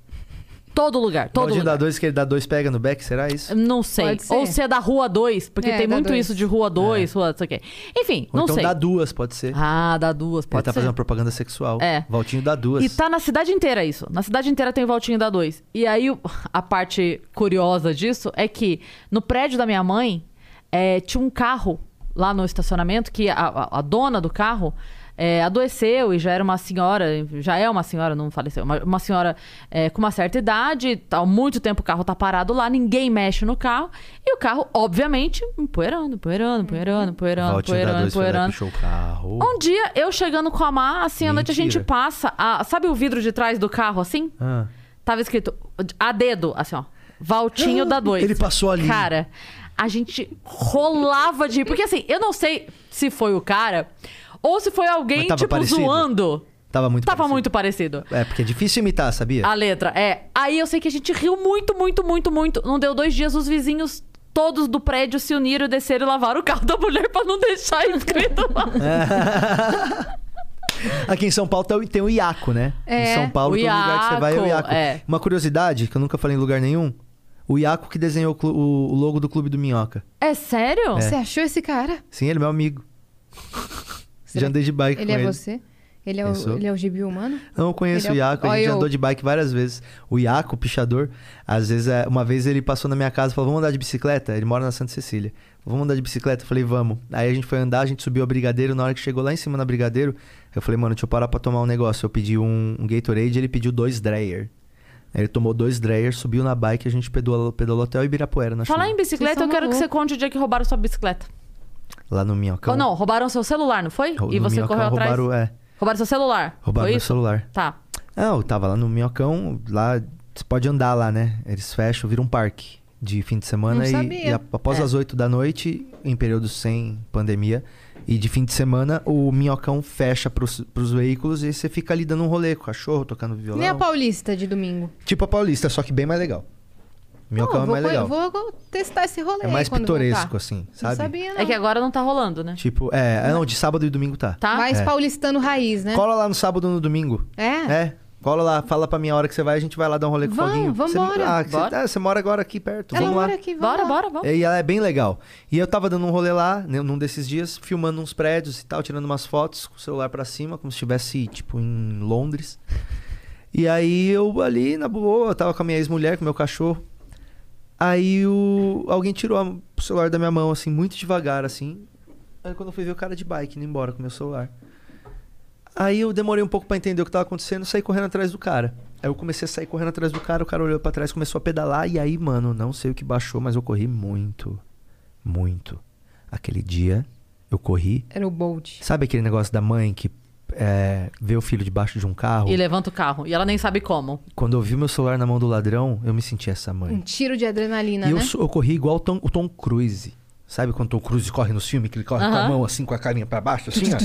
S1: Todo lugar, todo
S3: Onde
S1: lugar.
S3: dá dois, que ele dá dois pega no back, será isso?
S1: Não sei.
S2: Pode ser.
S1: Ou se é da Rua 2, porque
S2: É,
S1: tem
S2: da
S1: muito
S2: dois.
S1: isso de Rua 2, Rua não sei o quê. Enfim,
S3: É. Ou
S1: não
S3: então
S1: sei.
S3: dá duas, pode ser.
S1: Ah, dá duas,
S3: ele
S1: pode
S3: tá
S1: ser.
S3: fazendo propaganda sexual.
S1: É.
S3: Valtinho dá duas.
S1: E tá na cidade inteira isso. Na cidade inteira tem o Valtinho da 2. E aí, o- a parte curiosa disso é que no prédio da minha mãe, eh, tinha um carro lá no estacionamento que a, a- a dona do carro eh, adoeceu e já era uma senhora, já é uma senhora, não faleceu, uma, uma senhora eh, com uma certa idade, há muito tempo o carro tá parado lá, ninguém mexe no carro. E o carro, obviamente, empoeirando, empoeirando, empoeirando, empoeirando,
S3: Valtinho dá
S1: empoeirando,
S3: dois, foi lá,
S1: empoeirando.
S3: puxou o carro.
S1: Um dia, eu chegando com a Má, assim, à noite a
S3: Mentira.
S1: gente passa. a- sabe o vidro de trás do carro, assim?
S3: Ah.
S1: Tava escrito a dedo, assim, ó. Valtinho da 2.
S3: Ele passou ali.
S1: Cara, a gente rolava de. Porque assim, eu não sei se foi o cara ou se foi alguém,
S3: Mas tava
S1: tipo,
S3: parecido?
S1: zoando.
S3: Tava muito
S1: Tava
S3: parecido.
S1: muito parecido.
S3: É, porque é difícil imitar, sabia?
S1: A letra, é. Aí eu sei que a gente riu muito, muito, muito, muito. Não deu dois dias, os vizinhos todos do prédio se uniram, desceram e lavaram o carro da mulher pra não deixar escrito.
S3: Aqui em São Paulo tem o- tem o Iaco, né?
S2: É,
S3: em São Paulo,
S1: o
S3: todo lugar que você vai é o
S1: Iaco,
S3: Iaco.
S1: é.
S3: Uma curiosidade, que eu nunca falei em lugar nenhum. O Iaco que desenhou o clu- o, o logo do Clube do Minhoca.
S1: é sério?
S2: Você achou esse cara?
S3: Sim, ele é meu amigo. Já andei de bike
S2: Ele
S3: com
S2: é
S3: ele.
S2: você? Ele é,
S3: Eu sou.
S2: o, ele é o gibi humano?
S3: Não, eu conheço
S2: Ele é
S3: o
S2: o-
S1: um
S3: Iaco, a
S2: Ó,
S3: gente
S2: eu-
S3: andou de bike várias vezes. O Iaco, o pichador, às vezes, é- uma vez ele passou na minha casa e falou: Vamos andar de bicicleta? Ele mora na Santa Cecília. Vamos andar de bicicleta? Eu falei: Vamos. Aí a gente foi andar, a gente subiu a Brigadeiro. Na hora que chegou lá em cima na Brigadeiro, eu falei: Mano, deixa eu parar pra tomar um negócio. Eu pedi um, um Gatorade, ele pediu dois Dreyer. Aí Ele tomou dois Dreyer, subiu na bike, a gente pedalou, pedalou até o Ibirapuera na
S1: Falar
S3: chuva.
S1: em bicicleta,
S2: Vocês são
S1: eu quero que
S2: malucos.
S1: você conte o dia que roubaram sua bicicleta.
S3: Lá no Minhocão.
S1: Ou não, roubaram seu celular, não foi?
S3: Rou-
S1: e
S3: no
S1: você
S3: Minhocão
S1: correu atrás?
S3: roubaram, é.
S1: Roubaram seu celular.
S3: Roubaram
S1: foi
S3: meu
S1: isso?
S3: celular.
S1: Tá.
S3: Não, É, eu tava lá no Minhocão, lá você pode andar lá, né? Eles fecham, vira um parque de fim de semana
S2: Não
S3: e,
S2: sabia. É.
S3: e a- após as 8 da noite, em período sem pandemia, e de fim de semana, o Minhocão fecha pros, pros veículos e você fica ali dando um rolê com o cachorro, tocando violão.
S2: Nem a Paulista de domingo.
S3: Tipo a Paulista, só que bem mais legal. Minhocão
S2: Pô,
S3: é
S2: vou,
S3: mais
S2: co-
S3: legal.
S2: vou testar esse rolê
S3: É
S2: aí
S3: mais
S2: quando
S3: pitoresco,
S2: voltar.
S3: assim,
S2: Não
S3: sabe?
S2: sabia, não.
S1: É que agora não tá rolando, né?
S3: Tipo, é, é, não, de sábado e domingo tá.
S1: Tá?
S2: Mais
S3: É.
S2: paulistano raiz, né?
S3: Cola lá no sábado ou no domingo.
S2: É?
S3: É. Cola lá, fala pra mim a hora que você vai, a gente vai lá dar um rolê com o
S2: Vamos,
S3: Foguinho. Você-
S2: vambora.
S3: ah, que você-
S2: Bora.
S3: ah, você mora agora aqui perto.
S2: Ela
S3: vamos
S2: mora
S3: lá.
S2: aqui, vamos Bora, lá. bora, vamos.
S3: E ela é bem legal. E eu tava dando um rolê lá, né, num desses dias, filmando uns prédios e tal, tirando umas fotos com o celular pra cima, como se estivesse, tipo, em Londres. E aí eu ali, na boa, eu tava com a minha ex-mulher, com o meu cachorro. Aí o... alguém tirou a- o celular da minha mão, assim, muito devagar, assim. Aí quando eu fui ver o cara de bike indo embora com o meu celular. Aí eu demorei um pouco pra entender o que tava acontecendo, saí correndo atrás do cara. Aí eu comecei a sair correndo atrás do cara, o cara olhou pra trás, começou a pedalar e aí, mano, não sei o que baixou, mas eu corri muito. Muito. Aquele dia eu corri.
S2: Era o Bolt.
S3: Sabe aquele negócio da mãe que é, vê o filho debaixo de um carro?
S1: E
S2: é-
S1: levanta o carro. E ela nem sabe como.
S3: Quando eu vi meu celular na mão do ladrão, eu me senti essa
S2: Um
S3: mãe.
S2: tiro de adrenalina,
S3: e eu,
S2: né?
S3: sou- eu corri igual o Tom, o Tom Cruise. Sabe quando o Tom Cruise corre no filme, que ele corre com a
S2: Aham.
S3: mão assim, com a carinha pra baixo, assim, ó?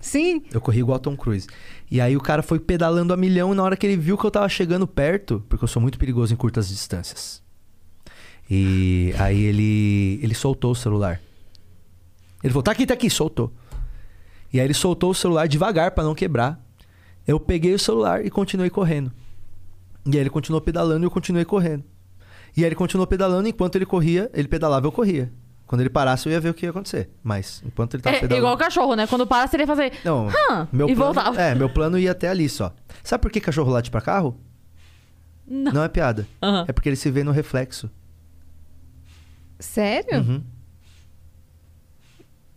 S2: Sim.
S3: Eu corri igual Tom Cruise. E aí o cara foi pedalando a milhão e na hora que ele viu que eu tava chegando perto, porque eu sou muito perigoso em curtas distâncias. E aí ele ele soltou o celular. Ele falou: "Tá aqui, tá aqui", soltou. E aí ele soltou o celular devagar pra não quebrar. Eu peguei o celular e continuei correndo. E aí ele continuou pedalando e eu continuei correndo. E aí ele continuou pedalando enquanto ele corria, ele pedalava, eu corria. Quando ele parasse, eu ia ver o que ia acontecer. Mas enquanto ele tava
S1: É
S3: pedalando.
S1: igual o cachorro, né? Quando para, você ia fazer.
S3: Tá Não,
S1: "Hã?"
S3: meu
S1: e
S3: plano,
S1: voltava.
S3: É, meu plano ia até ali só. Sabe por que cachorro late pra carro?
S1: Não.
S3: é piada.
S1: Aham.
S3: É porque ele se vê no reflexo.
S2: Sério?
S3: Uhum.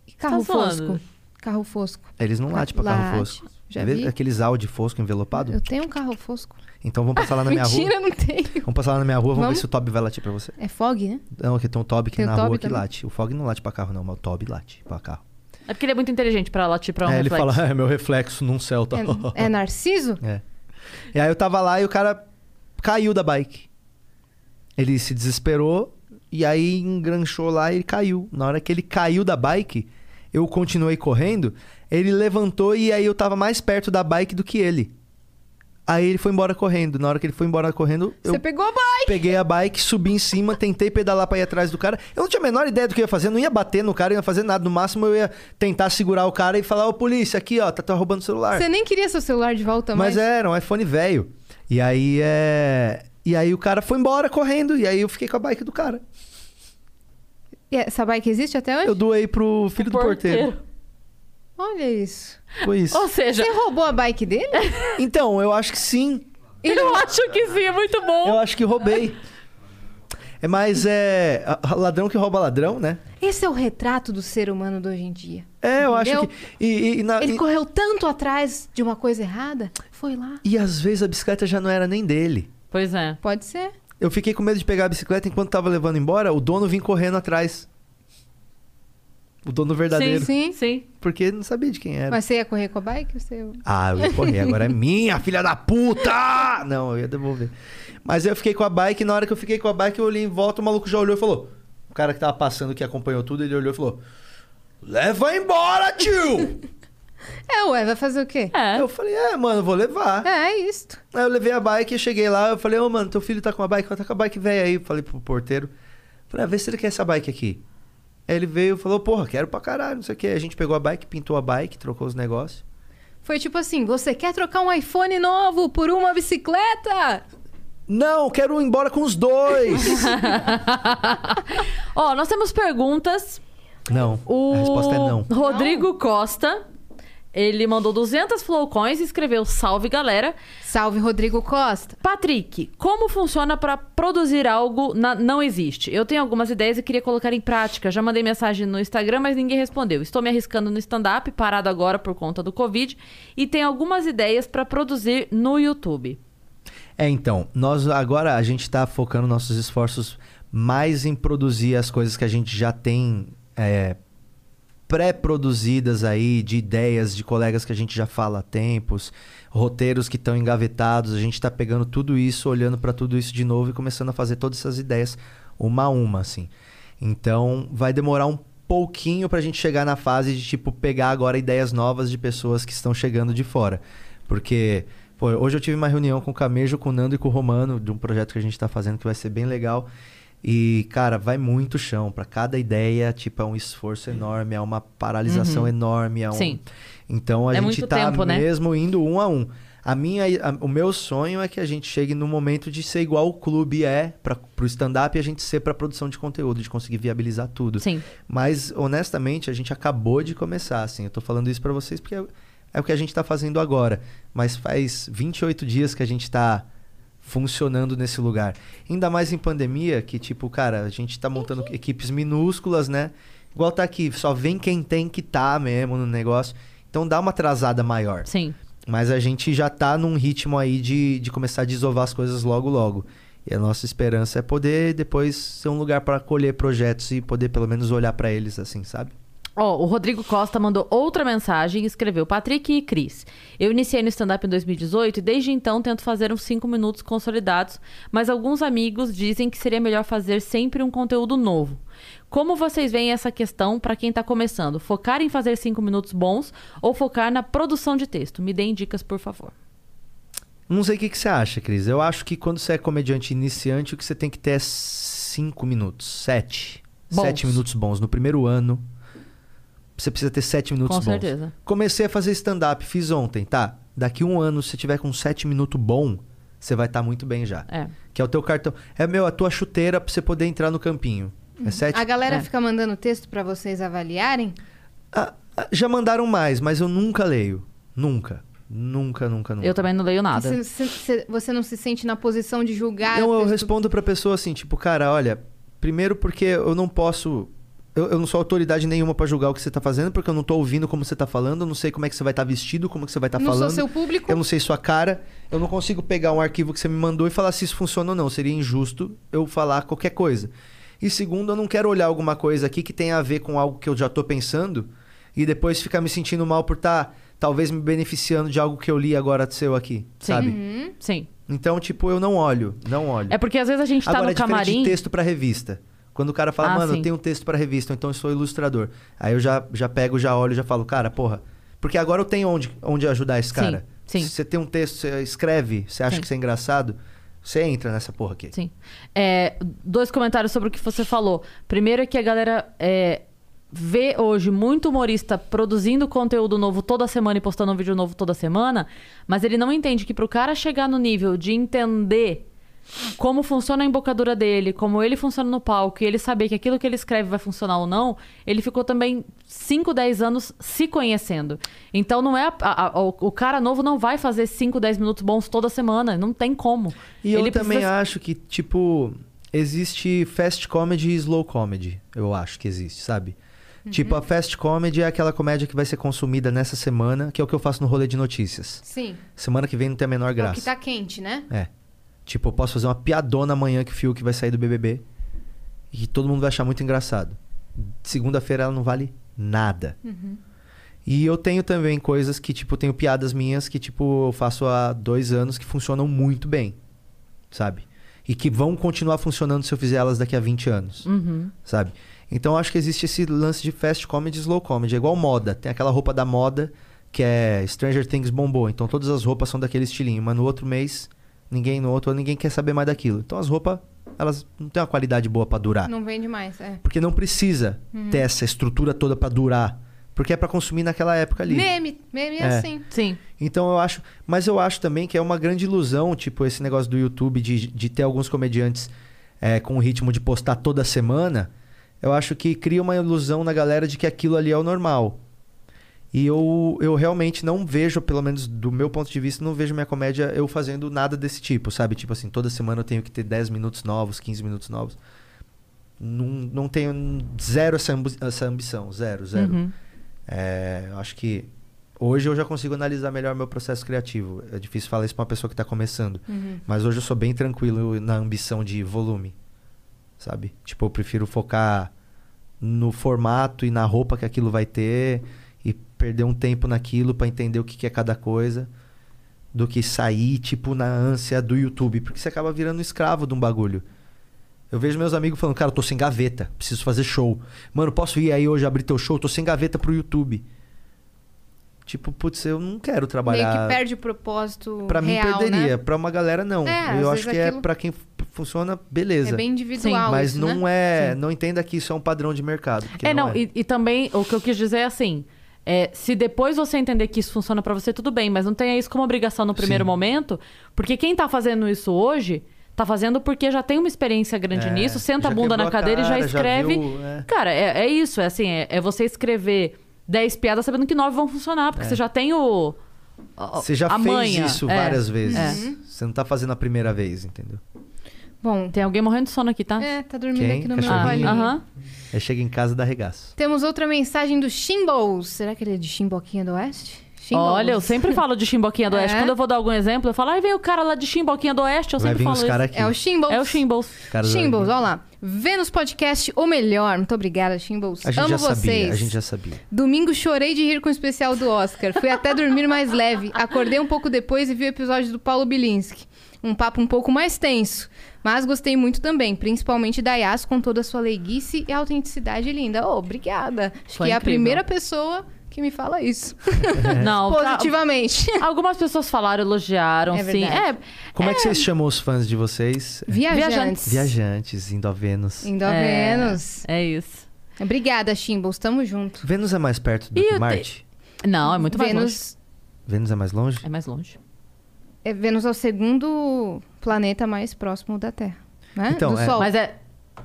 S2: E Carro
S1: Tá
S2: fosco.
S1: zoando.
S2: Carro fosco.
S3: Eles não latem pra carro
S2: Late.
S3: fosco.
S2: Já
S3: Vê
S2: vi.
S3: Aqueles Audi fosco envelopado?
S2: Eu tenho um carro fosco.
S3: Então vamos passar lá na minha
S2: Mentira,
S3: rua.
S2: não tenho.
S3: Vamos passar lá na minha rua, vamos,
S2: Vamos?
S3: ver se o Toby vai latir pra você.
S2: É fog, né?
S3: Não, aqui tem um Toby aqui
S2: Tem o
S3: na
S2: Toby
S3: rua que
S2: também?
S3: late. O Fog não late pra carro, não, mas o Toby late pra carro.
S1: É porque ele é muito inteligente pra latir pra um
S3: é, ele
S1: reflexo.
S3: fala, é meu reflexo num tá Celta.
S2: É, é Narciso?
S3: É. E aí eu tava lá e o cara caiu da bike. Ele se desesperou e aí engranchou lá e ele caiu. Na hora que ele caiu da bike, eu continuei correndo, ele levantou e aí eu tava mais perto da bike do que ele. Aí ele foi embora correndo. Na hora que ele foi embora correndo, eu
S2: Você pegou a bike!
S3: peguei a bike, subi em cima, tentei pedalar pra ir atrás do cara. Eu não tinha a menor ideia do que eu ia fazer, eu não ia bater no cara, eu não ia fazer nada. No máximo eu ia tentar segurar o cara e falar: Ô polícia, aqui ó, tá, tá roubando o celular.
S2: Você nem queria seu celular de volta,
S3: Mas
S2: mas...
S3: era um iPhone velho. E aí é. E aí o cara foi embora correndo. E aí eu fiquei com a bike do cara.
S2: E Essa bike existe até hoje?
S3: Eu doei pro filho do porteiro.
S2: Olha isso.
S3: Foi isso.
S1: Ou seja,
S2: Você roubou a bike dele?
S3: Então, eu acho que sim.
S1: eu acho que sim, é muito bom.
S3: Eu acho que roubei. É mais é. a- a- Ladrão que rouba ladrão, né?
S2: Esse é o retrato do ser humano de hoje em dia.
S3: É, eu acho
S2: Entendeu?
S3: que. E, e, e na-
S2: Ele
S3: Ah, e-
S2: correu tanto atrás de uma coisa errada, foi lá.
S3: e às vezes a bicicleta já não era nem dele.
S1: Pois é.
S2: Pode ser.
S3: Eu fiquei com medo de pegar a bicicleta enquanto tava levando embora, o dono vinha correndo atrás. O dono verdadeiro.
S2: Sim,
S1: sim.
S3: Porque não sabia de quem era.
S2: Mas você ia correr com a bike? Você...
S3: Ah, eu ia correr, agora é minha, filha da puta! Não, eu ia devolver. Mas eu fiquei com a bike, e na hora que eu fiquei com a bike, eu olhei em volta, o maluco já olhou e falou. O cara que tava passando, que acompanhou tudo, ele olhou e falou: Leva embora, tio!
S2: É, ué, vai fazer o quê?
S1: É.
S3: eu falei: É, mano, vou levar.
S2: É, é isto.
S3: Aí eu levei a bike, cheguei lá, eu falei: Ô, mano, teu filho tá com a bike, tá com a bike velha aí. Falei pro porteiro: Falei, ah, vê se ele quer essa bike aqui. Aí ele veio e falou: Porra, quero pra caralho, não sei o que. A gente pegou a bike, pintou a bike, trocou os negócios.
S2: Foi tipo assim, você quer trocar um iPhone novo por uma bicicleta?
S3: Não, quero ir embora com os dois!
S1: Ó, nós temos perguntas.
S3: Não.
S1: O
S3: A resposta é não.
S1: Rodrigo Costa, ele mandou 200 flowcoins e escreveu salve galera.
S2: Salve, Rodrigo Costa.
S1: Patrick, como funciona pra produzir algo na Não Existe? Eu tenho algumas ideias e queria colocar em prática. Já mandei mensagem no Instagram, mas ninguém respondeu. Estou me arriscando no stand-up, parado agora por conta do Covid, e tenho algumas ideias pra produzir no YouTube.
S3: É, então, nós agora a gente tá focando nossos esforços mais em produzir as coisas que a gente já tem é, pré-produzidas aí, de ideias de colegas que a gente já fala há tempos, roteiros que estão engavetados. A gente tá pegando tudo isso, olhando para tudo isso de novo e começando a fazer todas essas ideias uma a uma, assim. Então, vai demorar um pouquinho pra gente chegar na fase de, tipo, pegar agora ideias novas de pessoas que estão chegando de fora. Porque, pô, hoje eu tive uma reunião com o Camejo, com o Nando e com o Romano, de um projeto que a gente tá fazendo que vai ser bem legal. E, cara, vai muito chão. Pra cada ideia, tipo, é um esforço enorme, é uma paralisação enorme. É um...
S1: Uhum. Sim.
S3: Então, a
S1: É
S3: gente
S1: muito
S3: tá
S1: tempo, né?
S3: mesmo indo um a um. A minha, a- o meu sonho é que a gente chegue no momento de ser igual o clube é para pro stand-up e a gente ser pra produção de conteúdo, de conseguir viabilizar tudo.
S1: Sim.
S3: Mas, honestamente, a gente acabou de começar, assim. Eu tô falando isso pra vocês porque é, é o que a gente tá fazendo agora. Mas faz 28 dias que a gente tá funcionando nesse lugar. Ainda mais em pandemia, que, tipo, cara, a gente tá montando equipes minúsculas, né? Igual tá aqui, só vem quem tem que tá mesmo no negócio. Então dá uma atrasada maior.
S1: Sim.
S3: Mas a gente já tá num ritmo aí de, de começar a desovar as coisas logo, logo. E a nossa esperança é poder depois ser um lugar pra colher projetos e poder pelo menos olhar pra eles assim, sabe?
S1: Ó, o Rodrigo Costa mandou outra mensagem e escreveu: Patrick e Cris, eu iniciei no stand-up em 2018 e desde então tento fazer uns 5 minutos consolidados, mas alguns amigos dizem que seria melhor fazer sempre um conteúdo novo. Como vocês veem essa questão pra quem tá começando? Focar em fazer 5 minutos bons ou focar na produção de texto? Me deem dicas, por favor.
S3: Não sei o que, que você acha, Cris. Eu acho que quando você é comediante iniciante, o que você tem que ter é cinco minutos, sete.
S1: Bons.
S3: Sete minutos bons. No primeiro ano, você precisa ter sete minutos
S1: Com
S3: bons.
S1: certeza.
S3: Comecei a fazer stand-up, fiz ontem, tá? Daqui um ano, se você tiver com sete minutos bom, você vai estar muito bem já.
S1: É.
S3: Que é o teu cartão. É, meu, a tua chuteira pra você poder entrar no campinho.
S1: Uhum.
S3: É sete?
S2: A galera fica mandando texto pra vocês avaliarem?
S3: Ah, Já mandaram mais, mas eu nunca leio. Nunca. Nunca, nunca, nunca.
S1: Eu também não leio nada.
S2: Você, você- você não se sente na posição de julgar?
S3: Não, eu respondo pra pessoa assim, tipo, cara, olha, primeiro porque eu não posso. Eu, eu não sou autoridade nenhuma pra julgar o que você tá fazendo, porque eu não tô ouvindo como você tá falando, eu não sei como é que você vai estar vestido, como que você vai estar
S2: Não sou
S3: falando.
S2: seu público.
S3: Eu não sei sua cara. Eu não consigo pegar um arquivo que você me mandou e falar se isso funciona ou não. Seria injusto eu falar qualquer coisa. E segundo, eu não quero olhar alguma coisa aqui que tenha a ver com algo que eu já tô pensando e depois ficar me sentindo mal por estar talvez me beneficiando de algo que eu li agora seu aqui, sabe?
S2: Uhum.
S1: Sim.
S3: Então, tipo, eu não olho, não olho.
S1: É porque às vezes a gente tá
S3: Agora,
S1: no
S3: é diferente
S1: camarim-
S3: de texto pra revista. Quando o cara fala,
S1: Ah,
S3: mano,
S1: sim.
S3: eu tenho um texto pra revista, ou então eu sou ilustrador. Aí eu já, já pego, já olho, já falo, cara, porra. Porque agora eu tenho onde, onde ajudar esse
S1: Sim,
S3: cara.
S1: sim.
S3: Se você tem um texto, você escreve, você acha
S1: Sim.
S3: que você é engraçado, você entra nessa porra aqui.
S1: Sim. É, dois comentários sobre o que você falou. Primeiro é que a galera é, vê hoje muito humorista produzindo conteúdo novo toda semana e postando um vídeo novo toda semana, mas ele não entende que pro cara chegar no nível de entender como funciona a embocadura dele, como ele funciona no palco, e ele saber que aquilo que ele escreve vai funcionar ou não, ele ficou também 5, 10 anos se conhecendo. Então não é a- a- a- o, o cara novo não vai fazer 5, 10 minutos bons toda semana, não tem como.
S3: E eu
S1: ele
S3: também
S1: precisa-
S3: acho que, tipo, existe fast comedy e slow comedy. Eu acho que existe, sabe?
S1: Uhum.
S3: Tipo, a fast comedy é aquela comédia que vai ser consumida nessa semana, que é o que eu faço no rolê de notícias.
S2: Sim.
S3: Semana que vem não tem a menor
S2: É o que
S3: graça.
S2: tá quente, né?
S3: É. Tipo, eu posso fazer uma piadona amanhã que o Fiuk vai sair do BBB e que todo mundo vai achar muito engraçado. Segunda-feira ela não vale nada. E eu tenho também coisas que, tipo, eu tenho piadas minhas que, tipo, eu faço há dois anos que funcionam muito bem, sabe? E que vão continuar funcionando se eu fizer elas daqui a 20 anos,
S1: Uhum.
S3: sabe? Então acho que existe esse lance de fast comedy e slow comedy. É igual moda. Tem aquela roupa da moda que é Stranger Things bombou. Então todas as roupas são daquele estilinho. Mas no outro mês, ninguém no outro, ano, ninguém quer saber mais daquilo. Então as roupas, elas não têm uma qualidade boa pra durar.
S2: Não vende mais, é.
S3: Porque não precisa
S2: Hum.
S3: ter essa estrutura toda pra durar. Porque é pra consumir naquela época ali.
S2: Meme, meme é,
S3: É.
S2: assim.
S1: Sim.
S3: Então eu acho. Mas eu acho também que é uma grande ilusão, tipo, esse negócio do YouTube de, de ter alguns comediantes é, com o ritmo de postar toda semana. Eu acho que cria uma ilusão na galera de que aquilo ali é o normal. E eu, eu realmente não vejo, pelo menos do meu ponto de vista, não vejo minha comédia eu fazendo nada desse tipo, sabe? Tipo assim, toda semana eu tenho que ter 10 minutos novos, 15 minutos novos. Não, não tenho zero essa, ambi- essa ambição, zero, zero.
S1: Uhum.
S3: É, eu acho que hoje eu já consigo analisar melhor meu processo criativo. É difícil falar isso pra uma pessoa que tá começando.
S2: Uhum.
S3: Mas hoje eu sou bem tranquilo na ambição de volume, sabe? Tipo, eu prefiro focar no formato e na roupa que aquilo vai ter e perder um tempo naquilo pra entender o que, que é cada coisa do que sair, tipo, na ânsia do YouTube. Porque você acaba virando escravo de um bagulho. Eu vejo meus amigos falando, cara, eu tô sem gaveta, preciso fazer show. Mano, posso ir aí hoje abrir teu show? Eu Tô sem gaveta pro YouTube. Tipo, putz, eu não quero
S2: Meio
S3: trabalhar.
S2: que perde o propósito
S3: Pra mim
S2: real, né?
S3: perderia, pra uma galera não.
S2: É, às
S3: eu
S2: vezes
S3: acho que
S2: aquilo-
S3: é pra quem f- funciona, beleza.
S2: É bem individual
S3: Mas
S2: isso,
S3: não
S2: né?
S3: é, não entenda que isso é um padrão de mercado. porque
S1: É, não,
S3: é.
S1: E, e também o que eu quis dizer é assim: É, se depois você entender que isso funciona pra você, tudo bem, mas não tenha isso como obrigação no primeiro momento, porque quem tá fazendo isso hoje tá fazendo porque já tem uma experiência grande
S8: É,
S1: nisso, senta a
S8: já
S1: bunda
S8: quebrou
S1: na
S8: a
S1: cadeira e
S8: cara,
S1: já
S8: já
S1: escreve.
S8: viu, é.
S1: Cara, é, é isso, é assim, é, é você escrever 10 piadas sabendo que 9 vão funcionar, porque
S3: É.
S1: você já tem o. a-
S3: Você já
S1: a
S3: fez
S1: manha.
S3: isso
S1: É,
S3: várias vezes.
S1: é.
S2: Uhum.
S3: Você não tá fazendo a primeira vez, entendeu?
S2: Bom.
S1: Tem alguém morrendo de sono aqui, tá?
S2: É, tá dormindo
S3: é. Quem?
S2: aqui no meu
S3: Cachorrinho?
S2: colinho.
S3: Aí É, chega em casa e dá regaço.
S2: Temos outra mensagem do Shimbles. Será que ele é de Chimboquinha do Oeste? Shimbles.
S1: Olha, eu sempre falo de Chimboquinha do Oeste.
S2: É?
S1: Quando eu vou dar algum exemplo, eu falo, aí vem o cara lá de Chimboquinha do Oeste, eu
S2: Vai
S1: sempre
S2: vir
S1: falo
S2: os
S1: isso.
S2: cara aqui. É o Shimbles.
S1: É o Chimbles.
S3: Cara,
S2: Shimbles, olha lá. Vênus Podcast, o melhor. Muito obrigada, Shimbles.
S3: A gente
S2: Amo
S3: já
S2: vocês. É.
S3: sabia, a gente já sabia.
S2: Domingo chorei de rir com o especial do Oscar. Fui até dormir mais leve. Acordei um pouco depois e vi o episódio do Paulo Bilinski. Um papo um pouco mais tenso. Mas gostei muito também, principalmente da Yas com toda a sua leiguice e autenticidade linda. Oh, obrigada. Acho
S1: Foi
S2: que é a
S1: incrível.
S2: primeira pessoa que me fala isso. É.
S1: Não, tá-
S2: Positivamente.
S1: Algumas pessoas falaram, elogiaram,
S2: É
S1: sim.
S2: verdade.
S3: Como é, que vocês chamam os fãs de vocês?
S2: Viajantes.
S3: Viajantes, indo a Vênus.
S2: Indo a
S1: É,
S2: Vênus.
S1: É isso.
S2: Obrigada, Shimbos. Tamo junto.
S3: Vênus é mais perto do
S2: E
S3: que
S2: o te-
S3: Marte?
S1: Não, é
S2: muito mais Vênus-
S3: Vênus é mais longe?
S1: É mais longe.
S2: É, Vênus é o segundo planeta mais próximo da Terra. Né?
S3: Então,
S2: do
S3: é.
S2: Sol.
S3: Mas
S1: é.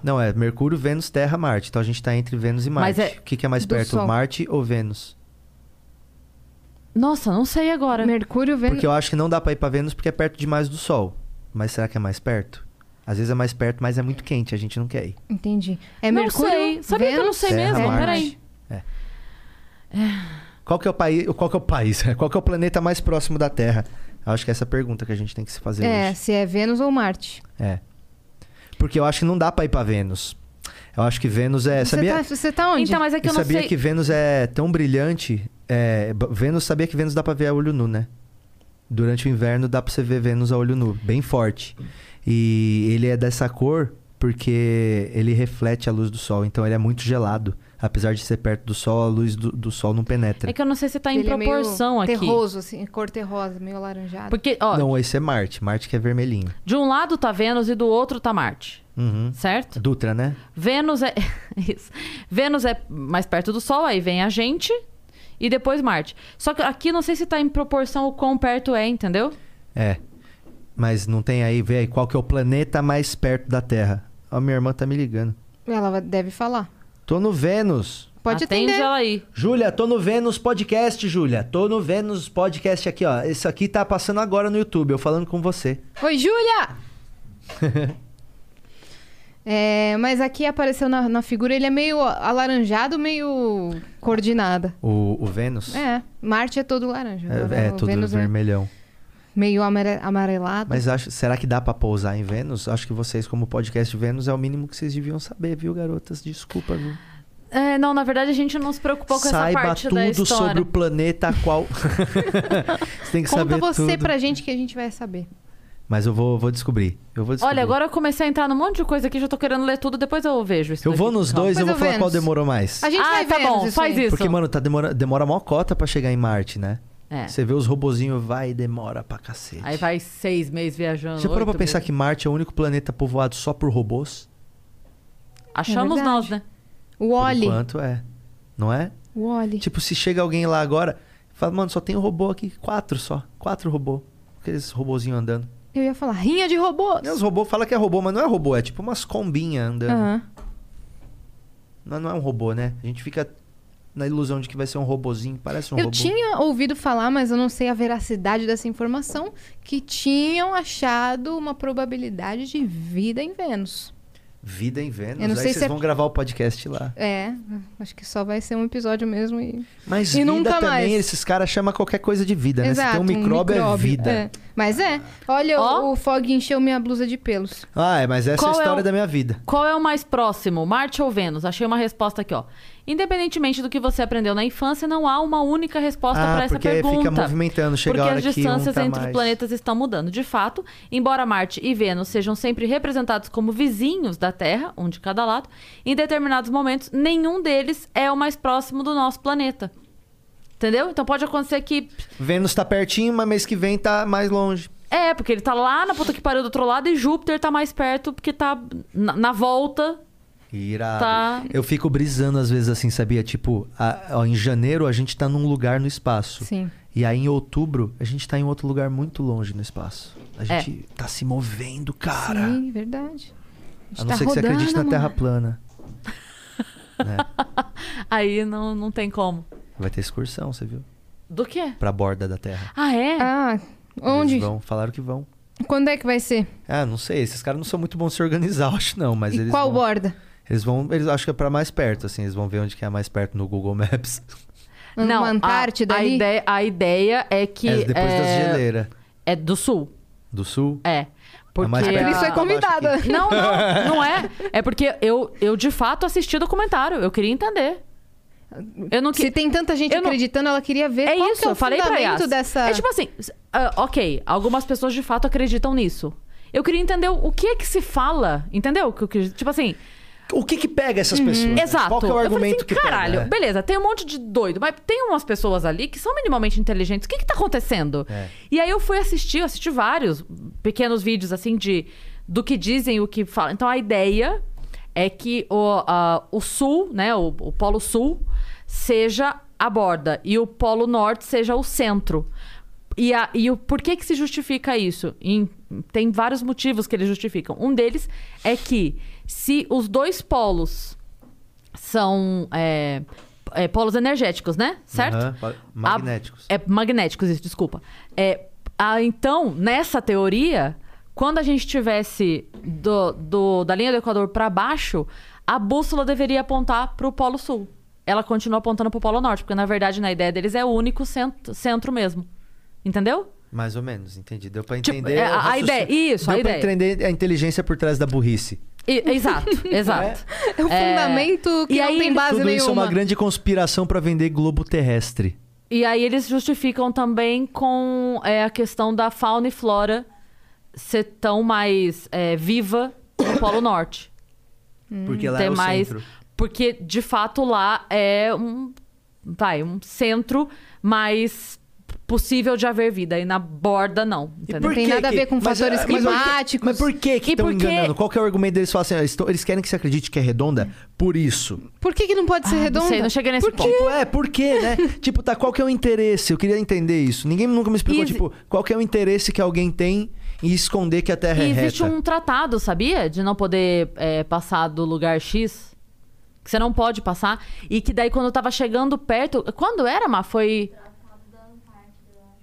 S3: Não, é Mercúrio, Vênus, Terra, Marte. Então a gente tá entre Vênus e Marte.
S1: Mas é
S3: O que, que é mais
S1: do
S3: perto,
S1: Sol.
S3: Marte ou Vênus?
S1: Nossa, não sei agora.
S2: Mercúrio,
S3: Porque eu acho que não dá pra ir pra Vênus porque é perto demais do Sol. Mas será que é mais perto? Às vezes é mais perto, mas é muito quente, a gente não quer ir.
S2: Entendi. É
S1: Não
S2: Mercúrio.
S1: sei. Sabia que eu não sei
S3: Terra,
S1: mesmo?
S3: Marte. É.
S1: Peraí.
S3: Qual que é o país? Qual que é o país? Qual que é o planeta mais próximo da Terra? Eu acho que é essa pergunta que a gente tem que se fazer
S2: É,
S3: hoje.
S2: se é Vênus ou Marte.
S3: É. Porque eu acho que não dá pra ir pra Vênus. Eu acho que Vênus é. sabia?
S2: Você, tá, você tá onde?
S1: Então, mas é que
S3: E
S1: eu não
S3: sabia
S1: sei.
S3: que Vênus é tão brilhante. é, b- Vênus sabia que Vênus dá pra ver a olho nu, né? Durante o inverno dá pra você ver Vênus a olho nu, bem forte. E ele é dessa cor porque ele reflete a luz do sol, então ele é muito gelado. Apesar de ser perto do sol, a luz do, do sol não penetra.
S1: É que eu não sei se tá em
S2: Ele é meio
S1: proporção aqui.
S2: Terroso, assim, cor terrosa, meio alaranjado.
S1: Porque, ó,
S3: Não, esse é Marte. Marte que é vermelhinho.
S1: de um lado tá Vênus e do outro tá Marte.
S3: Uhum.
S1: Certo?
S3: Dutra, né?
S1: Vênus é. Isso. Vênus é mais perto do Sol, aí vem a gente e depois Marte. Só que aqui não sei se tá em proporção o quão perto é, entendeu?
S3: É. Mas não tem aí, vê aí qual que é o planeta mais perto da Terra. Ó, minha irmã tá me ligando.
S2: Ela vai- deve falar.
S3: Tô no Vênus.
S2: Pode Atende atender. ela
S1: aí.
S3: Júlia, tô no Vênus Podcast, Júlia. Tô no Vênus Podcast aqui, ó. Isso aqui tá passando agora no YouTube, eu falando com você.
S2: Oi, Júlia! É, mas aqui apareceu na, na figura, ele é meio alaranjado, meio coordenada.
S3: o, o Vênus?
S2: É, Marte é todo laranja. agora
S3: É, é
S2: o
S3: tudo
S2: Vênus é
S3: vermelhão.
S2: meio amare- amarelado.
S3: Mas acho, será que dá pra pousar em Vênus? Acho que vocês, como podcast Vênus, é o mínimo que vocês deviam saber, viu, garotas? Desculpa, viu?
S1: É, não, na verdade a gente não se preocupou com
S3: Saiba
S1: essa parte
S3: tudo
S1: da história.
S3: sobre o planeta a qual. você tem que
S2: Conta
S3: saber
S2: você
S3: tudo.
S2: pra gente que a gente vai saber.
S3: Mas eu vou, vou descobrir. Eu vou descobrir.
S1: Olha, agora eu comecei a entrar num monte de coisa aqui, já tô querendo ler tudo, depois eu vejo isso.
S3: Eu vou
S1: daqui.
S3: nos dois, eu
S1: Depois
S3: vou falar
S1: Vênus.
S3: qual demorou mais.
S1: A gente Ah, vai tá Vênus, bom, isso faz aí. isso.
S3: Porque, mano, tá demora, demora mó cota pra chegar em Marte, né?
S1: É.
S3: Você vê os robozinhos, vai e demora pra cacete.
S1: Aí vai seis meses viajando.
S3: Já parou pra
S1: oito
S3: pensar
S1: meses.
S3: que Marte é o único planeta povoado só por robôs?
S1: Achamos
S2: É verdade.
S1: nós, né?
S2: O Oli.
S3: Quanto é? Não é?
S2: O Oli.
S3: Tipo, se chega alguém lá agora, fala, mano, só tem um robô aqui, quatro só. Quatro robô. Aqueles robozinhos andando.
S2: Eu ia falar, rinha de robôs.
S3: E os robôs falam que é robô, mas não é robô, é tipo umas combinhas andando.
S2: Aham.
S3: Não, não é um robô, né? A gente fica na ilusão de que vai ser um robozinho, parece um
S2: eu
S3: robô.
S2: tinha ouvido falar, mas eu não sei a veracidade dessa informação, que tinham achado uma probabilidade de vida em Vênus.
S3: Vida em Vênus.
S2: Eu não
S3: Aí
S2: sei
S3: vocês
S2: se é-
S3: vão gravar o podcast lá.
S2: É, acho que só vai ser um episódio mesmo e,
S3: Mas
S2: e
S3: vida
S2: nunca
S3: também,
S2: mais.
S3: esses caras chamam qualquer coisa de vida, né? Se tem
S2: Exato,
S3: um micróbio, é vida.
S2: é. Mas é, olha, o, o Fog encheu minha blusa de pelos.
S3: Ah, é, mas essa é
S1: Qual é
S3: a história
S1: o-
S3: da minha vida.
S1: Qual é o mais próximo, Marte ou Vênus? Achei uma resposta aqui, ó. Independentemente do que você aprendeu na infância, não há uma única resposta
S3: Ah,
S1: para essa
S3: porque
S1: pergunta.
S3: fica movimentando, chega
S1: porque
S3: a hora
S1: as
S3: que um
S1: distâncias
S3: tá
S1: entre os
S3: mais.
S1: planetas estão mudando. De fato, embora Marte e Vênus sejam sempre representados como vizinhos da Terra, um de cada lado, em determinados momentos, nenhum deles é o mais próximo do nosso planeta. Entendeu? Então pode acontecer que.
S3: Vênus tá pertinho, mas mês que vem tá mais longe.
S1: É, porque ele tá lá na puta que pariu do outro lado e Júpiter tá mais perto porque tá na, na volta
S3: Irado.
S1: Tá.
S3: Eu fico brisando às vezes assim, sabia? Tipo, a- ó, em janeiro a gente tá num lugar no espaço.
S2: Sim.
S3: E aí em outubro a gente tá em outro lugar muito longe no espaço. A
S2: É.
S3: gente tá se movendo, cara.
S2: Sim, verdade. gente
S3: A não
S2: tá
S3: ser que você acredite na
S2: rodando,
S3: Terra
S2: mano.
S3: plana. Né?
S1: Aí não, não tem como.
S3: Vai ter excursão, você viu?
S1: Do quê?
S3: Pra borda da Terra.
S1: Ah, é?
S2: Ah,
S3: Eles
S2: onde?
S3: vão, falaram que vão.
S2: Quando é que vai ser?
S3: Ah, não sei. Esses caras não são muito bons em se organizar, eu acho não. Mas eles
S2: Qual
S3: vão,
S2: borda?
S3: Eles vão, eles acho que é pra mais perto, assim. Eles vão ver onde que é mais perto no Google Maps.
S1: Não,
S2: Uma Antártida
S1: a, a
S2: ali?
S1: ideia, a ideia é que.
S3: é depois das
S1: é-
S3: geleiras.
S1: É do sul.
S3: Do sul?
S1: É. Porque.
S3: mais perto
S1: a-
S3: do
S2: Isso é convidada.
S1: Não, não, não é. É porque eu, eu de fato assisti o documentário. Eu queria entender. Eu não que...
S2: Se tem tanta gente
S1: Eu não-
S2: acreditando, ela queria ver
S1: É
S2: qual que
S1: isso,
S2: é o
S1: eu falei pra
S2: fundamento
S1: Yas.
S2: dessa...
S1: É tipo assim, s- ah, ok, algumas pessoas de fato acreditam nisso. Eu queria entender o que é que se fala, entendeu? Que- que- Tipo assim,
S3: O que que pega essas pessoas? né?
S1: Uhum. exato.
S3: Qual que é o
S1: Eu falei
S3: argumento
S1: assim,
S3: que
S1: caralho,
S3: pega? né?
S1: beleza, tem um monte de doido, mas tem umas pessoas ali que são minimamente inteligentes. O que que tá acontecendo?
S3: É.
S1: E aí eu fui assistir, eu assisti vários pequenos vídeos assim de do que dizem, o que falam. Então a ideia é que o, ah, o sul, né, o, o polo sul seja a borda e o polo norte seja o centro. E, a- e o por que que se justifica isso? Em- tem vários motivos que eles justificam. Um deles é que se os dois polos são é, é, polos energéticos, né? Certo?
S3: Aham, pa- magnéticos.
S1: A- é, magnéticos, isso, desculpa. É, ah, então, nessa teoria, quando a gente tivesse do, do- da linha do Equador para baixo, a bússola deveria apontar para o Polo Sul. Ela continua apontando para o Polo Norte, porque na verdade, na ideia deles, é o único centro, centro mesmo. Entendeu?
S3: Mais ou menos, entendi. Deu pra
S1: Tipo,
S3: entender.
S1: é,
S3: o
S1: a- a
S3: raciocínio.
S1: ideia, isso,
S3: Deu
S1: a
S3: pra
S1: ideia.
S3: entender a inteligência por trás da burrice.
S1: E- exato, exato.
S2: É um fundamento que
S1: e
S2: não
S1: aí
S2: tem
S1: eles-
S2: base
S3: Tudo
S2: nenhuma.
S3: isso é uma grande conspiração pra vender globo terrestre.
S1: E aí eles justificam também com é, a questão da fauna e flora ser tão mais é, viva no Polo Norte.
S3: Porque lá
S1: Ter
S3: é o
S1: Hum, mais...
S3: centro.
S1: Porque, de fato, lá é um, vai, um centro mais possível de haver vida. E na borda, não. Entendeu?
S2: por tem nada a ver com fatores
S3: ah, mas por que-
S2: climáticos.
S3: Mas por que que
S1: E
S3: estão
S1: porque-
S3: enganando? Qual que é o argumento deles? Falam assim, ah, eles, tão- eles querem que você acredite que é redonda por isso.
S2: Por que, que não pode ser
S1: Ah,
S2: redonda?
S1: Não sei, não cheguei nesse
S2: Por
S1: ponto.
S3: Tipo, é, por quê, né? tipo, tá, qual que é o interesse? Eu queria entender isso. Ninguém nunca me explicou,
S1: Easy.
S3: tipo, qual que é o interesse que alguém tem em esconder que a Terra
S1: E
S3: é
S1: existe
S3: reta.
S1: um tratado, sabia? De não poder é, passar do lugar X. Que você não pode passar. E que daí, quando eu tava chegando perto. Quando era, Má? Foi.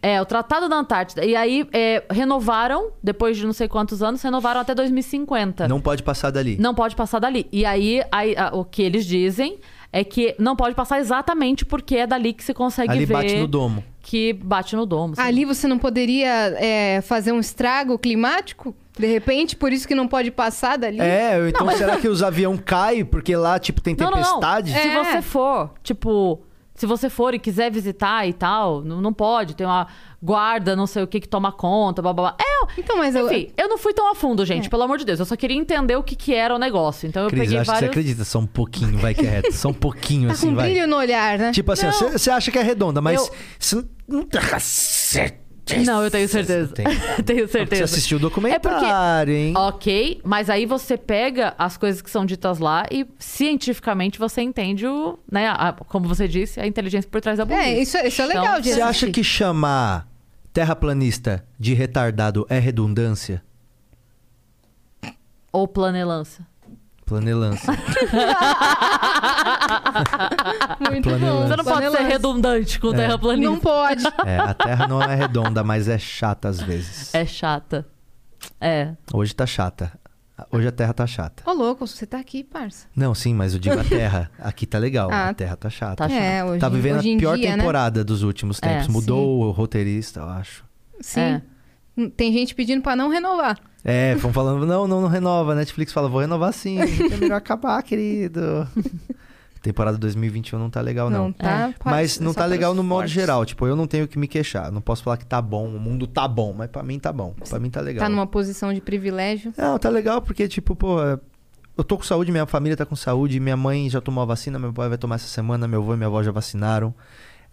S1: É, o Tratado da Antártida. E aí, é, renovaram, depois de não sei quantos anos, renovaram até 2050.
S3: Não pode passar dali.
S1: Não pode passar dali. E aí, aí, a- o que eles dizem é que não pode passar exatamente porque é dali que se consegue
S3: Ali
S1: ver.
S3: bate no domo.
S1: Que bate no domo. sabe?
S2: Ali você não poderia é, fazer um estrago climático? De repente, por isso que não pode passar dali?
S3: É, ou então será que os aviões caem porque lá, tipo, tem
S1: Não, não, não.
S3: tempestade?
S1: Se
S2: É.
S1: você for, tipo, se você for e quiser visitar e tal, não, não pode, tem uma guarda, não sei o que, que toma conta, blá blá blá. É,
S2: Então, mas eu... É.
S1: enfim, eu não fui tão a fundo, gente, pelo amor de Deus. Eu só queria entender o que, que era o negócio. Então eu
S3: Cris,
S1: peguei
S3: eu acho que você
S1: vários.
S3: acredita só um pouquinho, vai que é reto. Só um pouquinho,
S2: Tá
S3: assim,
S2: com
S3: vai.
S2: brilho no olhar, né?
S3: Tipo assim, ó, você você acha que é redonda, mas...
S1: Eu-
S3: Você não- não tá certeza.
S1: Não, eu tenho certeza.
S3: Tem.
S1: tenho
S3: Você
S1: certeza.
S3: assistiu um. o
S1: É porque-
S3: documentário, hein?
S1: Ok, mas aí você pega as coisas que são ditas lá e cientificamente você entende o, né, a- como você disse, a inteligência por trás da burrice.
S2: É, isso, é- isso é legal
S1: Então,
S2: de
S3: Você acha
S2: assistir.
S3: que chamar terraplanista de retardado é redundância?
S1: Ou planelância.
S3: Planelância.
S2: Muito
S3: Planelância.
S2: bom.
S1: Você não pode ser
S2: Planelância.
S1: redundante com o terraplanista.
S2: Não pode.
S3: É, a Terra não é redonda, mas é chata às vezes.
S1: É chata. É.
S3: Hoje tá chata. Hoje a Terra tá chata.
S2: Ô, louco, você tá aqui, parça.
S3: Não, sim, mas eu digo a Terra. Aqui tá legal.
S2: Ah,
S3: a Terra tá chata.
S1: tá
S2: É, hoje,
S3: tá vivendo a
S2: hoje em
S3: pior
S2: dia, né?
S3: temporada dos últimos
S1: É,
S3: tempos.
S1: sim.
S3: Mudou o roteirista, eu acho.
S2: Sim.
S1: É.
S2: Hum, Tem gente pedindo pra não renovar.
S3: É, vão falando, não, não, não renova. Netflix fala, vou renovar sim. É melhor acabar, querido. Temporada 2021 não tá legal, não.
S2: Não tá, pode-
S3: Mas não
S2: só
S3: tá
S2: para
S3: legal
S2: os
S3: no modo
S2: fortes.
S3: geral. Tipo, eu não tenho que me queixar. Não posso falar que tá bom, o mundo tá bom. Mas pra mim tá bom. Pra mim tá legal.
S2: Tá numa posição de privilégio.
S3: Não, tá legal porque, tipo, pô, eu tô com saúde, minha família tá com saúde, minha mãe já tomou a vacina, meu pai vai tomar essa semana, meu avô e minha avó já vacinaram.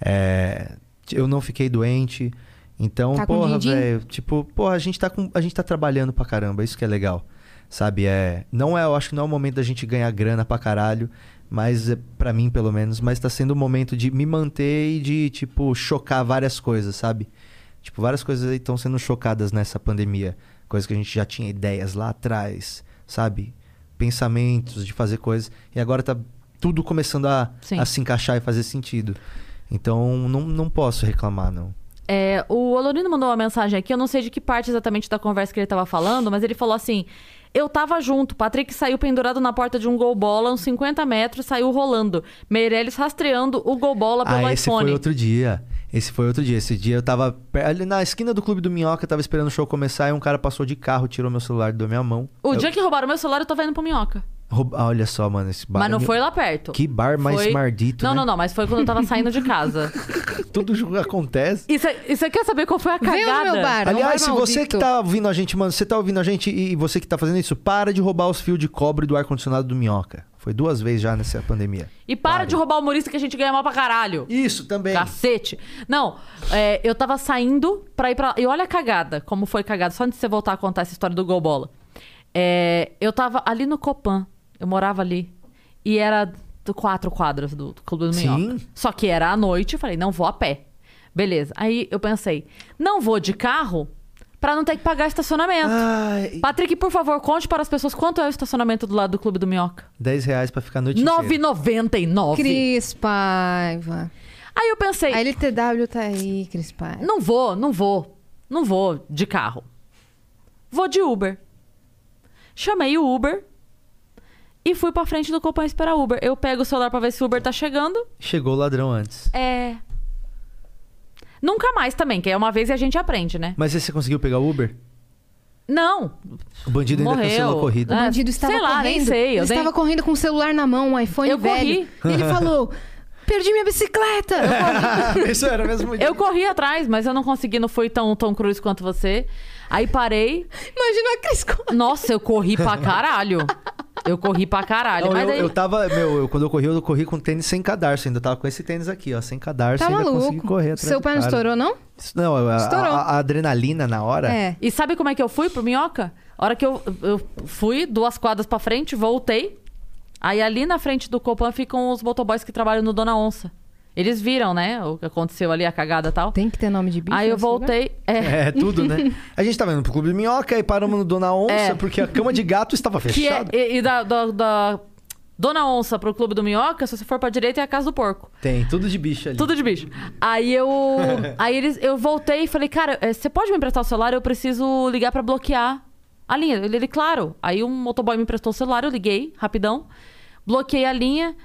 S3: É, eu não fiquei doente. Então,
S2: Tá com
S3: porra,
S2: din-din?
S3: velho, tipo, porra, a gente tá com. A gente tá trabalhando pra caramba, isso que é legal. Sabe, é, não é, eu acho que não é o momento da gente ganhar grana pra caralho, mas é, para mim pelo menos, mas tá sendo o momento de me manter e de tipo chocar várias coisas, sabe? Tipo, várias coisas aí estão sendo chocadas nessa pandemia, coisas que a gente já tinha ideias lá atrás, sabe? Pensamentos de fazer coisas e agora tá tudo começando a,
S1: Sim.
S3: a se encaixar e fazer sentido. Então, não, não posso reclamar, não.
S1: É, o Olorino mandou uma mensagem aqui, eu não sei de que parte exatamente da conversa que ele tava falando, mas ele falou assim: Eu tava junto, Patrick saiu pendurado na porta de um gol bola, uns 50 metros, saiu rolando. Meirelles rastreando o gol bola pelo
S3: ah, esse
S1: iPhone.
S3: foi outro dia. Esse foi outro dia. Esse dia eu tava per- ali na esquina do Clube do Minhoca, tava esperando o show começar e um cara passou de carro, tirou meu celular da minha mão.
S1: O
S3: Eu-
S1: dia que roubaram meu celular, eu tava indo pro minhoca.
S3: Rouba- ah, Olha só, mano, esse bar.
S1: mas não
S3: é mi-
S1: foi lá perto.
S3: Que bar mais
S1: Foi-
S3: maldito,
S1: Não,
S3: né?
S1: não, não, mas foi quando eu tava saindo de casa.
S3: Tudo ju- acontece.
S1: E você quer saber qual foi a cagada?
S3: Aliás, se você que tá ouvindo a gente, mano, você tá ouvindo a gente e e você que tá fazendo isso, para de roubar os fios de cobre do ar-condicionado do Minhoca. Foi duas vezes já nessa pandemia.
S1: E para de roubar o humorista que a gente ganha mal pra caralho.
S3: Isso, também.
S1: Cacete. Não, é, eu tava saindo pra ir pra... E olha a cagada, como foi cagada. Só antes de você voltar a contar essa história do Golbola. É, eu tava ali no Copan. Eu morava ali. E era do quatro quadras do, do Clube do
S8: Sim.
S1: Minhoca. Só que era à noite. Eu falei, não vou a pé. Beleza. Aí eu pensei, não vou de carro... Pra não ter que pagar estacionamento. Patrick, por favor, conte para as pessoas quanto é o estacionamento do lado do Clube do Minhoca.
S3: 10 reais pra ficar a noite inteira.
S1: 9,99.
S2: Cris Paiva.
S1: Aí eu pensei.
S2: A LTW tá aí, Cris Paiva.
S1: Não vou, não vou. Não vou de carro. Vou de Uber. Chamei o Uber e fui pra frente do Copan esperar o Uber. Eu pego o celular pra ver se o Uber tá chegando.
S3: Chegou o ladrão antes.
S1: É. Nunca mais também, que é uma vez e a gente aprende, né?
S3: Mas aí você conseguiu pegar o Uber?
S1: Não.
S3: O bandido ainda
S1: Morreu.
S3: cancelou a corrida.
S2: O
S1: É,
S2: bandido estava
S1: sei lá,
S2: correndo.
S1: nem sei, eu
S2: Ele
S1: dei-
S2: estava correndo com o celular na mão, um iPhone
S1: Eu
S2: velho.
S1: corri.
S2: E ele falou: Perdi minha bicicleta!
S3: Isso era mesmo
S1: É. Eu corri atrás, mas eu não consegui, não fui tão Tom Cruise quanto você. Aí parei.
S2: Imagina a Cris
S1: Nossa, eu corri pra caralho. Eu corri pra caralho.
S3: Não,
S1: mas
S3: eu,
S1: aí...
S3: eu tava, meu, eu- quando eu corri, eu corri com tênis sem cadarço. Ainda tava com esse tênis aqui, ó, sem cadarço.
S2: Tá
S3: ainda consegui
S2: maluco?
S3: correr atrás
S2: Seu
S3: do
S2: pai não
S3: cara.
S2: estourou, não?
S3: Isso Não, a, a-
S2: Estourou.
S3: a adrenalina na hora.
S1: E sabe como é que eu fui pro Minhoca? A hora que eu, eu fui duas quadras pra frente, voltei. Aí ali na frente do Copan ficam os motoboys que trabalham no Dona Onça. Eles viram, né? O que aconteceu ali, a cagada e tal.
S2: Tem que ter nome de bicho.
S1: Aí eu
S2: nesse lugar?
S1: voltei.
S3: É, tudo, né? A gente tava indo pro Clube de Minhoca e paramos no Dona Onça,
S1: É.
S3: porque a cama de gato estava
S1: que é,
S3: fechada.
S1: e, e da, da- da Dona Onça pro Clube do Minhoca, se você for pra direita, é a Casa do Porco.
S3: Tem, tudo de bicho ali.
S1: Tudo de bicho. Aí eu. aí eles, eu voltei e falei, cara, eh, você pode me emprestar o celular? Eu preciso ligar pra bloquear a linha. Ele, ele, claro. Aí um motoboy me emprestou o celular, eu liguei, rapidão. Bloqueei a linha.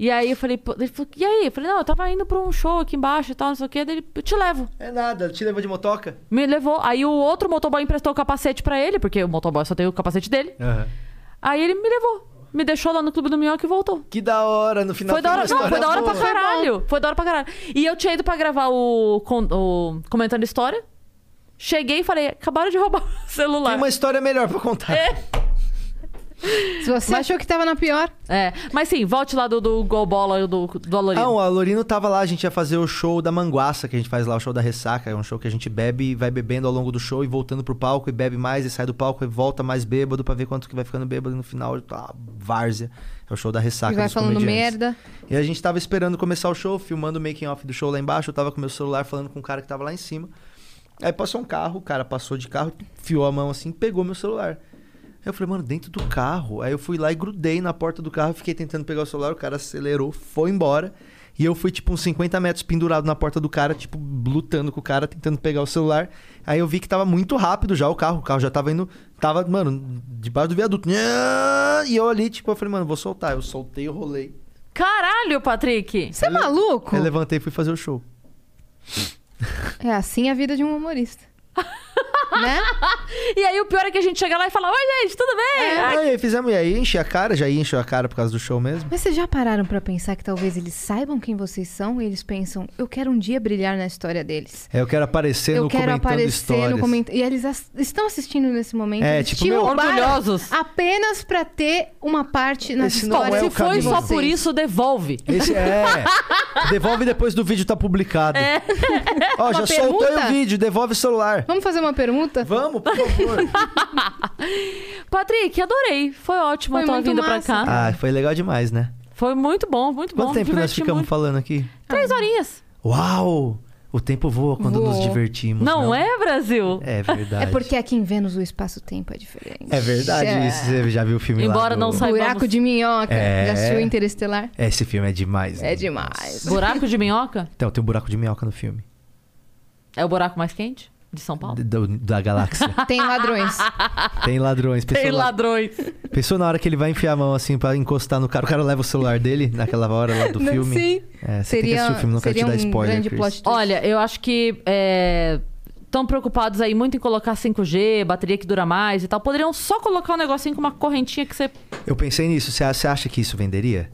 S1: E aí eu falei, pô, ele falou, e aí? Eu falei, não, eu tava indo pra um show aqui embaixo e tal, não sei o quê. Daí ele, eu te levo.
S3: É nada, te levou de motoca?
S1: Me levou. Aí o outro motoboy emprestou o capacete pra ele, porque o motoboy só tem o capacete dele. Aí ele me levou. Me deixou lá no Clube do Minhoca e voltou.
S3: Que da hora, no final
S1: Foi da
S3: tem
S1: hora,
S3: Tá uma
S1: não, foi
S3: história
S1: da hora pra
S3: boa.
S1: caralho. Foi da hora pra caralho. E eu tinha ido pra gravar o, con- o Comentando História. Cheguei e falei, acabaram de roubar o celular.
S3: Tem uma história melhor pra
S1: É.
S3: contar.
S2: Se você achou que tava na pior.
S1: É, mas sim, volte lá do, do Gol Bola do, do Alorino.
S3: Não, Ah, o Alorino tava lá, a gente ia fazer o show da Manguaça, que a gente faz lá, o show da Ressaca. É um show que a gente bebe e vai bebendo ao longo do show e voltando pro palco e bebe mais e sai do palco e volta mais bêbado pra ver quanto que vai ficando bêbado e no final. Tá, várzea. É o show da Ressaca.
S2: E vai
S3: dos
S2: falando
S3: comediantes.
S2: merda.
S3: E a gente tava esperando começar o show, filmando o making off do show lá embaixo. Eu tava com meu celular falando com um cara que tava lá em cima. Aí passou um carro, o cara passou de carro, fiou a mão assim, pegou meu celular. Aí eu falei, mano, dentro do carro. Aí eu fui lá e grudei na porta do carro, fiquei tentando pegar o celular, o cara acelerou, foi embora. E eu fui, tipo, uns 50 metros pendurado na porta do cara, tipo, lutando com o cara, tentando pegar o celular. Aí eu vi que tava muito rápido já o carro, o carro já tava indo, tava, mano, debaixo do viaduto. E eu ali, tipo, eu falei, mano, vou soltar. Eu soltei, eu rolei.
S1: Caralho, Patrick!
S2: Você é maluco?
S3: Eu levantei e fui fazer o show.
S2: É assim a vida de um humorista. Né?
S1: e aí o pior é que a gente chega lá e fala, oi gente, tudo
S2: É.
S1: bem? Ah, Ai,
S3: Aí fizemos, e aí enchi a cara, já enchi a cara por causa do show mesmo.
S2: Mas vocês já pararam pra pensar que talvez eles saibam quem vocês são e eles pensam, eu quero um dia brilhar na história deles.
S3: É, eu quero aparecer
S2: eu
S3: no
S2: quero
S3: comentando
S2: aparecer
S3: histórias.
S2: no comentário. E eles as- estão assistindo nesse momento.
S3: É,
S2: eles
S3: tipo,
S2: te
S3: meu,
S2: roubaram
S3: orgulhosos.
S2: Apenas pra ter uma parte na
S3: Esse não
S2: história.
S3: é
S1: se
S3: o
S1: foi
S3: caminho.
S1: só por isso, devolve.
S3: Esse é. devolve depois do vídeo tá publicado. Ó,
S1: É.
S2: Uma
S3: já soltei
S2: permuta?
S3: o vídeo, devolve o celular.
S2: Vamos fazer uma permuta? É
S3: Vamos, pô.
S1: Patrick, adorei. Foi ótimo
S2: Foi
S1: a tua
S2: muito
S1: vinda pra
S2: massa,
S1: cá.
S3: Ah, foi legal demais, né?
S1: Foi muito bom, muito
S3: Quanto
S1: bom.
S3: tempo nós
S1: Diverti
S3: ficamos
S1: muito.
S3: falando aqui?
S1: Três horinhas.
S3: Uau! O tempo voa quando nos
S1: Voou.
S3: divertimos.
S1: Não, é, Brasil?
S3: É
S2: É
S3: verdade.
S2: porque aqui em Vênus o espaço-tempo é diferente.
S3: É verdade
S2: É.
S3: isso. Você já viu o filme lá
S1: Embora
S3: do-
S1: não saibamos-
S2: Buraco de minhoca.
S3: É.
S2: Já assistiu Interestelar?
S3: Esse filme é demais. né?
S2: É demais.
S1: Buraco de minhoca?
S3: Então, tem um buraco de minhoca no filme.
S1: É o buraco mais quente de São Paulo?
S3: D- do- da galáxia.
S2: Tem ladrões.
S3: Tem ladrões. Pensou,
S1: Tem
S3: na-
S1: ladrões.
S3: pensou na hora que ele vai enfiar a mão assim pra encostar no cara. O cara leva o celular dele naquela hora lá do
S2: Não,
S3: filme.
S2: sim.
S3: É, você tem que
S2: Seria-
S3: assistir o filme, não quero te
S2: seria
S3: dar
S2: um
S3: spoiler.
S2: grande
S3: Chris.
S2: plot
S1: Olha, eu acho que estão preocupados aí muito em colocar 5G, bateria que dura mais e tal. Poderiam só colocar um negocinho com uma correntinha que você.
S3: Eu pensei nisso. Você você acha que isso venderia?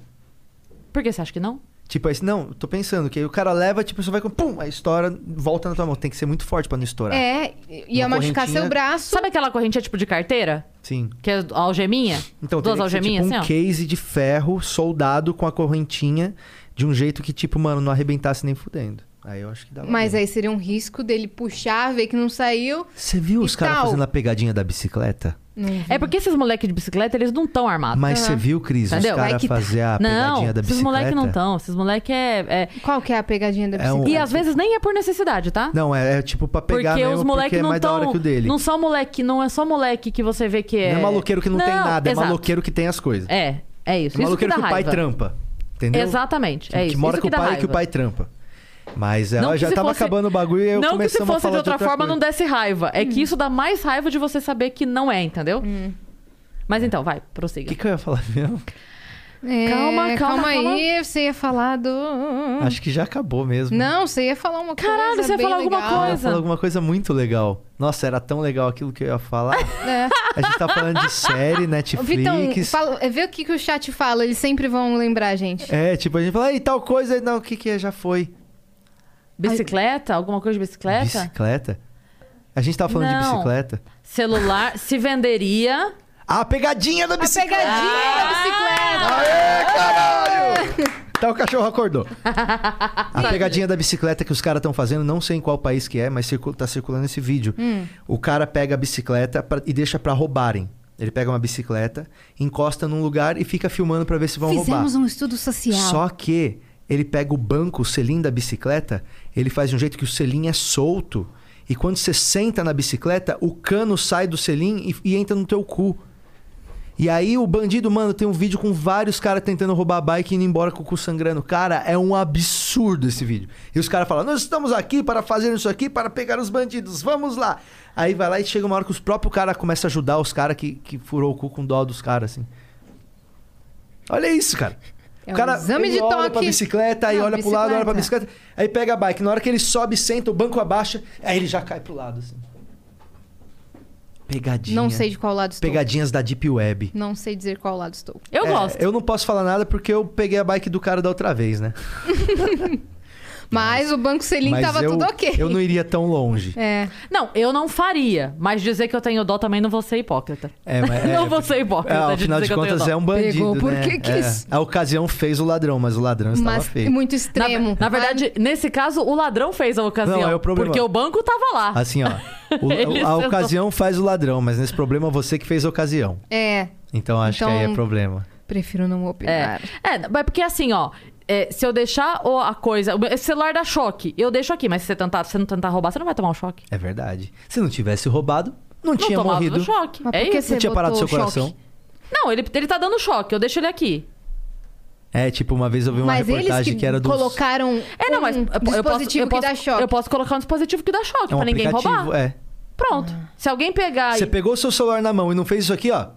S1: Por que você acha que não?
S3: Tipo, assim, não, tô pensando que o cara leva, tipo, você vai com. Pum! A estoura volta na tua mão. Tem que ser muito forte pra não estourar.
S2: É, e- ia
S3: Tá. Uma
S2: machucar
S3: correntinha.
S2: seu braço.
S1: Sabe aquela correntinha tipo de carteira?
S3: Sim.
S1: Que é a algeminha?
S3: Então,
S1: Duas
S3: teria que ser, tipo,
S1: algeminhas,
S3: um
S1: assim, ó.
S3: case de ferro soldado com a correntinha de um jeito que, tipo, mano, não arrebentasse nem fudendo. Aí eu acho que dá pra
S2: Mas
S3: ver.
S2: aí seria um risco dele puxar, ver que não saiu.
S3: Você viu
S2: E
S3: os caras
S2: tal.
S3: fazendo a pegadinha da bicicleta?
S1: É porque esses moleques de bicicleta, eles não estão armados.
S3: Mas você viu, Cris,
S1: Ah. Entendeu?
S3: os
S1: Vai
S3: caras
S1: que tá.
S3: fazer a
S1: não,
S3: pegadinha da
S1: esses
S3: bicicleta?
S1: moleques não estão. Esses moleques é, é-
S2: Qual que é a pegadinha da
S3: É um-
S2: bicicleta?
S1: E às vezes nem é por necessidade, tá?
S3: Não, é, é tipo pra pegar
S1: porque
S3: mesmo,
S1: os moleques
S3: porque é
S1: não
S3: mais da hora
S1: estão.
S3: que o dele.
S1: Não são moleque, não é só moleque que você vê que é.
S3: Não é maloqueiro que não, tem nada,
S1: exato.
S3: é maloqueiro que tem as coisas.
S1: É, é isso.
S3: É
S1: isso que,
S3: maloqueiro
S1: dá
S3: que, o pai
S1: raiva.
S3: trampa, entendeu?
S1: Exatamente,
S3: Que,
S1: é
S3: que
S1: isso.
S3: mora
S1: isso
S3: com o
S1: dá
S3: pai que
S1: raiva.
S3: o pai trampa. Mas
S1: Não
S3: ela
S1: que
S3: já
S1: se
S3: tava
S1: fosse-
S3: acabando o bagulho e eu
S1: Não que
S3: começamos
S1: se fosse
S3: a falar
S1: de outra, forma
S3: coisa.
S1: não desse raiva. É
S3: Hum.
S1: que isso dá mais raiva de você saber que não é, entendeu? Mas então, vai,
S3: O
S1: prossiga.
S3: que, que eu ia falar mesmo?
S2: É,
S1: Calma, calma,
S2: aí, você ia falar do.
S3: Acho que já acabou mesmo.
S2: Não, você ia falar uma coisa.
S1: Caralho, você ia
S2: bem
S1: falar alguma
S2: legal.
S3: Eu ia
S1: coisa.
S3: falar alguma coisa muito legal. Nossa, era tão legal aquilo que eu ia falar.
S2: É.
S3: A gente tá falando de série,
S2: Ô,
S3: Netflix.
S2: Vitão, fala- é, vê o que, que o chat fala, eles sempre vão lembrar, gente.
S3: É, tipo, a gente fala, e tal coisa, não, o que que é? Já foi.
S1: Bicicleta? Alguma coisa de bicicleta?
S3: Bicicleta? A gente tava falando de
S1: Não.
S3: bicicleta.
S1: Celular se venderia.
S3: Ah, pegadinha da bicicleta!
S2: Pegadinha
S1: Ah!
S2: da bicicleta!
S3: Aê, caralho! Tá, o cachorro acordou. A pegadinha da bicicleta que os caras estão fazendo, não sei em qual país que é, mas circu- tá circulando esse vídeo. O cara pega a bicicleta pra- e deixa pra roubarem. Ele pega uma bicicleta, encosta num lugar e fica filmando pra ver se vão roubar.
S2: Fizemos um estudo social.
S3: Só que ele pega o banco, o selim da bicicleta, ele faz de um jeito que o selim é solto. E quando você senta na bicicleta, o cano sai do selim e, e entra no teu cu. E aí o bandido, mano, tem um vídeo com vários caras tentando roubar a bike e indo embora com o cu sangrando. Cara, é um absurdo esse vídeo. E os caras falam, nós estamos aqui para fazer isso aqui, para pegar os bandidos, vamos lá. Aí vai lá e chega uma hora que os próprios caras começam a ajudar os caras que, que furou o cu com dó dos caras, assim. Olha isso, cara.
S2: É
S3: o
S2: um
S3: cara
S2: exame
S3: ele
S2: de
S3: olha
S2: toque.
S3: pra bicicleta, aí
S2: Não,
S3: olha pro lado, olha pra
S2: bicicleta.
S3: bicicleta, aí pega a bike. Na hora que ele sobe, senta, o banco abaixa, aí ele já cai pro lado, assim. Pegadinha.
S2: Não sei de qual lado estou.
S3: Pegadinhas da Deep Web.
S2: Não sei dizer qual lado estou.
S1: Eu
S3: É,
S1: gosto.
S3: Eu não posso falar nada porque eu peguei a bike do cara da outra vez, né?
S2: Mas o Banco Selim
S3: Mas
S2: tava
S3: eu,
S2: tudo ok.
S3: Eu não iria tão longe.
S2: É.
S1: Não, eu não faria. Mas dizer que eu tenho dó também não vou ser hipócrita.
S3: É, mas-
S1: não
S3: é,
S1: vou ser
S3: É,
S1: hipócrita.
S2: tá
S3: afinal
S1: de dizer que
S3: de
S1: eu tenho
S3: contas
S1: dó.
S3: é um bandido,
S2: Pegou, por
S3: né?
S2: que que
S3: É,
S2: isso?
S3: A ocasião fez o ladrão, mas o ladrão estava
S2: Mas
S3: feio.
S2: muito
S1: Na,
S2: extremo.
S1: na verdade, nesse caso, o ladrão fez a ocasião.
S3: Não, é o problema.
S1: Porque o banco tava lá.
S3: Assim, ó. o-
S1: Ele
S3: a
S1: sentou.
S3: ocasião faz o ladrão, mas nesse problema você que fez a ocasião.
S2: É.
S3: Então acho que aí é
S2: Então-
S3: problema.
S2: Prefiro não opinar.
S1: É. é, mas porque assim, ó. é, se eu deixar o- a coisa. o- Esse celular dá choque. Eu deixo aqui, mas se você, tentar, se você não tentar roubar, você não vai tomar um choque.
S3: É verdade. Se não tivesse roubado, não,
S1: Não
S3: tinha
S1: tomava
S3: morrido.
S1: do choque.
S2: Mas
S1: é
S2: por que
S1: isso.
S2: você
S3: não tinha parado
S2: botou
S3: seu
S2: choque?
S3: coração.
S1: Não, ele, ele tá dando choque. Eu deixo ele aqui.
S3: É, tipo, uma vez eu vi uma
S2: Mas eles
S3: reportagem
S2: que,
S3: que, era do.
S2: colocaram
S1: É, não, mas.
S2: um
S1: eu- eu
S2: dispositivo
S1: posso, eu
S2: que
S1: posso,
S2: dá choque.
S1: Eu posso colocar um dispositivo que dá choque
S3: É um
S1: pra ninguém
S3: aplicativo,
S1: roubar.
S3: é.
S1: Pronto.
S2: Ah.
S1: Se alguém pegar
S3: Você
S1: e.
S3: pegou o seu celular na mão e não fez isso aqui, ó.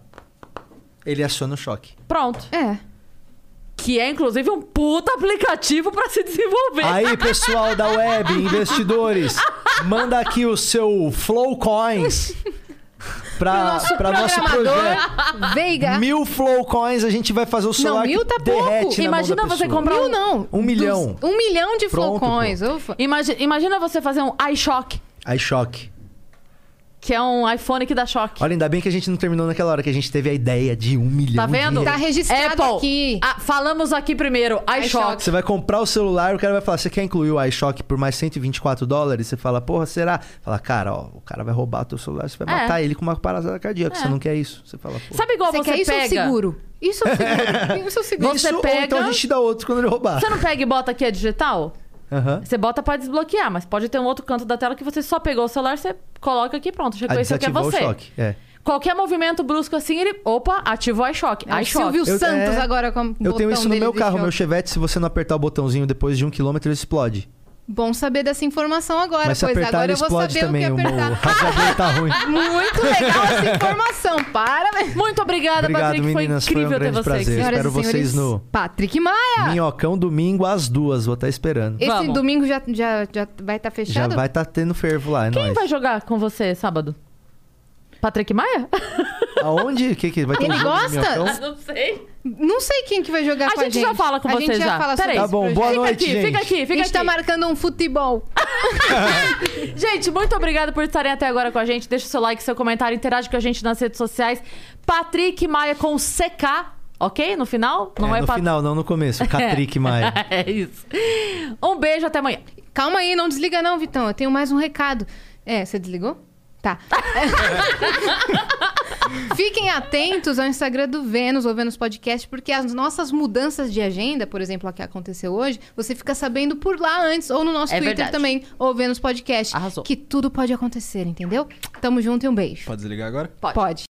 S3: Ele aciona o choque.
S1: Pronto.
S2: É.
S1: Que é, inclusive, um puta aplicativo pra se desenvolver.
S3: Aí, pessoal da web, investidores, manda aqui o seu Flow Coins pra, pra nosso projeto.
S2: Veiga.
S3: Mil Flow Coins a gente vai fazer o celular
S2: mil
S3: que
S2: tá pouco.
S3: derrete na mão
S1: Imagina
S3: da
S1: você
S3: pessoa.
S1: comprar
S2: Mil
S1: um-
S2: não.
S3: Um milhão.
S2: Dos- um milhão de
S3: Pronto,
S2: flocões.
S3: pô.
S2: Ufa.
S1: Imagi- Imagina, você fazer um iShock.
S3: Aí choque.
S1: Que é um iPhone que dá choque.
S3: Olha, ainda bem que a gente não terminou naquela hora que a gente teve a ideia de um milhão
S1: Tá vendo?
S3: de reais.
S1: registrado aqui. falamos aqui primeiro, iShock.
S3: Você vai comprar o celular, o cara vai falar, você quer incluir o iShock por mais 124 dólares? Você fala, porra, será? Fala, cara, ó, o cara vai roubar teu celular, você vai
S1: É.
S3: matar ele com uma parada cardíaca,
S1: É.
S3: você não quer isso. Você fala, pô.
S1: Sabe igual
S2: Você
S1: você,
S2: quer isso ou
S1: pega...
S2: seguro? Isso é seguro. Isso é seguro.
S1: Você
S3: isso,
S1: pega-
S3: ou então a gente dá outro quando ele roubar.
S1: Você não pega e bota aqui a digital?
S3: Aham.
S1: Você bota pra desbloquear, mas pode ter um outro canto da tela que você só pegou o celular, você coloca aqui e pronto.
S3: Ah,
S1: Reconheceu que é
S3: desativou
S1: você.
S3: o choque. É.
S1: Qualquer movimento brusco assim, ele. Opa, ativou o iShock.
S2: É o
S1: iShock.
S2: Silvio Eu- Santos é. agora com o
S3: Eu tenho
S2: botão
S3: isso no
S2: dele
S3: meu
S2: de
S3: carro,
S2: choque.
S3: meu Chevette, se você não apertar o botãozinho depois de um quilômetro, ele explode.
S2: Bom saber dessa informação agora,
S3: Mas se
S2: pois
S3: apertar,
S2: agora
S3: ele
S2: eu vou
S3: explode
S2: saber
S3: também.
S2: o que
S3: O
S2: apertar.
S3: radiador tá ruim.
S2: Muito legal essa informação. Parabéns.
S1: Muito obrigada,
S3: Obrigado,
S1: Patrick.
S3: meninas.
S1: Foi
S3: Foi um
S1: incrível ter
S3: grande
S1: você
S3: prazer.
S1: aqui.
S3: Espero
S2: Senhoras e
S3: vocês
S2: senhores,
S3: no-
S2: Patrick Maia.
S3: Minhocão domingo às duas, vou estar esperando.
S2: Esse
S1: Vamos.
S2: domingo já, já, já vai estar
S3: Já
S2: fechado?
S3: vai estar tendo fervo lá, é
S1: Quem
S3: nóis.
S1: vai jogar com você sábado? Patrick Maia?
S3: Aonde? Que que vai ter um
S2: Ele
S3: jogo do Minhocão?
S2: gosta?
S1: Não sei.
S2: Não sei quem que vai jogar
S1: A
S2: com a
S1: gente
S2: gente.
S1: já fala com
S2: a
S1: você
S2: gente já.
S1: já.
S2: Fala
S1: Peraí.
S2: sobre
S3: Tá
S2: esse
S3: bom,
S2: projeto.
S3: boa
S1: Fica
S3: noite,
S1: aqui,
S3: gente.
S1: fica aqui,
S2: A
S1: fica
S2: gente tá
S1: aqui.
S2: marcando um futebol.
S1: Gente, muito obrigada por estarem até agora com a gente. Deixa o seu like, seu comentário, interage com a gente nas redes sociais. Patrick Maia com CK, ok? No final? Não é,
S3: no
S1: Pat-
S3: final, não no começo. Catrique Maia.
S1: é isso. Um beijo, até amanhã.
S2: Calma aí, não desliga não, Vitão. Eu tenho mais um recado. É, você desligou? Tá. Fiquem atentos ao Instagram do Vênus ou Vênus Podcast, porque as nossas mudanças de agenda, por exemplo, a que aconteceu hoje, você fica sabendo por lá antes, ou no nosso
S1: É
S2: Twitter
S1: verdade.
S2: também, ou Vênus Podcast.
S1: Arrasou.
S2: Que tudo pode acontecer, entendeu? Tamo junto e um beijo.
S5: Pode desligar agora?
S2: Pode.